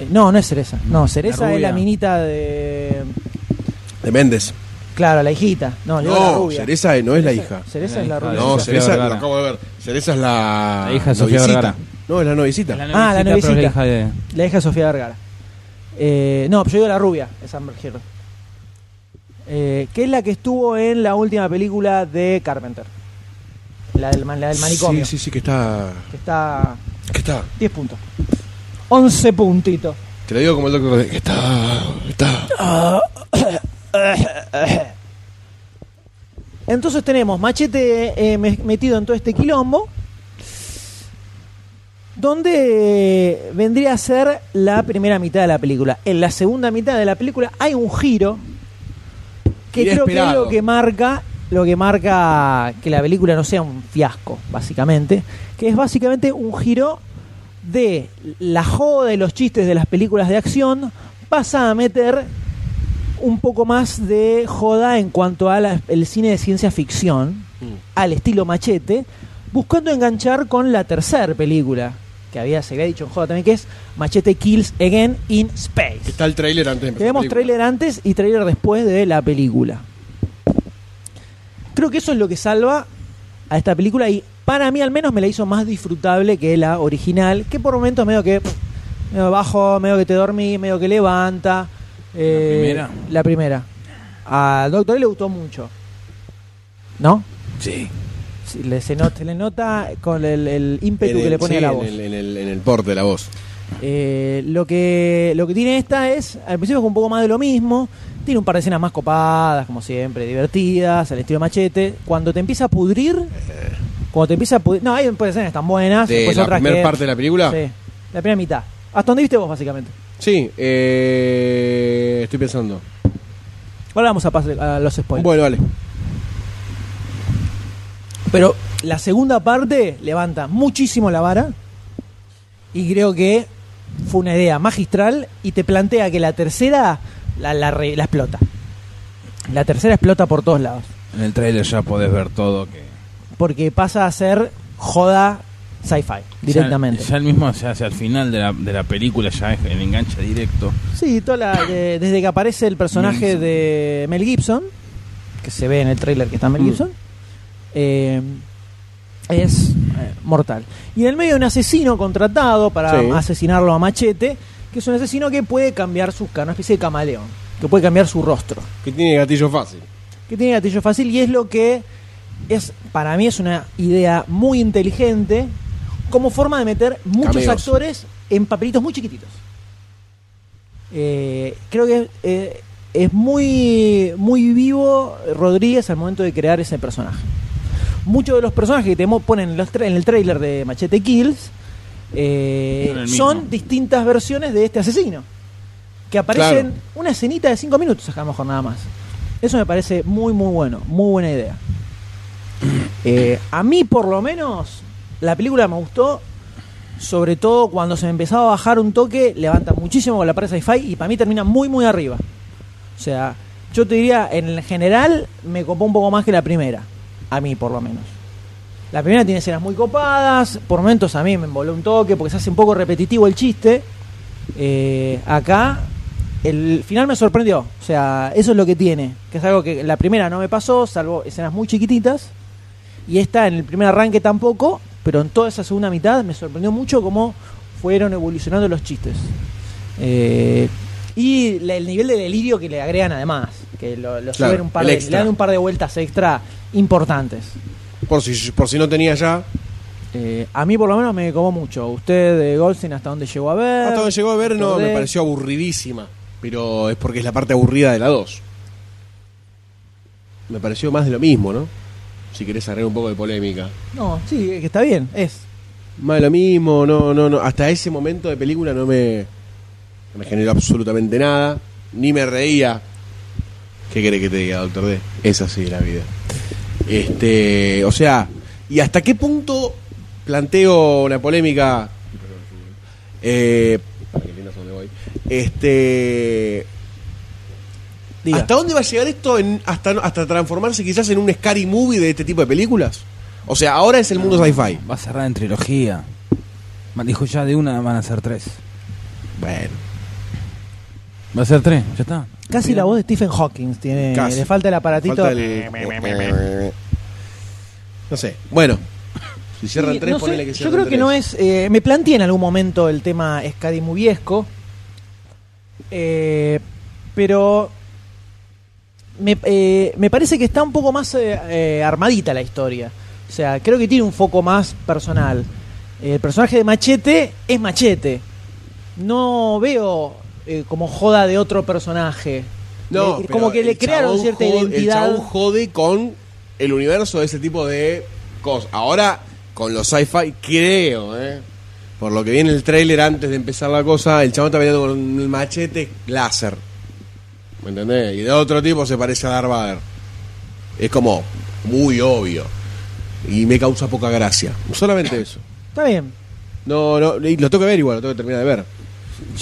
[SPEAKER 3] Eh, no, no es Cereza. No, Cereza es
[SPEAKER 4] rubia.
[SPEAKER 3] la minita de.
[SPEAKER 2] De Méndez.
[SPEAKER 3] Claro, la hijita. No, yo la
[SPEAKER 2] No,
[SPEAKER 3] rubia.
[SPEAKER 2] Cereza no es la hija.
[SPEAKER 3] Cereza es la
[SPEAKER 4] La
[SPEAKER 3] rubia.
[SPEAKER 4] hija
[SPEAKER 2] No,
[SPEAKER 4] Sofía
[SPEAKER 2] Cereza, lo
[SPEAKER 4] Vergara.
[SPEAKER 2] acabo de ver. Cereza es la.
[SPEAKER 4] La hija de Sofía
[SPEAKER 2] noviecita.
[SPEAKER 4] Vergara.
[SPEAKER 2] No, es la noviecita.
[SPEAKER 3] Ah, la novicita, pero la hija La hija de Sofía Vergara. Eh, no, pero yo digo la rubia, es Amber Heard. Eh, que es la que estuvo en la última película de Carpenter. La del, ma- la del manicomio.
[SPEAKER 2] Sí, sí, sí, que está.
[SPEAKER 3] Que está
[SPEAKER 2] Que está.
[SPEAKER 3] 10 puntos. 11 puntitos.
[SPEAKER 2] Te lo digo como el doctor. de- Que está. Está.
[SPEAKER 3] Entonces tenemos Machete eh, me- metido en todo este quilombo. Donde eh, vendría a ser la primera mitad de la película. En la segunda mitad de la película hay un giro que creo que es
[SPEAKER 2] Inesperado.
[SPEAKER 3] lo que marca lo que marca que la película no sea un fiasco, básicamente, que es básicamente un giro de la joda y los chistes de las películas de acción pasa a meter un poco más de joda en cuanto al cine de ciencia ficción, al estilo machete, buscando enganchar con la tercera película que había, se había dicho en joda también, que es Machete Kills Again in Space.
[SPEAKER 2] Que está el trailer antes de empezar.
[SPEAKER 3] Tenemos
[SPEAKER 2] la película.
[SPEAKER 3] trailer antes y trailer después de la película. Creo que eso es lo que salva a esta película y para mí al menos me la hizo más disfrutable que la original, que por momentos medio que pff, medio bajo, medio que te dormí, medio que levanta. eh,
[SPEAKER 6] primera?
[SPEAKER 3] La primera. A Doctor E le gustó mucho. ¿No?
[SPEAKER 6] Sí.
[SPEAKER 3] Sí, le- se, not- se le nota con el, el ímpetu que le pone
[SPEAKER 2] sí,
[SPEAKER 3] a la
[SPEAKER 2] en
[SPEAKER 3] voz.
[SPEAKER 2] el- en el- en el porte de la voz.
[SPEAKER 3] Eh, lo, que, lo que tiene esta es, al principio es un poco más de lo mismo, tiene un par de escenas más copadas, como siempre, divertidas, al estilo machete. Cuando te empieza a pudrir, cuando te empieza a pudrir, no, hay un par de escenas tan buenas,
[SPEAKER 2] de
[SPEAKER 3] después
[SPEAKER 2] la
[SPEAKER 3] otras
[SPEAKER 2] primera
[SPEAKER 3] que-
[SPEAKER 2] parte de la película. Sí,
[SPEAKER 3] Sí, la primera mitad. Hasta donde viste vos, básicamente.
[SPEAKER 2] eh, estoy pensando.
[SPEAKER 3] Ahora vamos a pasar a los spoilers.
[SPEAKER 2] Bueno, vale.
[SPEAKER 3] Pero la segunda parte levanta muchísimo la vara y creo que fue una idea magistral y te plantea que la tercera la, la re- la explota. La tercera explota por todos lados.
[SPEAKER 6] En el trailer ya podés ver todo que.
[SPEAKER 3] Porque pasa a ser joda sci-fi directamente.
[SPEAKER 6] Ya, ya el mismo se hace al final de la, de la película, ya es el enganche directo.
[SPEAKER 3] Sí, toda la- de- desde que aparece el personaje de Mel Gibson, que se ve en el tráiler que está Mel Gibson, eh, es eh, mortal. Y en el medio hay un asesino contratado para
[SPEAKER 2] Sí.
[SPEAKER 3] asesinarlo a machete, que es un asesino que puede cambiar su cara, una especie de camaleón, que puede cambiar su rostro,
[SPEAKER 2] Que tiene gatillo fácil.
[SPEAKER 3] que tiene gatillo fácil y es lo que es para mí es una idea muy inteligente como forma de meter muchos
[SPEAKER 2] Cameos.
[SPEAKER 3] actores en papelitos muy chiquititos. Eh, creo que eh, es muy, muy vivo Rodríguez al momento de crear ese personaje. Muchos de los personajes que te mo- ponen en, los tra- en el trailer de Machete Kills eh,
[SPEAKER 6] Son el mismo.
[SPEAKER 3] son distintas versiones de este asesino. Que aparecen
[SPEAKER 2] Claro.
[SPEAKER 3] una escenita de 5 minutos, a lo mejor nada más. Eso me parece muy, muy bueno, muy buena idea. Eh, a mí, por lo menos, la película me gustó sobre todo cuando se me empezaba a bajar un toque, levanta muchísimo con la pared sci-fi y para mí termina muy, muy arriba. O sea, yo te diría, en general, me copó un poco más que la primera. A mí, por lo menos. La primera tiene escenas muy copadas, por momentos a mí me envoló un toque porque se hace un poco repetitivo el chiste. Eh, acá, el final me sorprendió. O sea, eso es lo que tiene, que es algo que la primera no me pasó, salvo escenas muy chiquititas. Y esta en el primer arranque tampoco, pero en toda esa segunda mitad me sorprendió mucho cómo fueron evolucionando los chistes. Eh, y la- el nivel de delirio que le agregan además, que lo, lo
[SPEAKER 2] Claro,
[SPEAKER 3] suben un par
[SPEAKER 2] el
[SPEAKER 3] de, le
[SPEAKER 2] extra.
[SPEAKER 3] dan un par de vueltas extra importantes.
[SPEAKER 2] Por si, por si no tenía ya.
[SPEAKER 3] Eh, a mí por lo menos me comó mucho. Usted de Goldstein hasta dónde llegó a ver.
[SPEAKER 2] Hasta donde llegó a ver, no, me
[SPEAKER 3] Rodé.
[SPEAKER 2] pareció aburridísima. Pero es porque es la parte aburrida de la 2. Me pareció más de lo mismo, ¿no? Si querés agregar un poco de polémica.
[SPEAKER 3] No, sí, que está bien, es.
[SPEAKER 2] Más de lo mismo, no, no, no. Hasta ese momento de película no me, no me generó absolutamente nada. Ni me reía. ¿Qué querés que te diga, doctor D? Es así la vida. Este, o sea, ¿y hasta qué punto planteo una polémica? Eh, para que entiendas a dónde voy. Este.
[SPEAKER 3] Diga.
[SPEAKER 2] ¿Hasta dónde va a llegar esto en- hasta, hasta transformarse quizás en un scary movie de este tipo de películas? O sea, ahora es el mundo sci-fi.
[SPEAKER 4] Va a cerrar en trilogía. Ma- Dijo ya de una van a ser tres.
[SPEAKER 2] Bueno.
[SPEAKER 4] Va a ser tres, ya está.
[SPEAKER 3] Casi la voz de Stephen Hawking tiene.
[SPEAKER 2] Casi.
[SPEAKER 3] Le falta el aparatito.
[SPEAKER 2] Falta eh, el- No sé. Bueno. Si
[SPEAKER 3] Sí,
[SPEAKER 2] cierran tres,
[SPEAKER 3] no sé,
[SPEAKER 2] ponele que
[SPEAKER 3] Yo
[SPEAKER 2] cierran
[SPEAKER 3] creo que
[SPEAKER 2] tres.
[SPEAKER 3] no es. eh, me planteé en algún momento el tema Scadi Mubiesco. eh, pero. Me, eh, me parece que está un poco más eh, eh, armadita la historia. O sea, creo que tiene un foco más personal. Eh, El personaje de Machete es Machete. No veo eh, como joda de otro personaje.
[SPEAKER 2] No,
[SPEAKER 3] Le-
[SPEAKER 2] pero
[SPEAKER 3] como que le
[SPEAKER 2] el
[SPEAKER 3] crearon
[SPEAKER 2] chabón
[SPEAKER 3] cierta
[SPEAKER 2] jode- El
[SPEAKER 3] identidad.
[SPEAKER 2] chabón jode con el universo de ese tipo de cosas. Ahora, con los sci-fi, creo, ¿eh? Por lo que viene el trailer antes de empezar la cosa, el chabón está peleando con un machete láser. ¿Me entendés? Y de otro tipo se parece a Darth Vader. Es como muy obvio. Y me causa poca gracia. Solamente eso.
[SPEAKER 3] Está bien.
[SPEAKER 2] No, no, y lo tengo que ver igual, lo tengo que terminar de ver.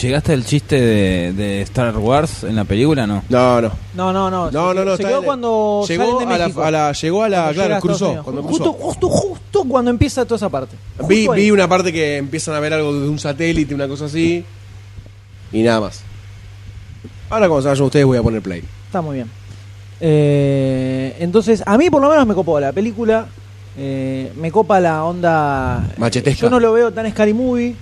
[SPEAKER 4] ¿Llegaste al chiste de, de Star Wars en la película no?
[SPEAKER 2] No, no.
[SPEAKER 3] No, no, no.
[SPEAKER 2] No,
[SPEAKER 3] se,
[SPEAKER 2] no, no.
[SPEAKER 3] se
[SPEAKER 2] está
[SPEAKER 3] quedó
[SPEAKER 2] bien.
[SPEAKER 3] cuando
[SPEAKER 2] llegó
[SPEAKER 3] salen de
[SPEAKER 2] a,
[SPEAKER 3] México.
[SPEAKER 2] la, a la- llegó a la,
[SPEAKER 3] Cuando llega
[SPEAKER 2] claro,
[SPEAKER 3] a Estados
[SPEAKER 2] cruzó,
[SPEAKER 3] Unidos.
[SPEAKER 2] cuando
[SPEAKER 3] justo,
[SPEAKER 2] cruzó.
[SPEAKER 3] justo, justo cuando empieza toda esa parte.
[SPEAKER 2] vi,
[SPEAKER 3] Justo ahí.
[SPEAKER 2] vi una parte que empiezan a ver algo de un satélite, una cosa así. Y nada más. Ahora cuando se vayan ustedes voy a poner play.
[SPEAKER 3] Está muy bien. Eh, entonces, a mí por lo menos me copó la película. Eh, me copa la onda.
[SPEAKER 2] Machetesca.
[SPEAKER 3] Yo no lo veo tan Scary Movie.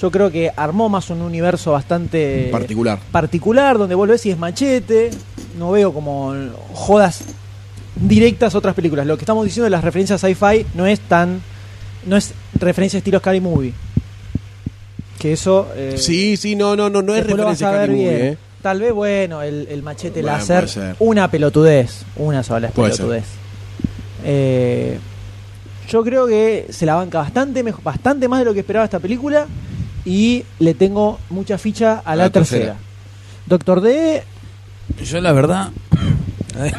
[SPEAKER 3] Yo creo que armó más un universo bastante.
[SPEAKER 2] Particular.
[SPEAKER 3] Particular, donde vos lo ves y es machete. No veo como jodas directas a otras películas. Lo que estamos diciendo de las referencias sci-fi no es tan. No es referencia estilo Scary Movie. Que eso. eh,
[SPEAKER 2] Sí, sí, no, no, no, no es
[SPEAKER 3] Después lo vas
[SPEAKER 2] referencia
[SPEAKER 3] a
[SPEAKER 2] a
[SPEAKER 3] ver
[SPEAKER 2] Scary Movie,
[SPEAKER 3] bien.
[SPEAKER 2] eh.
[SPEAKER 3] Tal vez, bueno, el, el machete
[SPEAKER 2] Bueno, puede
[SPEAKER 3] láser,
[SPEAKER 2] ser.
[SPEAKER 3] una pelotudez, una sola es
[SPEAKER 2] Puede
[SPEAKER 3] pelotudez. Eh, yo creo que se la banca bastante, mej- bastante más de lo que esperaba esta película y le tengo mucha ficha a la,
[SPEAKER 7] la
[SPEAKER 3] tercera.
[SPEAKER 7] tercera.
[SPEAKER 3] Doctor D,
[SPEAKER 4] Yo la verdad eh,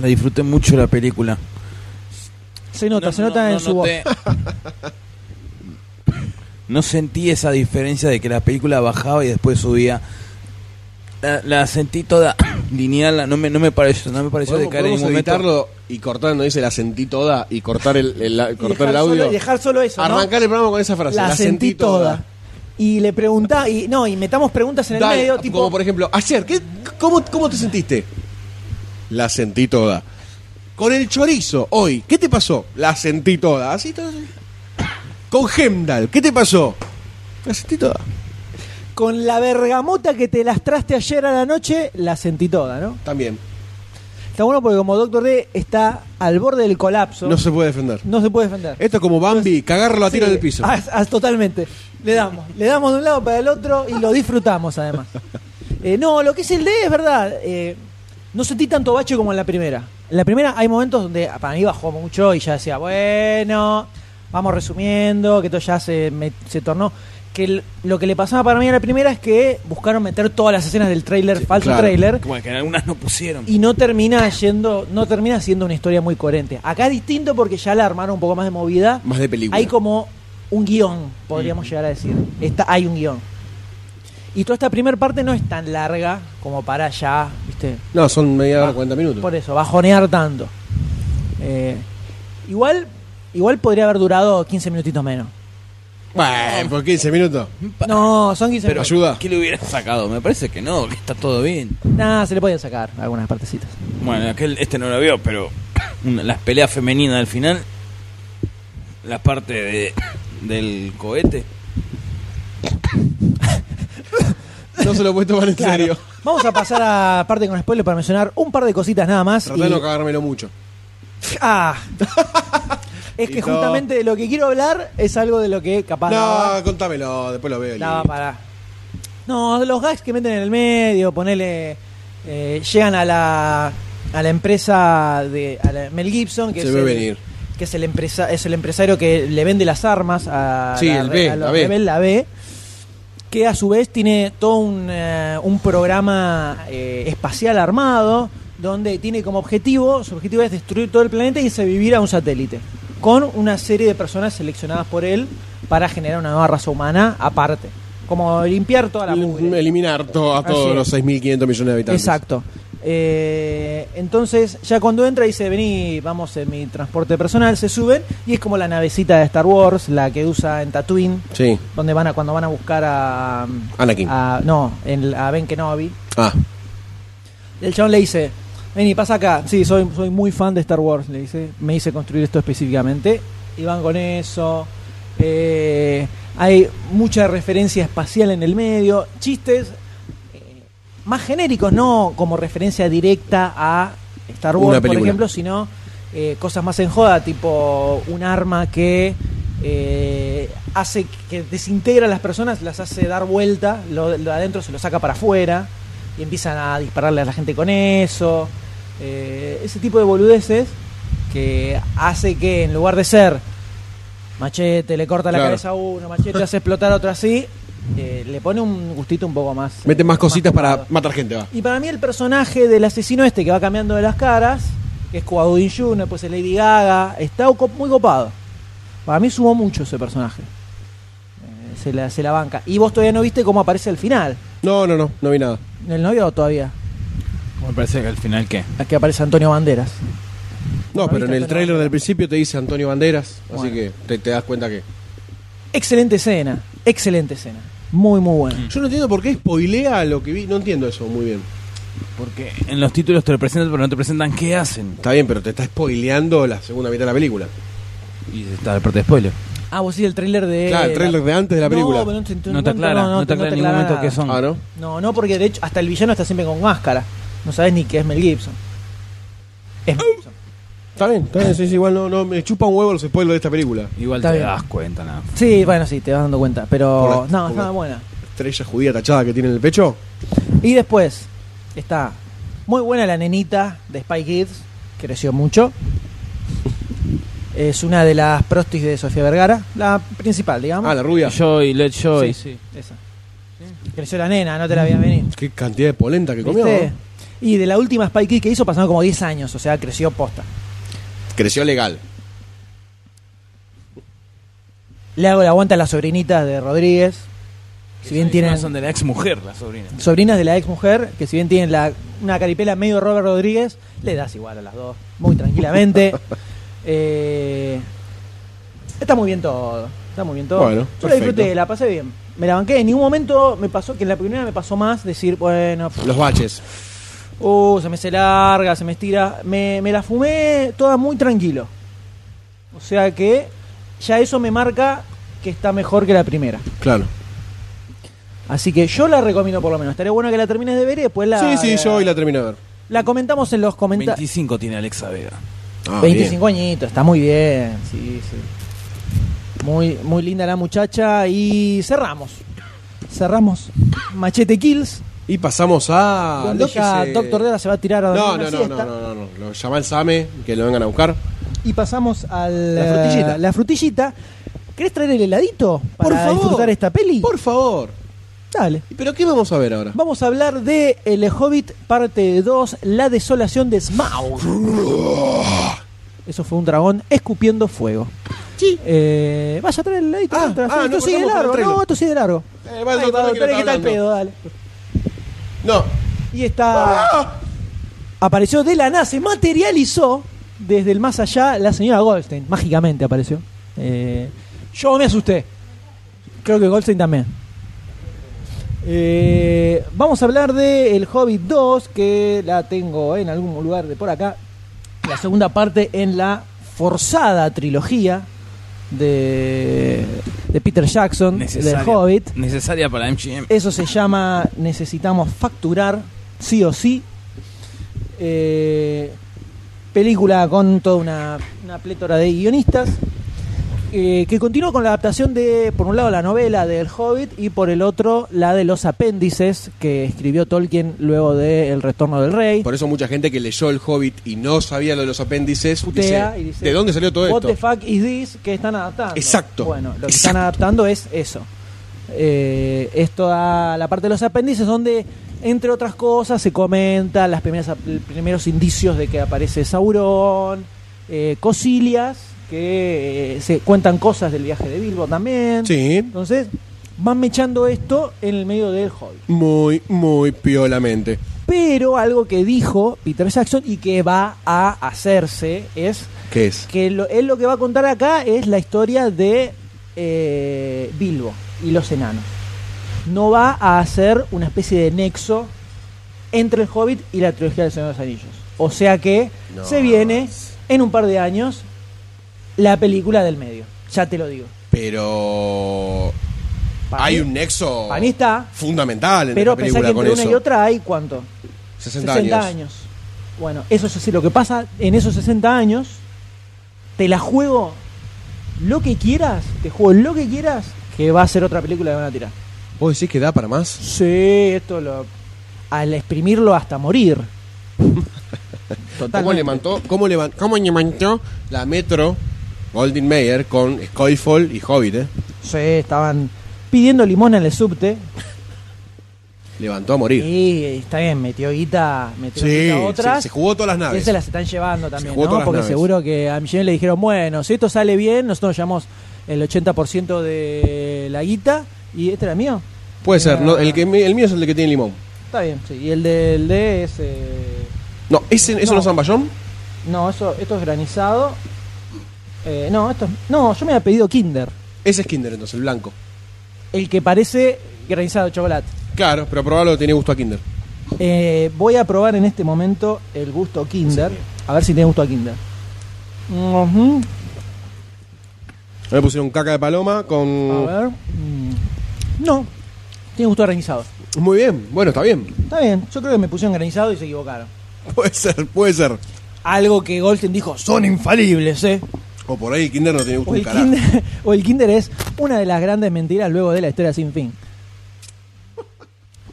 [SPEAKER 4] la disfruté mucho la película.
[SPEAKER 3] se nota,
[SPEAKER 4] No,
[SPEAKER 3] se
[SPEAKER 4] no,
[SPEAKER 3] nota
[SPEAKER 4] no,
[SPEAKER 3] en
[SPEAKER 4] no
[SPEAKER 3] su voz.
[SPEAKER 4] noté- No sentí esa diferencia de que la película bajaba y después subía. La, la sentí toda lineal, no me, no me pareció, no me pareció de
[SPEAKER 2] ¿Podemos,
[SPEAKER 4] cara en
[SPEAKER 2] podemos
[SPEAKER 4] ningún momento.
[SPEAKER 2] editarlo y cortar, no dice la sentí toda y cortar el, el- la-
[SPEAKER 3] Y
[SPEAKER 2] cortar el
[SPEAKER 3] dejar
[SPEAKER 2] audio.
[SPEAKER 3] solo- y dejar solo eso, ¿no?
[SPEAKER 2] Arrancar el programa con esa frase.
[SPEAKER 3] la, sentí toda. Y le preguntaba, y no, y metamos preguntas en el
[SPEAKER 2] Dale,
[SPEAKER 3] medio,
[SPEAKER 2] como
[SPEAKER 3] tipo,
[SPEAKER 2] por ejemplo, ayer, ¿qué, cómo, ¿cómo te sentiste? La sentí toda. Con el chorizo, hoy, ¿qué te pasó? La sentí toda. Así todo. Con Hemdal, ¿qué te pasó? La sentí toda.
[SPEAKER 3] con la bergamota que te lastraste ayer a la noche, la sentí toda, ¿no?
[SPEAKER 2] También.
[SPEAKER 3] Está bueno porque como Doctor D está al borde del colapso,
[SPEAKER 2] No se puede defender.
[SPEAKER 3] no se puede defender.
[SPEAKER 2] Esto es como Bambi, cagarlo a tiro
[SPEAKER 3] Sí,
[SPEAKER 2] del piso.
[SPEAKER 3] ah, ah, totalmente. Le damos, le damos de un lado para el otro y lo disfrutamos además. Eh, no, lo que es el D es verdad. eh, no sentí tanto bache como en la primera. En la primera hay momentos donde ah, para mí bajó mucho y ya decía, bueno, vamos resumiendo, que todo ya se, me- se tornó. Que l- lo que le pasaba para mí a la primera es que buscaron meter todas las escenas del trailer, falso
[SPEAKER 2] claro.
[SPEAKER 3] trailer,
[SPEAKER 4] Como que en algunas no pusieron.
[SPEAKER 3] y no termina yendo, no termina siendo una historia muy coherente. Acá es distinto porque ya la armaron un poco más de movida.
[SPEAKER 2] Más de película.
[SPEAKER 3] Hay como un guión,
[SPEAKER 2] Mm.
[SPEAKER 3] podríamos llegar a decir. Está, hay un guión. Y toda esta primera parte no es tan larga como para ya, ¿viste?
[SPEAKER 2] No, son media hora,
[SPEAKER 3] Ah,
[SPEAKER 2] 40 minutos.
[SPEAKER 3] Por eso, bajonear tanto. Eh, igual, igual podría haber durado 15 minutitos menos.
[SPEAKER 2] Bueno, Eh, por 15 minutos.
[SPEAKER 3] No, son 15
[SPEAKER 2] Pero
[SPEAKER 3] minutos.
[SPEAKER 2] ayuda.
[SPEAKER 4] ¿Qué le hubieran sacado? Me parece que no, que está todo bien.
[SPEAKER 3] Nah, se le podían sacar algunas partecitas.
[SPEAKER 4] Bueno, aquel, este no lo vio, pero una- las peleas femeninas al final, la parte de, del cohete.
[SPEAKER 2] No se lo puedes tomar en serio.
[SPEAKER 3] Vamos a pasar a parte con spoiler para mencionar un par de cositas nada más.
[SPEAKER 2] Tratá de
[SPEAKER 3] y-
[SPEAKER 2] no cagármelo mucho.
[SPEAKER 3] Ah. es que
[SPEAKER 2] Listo.
[SPEAKER 3] justamente de lo que quiero hablar es algo de lo que capaz daba-
[SPEAKER 2] No, contámelo, después lo veo.
[SPEAKER 3] daba
[SPEAKER 2] listo.
[SPEAKER 3] para. No, los gags que meten en el medio, ponele. eh, llegan a la, a la empresa de a la- Mel Gibson, que,
[SPEAKER 2] Se
[SPEAKER 3] es,
[SPEAKER 2] ve
[SPEAKER 3] el,
[SPEAKER 2] venir.
[SPEAKER 3] que es, el empresa, es el empresario que le vende las armas a,
[SPEAKER 2] Sí,
[SPEAKER 3] la,
[SPEAKER 2] el B,
[SPEAKER 3] a los
[SPEAKER 2] la B.
[SPEAKER 3] rebel- la B, que a su vez tiene todo un, eh, un programa eh, espacial armado, donde tiene como objetivo, su objetivo es destruir todo el planeta y irse a vivir a un satélite, con una serie de personas seleccionadas por él para generar una nueva raza humana aparte, como limpiar toda la
[SPEAKER 2] L-
[SPEAKER 3] mugre.
[SPEAKER 2] Mm, Eliminar to- a todos
[SPEAKER 3] Así
[SPEAKER 2] los 6.500 millones de habitantes.
[SPEAKER 3] Exacto. Eh, entonces, ya cuando entra dice, vení, vamos en mi transporte personal, se suben y es como la navecita de Star Wars, la que usa en Tatooine,
[SPEAKER 2] Sí,
[SPEAKER 3] donde van a, cuando van a buscar a...
[SPEAKER 2] Anakin.
[SPEAKER 3] a- no, en- a Ben Kenobi.
[SPEAKER 2] Ah,
[SPEAKER 3] El chabón le dice, vení, pasa acá. Sí, soy, soy muy fan de Star Wars, le dice. Me hice construir esto específicamente. Y van con eso. Eh, hay mucha referencia espacial en el medio. Chistes eh, más genéricos, no como referencia directa a Star
[SPEAKER 2] Una
[SPEAKER 3] Wars, por
[SPEAKER 2] película.
[SPEAKER 3] ejemplo, sino eh, cosas más en joda, tipo un arma que eh, hace que desintegra a las personas, las hace dar vuelta, lo, lo de adentro se lo saca para afuera y empiezan a dispararle a la gente con eso. eh, ese tipo de boludeces que hace que en lugar de ser machete, le corta la
[SPEAKER 2] Claro.
[SPEAKER 3] cabeza a uno, machete, hace explotar a otro así, eh, le pone un gustito un poco más.
[SPEAKER 2] mete más cositas para
[SPEAKER 3] jugado.
[SPEAKER 2] matar gente, va.
[SPEAKER 3] Y para mí el personaje del asesino este que va cambiando de las caras, que es Cuadudin Jr., después es Lady Gaga, está co- muy copado. Para mí sumó mucho ese personaje. Eh, se, la, se la banca. Y vos todavía no viste cómo aparece el final.
[SPEAKER 2] No, no, no, no vi nada.
[SPEAKER 3] ¿El novio todavía?
[SPEAKER 7] Me parece que al final qué.
[SPEAKER 3] Aquí aparece Antonio Banderas.
[SPEAKER 2] No,
[SPEAKER 3] No
[SPEAKER 2] pero
[SPEAKER 3] viste
[SPEAKER 2] en el
[SPEAKER 3] Antonio
[SPEAKER 2] tráiler del principio te dice Antonio Banderas, así
[SPEAKER 3] Bueno.
[SPEAKER 2] que te, te das cuenta que...
[SPEAKER 3] Excelente escena, excelente escena. Muy, muy buena.
[SPEAKER 4] Mm.
[SPEAKER 2] Yo no entiendo por qué spoilea lo que vi, no entiendo eso muy bien.
[SPEAKER 4] Porque en los títulos te lo presentan, pero no te presentan qué hacen.
[SPEAKER 2] Está bien, pero te está spoileando la segunda mitad de la película.
[SPEAKER 4] Y está la parte de spoiler.
[SPEAKER 3] Ah, vos sí, el tráiler de.
[SPEAKER 2] Claro, el trailer de antes de la película.
[SPEAKER 3] No, pero no te,
[SPEAKER 4] No te aclara, no te aclara en ningún momento
[SPEAKER 3] nada.
[SPEAKER 4] qué son.
[SPEAKER 2] Ah, ¿no?
[SPEAKER 3] No, no, porque de hecho hasta el villano está siempre con máscara. No sabes ni qué es Mel Gibson. Es Mel Gibson.
[SPEAKER 2] Está bien, está bien, sí, sí, igual no, no, me chupa un huevo los spoilers de esta película.
[SPEAKER 4] Igual
[SPEAKER 3] Está
[SPEAKER 4] te
[SPEAKER 3] bien.
[SPEAKER 4] das cuenta, nada.
[SPEAKER 3] Sí, bueno, sí, te vas dando cuenta. Pero
[SPEAKER 2] Por la-
[SPEAKER 3] no,
[SPEAKER 2] por
[SPEAKER 3] es
[SPEAKER 2] la-
[SPEAKER 3] nada buena.
[SPEAKER 2] Estrella judía tachada que tiene en el pecho.
[SPEAKER 3] Y después está muy buena la nenita de Spy Kids. Creció mucho. Es una de las prostis de Sofía Vergara. La principal, digamos.
[SPEAKER 2] Ah, la rubia.
[SPEAKER 4] Joy, Let Joy.
[SPEAKER 3] Sí, esa. Creció la nena, no te la veía venir.
[SPEAKER 2] Qué cantidad de polenta que comió.
[SPEAKER 3] ¿Viste?
[SPEAKER 2] ¿no?
[SPEAKER 3] Y de la última Spy Kids que hizo pasaron como 10 años, o sea, creció posta.
[SPEAKER 2] Creció legal.
[SPEAKER 3] Le hago la aguanta a las sobrinitas de Rodríguez. Si bien tienen
[SPEAKER 4] Son de la ex mujer, la sobrina.
[SPEAKER 3] sobrinas de la ex mujer, que si bien tienen la, una caripela medio Robert Rodríguez, le das igual a las dos, muy tranquilamente. Eh, está muy bien todo. Está muy bien todo.
[SPEAKER 2] Bueno,
[SPEAKER 3] Yo la
[SPEAKER 2] perfecto.
[SPEAKER 3] disfruté, la pasé bien. Me la banqué. En ningún momento me pasó, que en la primera me pasó más decir, bueno, pff,
[SPEAKER 2] Los baches.
[SPEAKER 3] Uh, se me se larga, se me estira. Me, me la fumé toda muy tranquilo. O sea que ya eso me marca que está mejor que la primera.
[SPEAKER 2] Claro.
[SPEAKER 3] Así que yo la recomiendo por lo menos. Estaría bueno que la termines de ver y después la.
[SPEAKER 2] sí, sí, yo hoy la terminé de ver.
[SPEAKER 3] La comentamos en los comentarios.
[SPEAKER 4] 25 tiene Alexa Vega.
[SPEAKER 2] Ah,
[SPEAKER 3] 25 añitos, está muy bien. Sí, sí. Muy, muy linda la muchacha. Y cerramos. Cerramos Machete Kills.
[SPEAKER 2] bien. Y pasamos a.
[SPEAKER 3] cuando ya
[SPEAKER 2] déjese-
[SPEAKER 3] Doctor Dera se va a tirar a
[SPEAKER 2] Ah, No,
[SPEAKER 3] dormir una
[SPEAKER 2] no, no, no,
[SPEAKER 3] siesta.
[SPEAKER 2] no, no, no. Lo llama el Same, que lo vengan a buscar.
[SPEAKER 3] Y pasamos al,
[SPEAKER 2] La frutillita.
[SPEAKER 3] eh, la frutillita. ¿Querés traer el heladito para
[SPEAKER 2] Por favor.
[SPEAKER 3] disfrutar esta peli?
[SPEAKER 2] Por favor.
[SPEAKER 3] Dale.
[SPEAKER 2] ¿Y ¿Pero qué vamos a ver ahora?
[SPEAKER 3] Vamos a hablar de El Hobbit parte 2, La desolación de Smaug. Eso fue un dragón escupiendo fuego.
[SPEAKER 2] Sí.
[SPEAKER 3] Eh, vaya a traer el heladito.
[SPEAKER 2] Ah,
[SPEAKER 3] Entra,
[SPEAKER 2] ah,
[SPEAKER 3] sí,
[SPEAKER 2] no
[SPEAKER 3] esto sigue de
[SPEAKER 2] cortamos con
[SPEAKER 3] largo.
[SPEAKER 2] el trailer.
[SPEAKER 3] No, esto sigue de largo.
[SPEAKER 2] Eh, va el
[SPEAKER 3] Ahí
[SPEAKER 2] doctor
[SPEAKER 3] va,
[SPEAKER 2] que no
[SPEAKER 3] doctor, ¿qué
[SPEAKER 2] está
[SPEAKER 3] tal
[SPEAKER 2] hablando.
[SPEAKER 3] pedo? Dale.
[SPEAKER 2] No.
[SPEAKER 3] Y
[SPEAKER 2] Ah.
[SPEAKER 3] está... Apareció de la nada, se materializó desde el más allá la señora Goldstein. Mágicamente apareció. Eh, yo me asusté. Creo que Goldstein también. Eh, vamos a hablar de El Hobbit 2, que la tengo en algún lugar de por acá. La segunda parte en la forzada trilogía de, de Peter Jackson, del
[SPEAKER 4] Necesaria.
[SPEAKER 3] Hobbit.
[SPEAKER 4] Necesaria para MGM.
[SPEAKER 3] Eso se llama necesitamos facturar, sí o sí. Eh, película con toda una, una plétora de guionistas. eh, que continúa con la adaptación de, por un lado, la novela del Hobbit y por el otro, la de los apéndices que escribió Tolkien luego de El Retorno del Rey.
[SPEAKER 2] Por eso mucha gente que leyó El Hobbit y no sabía lo de los apéndices
[SPEAKER 3] Putea
[SPEAKER 2] dice,
[SPEAKER 3] y dice,
[SPEAKER 2] ¿de dónde salió todo
[SPEAKER 3] What
[SPEAKER 2] esto?
[SPEAKER 3] the fuck is this que están adaptando?
[SPEAKER 2] Exacto.
[SPEAKER 3] Bueno, lo que
[SPEAKER 2] Exacto.
[SPEAKER 3] están adaptando es eso. Eh, es toda la parte de los apéndices donde, entre otras cosas, se comentan las primeras, ap- primeros indicios de que aparece Sauron, eh, Cosilias, que eh, se cuentan cosas del viaje de Bilbo también.
[SPEAKER 2] Sí.
[SPEAKER 3] Entonces, van mechando esto en el medio del hobby.
[SPEAKER 2] Muy, muy piolamente.
[SPEAKER 3] Pero algo que dijo Peter Jackson y que va a hacerse es
[SPEAKER 2] ¿Qué es?
[SPEAKER 3] que lo- él lo que va a contar acá es la historia de eh, Bilbo y los enanos. No va a hacer una especie de nexo entre el Hobbit y la trilogía del Señor de los Anillos. O sea que
[SPEAKER 2] No.
[SPEAKER 3] se viene en un par de años la película del medio. Ya te lo digo.
[SPEAKER 2] Pero...
[SPEAKER 3] Para
[SPEAKER 2] hay
[SPEAKER 3] mí-
[SPEAKER 2] un nexo
[SPEAKER 3] para mí está,
[SPEAKER 2] fundamental en
[SPEAKER 3] Pero
[SPEAKER 2] esta
[SPEAKER 3] pensá
[SPEAKER 2] película
[SPEAKER 3] que
[SPEAKER 2] con
[SPEAKER 3] entre una
[SPEAKER 2] eso.
[SPEAKER 3] y otra hay cuánto?
[SPEAKER 2] 60,
[SPEAKER 3] 60
[SPEAKER 2] años.
[SPEAKER 3] años. Bueno, eso es así. Lo que pasa en esos 60 años, te la juego lo que quieras, te juego lo que quieras, que va a ser otra película que van a tirar.
[SPEAKER 2] ¿Vos decís que da para más?
[SPEAKER 3] Sí, esto lo. Al exprimirlo hasta morir.
[SPEAKER 2] ¿Cómo levantó, cómo, levan- cómo levantó la Metro Golden Mayer con Skyfall y Hobbit? eh?
[SPEAKER 3] Sí, estaban pidiendo limón en el subte.
[SPEAKER 2] Levantó a morir.
[SPEAKER 3] Y está bien, metió guita, metió
[SPEAKER 2] Sí,
[SPEAKER 3] guita a otras.
[SPEAKER 2] se, se jugó todas las
[SPEAKER 3] Que
[SPEAKER 2] naves.
[SPEAKER 3] se las están llevando también,
[SPEAKER 2] jugó
[SPEAKER 3] ¿no?
[SPEAKER 2] todas las
[SPEAKER 3] Porque
[SPEAKER 2] naves.
[SPEAKER 3] seguro que a Michelin le dijeron, bueno, si esto sale bien, nosotros llamamos el 80% de la guita y este era mío.
[SPEAKER 2] Puede ser,
[SPEAKER 3] Era-
[SPEAKER 2] ¿no? el, que, me- el mío es el de que tiene limón.
[SPEAKER 3] Está bien, sí. Y el del D es... eh,
[SPEAKER 2] No, ¿ese, ¿eso no,
[SPEAKER 3] No.
[SPEAKER 2] es Zamballón?
[SPEAKER 3] No, eso, esto es granizado. Eh, no, esto es- No, yo me había pedido Kinder,
[SPEAKER 2] Ese es Kinder, entonces, el blanco.
[SPEAKER 3] el que parece granizado de chocolate.
[SPEAKER 2] Claro, pero probablemente tiene gusto a Kinder.
[SPEAKER 3] Eh, voy a probar en este momento el gusto Kinder. A ver si tiene gusto a Kinder. Ujú.
[SPEAKER 2] Me pusieron caca de paloma
[SPEAKER 3] A
[SPEAKER 2] con.
[SPEAKER 3] ver. Mm. No. Tiene gusto a granizado.
[SPEAKER 2] Muy bien, bueno, está bien.
[SPEAKER 3] Está bien. Yo creo que me pusieron granizado y se equivocaron.
[SPEAKER 2] Puede ser, puede ser.
[SPEAKER 3] Algo que Goldstein dijo, son infalibles, ¿eh?
[SPEAKER 2] O por ahí el Kinder no tiene gusto
[SPEAKER 3] O
[SPEAKER 2] un
[SPEAKER 3] el,
[SPEAKER 2] carajo.
[SPEAKER 3] kinder, o el Kinder es una de las grandes mentiras luego de la historia sin fin.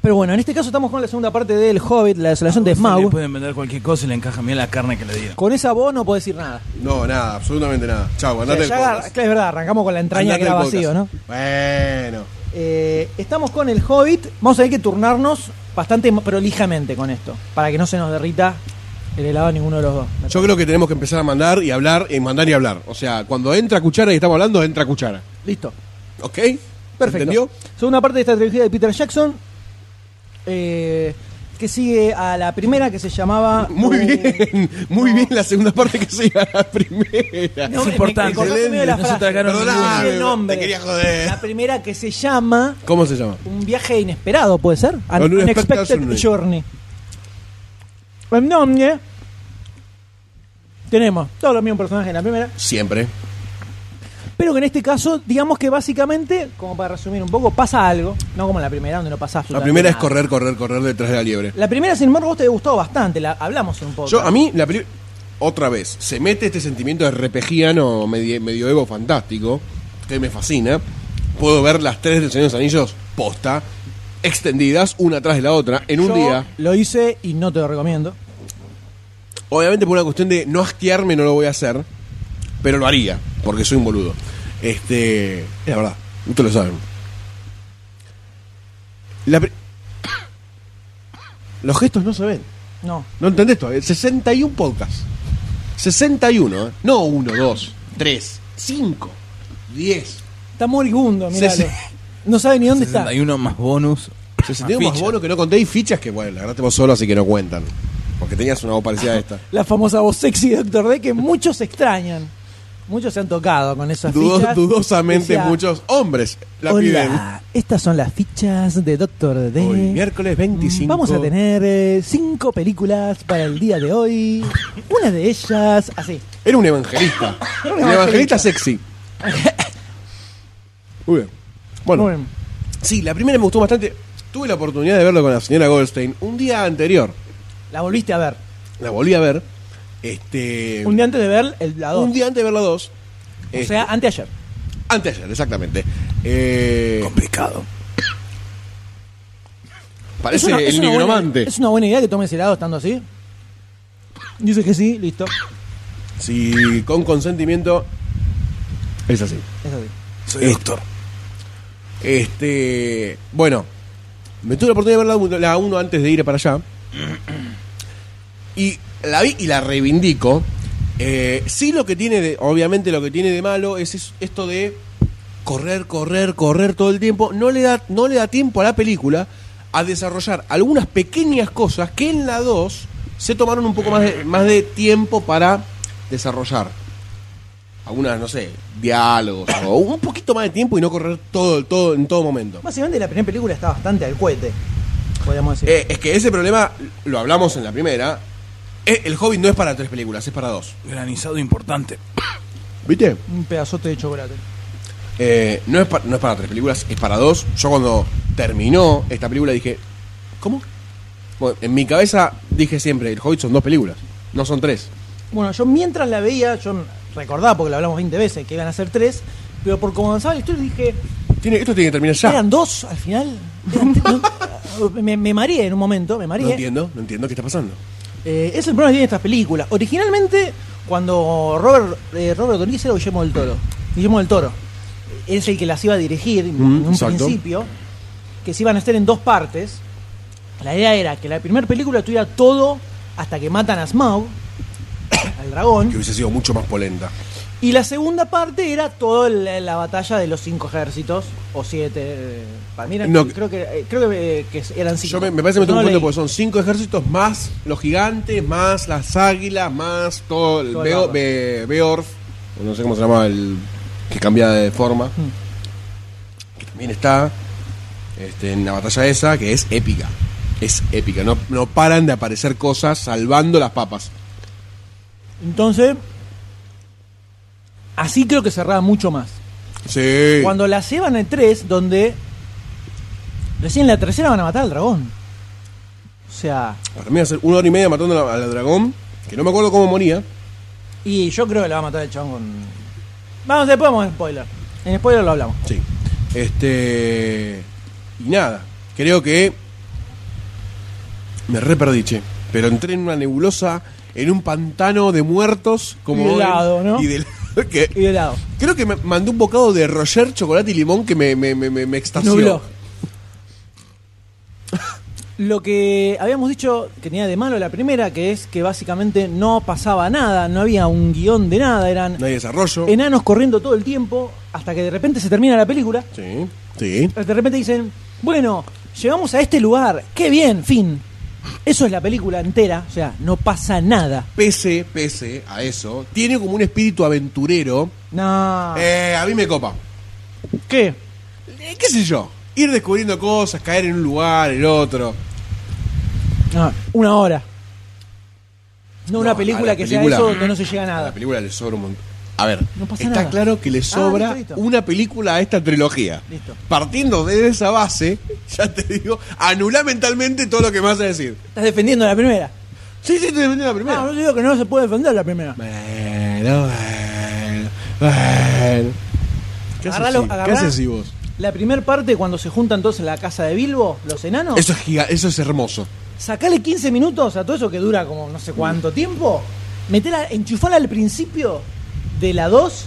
[SPEAKER 3] Pero bueno, en este caso estamos con la segunda parte del Hobbit, la desolación de
[SPEAKER 4] Le
[SPEAKER 3] Smaug.
[SPEAKER 4] pueden vender cualquier cosa y le encaja bien la carne que le dieron.
[SPEAKER 3] Con esa voz no puedo decir nada.
[SPEAKER 2] No, nada, absolutamente nada. Chau,
[SPEAKER 3] O sea,
[SPEAKER 2] andate
[SPEAKER 3] ya
[SPEAKER 2] del
[SPEAKER 3] agar-
[SPEAKER 2] podcast.
[SPEAKER 3] claro, es verdad, arrancamos con la entraña
[SPEAKER 2] Andate
[SPEAKER 3] que era
[SPEAKER 2] del
[SPEAKER 3] vacío, ¿no?
[SPEAKER 2] podcast. Bueno.
[SPEAKER 3] Eh, estamos con el Hobbit. Vamos a tener que turnarnos bastante mo- prolijamente con esto, para que no se nos derrita el helado a ninguno de los dos.
[SPEAKER 2] Yo creo que tenemos que empezar a mandar y hablar, y mandar y hablar. O sea, cuando entra cuchara y estamos hablando, entra cuchara.
[SPEAKER 3] Listo.
[SPEAKER 2] ¿Ok?
[SPEAKER 3] Perfecto.
[SPEAKER 2] ¿Entendió?
[SPEAKER 3] Segunda parte de esta trilogía de Peter Jackson. eh, que sigue a la primera que se llamaba. eh,
[SPEAKER 2] Muy
[SPEAKER 3] No-
[SPEAKER 2] bien, muy bien la segunda parte que sigue a la primera.
[SPEAKER 3] No, me- me
[SPEAKER 4] importante.
[SPEAKER 3] cortaste en medio de la
[SPEAKER 4] Excelente, no se
[SPEAKER 3] frase.
[SPEAKER 4] tragaron
[SPEAKER 3] Perdóname,
[SPEAKER 2] ninguna.
[SPEAKER 3] el nombre.
[SPEAKER 2] Te quería joder.
[SPEAKER 3] La primera que se llama
[SPEAKER 2] ¿Cómo se llama?
[SPEAKER 3] Un viaje inesperado, ¿puede ser? An
[SPEAKER 2] An
[SPEAKER 3] unexpected,
[SPEAKER 2] unexpected
[SPEAKER 3] Journey. El nombre. Tenemos todos los mismos personajes en la primera.
[SPEAKER 2] Siempre.
[SPEAKER 3] Pero que en este caso, digamos que básicamente, como para resumir un poco, pasa algo. No como en la primera, donde no pasa
[SPEAKER 2] La
[SPEAKER 3] absolutamente
[SPEAKER 2] primera es
[SPEAKER 3] nada.
[SPEAKER 2] correr, correr, correr detrás de la liebre.
[SPEAKER 3] La primera, sin embargo, vos te gustó bastante. La hablamos un poco.
[SPEAKER 2] Yo, a mí, la peli- otra vez, se mete este sentimiento de repegiano medie- medioevo fantástico, que me fascina. Puedo ver las tres del Señor de los Anillos posta, extendidas, una tras de la otra, en un
[SPEAKER 3] Yo
[SPEAKER 2] día.
[SPEAKER 3] Lo hice y no te lo recomiendo.
[SPEAKER 2] Obviamente por una cuestión de no hastiarme no lo voy a hacer, pero lo haría, porque soy un boludo. Este, es la verdad, ustedes lo saben. La pri- Los gestos no se ven.
[SPEAKER 3] No.
[SPEAKER 2] No entendés todavía. 61 podcasts. 61, ¿eh? No 1, 2, 3, 5, 10.
[SPEAKER 3] Está moribundo, míralo.
[SPEAKER 2] Sí, sí.
[SPEAKER 3] No sabe ni dónde está.
[SPEAKER 4] 61 más bonus.
[SPEAKER 2] Tengo más
[SPEAKER 4] fichas.
[SPEAKER 2] bonos que no conté y fichas que, bueno, la agarraste vos solo, así que no cuentan. Porque tenías una voz parecida a esta.
[SPEAKER 3] La famosa voz sexy de Doctor D que muchos extrañan. Muchos se han tocado con esas
[SPEAKER 2] Dudo-
[SPEAKER 3] fichas.
[SPEAKER 2] dudosamente
[SPEAKER 3] Decía,
[SPEAKER 2] muchos hombres la piden.
[SPEAKER 3] Hola, estas son las fichas de Doctor D. Mm,
[SPEAKER 2] Hoy, miércoles 25.
[SPEAKER 3] Vamos a tener eh, cinco películas para el día de hoy. Una de ellas, así.
[SPEAKER 2] Era un evangelista. un evangelista, sexy. Muy bien. Bueno,
[SPEAKER 3] Muy bien.
[SPEAKER 2] sí, la primera me gustó bastante. Tuve la oportunidad de verlo con la señora Goldstein un día anterior.
[SPEAKER 3] La volviste a ver.
[SPEAKER 2] La volví a ver. Este,
[SPEAKER 3] Un día antes de ver el, la dos.
[SPEAKER 2] un día antes de ver la 2.
[SPEAKER 3] o sea, antes de ayer.
[SPEAKER 2] antes de ayer, exactamente. Eh,
[SPEAKER 4] Complicado.
[SPEAKER 2] parece
[SPEAKER 3] una-
[SPEAKER 2] el
[SPEAKER 3] una
[SPEAKER 2] nigromante.
[SPEAKER 3] buena- es una buena idea que tomes helado estando así. Dice que sí, listo.
[SPEAKER 2] Si con consentimiento. Es así.
[SPEAKER 3] Es así.
[SPEAKER 4] Soy doctor.
[SPEAKER 2] Este, bueno, me tuve la oportunidad de ver la- la 1 antes de ir para allá. Y la vi y la reivindico. Eh, sí lo que tiene, de- obviamente lo que tiene de malo es, es- esto de correr, correr, correr todo el tiempo. No le, da, no le da tiempo a la película a desarrollar algunas pequeñas cosas que en la 2 se tomaron un poco más de, más de tiempo para desarrollar algunas, no sé, diálogos o un poquito más de tiempo y no correr todo, todo en todo momento.
[SPEAKER 3] Básicamente la primera película está bastante al cohete, podríamos decir.
[SPEAKER 2] Eh, es que ese problema, lo hablamos en la primera, eh, el Hobbit no es para tres películas, es para dos.
[SPEAKER 4] Granizado importante.
[SPEAKER 2] ¿Viste?
[SPEAKER 3] Un pedazote de chocolate.
[SPEAKER 2] Eh, no, es pa- no es para tres películas, es para dos. Yo cuando terminó esta película dije, ¿cómo? Bueno, en mi cabeza dije siempre, el Hobbit son dos películas, no son tres.
[SPEAKER 3] Bueno, yo mientras la veía, yo recordaba, porque la hablamos 20 veces, que iban a ser tres, pero por cómo avanzaba la historia dije,
[SPEAKER 2] Tiene, esto tiene que terminar ya.
[SPEAKER 3] eran dos al final. Eran tres, ¿no? me, me mareé en un momento, me
[SPEAKER 2] No
[SPEAKER 3] mareé.
[SPEAKER 2] entiendo, no entiendo qué está pasando.
[SPEAKER 3] Eh, es el problema que tienen estas películas. Originalmente, cuando Robert, eh, Robert Rodríguez era Guillermo del Toro. Guillermo del Toro. Es el que las iba a dirigir en
[SPEAKER 2] Mm,
[SPEAKER 3] un
[SPEAKER 2] exacto.
[SPEAKER 3] principio. Que se iban a hacer en dos partes. La idea era que la primera película tuviera todo hasta que matan a Smaug, al
[SPEAKER 2] Que
[SPEAKER 3] dragón.
[SPEAKER 2] hubiese sido mucho más polenta.
[SPEAKER 3] Y la segunda parte era toda la, la batalla de los cinco ejércitos, o siete. eh, Para mí eran-
[SPEAKER 2] No,
[SPEAKER 3] creo, que, eh, creo que, eh, que eran cinco.
[SPEAKER 2] Yo me, me parece que me estoy
[SPEAKER 3] No
[SPEAKER 2] confundiendo
[SPEAKER 3] leí.
[SPEAKER 2] porque son cinco ejércitos más los gigantes, más las águilas, más todo el
[SPEAKER 3] Todo el
[SPEAKER 2] Beo-
[SPEAKER 3] bardo.
[SPEAKER 2] Be- Beorf, o no sé cómo se llama el que cambia de forma.
[SPEAKER 3] Hmm.
[SPEAKER 2] Que también está este, en la batalla esa que es épica. es épica. No, no paran de aparecer cosas salvando las papas.
[SPEAKER 3] Entonces, así creo que cerraba mucho más.
[SPEAKER 2] Sí.
[SPEAKER 3] Cuando la llevan en 3, donde recién en la tercera van a matar al dragón. O sea,
[SPEAKER 2] Para mí va a ser una hora y media matando a la- al dragón, que no me acuerdo cómo moría.
[SPEAKER 3] y yo creo que la va a matar el chabón con... Vamos, después vamos en spoiler. En spoiler lo hablamos.
[SPEAKER 2] Sí. Este. Y nada. Creo que. Me re perdí, che. Pero entré en una nebulosa, en un pantano de muertos. Como
[SPEAKER 3] Y de
[SPEAKER 2] hoy.
[SPEAKER 3] helado, ¿no?
[SPEAKER 2] Y de helado, que-
[SPEAKER 3] Y de lado.
[SPEAKER 2] creo que me mandé un bocado de Roger, chocolate y limón que me, me, me, me, me extasió.
[SPEAKER 3] Nubló. Lo que habíamos dicho que tenía de malo la primera, que es que básicamente no pasaba nada, no había un guión de nada, eran
[SPEAKER 2] No hay desarrollo.
[SPEAKER 3] enanos corriendo todo el tiempo, hasta que de repente se termina la película,
[SPEAKER 2] Sí. Sí.
[SPEAKER 3] de repente dicen, bueno, llegamos a este lugar, qué bien, fin. Eso es la película entera, o sea, no pasa nada.
[SPEAKER 2] Pese, pese a eso, tiene como un espíritu aventurero.
[SPEAKER 3] No.
[SPEAKER 2] Eh, a mí me copa.
[SPEAKER 3] ¿Qué?
[SPEAKER 2] Eh, ¿Qué sé yo? Ir descubriendo cosas, caer en un lugar, el otro.
[SPEAKER 3] No, una hora. No,
[SPEAKER 2] No,
[SPEAKER 3] una
[SPEAKER 2] a
[SPEAKER 3] película
[SPEAKER 2] la
[SPEAKER 3] que sea
[SPEAKER 2] película-
[SPEAKER 3] eso donde no se llega a
[SPEAKER 2] A
[SPEAKER 3] nada.
[SPEAKER 2] la película le sobra un montón. A ver,
[SPEAKER 3] No pasa
[SPEAKER 2] está
[SPEAKER 3] nada.
[SPEAKER 2] claro que le sobra
[SPEAKER 3] listo, listo.
[SPEAKER 2] una película a esta trilogía.
[SPEAKER 3] Listo.
[SPEAKER 2] Partiendo de esa base, ya te digo, anula mentalmente todo lo que me vas a decir.
[SPEAKER 3] Estás defendiendo la primera.
[SPEAKER 2] Sí, sí, te defendí la primera.
[SPEAKER 3] No, no digo que no se puede defender la primera.
[SPEAKER 2] Bueno, bueno, bueno. ¿Qué haces
[SPEAKER 3] Agarralo,
[SPEAKER 2] si-
[SPEAKER 3] agarrá.
[SPEAKER 2] ¿Qué haces si vos?
[SPEAKER 3] La primer parte, cuando se juntan todos en la casa de Bilbo, los enanos,
[SPEAKER 2] Eso es, giga- eso es hermoso.
[SPEAKER 3] sacale 15 minutos a todo eso que dura como no sé cuánto tiempo, metela, enchufala al principio de la 2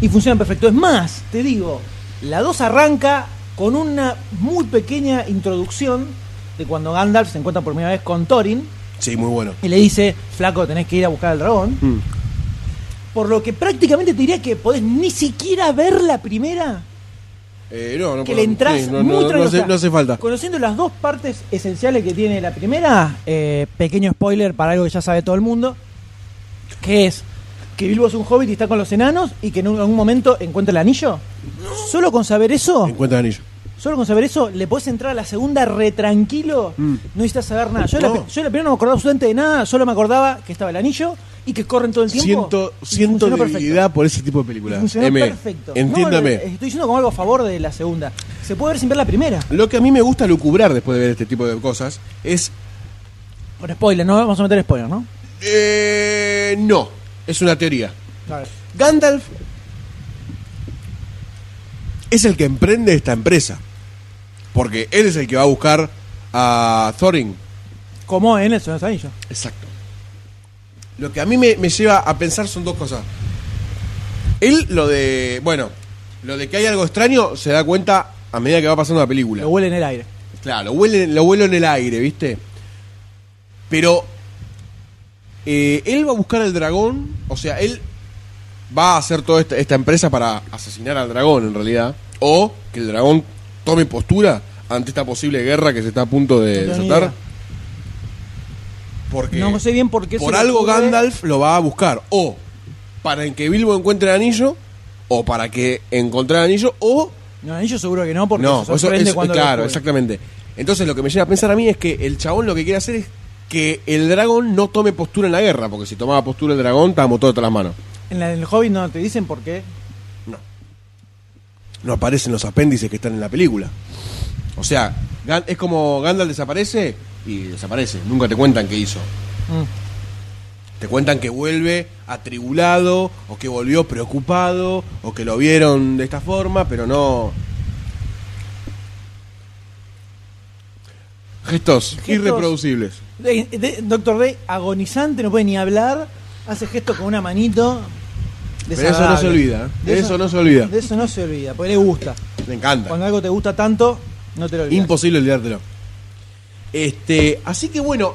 [SPEAKER 3] y funciona perfecto. Es más, te digo, la 2 arranca con una muy pequeña introducción de cuando Gandalf se encuentra por primera vez con Thorin
[SPEAKER 2] Sí, muy bueno.
[SPEAKER 3] y le dice, flaco, tenés que ir a buscar al dragón.
[SPEAKER 2] Mm.
[SPEAKER 3] Por lo que prácticamente te diría que podés ni siquiera ver la primera
[SPEAKER 2] Eh, no, no
[SPEAKER 3] que
[SPEAKER 2] puedo-
[SPEAKER 3] le entras
[SPEAKER 2] sí, no, no,
[SPEAKER 3] muy
[SPEAKER 2] no
[SPEAKER 3] tranquilo. O
[SPEAKER 2] hace,
[SPEAKER 3] sea,
[SPEAKER 2] no hace falta.
[SPEAKER 3] Conociendo las dos partes esenciales que tiene la primera, eh, pequeño spoiler para algo que ya sabe todo el mundo, que es que Bilbo es un hobbit y está con los enanos y que en un- algún momento encuentra el anillo. Solo con saber eso,
[SPEAKER 2] Encuentra el anillo.
[SPEAKER 3] solo con saber eso, le podés entrar a la segunda re tranquilo,
[SPEAKER 2] Mm.
[SPEAKER 3] no necesitas saber nada. Yo, en la,
[SPEAKER 2] No.
[SPEAKER 3] pe- yo en la primera no me acordaba absolutamente de nada, solo me acordaba que estaba el anillo y que corren todo el tiempo.
[SPEAKER 2] Siento,
[SPEAKER 3] y
[SPEAKER 2] siento
[SPEAKER 3] funcionó perfecto.
[SPEAKER 2] debilidad por ese tipo de películas.
[SPEAKER 3] Funcionó
[SPEAKER 2] M,
[SPEAKER 3] perfecto. No,
[SPEAKER 2] Entiéndame.
[SPEAKER 3] no, estoy diciendo como algo a favor de la segunda. Se puede ver sin ver la primera.
[SPEAKER 2] Lo que a mí me gusta lucubrar después de ver este tipo de cosas es.
[SPEAKER 3] Con spoiler, no vamos a meter spoiler, ¿no?
[SPEAKER 2] eh, no, es una teoría. Gandalf es el que emprende esta empresa. Porque él es el que va a buscar a Thorin.
[SPEAKER 3] Como en el Señor de los Anillos.
[SPEAKER 2] Exacto. Lo que a mí me, me lleva a pensar son dos cosas. Él, lo de. Bueno, lo de que hay algo extraño se da cuenta a medida que va pasando la película.
[SPEAKER 3] Lo huele en el aire.
[SPEAKER 2] Claro, lo huele, lo huelo en el aire, ¿viste? Pero eh, él va a buscar al dragón, o sea, él va a hacer toda esta, esta empresa para asesinar al dragón en realidad, o que el dragón tome postura ante esta posible guerra que se está a punto de
[SPEAKER 3] No tengo ni
[SPEAKER 2] desatar.
[SPEAKER 3] idea.
[SPEAKER 2] Porque
[SPEAKER 3] No sé bien por qué se
[SPEAKER 2] por
[SPEAKER 3] le
[SPEAKER 2] algo
[SPEAKER 3] ocurre-
[SPEAKER 2] Gandalf lo va a buscar, o para que Bilbo encuentre el anillo, o para que encuentre el anillo, o
[SPEAKER 3] No, anillo seguro que no, porque
[SPEAKER 2] no,
[SPEAKER 3] se sorprende
[SPEAKER 2] eso es-
[SPEAKER 3] cuando lo
[SPEAKER 2] claro,
[SPEAKER 3] descubre.
[SPEAKER 2] exactamente. Entonces lo que me lleva a pensar a mí es que el chabón lo que quiere hacer es que el dragón no tome postura en la guerra, porque si tomaba postura el dragón, estábamos todos tras las manos.
[SPEAKER 3] En, la- en el Hobbit no te dicen por qué.
[SPEAKER 2] No aparecen los apéndices que están en la película. O sea, Gan- es como Gandalf desaparece y desaparece. Nunca te cuentan qué hizo.
[SPEAKER 3] Mm.
[SPEAKER 2] Te cuentan que vuelve atribulado, o que volvió preocupado, o que lo vieron de esta forma, pero no. Gestos,
[SPEAKER 3] Gestos.
[SPEAKER 2] irreproducibles.
[SPEAKER 3] De- de- Doctor D, agonizante, no puede ni hablar. Hace gesto con una manito.
[SPEAKER 2] Pero eso no se
[SPEAKER 3] desagradable.
[SPEAKER 2] olvida, ¿eh?
[SPEAKER 3] De
[SPEAKER 2] De eso no se olvida.
[SPEAKER 3] De eso no se olvida, porque le gusta.
[SPEAKER 2] Me encanta.
[SPEAKER 3] Cuando algo te gusta tanto, no te lo olvidas.
[SPEAKER 2] Imposible olvidártelo. Este, así que bueno,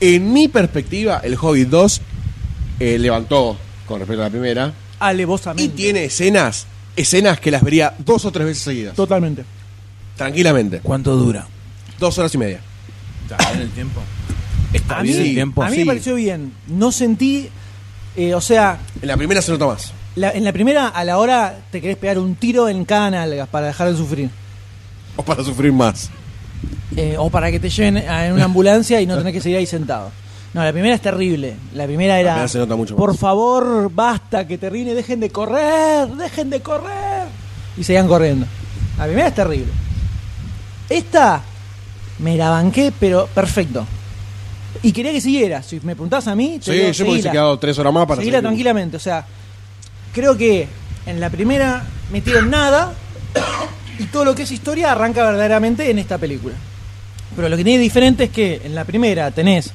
[SPEAKER 2] en mi perspectiva, el Hobbit 2 eh, levantó con respecto a la primera
[SPEAKER 3] Alevosamente.
[SPEAKER 2] y tiene escenas, escenas que las vería dos o tres veces seguidas,
[SPEAKER 3] Totalmente.
[SPEAKER 2] tranquilamente,
[SPEAKER 8] ¿Cuánto dura?
[SPEAKER 2] dos horas y media.
[SPEAKER 4] Está bien el tiempo.
[SPEAKER 8] Está
[SPEAKER 3] A mí,
[SPEAKER 8] bien el tiempo.
[SPEAKER 3] a mí
[SPEAKER 2] Sí.
[SPEAKER 3] me pareció bien. No sentí, eh, o sea,
[SPEAKER 2] En la primera se nota más.
[SPEAKER 3] la- en la primera a la hora te querés pegar un tiro en cada nalga para dejar de sufrir.
[SPEAKER 2] O para sufrir más.
[SPEAKER 3] eh, o para que te lleven a- en una ambulancia y no tenés que seguir ahí sentado. No, la primera es terrible. La primera era.
[SPEAKER 2] primera se nota mucho más.
[SPEAKER 3] Por favor, basta, que termine, dejen de correr, dejen de correr. Y seguían corriendo. La primera es terrible. Esta me la banqué, pero perfecto. Y quería que siguiera. Si me preguntás a mí, te
[SPEAKER 2] Sí,
[SPEAKER 3] digo,
[SPEAKER 2] yo me hubiese
[SPEAKER 3] seguila.
[SPEAKER 2] quedado tres horas más para
[SPEAKER 3] Seguila
[SPEAKER 2] seguir.
[SPEAKER 3] tranquilamente. O sea, creo que en la primera metieron nada y todo lo que es historia arranca verdaderamente en esta película. Pero lo que tiene diferente es que en la primera tenés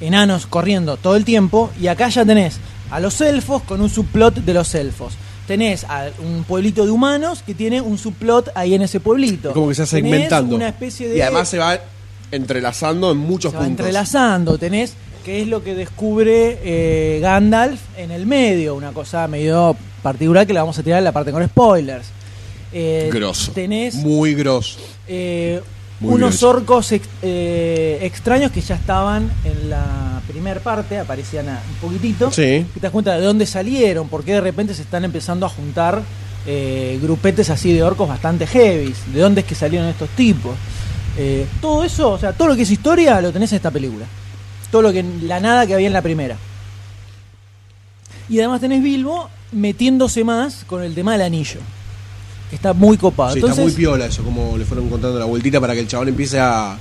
[SPEAKER 3] enanos corriendo todo el tiempo y acá ya tenés a los elfos con un subplot de los elfos. Tenés a un pueblito de humanos que tiene un subplot ahí en ese pueblito.
[SPEAKER 2] Es como que se va
[SPEAKER 3] Tenés
[SPEAKER 2] segmentando.
[SPEAKER 3] una especie de
[SPEAKER 2] Y además se va entrelazando en muchos
[SPEAKER 3] se va
[SPEAKER 2] puntos.
[SPEAKER 3] entrelazando, tenés que es lo que descubre eh, Gandalf en el medio, una cosa medio particular que la vamos a tirar en la parte con spoilers. Eh,
[SPEAKER 2] grosso.
[SPEAKER 3] Tenés
[SPEAKER 2] Muy grosso.
[SPEAKER 3] eh,
[SPEAKER 2] Muy
[SPEAKER 3] unos
[SPEAKER 2] bien.
[SPEAKER 3] orcos ex- eh, extraños que ya estaban en la primera parte, aparecían a- un poquitito.
[SPEAKER 2] Sí.
[SPEAKER 3] Que te das cuenta de dónde salieron, porque de repente se están empezando a juntar eh, grupetes así de orcos bastante heavies. ¿De dónde es que salieron estos tipos? Eh, todo eso, o sea, todo lo que es historia lo tenés en esta película. Todo lo que la nada que había en la primera. Y además tenés Bilbo metiéndose más con el tema del anillo. Que está muy copado.
[SPEAKER 2] Sí,
[SPEAKER 3] Entonces,
[SPEAKER 2] está muy piola eso, como le fueron contando la vueltita para que el chabón empiece a.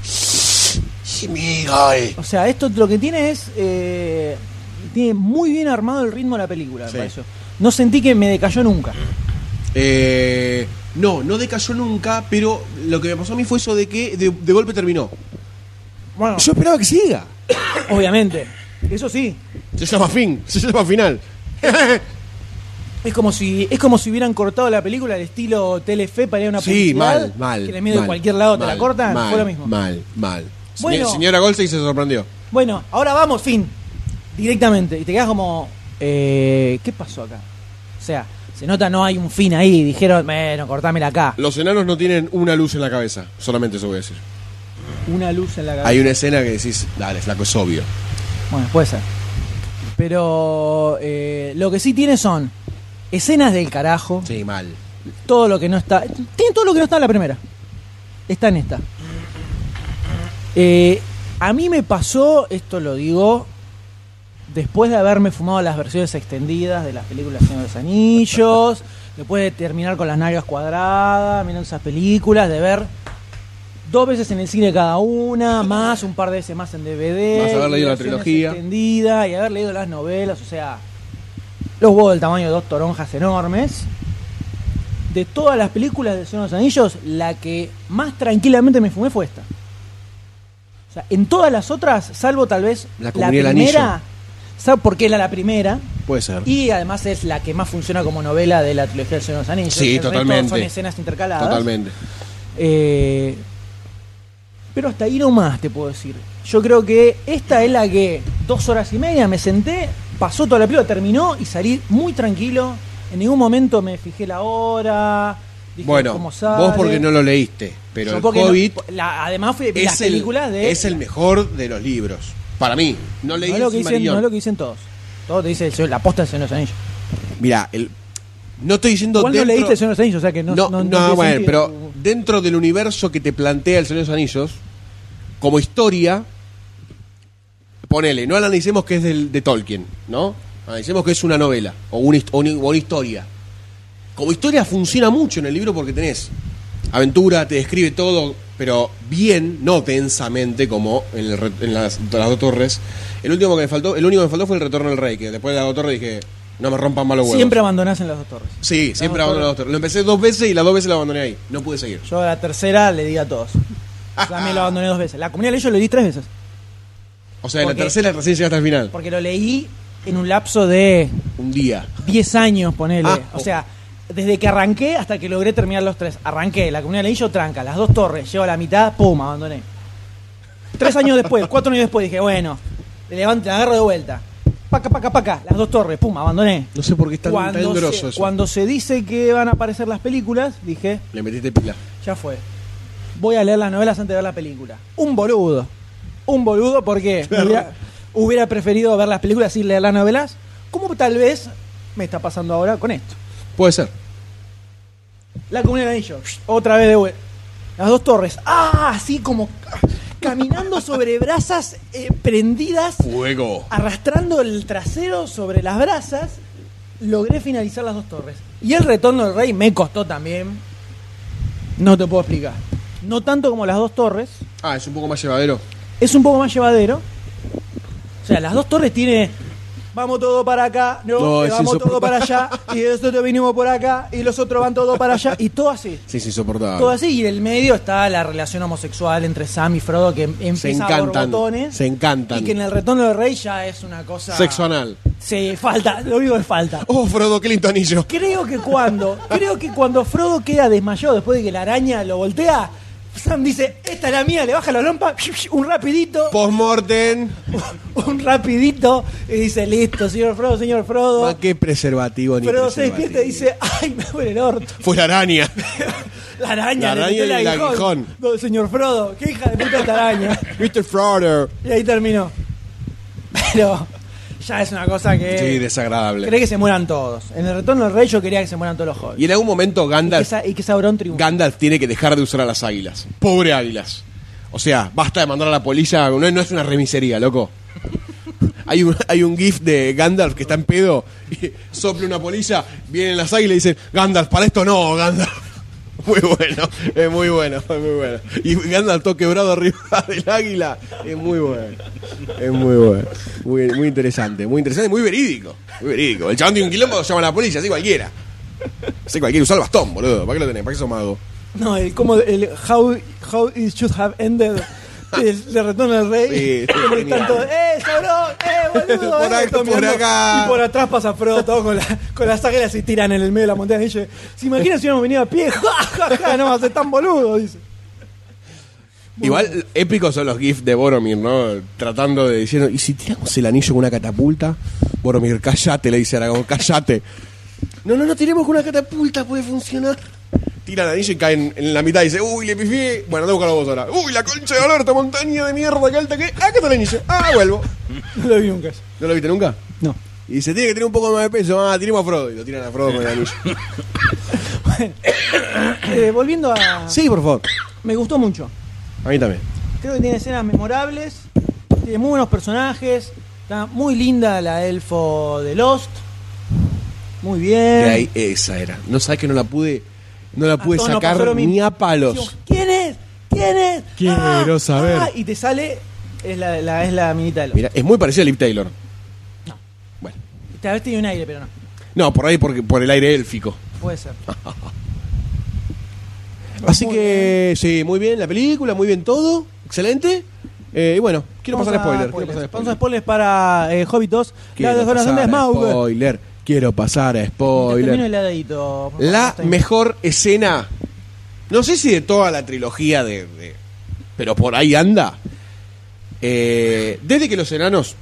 [SPEAKER 3] O sea, esto lo que tiene es. eh, tiene muy bien armado el ritmo de la película, me
[SPEAKER 2] Sí.
[SPEAKER 3] pareció. No sentí que me decayó nunca.
[SPEAKER 2] Eh, no, no decayó nunca, pero lo que me pasó a mí fue eso de que de, de golpe terminó.
[SPEAKER 3] Bueno,
[SPEAKER 2] Yo esperaba que siga.
[SPEAKER 3] obviamente. Eso sí.
[SPEAKER 2] Se llama fin, se llama final.
[SPEAKER 3] Es como si es como si hubieran cortado la película al estilo Telefe para ir a una
[SPEAKER 2] sí,
[SPEAKER 3] publicidad,
[SPEAKER 2] mal, mal.
[SPEAKER 3] Que en el medio
[SPEAKER 2] mal,
[SPEAKER 3] de cualquier lado te
[SPEAKER 2] mal,
[SPEAKER 3] la cortan.
[SPEAKER 2] mal,
[SPEAKER 3] fue lo mismo.
[SPEAKER 2] Mal, mal. Señor-
[SPEAKER 3] Bueno.
[SPEAKER 2] Señora Goldstein se sorprendió.
[SPEAKER 3] Bueno, ahora vamos, fin. Directamente. Y te quedas como. eh, ¿Qué pasó acá? O sea, se nota no hay un fin ahí. Dijeron, bueno, cortámela acá.
[SPEAKER 2] Los enanos no tienen una luz en la cabeza, solamente eso voy a decir.
[SPEAKER 3] Una luz en la cabeza.
[SPEAKER 2] Hay una escena que decís, dale, flaco, es obvio.
[SPEAKER 3] Bueno, puede ser. Pero eh, lo que sí tiene son escenas del carajo,
[SPEAKER 2] Sí, mal.
[SPEAKER 3] todo lo que no está. Tiene todo lo que no está en la primera. Está en esta. Eh, a mí me pasó, esto lo digo, después de haberme fumado las versiones extendidas de las películas Señor de los Anillos, después de terminar con las nalgas cuadradas, mirando esas películas, de ver dos veces en el cine cada una, más un par de veces más en DVD.
[SPEAKER 2] Más haber
[SPEAKER 3] y
[SPEAKER 2] leído la
[SPEAKER 3] versiones
[SPEAKER 2] trilogía.
[SPEAKER 3] Extendida, y haber leído las novelas, o sea, los huevos del tamaño de dos toronjas enormes. De todas las películas de Señor de los Anillos, la que más tranquilamente me fumé fue esta. O sea, en todas las otras, salvo tal vez
[SPEAKER 2] La Comunidad del
[SPEAKER 3] primera,
[SPEAKER 2] Anillo.
[SPEAKER 3] ¿sabes por qué era la primera?
[SPEAKER 2] Puede ser.
[SPEAKER 3] Y además es la que más funciona como novela de la trilogía del Señor de los Anillos.
[SPEAKER 2] Sí,
[SPEAKER 3] El resto
[SPEAKER 2] totalmente.
[SPEAKER 3] Son escenas intercaladas.
[SPEAKER 2] Totalmente.
[SPEAKER 3] Eh, pero hasta ahí nomás te puedo decir. Yo creo que esta es la que dos horas y media me senté, pasó toda la película, terminó y salí muy tranquilo. En ningún momento me fijé la hora. dije
[SPEAKER 2] Bueno,
[SPEAKER 3] cómo sale.
[SPEAKER 2] vos porque no lo leíste, pero
[SPEAKER 3] Yo
[SPEAKER 2] el
[SPEAKER 3] porque no-
[SPEAKER 2] Hobbit
[SPEAKER 3] la- además fue las
[SPEAKER 2] es, el,
[SPEAKER 3] películas de
[SPEAKER 2] es el mejor de los libros. Para mí, no leí
[SPEAKER 3] no es lo
[SPEAKER 2] el
[SPEAKER 3] que dicen,
[SPEAKER 2] Silmarillion.
[SPEAKER 3] no es lo que dicen todos. Todos te dicen el Señor- la posta del Señor de los Anillos.
[SPEAKER 2] Mirá, el- no estoy diciendo
[SPEAKER 3] Igual no
[SPEAKER 2] dentro-
[SPEAKER 3] leíste el Señor de los Anillos, o sea que no.
[SPEAKER 2] No, no,
[SPEAKER 3] tiene
[SPEAKER 2] bueno,
[SPEAKER 3] sentido.
[SPEAKER 2] pero dentro del universo que te plantea el Señor de los Anillos, como historia, ponele, no analicemos que es del- de Tolkien, ¿no? Analicemos que es una novela o una, hist- o una- o una historia. Como historia funciona mucho en el libro porque tenés aventura, te describe todo, pero bien, no densamente como en, el re- en las, las dos torres. El último que me faltó, el único que me faltó fue el Retorno del Rey, que después de la dos torres dije, no me rompan malos huevos.
[SPEAKER 3] Siempre abandonás en las dos torres.
[SPEAKER 2] Sí, siempre abandoné
[SPEAKER 3] Vamos, Pablo.
[SPEAKER 2] los torres. Lo empecé dos veces y las dos veces lo abandoné ahí. No pude seguir.
[SPEAKER 3] Yo a la tercera le di a todos. También lo abandoné dos veces. La comunidad de ellos lo leí tres veces.
[SPEAKER 2] O sea, en la
[SPEAKER 3] Porque-
[SPEAKER 2] tercera recién llegaste al final.
[SPEAKER 3] Porque lo leí en un lapso de
[SPEAKER 2] Un día.
[SPEAKER 3] 10 años, ponele.
[SPEAKER 2] Ah,
[SPEAKER 3] o
[SPEAKER 2] oh.
[SPEAKER 3] sea, desde que arranqué hasta que logré terminar los tres. Arranqué, la comunidad de ellos tranca, las dos torres, llevo a la mitad, pum, abandoné. Tres años después, cuatro años después, dije, bueno, le levanto, la agarro de vuelta. Paca, paca, paca, las dos torres, pum, abandoné.
[SPEAKER 2] No sé por qué es tan, tan grosso
[SPEAKER 3] se,
[SPEAKER 2] eso.
[SPEAKER 3] cuando se dice que van a aparecer las películas, dije,
[SPEAKER 2] Le metiste pila.
[SPEAKER 3] ya fue. Voy a leer las novelas antes de ver la película. Un boludo. Un boludo porque hubiera, hubiera preferido ver las películas sin leer las novelas, como tal vez me está pasando ahora con esto.
[SPEAKER 2] Puede ser.
[SPEAKER 3] La comunidad de anillo, otra vez de vuelta. Las dos torres. ¡Ah! Así como caminando sobre brasas eh, prendidas,
[SPEAKER 2] Fuego.
[SPEAKER 3] arrastrando el trasero sobre las brasas, logré finalizar las dos torres. Y el retorno del rey me costó también. No te puedo explicar. No tanto como las dos torres.
[SPEAKER 2] Ah, es un poco más llevadero.
[SPEAKER 3] Es un poco más llevadero. O sea, las dos torres tiene. Vamos todo para acá, no,
[SPEAKER 2] No,
[SPEAKER 3] que
[SPEAKER 2] es
[SPEAKER 3] vamos todo para
[SPEAKER 2] insoportable.
[SPEAKER 3] allá, y nosotros vinimos por acá, y los otros van todo para allá, y todo así.
[SPEAKER 2] Sí, sí,
[SPEAKER 3] Todo
[SPEAKER 2] soportable.
[SPEAKER 3] así, y en el medio está la relación homosexual entre Sam y Frodo que em- empieza
[SPEAKER 2] Se
[SPEAKER 3] a
[SPEAKER 2] encantan.
[SPEAKER 3] borbotones.
[SPEAKER 2] Se encantan.
[SPEAKER 3] Y que en el retorno del rey ya es una cosa.
[SPEAKER 2] Sexo anal.
[SPEAKER 3] Sí, falta, lo único que falta.
[SPEAKER 2] Oh, Frodo, qué lindo anillo.
[SPEAKER 3] Creo que cuando, creo que cuando Frodo queda desmayado después de que la araña lo voltea, Sam dice, esta es la mía, le baja la lompa, un rapidito,
[SPEAKER 2] Postmortem.
[SPEAKER 3] un rapidito, y dice, listo, señor Frodo, señor Frodo.
[SPEAKER 2] Ma, Ah, qué preservativo ni
[SPEAKER 3] Frodo se
[SPEAKER 2] preservativo.
[SPEAKER 3] despierta y dice, ay, me duele el orto.
[SPEAKER 2] Fue la araña.
[SPEAKER 3] La araña,
[SPEAKER 2] La
[SPEAKER 3] le
[SPEAKER 2] araña
[SPEAKER 3] metió
[SPEAKER 2] y el aguijón.
[SPEAKER 3] No, señor Frodo, qué hija de puta esta araña.
[SPEAKER 2] Mr. Frodo.
[SPEAKER 3] Y ahí terminó. Pero ya es una cosa que.
[SPEAKER 2] Sí, desagradable.
[SPEAKER 3] Cree que se mueran todos. En el retorno del rey yo quería que se mueran todos los hobbits.
[SPEAKER 2] Y en algún momento
[SPEAKER 3] Y que,
[SPEAKER 2] Gandalf,
[SPEAKER 3] Sa- y que Sauron triunfe.
[SPEAKER 2] Gandalf tiene que dejar de usar a las águilas. Pobre águilas. O sea, basta de mandar a la polilla. No, no es una remisería, loco. Hay un, hay un gif de Gandalf que está en pedo y sopla una polilla, vienen las águilas y dicen, Gandalf, para esto no, Gandalf. Muy bueno, es muy bueno, es muy bueno. Y Gandalf todo quebrado arriba del águila. Es muy bueno. Es muy bueno. Muy, muy interesante, muy interesante, muy verídico. Muy verídico. El chabón de un quilombo llama a la polilla, así cualquiera. Así cualquiera, usa el bastón, boludo. ¿Para qué lo tenés? ¿Para qué sos mago?
[SPEAKER 3] No, el cómo el how, how it should have ended. El, el retorno del rey.
[SPEAKER 2] Sí, sí,
[SPEAKER 3] Como que están
[SPEAKER 2] genial.
[SPEAKER 3] todos, ¡eh, Sauron! ¡eh, boludo!
[SPEAKER 2] Por
[SPEAKER 3] eh",
[SPEAKER 2] acá, por
[SPEAKER 3] mirando.
[SPEAKER 2] acá.
[SPEAKER 3] Y por atrás pasa Frodo todo con, la- con las águilas y tiran en el medio de la montaña. Y dice: ¿Se imaginan si hubiéramos venido a pie? ¡Ja, ja, ja! No, se tan boludo, dice.
[SPEAKER 2] Igual épicos son los gifs de Boromir, ¿no? Tratando de diciendo, ¿y si tiramos el anillo con una catapulta? Boromir, cállate, le dice Aragón, cállate. No, no, no tiremos con una catapulta, puede funcionar. Tira el anillo y cae en, en la mitad y dice, uy, le pifié. Bueno, tengo que buscarlo vos ahora. Uy, la concha de alerta, montaña de mierda, que alta que. Acá está el anillo. Ah, vuelvo.
[SPEAKER 3] No lo vi nunca. eso.
[SPEAKER 2] ¿No lo viste nunca?
[SPEAKER 3] No.
[SPEAKER 2] Y dice, tiene que tener un poco más de peso. Ah, tiremos a Frodo. Y lo tiran a Frodo con el anillo.
[SPEAKER 3] Eh, volviendo a.
[SPEAKER 2] sí, por favor.
[SPEAKER 3] Me gustó mucho.
[SPEAKER 2] A mí también.
[SPEAKER 3] Creo que tiene escenas memorables, tiene muy buenos personajes, está muy linda la elfo de Lost. Muy bien.
[SPEAKER 2] De ahí, esa era. No sabes que no la pude. No la
[SPEAKER 3] A
[SPEAKER 2] pude
[SPEAKER 3] todos nos
[SPEAKER 2] sacar
[SPEAKER 3] pasó lo mismo.
[SPEAKER 2] ni a palos.
[SPEAKER 3] Decimos, ¿Quién es? ¿Quién es? Ah,
[SPEAKER 2] Quiero saber.
[SPEAKER 3] y te sale, es la, la- es la minita de Lost.
[SPEAKER 2] Mira, es muy parecido a Liv Taylor. Bueno.
[SPEAKER 3] Esta vez tiene un aire, pero no.
[SPEAKER 2] No, por ahí porque por el aire élfico.
[SPEAKER 3] Puede ser.
[SPEAKER 2] Así
[SPEAKER 3] Muy
[SPEAKER 2] que sí, muy bien la película, muy bien todo, excelente. Eh, y bueno, quiero
[SPEAKER 3] Vamos
[SPEAKER 2] pasar a
[SPEAKER 3] a
[SPEAKER 2] spoiler.
[SPEAKER 3] spoilers.
[SPEAKER 2] Quiero pasar a
[SPEAKER 3] Vamos a
[SPEAKER 2] spoiler.
[SPEAKER 3] spoilers para eh, Hobbit 2. La
[SPEAKER 2] Quiero
[SPEAKER 3] desdonación de
[SPEAKER 2] pasar a
[SPEAKER 3] Smaug.
[SPEAKER 2] spoiler. Quiero pasar a
[SPEAKER 3] Te termino el
[SPEAKER 2] spoiler.
[SPEAKER 3] heladito. por favor,
[SPEAKER 2] La
[SPEAKER 3] está bien.
[SPEAKER 2] mejor escena, no sé si de toda la trilogía de, de- pero por ahí anda. Eh, desde que los enanos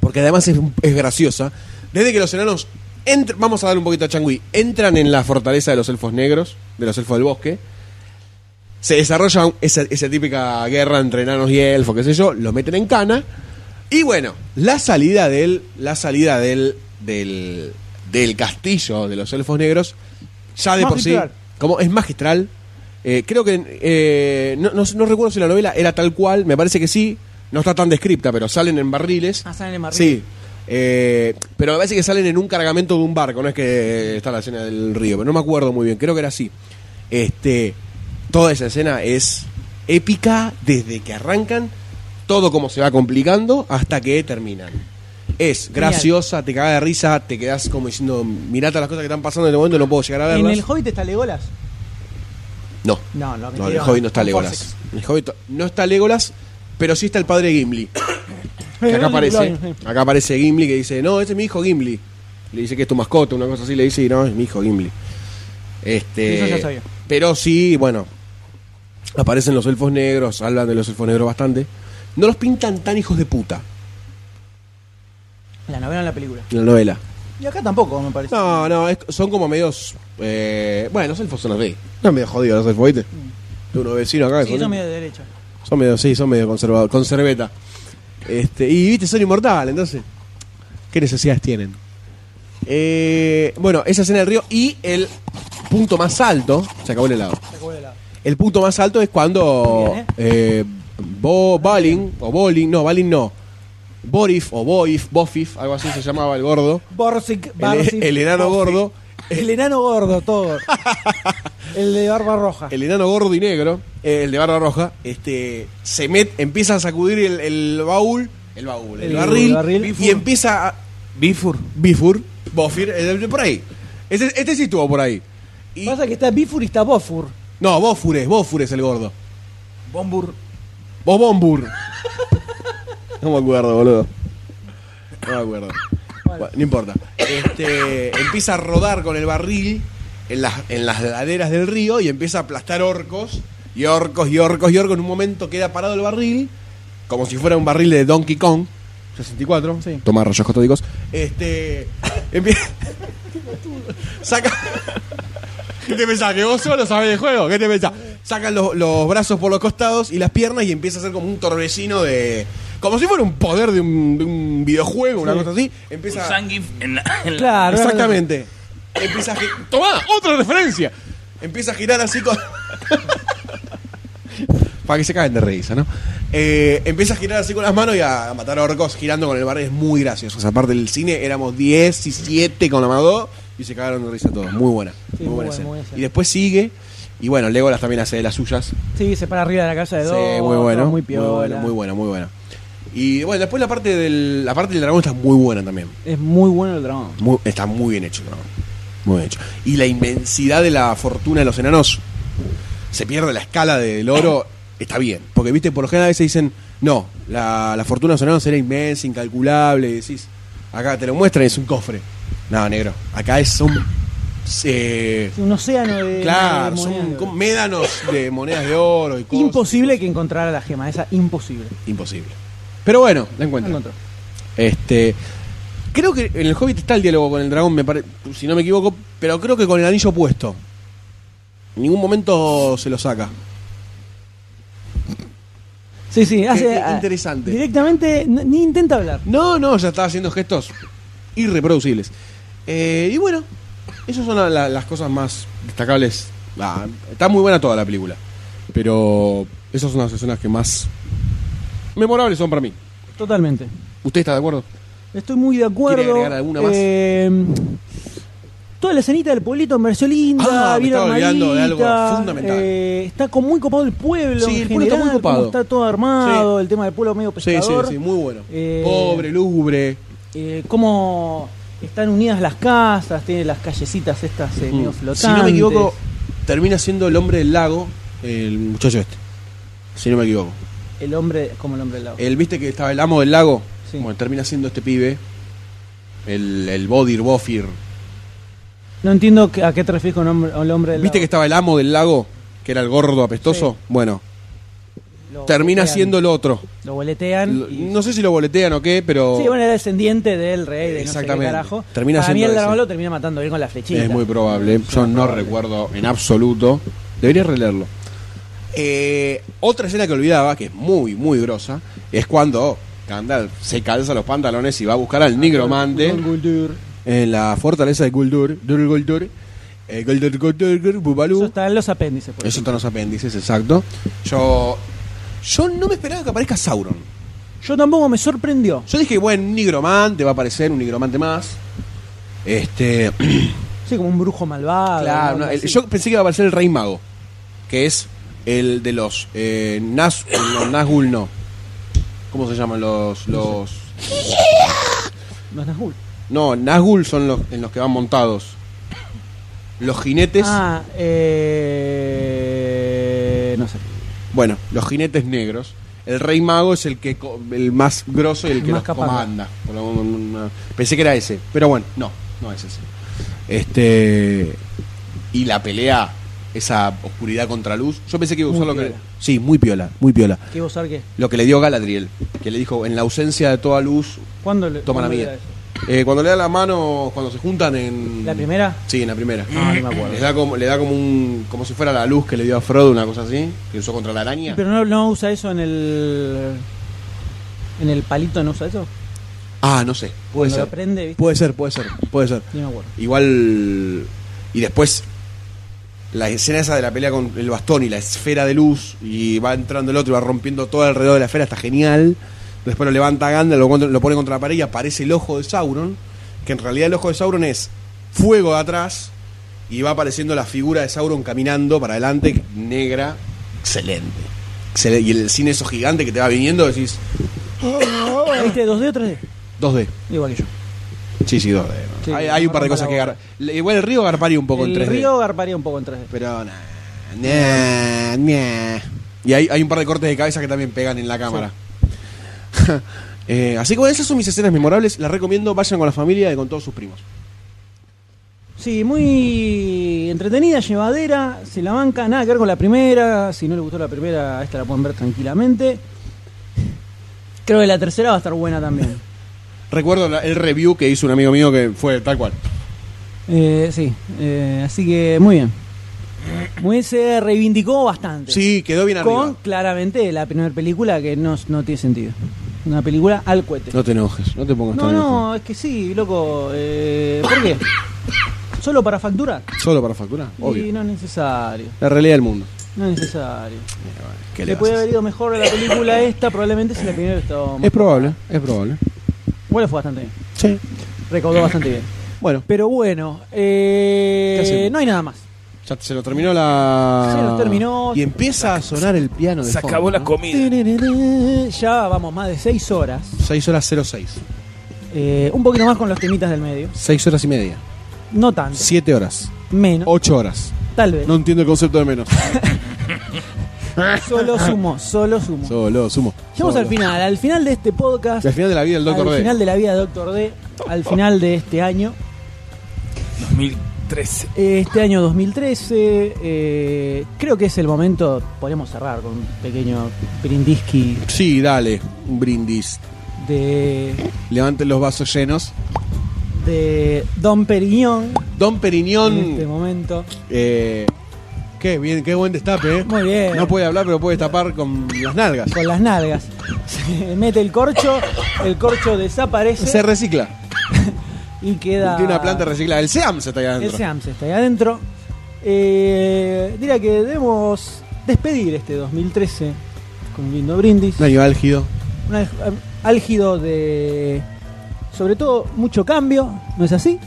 [SPEAKER 2] porque además es, es graciosa. Desde que los enanos, entr- vamos a dar un poquito a Changui, entran en la fortaleza de los elfos negros, de los elfos del bosque, se desarrolla un- esa, esa típica guerra entre enanos y elfos, qué sé yo, los meten en cana, y bueno, la salida del, la salida del, del, del castillo de los elfos negros, ya de por
[SPEAKER 3] Magistral.
[SPEAKER 2] sí, como es magistral. Eh, creo que eh, no, no- no recuerdo si la novela era tal cual, me parece que sí. No está tan descripta, pero salen en barriles.
[SPEAKER 3] Ah, salen en barriles.
[SPEAKER 2] Sí. Eh, pero me parece que salen en un cargamento de un barco, no es que está la escena del río, pero no me acuerdo muy bien, creo que era así. Este, toda esa escena es épica desde que arrancan, todo como se va complicando hasta que terminan. Es graciosa, te cagas de risa, te quedas como diciendo, mirá todas las cosas que están pasando en el momento, no puedo llegar a
[SPEAKER 3] ¿En
[SPEAKER 2] verlas.
[SPEAKER 3] el Hobbit está Legolas?
[SPEAKER 2] No.
[SPEAKER 3] No, no,
[SPEAKER 2] No, en el
[SPEAKER 3] mentira.
[SPEAKER 2] Hobbit no está
[SPEAKER 3] Con
[SPEAKER 2] Legolas.
[SPEAKER 3] Forcex.
[SPEAKER 2] En el Hobbit no está Legolas, pero sí está el padre Gimli. Que acá aparece, acá aparece Gimli que dice, no, ese es mi hijo Gimli. Le dice que es tu mascota, una cosa así, le dice, y no, es mi hijo Gimli. Este,
[SPEAKER 3] Eso ya sabía.
[SPEAKER 2] Pero sí, bueno, aparecen los elfos negros, hablan de los elfos negros bastante. No los pintan tan hijos de puta
[SPEAKER 3] La novela en la película.
[SPEAKER 2] en la novela.
[SPEAKER 3] Y acá tampoco, me parece.
[SPEAKER 2] No, no, es- son como medios... eh, bueno, los elfos son así. Mm. Están medio jodidos los elfos, ¿viste? De unos vecinos acá. que
[SPEAKER 3] Sí,
[SPEAKER 2] son-
[SPEAKER 3] son medio de derecha.
[SPEAKER 2] Son medio, sí, son medio conservadores, conserveta. Este, y viste, son inmortales, entonces. ¿Qué necesidades tienen? Eh, bueno, esa escena del río y el punto más alto. Se acabó el helado.
[SPEAKER 3] Se acabó de lado.
[SPEAKER 2] El punto más alto es cuando
[SPEAKER 3] Bien,
[SPEAKER 2] eh, Bo Balin, o Bolin, no, Balin no. Borif o Boif, Bofif, algo así se llamaba el gordo.
[SPEAKER 3] Borsic,
[SPEAKER 2] El,
[SPEAKER 3] Barsic,
[SPEAKER 2] el enano
[SPEAKER 3] Borsic.
[SPEAKER 2] gordo.
[SPEAKER 3] El enano gordo, todo. el de barba roja.
[SPEAKER 2] El enano gordo y negro, eh, el de barba roja, este, se met, empieza a sacudir el, el baúl, el baúl, el,
[SPEAKER 3] El
[SPEAKER 2] barril,
[SPEAKER 3] barril.
[SPEAKER 2] y empieza a,
[SPEAKER 9] Bifur.
[SPEAKER 2] Bifur, Bofir, eh, por ahí. Este, este sí estuvo por ahí. Y-
[SPEAKER 3] Pasa que está Bifur y está Bofur.
[SPEAKER 2] no, Bofur es, Bofur es el gordo.
[SPEAKER 9] Bombur.
[SPEAKER 2] O Bombur. No me acuerdo, boludo. No me acuerdo. Bueno, no importa. Este, empieza a rodar con el barril en las, en las laderas del río y empieza a aplastar orcos. Y orcos, y orcos, y orcos. En un momento queda parado el barril, como si fuera un barril de Donkey Kong 64.
[SPEAKER 3] Sí.
[SPEAKER 2] Toma rayos catódicos. Este. Empieza. Saca. ¿Qué te pensás? ¿Que vos solo sabés de juego? ¿Qué te pensás? Sacan los, los brazos por los costados y las piernas y empieza a hacer como un torbellino de. Como si fuera un poder de un, de un videojuego, una cosa así. Empieza.
[SPEAKER 4] en la, en la-
[SPEAKER 3] Claro.
[SPEAKER 2] Exactamente. Empieza a girar. ¡Tomá! ¡Otra referencia! Empieza a girar así con. Para que se caguen de risa, ¿no? Eh, empieza a girar así con las manos y a, a matar orcos girando con el barril. Es muy gracioso. O sea, aparte del cine, éramos 17 con la Amado y se cagaron de risa todos. Muy buena.
[SPEAKER 3] Sí,
[SPEAKER 2] muy buena
[SPEAKER 3] muy buena,
[SPEAKER 2] escena.
[SPEAKER 3] muy buena escena.
[SPEAKER 2] Y después sigue. Y bueno, Legolas también hace de las suyas.
[SPEAKER 3] Sí, se para arriba de la casa de
[SPEAKER 2] Sí,
[SPEAKER 3] dos.
[SPEAKER 2] muy bueno. muy
[SPEAKER 3] Muy
[SPEAKER 2] bueno,
[SPEAKER 3] piola.
[SPEAKER 2] muy bueno, muy bueno. Y bueno, después la parte del, la parte del dragón está muy buena también.
[SPEAKER 9] Es muy bueno el dragón.
[SPEAKER 2] Muy- está muy bien hecho, ¿no? Muy bien hecho. Y la inmensidad de la fortuna de los enanos. Se pierde la escala del oro. Está bien. Porque, viste, por lo general a veces dicen, no, la, la fortuna de los enanos era inmensa, incalculable. Y decís, acá te lo muestran y es un cofre. No, negro. Acá es un. eh,
[SPEAKER 3] Un océano de.
[SPEAKER 2] claro,
[SPEAKER 3] de monedas,
[SPEAKER 2] son
[SPEAKER 3] de-
[SPEAKER 2] con- médanos de monedas de oro y cosas.
[SPEAKER 3] Imposible que encontrara la gema, esa imposible.
[SPEAKER 2] Imposible. Pero bueno, la
[SPEAKER 3] La
[SPEAKER 2] encuentran.
[SPEAKER 3] encontró.
[SPEAKER 2] Este. Creo que en el Hobbit está el diálogo con el dragón, me pare- si no me equivoco, pero creo que con el anillo puesto. En ningún momento se lo saca.
[SPEAKER 3] Sí, sí, hace.
[SPEAKER 2] qué
[SPEAKER 3] ah,
[SPEAKER 2] interesante.
[SPEAKER 3] Directamente, n- ni intenta hablar.
[SPEAKER 2] No, no, ya estaba haciendo gestos irreproducibles. Eh, y bueno, esas son la- la- las cosas más destacables. Ah, está muy buena toda la película, pero esas son las escenas que más memorables son para mí.
[SPEAKER 3] Totalmente.
[SPEAKER 2] ¿Usted está de acuerdo?
[SPEAKER 3] Estoy muy de
[SPEAKER 2] ¿Quiere
[SPEAKER 3] acuerdo.
[SPEAKER 2] agregar alguna más?
[SPEAKER 3] Eh, toda la escenita del pueblito me pareció linda,
[SPEAKER 2] Ah, me
[SPEAKER 3] bien
[SPEAKER 2] estaba olvidando de algo
[SPEAKER 3] armadita,
[SPEAKER 2] fundamental.
[SPEAKER 3] eh, está con muy copado el pueblo.
[SPEAKER 2] Sí,
[SPEAKER 3] en
[SPEAKER 2] el pueblo está
[SPEAKER 3] general,
[SPEAKER 2] muy
[SPEAKER 3] cómo
[SPEAKER 2] copado.
[SPEAKER 3] Está todo armado, el tema del pueblo medio
[SPEAKER 2] Sí, sí,
[SPEAKER 3] pescador.
[SPEAKER 2] sí, muy bueno.
[SPEAKER 3] Eh,
[SPEAKER 2] Pobre, lúgubre.
[SPEAKER 3] eh, cómo están unidas las casas, tiene las callecitas estas eh, medio flotantes.
[SPEAKER 2] Mm. Si no me equivoco, termina siendo el hombre del lago, el muchacho este. Si no me equivoco.
[SPEAKER 3] El hombre, como el hombre del lago.
[SPEAKER 2] El viste que estaba el amo del lago.
[SPEAKER 3] Sí.
[SPEAKER 2] Bueno, termina siendo este pibe. El, el Bodir Bofir.
[SPEAKER 3] No entiendo que- a qué te refieres con hombre- el hombre del
[SPEAKER 2] ¿Viste que
[SPEAKER 3] lago.
[SPEAKER 2] estaba el amo del lago? Que era el gordo apestoso. Bueno,
[SPEAKER 3] Lo
[SPEAKER 2] termina
[SPEAKER 3] boletean,
[SPEAKER 2] siendo el otro.
[SPEAKER 3] Lo boletean.
[SPEAKER 2] Lo- Mm.
[SPEAKER 3] y-
[SPEAKER 2] No sé si lo boletean o qué, pero.
[SPEAKER 3] Sí, bueno, era descendiente del rey de no sé
[SPEAKER 2] Exactamente.
[SPEAKER 3] qué carajo.
[SPEAKER 2] Termina
[SPEAKER 3] Para mí
[SPEAKER 2] siendo
[SPEAKER 3] el dragón
[SPEAKER 2] ese.
[SPEAKER 3] lo termina matando bien con la flechita.
[SPEAKER 2] Es muy probable. Yo no recuerdo en absoluto. Debería releerlo. Eh, otra escena que olvidaba, que es muy, muy grosa, es cuando Gandalf se calza los pantalones y va a buscar al nigromante en la fortaleza de Guldur. Dur Guldur. Eh, Guldur, Guldur, Guldur, Bubalú.
[SPEAKER 3] Eso está en los apéndices. por
[SPEAKER 2] Eso
[SPEAKER 3] ejemplo.
[SPEAKER 2] están los apéndices, exacto. Yo, yo no me esperaba que aparezca Sauron.
[SPEAKER 3] Yo tampoco me sorprendió.
[SPEAKER 2] Yo dije, bueno, un nigromante va a aparecer, un nigromante más. Este,
[SPEAKER 3] Sí, como un brujo malvado.
[SPEAKER 2] Claro,
[SPEAKER 3] Ah, ¿no?
[SPEAKER 2] no,
[SPEAKER 3] Algo
[SPEAKER 2] el-
[SPEAKER 3] así.
[SPEAKER 2] yo pensé que iba a aparecer el Rey Mago, que es el de los eh, Nas, no, Nazgul no. ¿Cómo se llaman los los?
[SPEAKER 3] No es Nazgûl.
[SPEAKER 2] No, Nazgul son los en los que van montados. Los jinetes,
[SPEAKER 3] Ah, eh... No sé.
[SPEAKER 2] bueno, los jinetes negros. El Rey Mago es el que co- el más grosso y el
[SPEAKER 3] El
[SPEAKER 2] que
[SPEAKER 3] más
[SPEAKER 2] los
[SPEAKER 3] capaz.
[SPEAKER 2] comanda. Por lo- una- Pensé que era ese, pero bueno, no, no es ese. Este y la pelea esa oscuridad contra luz. Yo pensé que iba a
[SPEAKER 3] Muy
[SPEAKER 2] usar lo que
[SPEAKER 3] piola.
[SPEAKER 2] Sí, muy piola, muy piola.
[SPEAKER 3] ¿Qué vos sabés qué?
[SPEAKER 2] lo que le dio Galadriel, que le dijo, en la ausencia de toda luz,
[SPEAKER 3] ¿Cuándo le,
[SPEAKER 2] toma la
[SPEAKER 3] cuándo le
[SPEAKER 2] mía.
[SPEAKER 3] da eso?
[SPEAKER 2] Eh, cuando le da la mano, cuando se juntan en...
[SPEAKER 3] ¿La primera?
[SPEAKER 2] Sí, en la primera.
[SPEAKER 3] No, no me acuerdo.
[SPEAKER 2] Le da, como, le da como un... como si fuera la luz que le dio a Frodo, una cosa así, que usó contra la araña.
[SPEAKER 3] Pero no, no usa eso en el... En el palito no usa eso.
[SPEAKER 2] Ah, no sé. Puede
[SPEAKER 3] Cuando
[SPEAKER 2] ser.
[SPEAKER 3] lo prende, ¿viste?
[SPEAKER 2] Puede ser, puede ser, puede ser.
[SPEAKER 3] Ni me acuerdo.
[SPEAKER 2] Igual... Y después la escena esa de la pelea con el bastón y la esfera de luz y va entrando el otro y va rompiendo todo alrededor de la esfera, está genial. Después lo levanta Gandalf, lo, contra- lo pone contra la pared y aparece el ojo de Sauron, que en realidad el ojo de Sauron es fuego de atrás y va apareciendo la figura de Sauron caminando para adelante, negra, excelente. Excele- Y el cine eso gigante que te va viniendo, decís
[SPEAKER 3] ¿Viste 2D o 3D?
[SPEAKER 2] 2D.
[SPEAKER 3] Igual que yo.
[SPEAKER 2] Sí, sí, 2D.
[SPEAKER 3] Sí,
[SPEAKER 2] hay, hay un par de
[SPEAKER 3] arranca
[SPEAKER 2] cosas
[SPEAKER 3] la
[SPEAKER 2] que
[SPEAKER 3] boca.
[SPEAKER 2] agarrar. Igual el río garparía un poco
[SPEAKER 3] el
[SPEAKER 2] en 3D.
[SPEAKER 3] río garparía un poco en 3D.
[SPEAKER 2] Pero nah, nah, nah. Y hay, hay un par de cortes de cabeza que también pegan en la cámara. Eh, así que bueno, esas son mis escenas memorables. Las recomiendo, vayan con la familia y con todos sus primos.
[SPEAKER 3] Sí, muy entretenida, llevadera, se la banca, nada que ver con la primera, si no le gustó la primera, esta la pueden ver tranquilamente. Creo que la tercera va a estar buena también.
[SPEAKER 2] Recuerdo la- el review que hizo un amigo mío que fue tal cual.
[SPEAKER 3] Eh, sí, eh, así que muy bien. Muy bien, se reivindicó bastante.
[SPEAKER 2] Sí, quedó bien
[SPEAKER 3] con
[SPEAKER 2] arriba.
[SPEAKER 3] claramente la primera película que no, no tiene sentido. Una película al cohete.
[SPEAKER 2] No te enojes, no te pongas
[SPEAKER 3] No,
[SPEAKER 2] tan enojado.
[SPEAKER 3] no, es que sí, loco. eh, ¿Por qué? ¿Solo para facturar?
[SPEAKER 2] Solo para facturar, obvio.
[SPEAKER 3] Y no es necesario,
[SPEAKER 2] La realidad del mundo.
[SPEAKER 3] no es necesario.
[SPEAKER 2] ¿Qué
[SPEAKER 3] le
[SPEAKER 2] le
[SPEAKER 3] puede
[SPEAKER 2] haces? Eh,
[SPEAKER 3] haber ido mejor a la película esta, probablemente si la primera estaba más-
[SPEAKER 2] Es probable, es probable.
[SPEAKER 3] Igual le fue bastante bien.
[SPEAKER 2] Sí.
[SPEAKER 3] Recaudó bastante bien.
[SPEAKER 2] Bueno,
[SPEAKER 3] Pero bueno,
[SPEAKER 2] ¿Qué
[SPEAKER 3] eh,
[SPEAKER 2] hacemos?
[SPEAKER 3] no hay nada más.
[SPEAKER 2] ya se lo terminó la.
[SPEAKER 3] Se nos terminó.
[SPEAKER 2] Y empieza a sonar el piano de
[SPEAKER 4] Se
[SPEAKER 2] fondo,
[SPEAKER 4] acabó la
[SPEAKER 2] ¿no?
[SPEAKER 4] comida.
[SPEAKER 3] Ya vamos más de 6 horas.
[SPEAKER 2] 6 horas 06.
[SPEAKER 3] Eh, un poquito más con los temitas del medio.
[SPEAKER 2] 6 horas y media.
[SPEAKER 3] No tanto.
[SPEAKER 2] 7 horas.
[SPEAKER 3] Menos.
[SPEAKER 2] 8 horas.
[SPEAKER 3] Tal vez.
[SPEAKER 2] No entiendo el concepto de menos.
[SPEAKER 3] Solo sumo, solo sumo.
[SPEAKER 2] Solo, sumo.
[SPEAKER 3] Llegamos
[SPEAKER 2] Solo.
[SPEAKER 3] al final. Al final de este podcast.
[SPEAKER 2] Y al final de la vida del Doctor
[SPEAKER 3] al
[SPEAKER 2] D.
[SPEAKER 3] final de la vida de Doctor D. Al final de este año.
[SPEAKER 4] 2013.
[SPEAKER 3] Eh, Este año 2013, eh, creo que es el momento, podríamos cerrar con un pequeño brindisqui
[SPEAKER 2] Sí, dale. Un brindis.
[SPEAKER 3] de,
[SPEAKER 2] Levanten los vasos llenos.
[SPEAKER 3] de Don Perignon
[SPEAKER 2] Don
[SPEAKER 3] en este
[SPEAKER 2] Periñón.
[SPEAKER 3] momento.
[SPEAKER 2] Eh, qué bien, qué buen destape, eh.
[SPEAKER 3] Muy bien.
[SPEAKER 2] No puede hablar, pero puede tapar con las nalgas.
[SPEAKER 3] Con las nalgas. Se mete el corcho, el corcho desaparece
[SPEAKER 2] Se recicla.
[SPEAKER 3] y queda...
[SPEAKER 2] Tiene una planta reciclada. El SEAM se está quedando.
[SPEAKER 3] El SEAMS está ahí adentro. Eh, dirá que debemos despedir este 2013 con un lindo brindis.
[SPEAKER 2] Un año álgido.
[SPEAKER 3] un al- am- álgido de sobre todo mucho cambio, ¿no es así?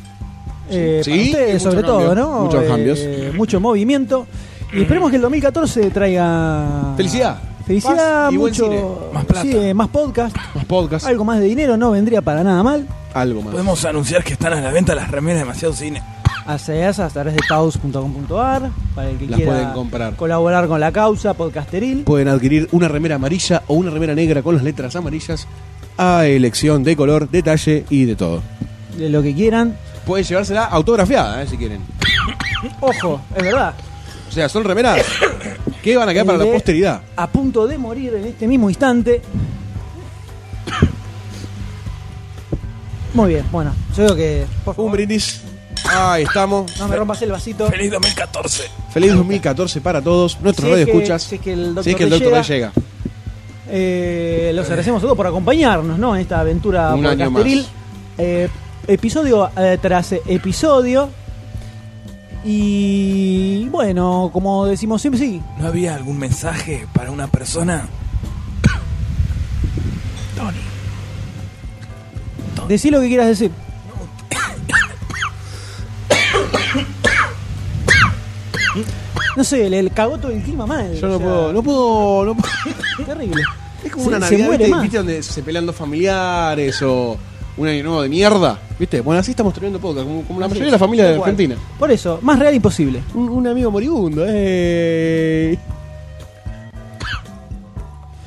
[SPEAKER 3] Eh,
[SPEAKER 2] Sí,
[SPEAKER 3] para
[SPEAKER 2] sí,
[SPEAKER 3] ustedes,
[SPEAKER 2] mucho
[SPEAKER 3] sobre todo,
[SPEAKER 2] cambio,
[SPEAKER 3] ¿no?
[SPEAKER 2] muchos
[SPEAKER 3] Eh,
[SPEAKER 2] cambios.
[SPEAKER 3] Mucho movimiento. Y esperemos que el 2014 traiga
[SPEAKER 2] Felicidad.
[SPEAKER 3] Felicidad,
[SPEAKER 2] Paz y buen
[SPEAKER 3] mucho
[SPEAKER 2] cine.
[SPEAKER 4] Más plata.
[SPEAKER 3] sí, eh, más podcast,
[SPEAKER 2] Más podcast.
[SPEAKER 3] algo más de dinero, no vendría para nada mal.
[SPEAKER 2] Algo más.
[SPEAKER 4] Podemos anunciar que están a la venta las remeras de demasiado cine.
[SPEAKER 3] Hace esas a través de taus.com.ar para el que
[SPEAKER 2] Las
[SPEAKER 3] quiera
[SPEAKER 2] pueden comprar.
[SPEAKER 3] colaborar con la causa podcasteril.
[SPEAKER 2] Pueden adquirir una remera amarilla o una remera negra con las letras amarillas a elección de color, detalle y de todo.
[SPEAKER 3] de lo que quieran.
[SPEAKER 2] Pueden llevársela autografiada, eh, si quieren.
[SPEAKER 3] Ojo, es verdad.
[SPEAKER 2] O sea, son remeras que van a quedar
[SPEAKER 3] El
[SPEAKER 2] para la
[SPEAKER 3] de-
[SPEAKER 2] posteridad.
[SPEAKER 3] a punto de morir en este mismo instante. Muy bien, bueno, yo creo que. por favor,
[SPEAKER 2] Un brindis. Ahí estamos.
[SPEAKER 3] No me rompas el vasito.
[SPEAKER 4] Feliz 2014.
[SPEAKER 2] Feliz 2014 para todos. Nuestros
[SPEAKER 3] Si es
[SPEAKER 2] radio
[SPEAKER 3] que-
[SPEAKER 2] escuchas.
[SPEAKER 3] si es que el
[SPEAKER 2] Si es que el
[SPEAKER 3] Dr.
[SPEAKER 2] doctor
[SPEAKER 3] llega.
[SPEAKER 2] D llega.
[SPEAKER 3] Eh, los agradecemos a todos por acompañarnos, ¿no? En esta aventura
[SPEAKER 2] Un año
[SPEAKER 3] podcasteril.
[SPEAKER 2] más.
[SPEAKER 3] Eh, episodio eh, tras episodio. Y bueno, como decimos siempre, sí.
[SPEAKER 4] ¿No había algún mensaje para una persona? Tony.
[SPEAKER 3] Decí lo que quieras decir. No sé, le, le cagó todo el clima mal.
[SPEAKER 2] Yo
[SPEAKER 3] o
[SPEAKER 2] no
[SPEAKER 3] sea,
[SPEAKER 2] puedo, no puedo, no puedo.
[SPEAKER 3] Terrible.
[SPEAKER 2] Es como
[SPEAKER 3] Se-
[SPEAKER 2] una
[SPEAKER 3] se
[SPEAKER 2] Navidad,
[SPEAKER 3] muere
[SPEAKER 2] ¿viste?
[SPEAKER 3] más.
[SPEAKER 2] ¿Viste donde se pelean dos familiares o un año nuevo de mierda? ¿Viste? Bueno, así estamos teniendo podcast, como, como la
[SPEAKER 3] Así
[SPEAKER 2] mayoría de
[SPEAKER 3] es,
[SPEAKER 2] la familia
[SPEAKER 3] tal
[SPEAKER 2] de
[SPEAKER 3] cual.
[SPEAKER 2] Argentina.
[SPEAKER 3] Por eso, más real imposible.
[SPEAKER 2] Un, un amigo moribundo, eh.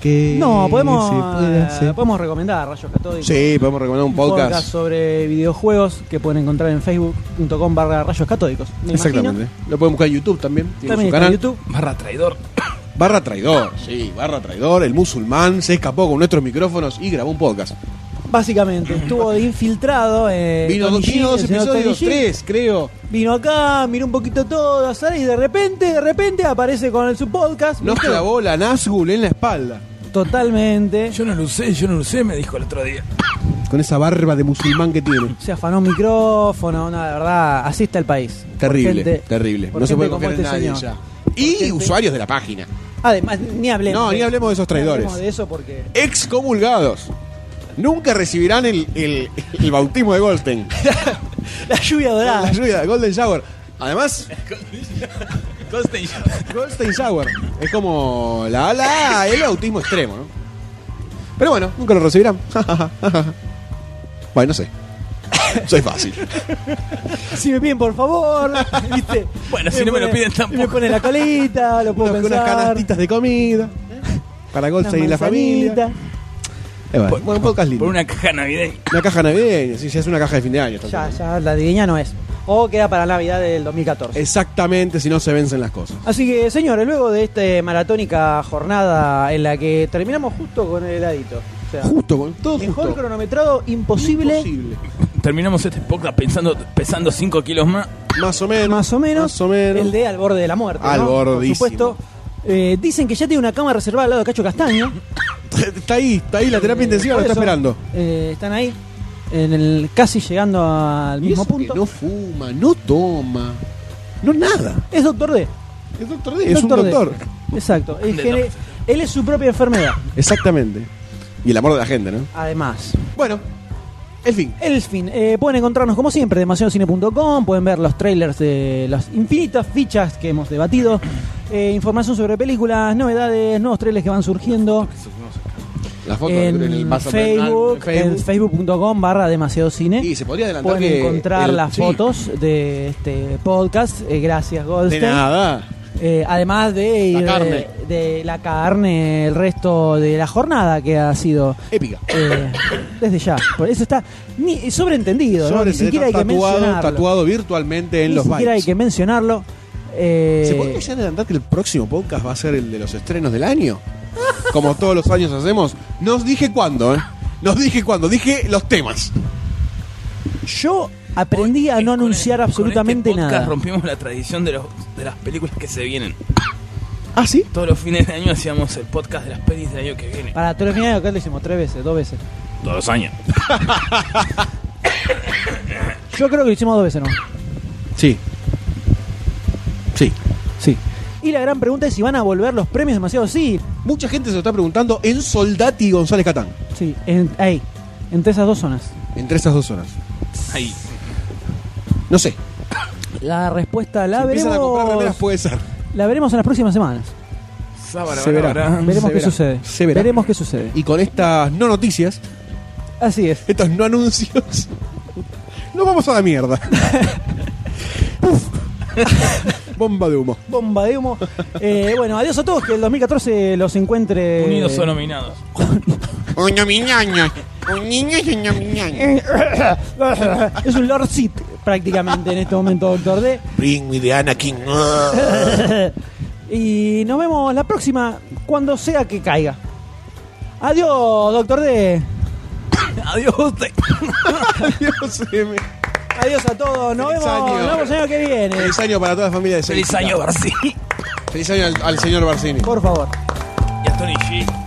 [SPEAKER 2] Que
[SPEAKER 3] No, podemos, eh,
[SPEAKER 2] se puede hacer.
[SPEAKER 3] podemos recomendar Rayos Catódicos.
[SPEAKER 2] Sí, podemos recomendar un podcast.
[SPEAKER 3] sobre videojuegos que pueden encontrar en facebook.com barra rayos catódicos. Me
[SPEAKER 2] Exactamente. Lo pueden buscar en YouTube también.
[SPEAKER 3] imagino.
[SPEAKER 2] Tiene
[SPEAKER 3] También
[SPEAKER 2] su
[SPEAKER 3] está en
[SPEAKER 2] canal.
[SPEAKER 3] YouTube.
[SPEAKER 4] Barra traidor.
[SPEAKER 2] Barra traidor. Sí, barra traidor. El musulmán se escapó con nuestros micrófonos y grabó un
[SPEAKER 3] Eh,
[SPEAKER 2] podcast.
[SPEAKER 3] Básicamente, estuvo de infiltrado. Eh,
[SPEAKER 2] Vino,
[SPEAKER 3] Tony G,
[SPEAKER 2] vino dos
[SPEAKER 3] el señor Tony
[SPEAKER 2] episodios,
[SPEAKER 3] G.
[SPEAKER 2] tres, creo.
[SPEAKER 3] Vino acá, miró un poquito todo, ¿sabes? y de repente, de repente aparece con el, su podcast.
[SPEAKER 2] Nos
[SPEAKER 3] ¿viste?
[SPEAKER 2] clavó la Nazgul en la espalda.
[SPEAKER 3] Totalmente.
[SPEAKER 4] Yo no lo usé, yo no lo usé, me dijo el otro día.
[SPEAKER 2] con esa barba de musulmán que tiene.
[SPEAKER 3] Se afanó un micrófono, no, la verdad, así está el país. Por
[SPEAKER 2] Terrible,
[SPEAKER 3] gente-
[SPEAKER 2] terrible.
[SPEAKER 3] por
[SPEAKER 2] No se
[SPEAKER 3] gente
[SPEAKER 2] puede
[SPEAKER 3] como
[SPEAKER 2] confiar en
[SPEAKER 3] este
[SPEAKER 2] nadie
[SPEAKER 3] señor.
[SPEAKER 2] ya. Y usuarios de la página.
[SPEAKER 3] Además, ni hablemos.
[SPEAKER 2] No,
[SPEAKER 3] de-
[SPEAKER 2] ni hablemos de esos
[SPEAKER 3] ni hablemos
[SPEAKER 2] traidores.
[SPEAKER 3] de eso porque.
[SPEAKER 2] Excomulgados. Nunca recibirán el, el- el bautismo de Goldstein.
[SPEAKER 3] La lluvia
[SPEAKER 2] La
[SPEAKER 3] dorada.
[SPEAKER 2] ayuda, Golden Shower. Además, Goldstein Shower. Es como la la el autismo extremo, ¿no? Pero bueno, nunca lo recibirán. bueno, no sé. Soy fácil.
[SPEAKER 3] Si me piden, por favor. ¿viste?
[SPEAKER 4] Bueno, si no me lo
[SPEAKER 3] pone-
[SPEAKER 4] piden tampoco.
[SPEAKER 3] Me pone la colita, lo puedo
[SPEAKER 2] Unos- unas
[SPEAKER 3] pensar.
[SPEAKER 2] canastitas de comida. Para
[SPEAKER 3] unas
[SPEAKER 2] Goldstein y la familia.
[SPEAKER 3] manzanitas.
[SPEAKER 2] Eh, bueno, bueno, un podcast lindo.
[SPEAKER 4] Por
[SPEAKER 2] Una...
[SPEAKER 4] una caja navideña.
[SPEAKER 2] caja navideña, sí, ya es una caja de fin de año. está
[SPEAKER 3] Ya,
[SPEAKER 2] bien.
[SPEAKER 3] ya, la divina no es. O queda para Navidad del 2014.
[SPEAKER 2] Exactamente, si no se vencen las cosas.
[SPEAKER 3] Así que, señores, luego de esta maratónica jornada en la que terminamos justo con el heladito. O sea,
[SPEAKER 2] Justo, con todo
[SPEAKER 3] mejor
[SPEAKER 2] justo.
[SPEAKER 3] cronometrado imposible,
[SPEAKER 2] Imposible.
[SPEAKER 4] Terminamos este podcast pensando, pesando 5 kilos más.
[SPEAKER 2] Más o menos.
[SPEAKER 3] más o menos,
[SPEAKER 2] Más o menos.
[SPEAKER 3] el de Al Borde de la Muerte.
[SPEAKER 2] Al
[SPEAKER 3] ¿no?
[SPEAKER 2] bordísimo.
[SPEAKER 3] Por supuesto. Eh, dicen que ya tiene una cama reservada al lado de Cacho Castaño.
[SPEAKER 2] Está ahí, está ahí, la terapia
[SPEAKER 3] Eh,
[SPEAKER 2] intensiva lo
[SPEAKER 3] por
[SPEAKER 2] está
[SPEAKER 3] eso,
[SPEAKER 2] esperando.
[SPEAKER 3] eh, están ahí, en el, casi llegando al mismo punto.
[SPEAKER 2] no fuma, no toma, no nada.
[SPEAKER 3] Es doctor D.
[SPEAKER 2] Es doctor D, es un
[SPEAKER 3] Doctor D.
[SPEAKER 2] doctor.
[SPEAKER 3] Exacto. El
[SPEAKER 4] De
[SPEAKER 3] gene- él es su propia enfermedad,
[SPEAKER 2] Exactamente. Y el amor de la gente, ¿no?
[SPEAKER 3] además.
[SPEAKER 2] Bueno, en fin.
[SPEAKER 3] El fin, eh, pueden encontrarnos como siempre demasiadocine.com, pueden ver los trailers de las infinitas fichas que hemos debatido, eh, información sobre películas, novedades, nuevos trailers que van surgiendo
[SPEAKER 2] La foto
[SPEAKER 3] en
[SPEAKER 2] en el vaso
[SPEAKER 3] Facebook,
[SPEAKER 2] paternal,
[SPEAKER 3] en facebook.com barra demasiado cine.
[SPEAKER 2] Y se podría adelantar
[SPEAKER 3] Pueden
[SPEAKER 2] que
[SPEAKER 3] encontrar
[SPEAKER 2] el-
[SPEAKER 3] las
[SPEAKER 2] sí.
[SPEAKER 3] fotos de este podcast, eh, gracias
[SPEAKER 2] De
[SPEAKER 3] Goldstein.
[SPEAKER 2] nada.
[SPEAKER 3] Eh, además de,
[SPEAKER 2] La
[SPEAKER 3] ir, eh,
[SPEAKER 2] carne.
[SPEAKER 3] de la carne, el resto de la jornada que ha sido
[SPEAKER 2] Épica.
[SPEAKER 3] eh, desde ya. Por eso está ni, sobreentendido, ¿no? Ni
[SPEAKER 2] Sobre-
[SPEAKER 3] siquiera hay que
[SPEAKER 2] tatuado,
[SPEAKER 3] mencionarlo.
[SPEAKER 2] tatuado virtualmente en
[SPEAKER 3] Ni
[SPEAKER 2] los
[SPEAKER 3] siquiera hay
[SPEAKER 2] bikes.
[SPEAKER 3] que mencionarlo. Eh,
[SPEAKER 2] ¿Se podría ya adelantar que el próximo podcast va a ser el de los estrenos del año? Como todos los años hacemos. Nos dije cuándo, ¿eh? Nos dije cuándo, dije los temas.
[SPEAKER 3] yo aprendí a
[SPEAKER 4] Con-
[SPEAKER 3] no
[SPEAKER 4] con
[SPEAKER 3] anunciar
[SPEAKER 4] este-
[SPEAKER 3] absolutamente
[SPEAKER 4] con este podcast
[SPEAKER 3] nada.
[SPEAKER 4] rompimos la tradición de, los, de las películas que se vienen.
[SPEAKER 2] ¿Ah, sí?
[SPEAKER 4] Todos los fines de año hacíamos el podcast de las pelis del año que viene.
[SPEAKER 3] Para terminar, acá lo hicimos tres veces, dos veces.
[SPEAKER 4] Todos los años.
[SPEAKER 3] Yo creo que lo hicimos dos veces, ¿no?
[SPEAKER 2] Sí. Sí.
[SPEAKER 3] Sí. Y la gran pregunta es si van a volver los premios demasiado. Sí,
[SPEAKER 2] Mucha gente se lo está preguntando en Soldati y González Catán.
[SPEAKER 3] sí, en- ahí, entre esas dos zonas.
[SPEAKER 2] Entre esas dos zonas.
[SPEAKER 4] Ahí.
[SPEAKER 2] No sé.
[SPEAKER 3] La respuesta la
[SPEAKER 2] si empiezan a comprar remeras pues-
[SPEAKER 3] veremos.
[SPEAKER 2] puede ser.
[SPEAKER 3] La veremos en las próximas semanas.
[SPEAKER 4] Sábara,
[SPEAKER 2] Se
[SPEAKER 4] bará,
[SPEAKER 2] verá.
[SPEAKER 4] bará.
[SPEAKER 3] Veremos
[SPEAKER 2] Se
[SPEAKER 3] qué
[SPEAKER 2] verá.
[SPEAKER 3] sucede.
[SPEAKER 2] Se verá.
[SPEAKER 3] Veremos qué sucede.
[SPEAKER 2] Y con estas no noticias,
[SPEAKER 3] Así es.
[SPEAKER 2] estos no anuncios, no vamos a la mierda. Uf. Bomba de humo.
[SPEAKER 3] Bomba de humo. Eh, bueno, adiós a todos. Que el 2014 los encuentre.
[SPEAKER 4] Unidos o nominados.
[SPEAKER 3] Es un Lord Seat prácticamente en este momento, Doctor D.
[SPEAKER 2] Bring me the Anakin.
[SPEAKER 3] Y nos vemos la próxima, cuando sea que caiga. Adiós, Doctor D.
[SPEAKER 4] Adiós. usted.
[SPEAKER 2] Dios, se me-
[SPEAKER 3] Adiós a todos. Nos
[SPEAKER 2] Feliz
[SPEAKER 3] vemos,
[SPEAKER 2] año.
[SPEAKER 3] nos vemos el año que viene.
[SPEAKER 2] Feliz año para toda la familia de
[SPEAKER 4] Feliz
[SPEAKER 2] Seisita.
[SPEAKER 4] año, Barcini.
[SPEAKER 2] Feliz año al, al señor Barcini.
[SPEAKER 3] Por favor.
[SPEAKER 4] Y a Tony G.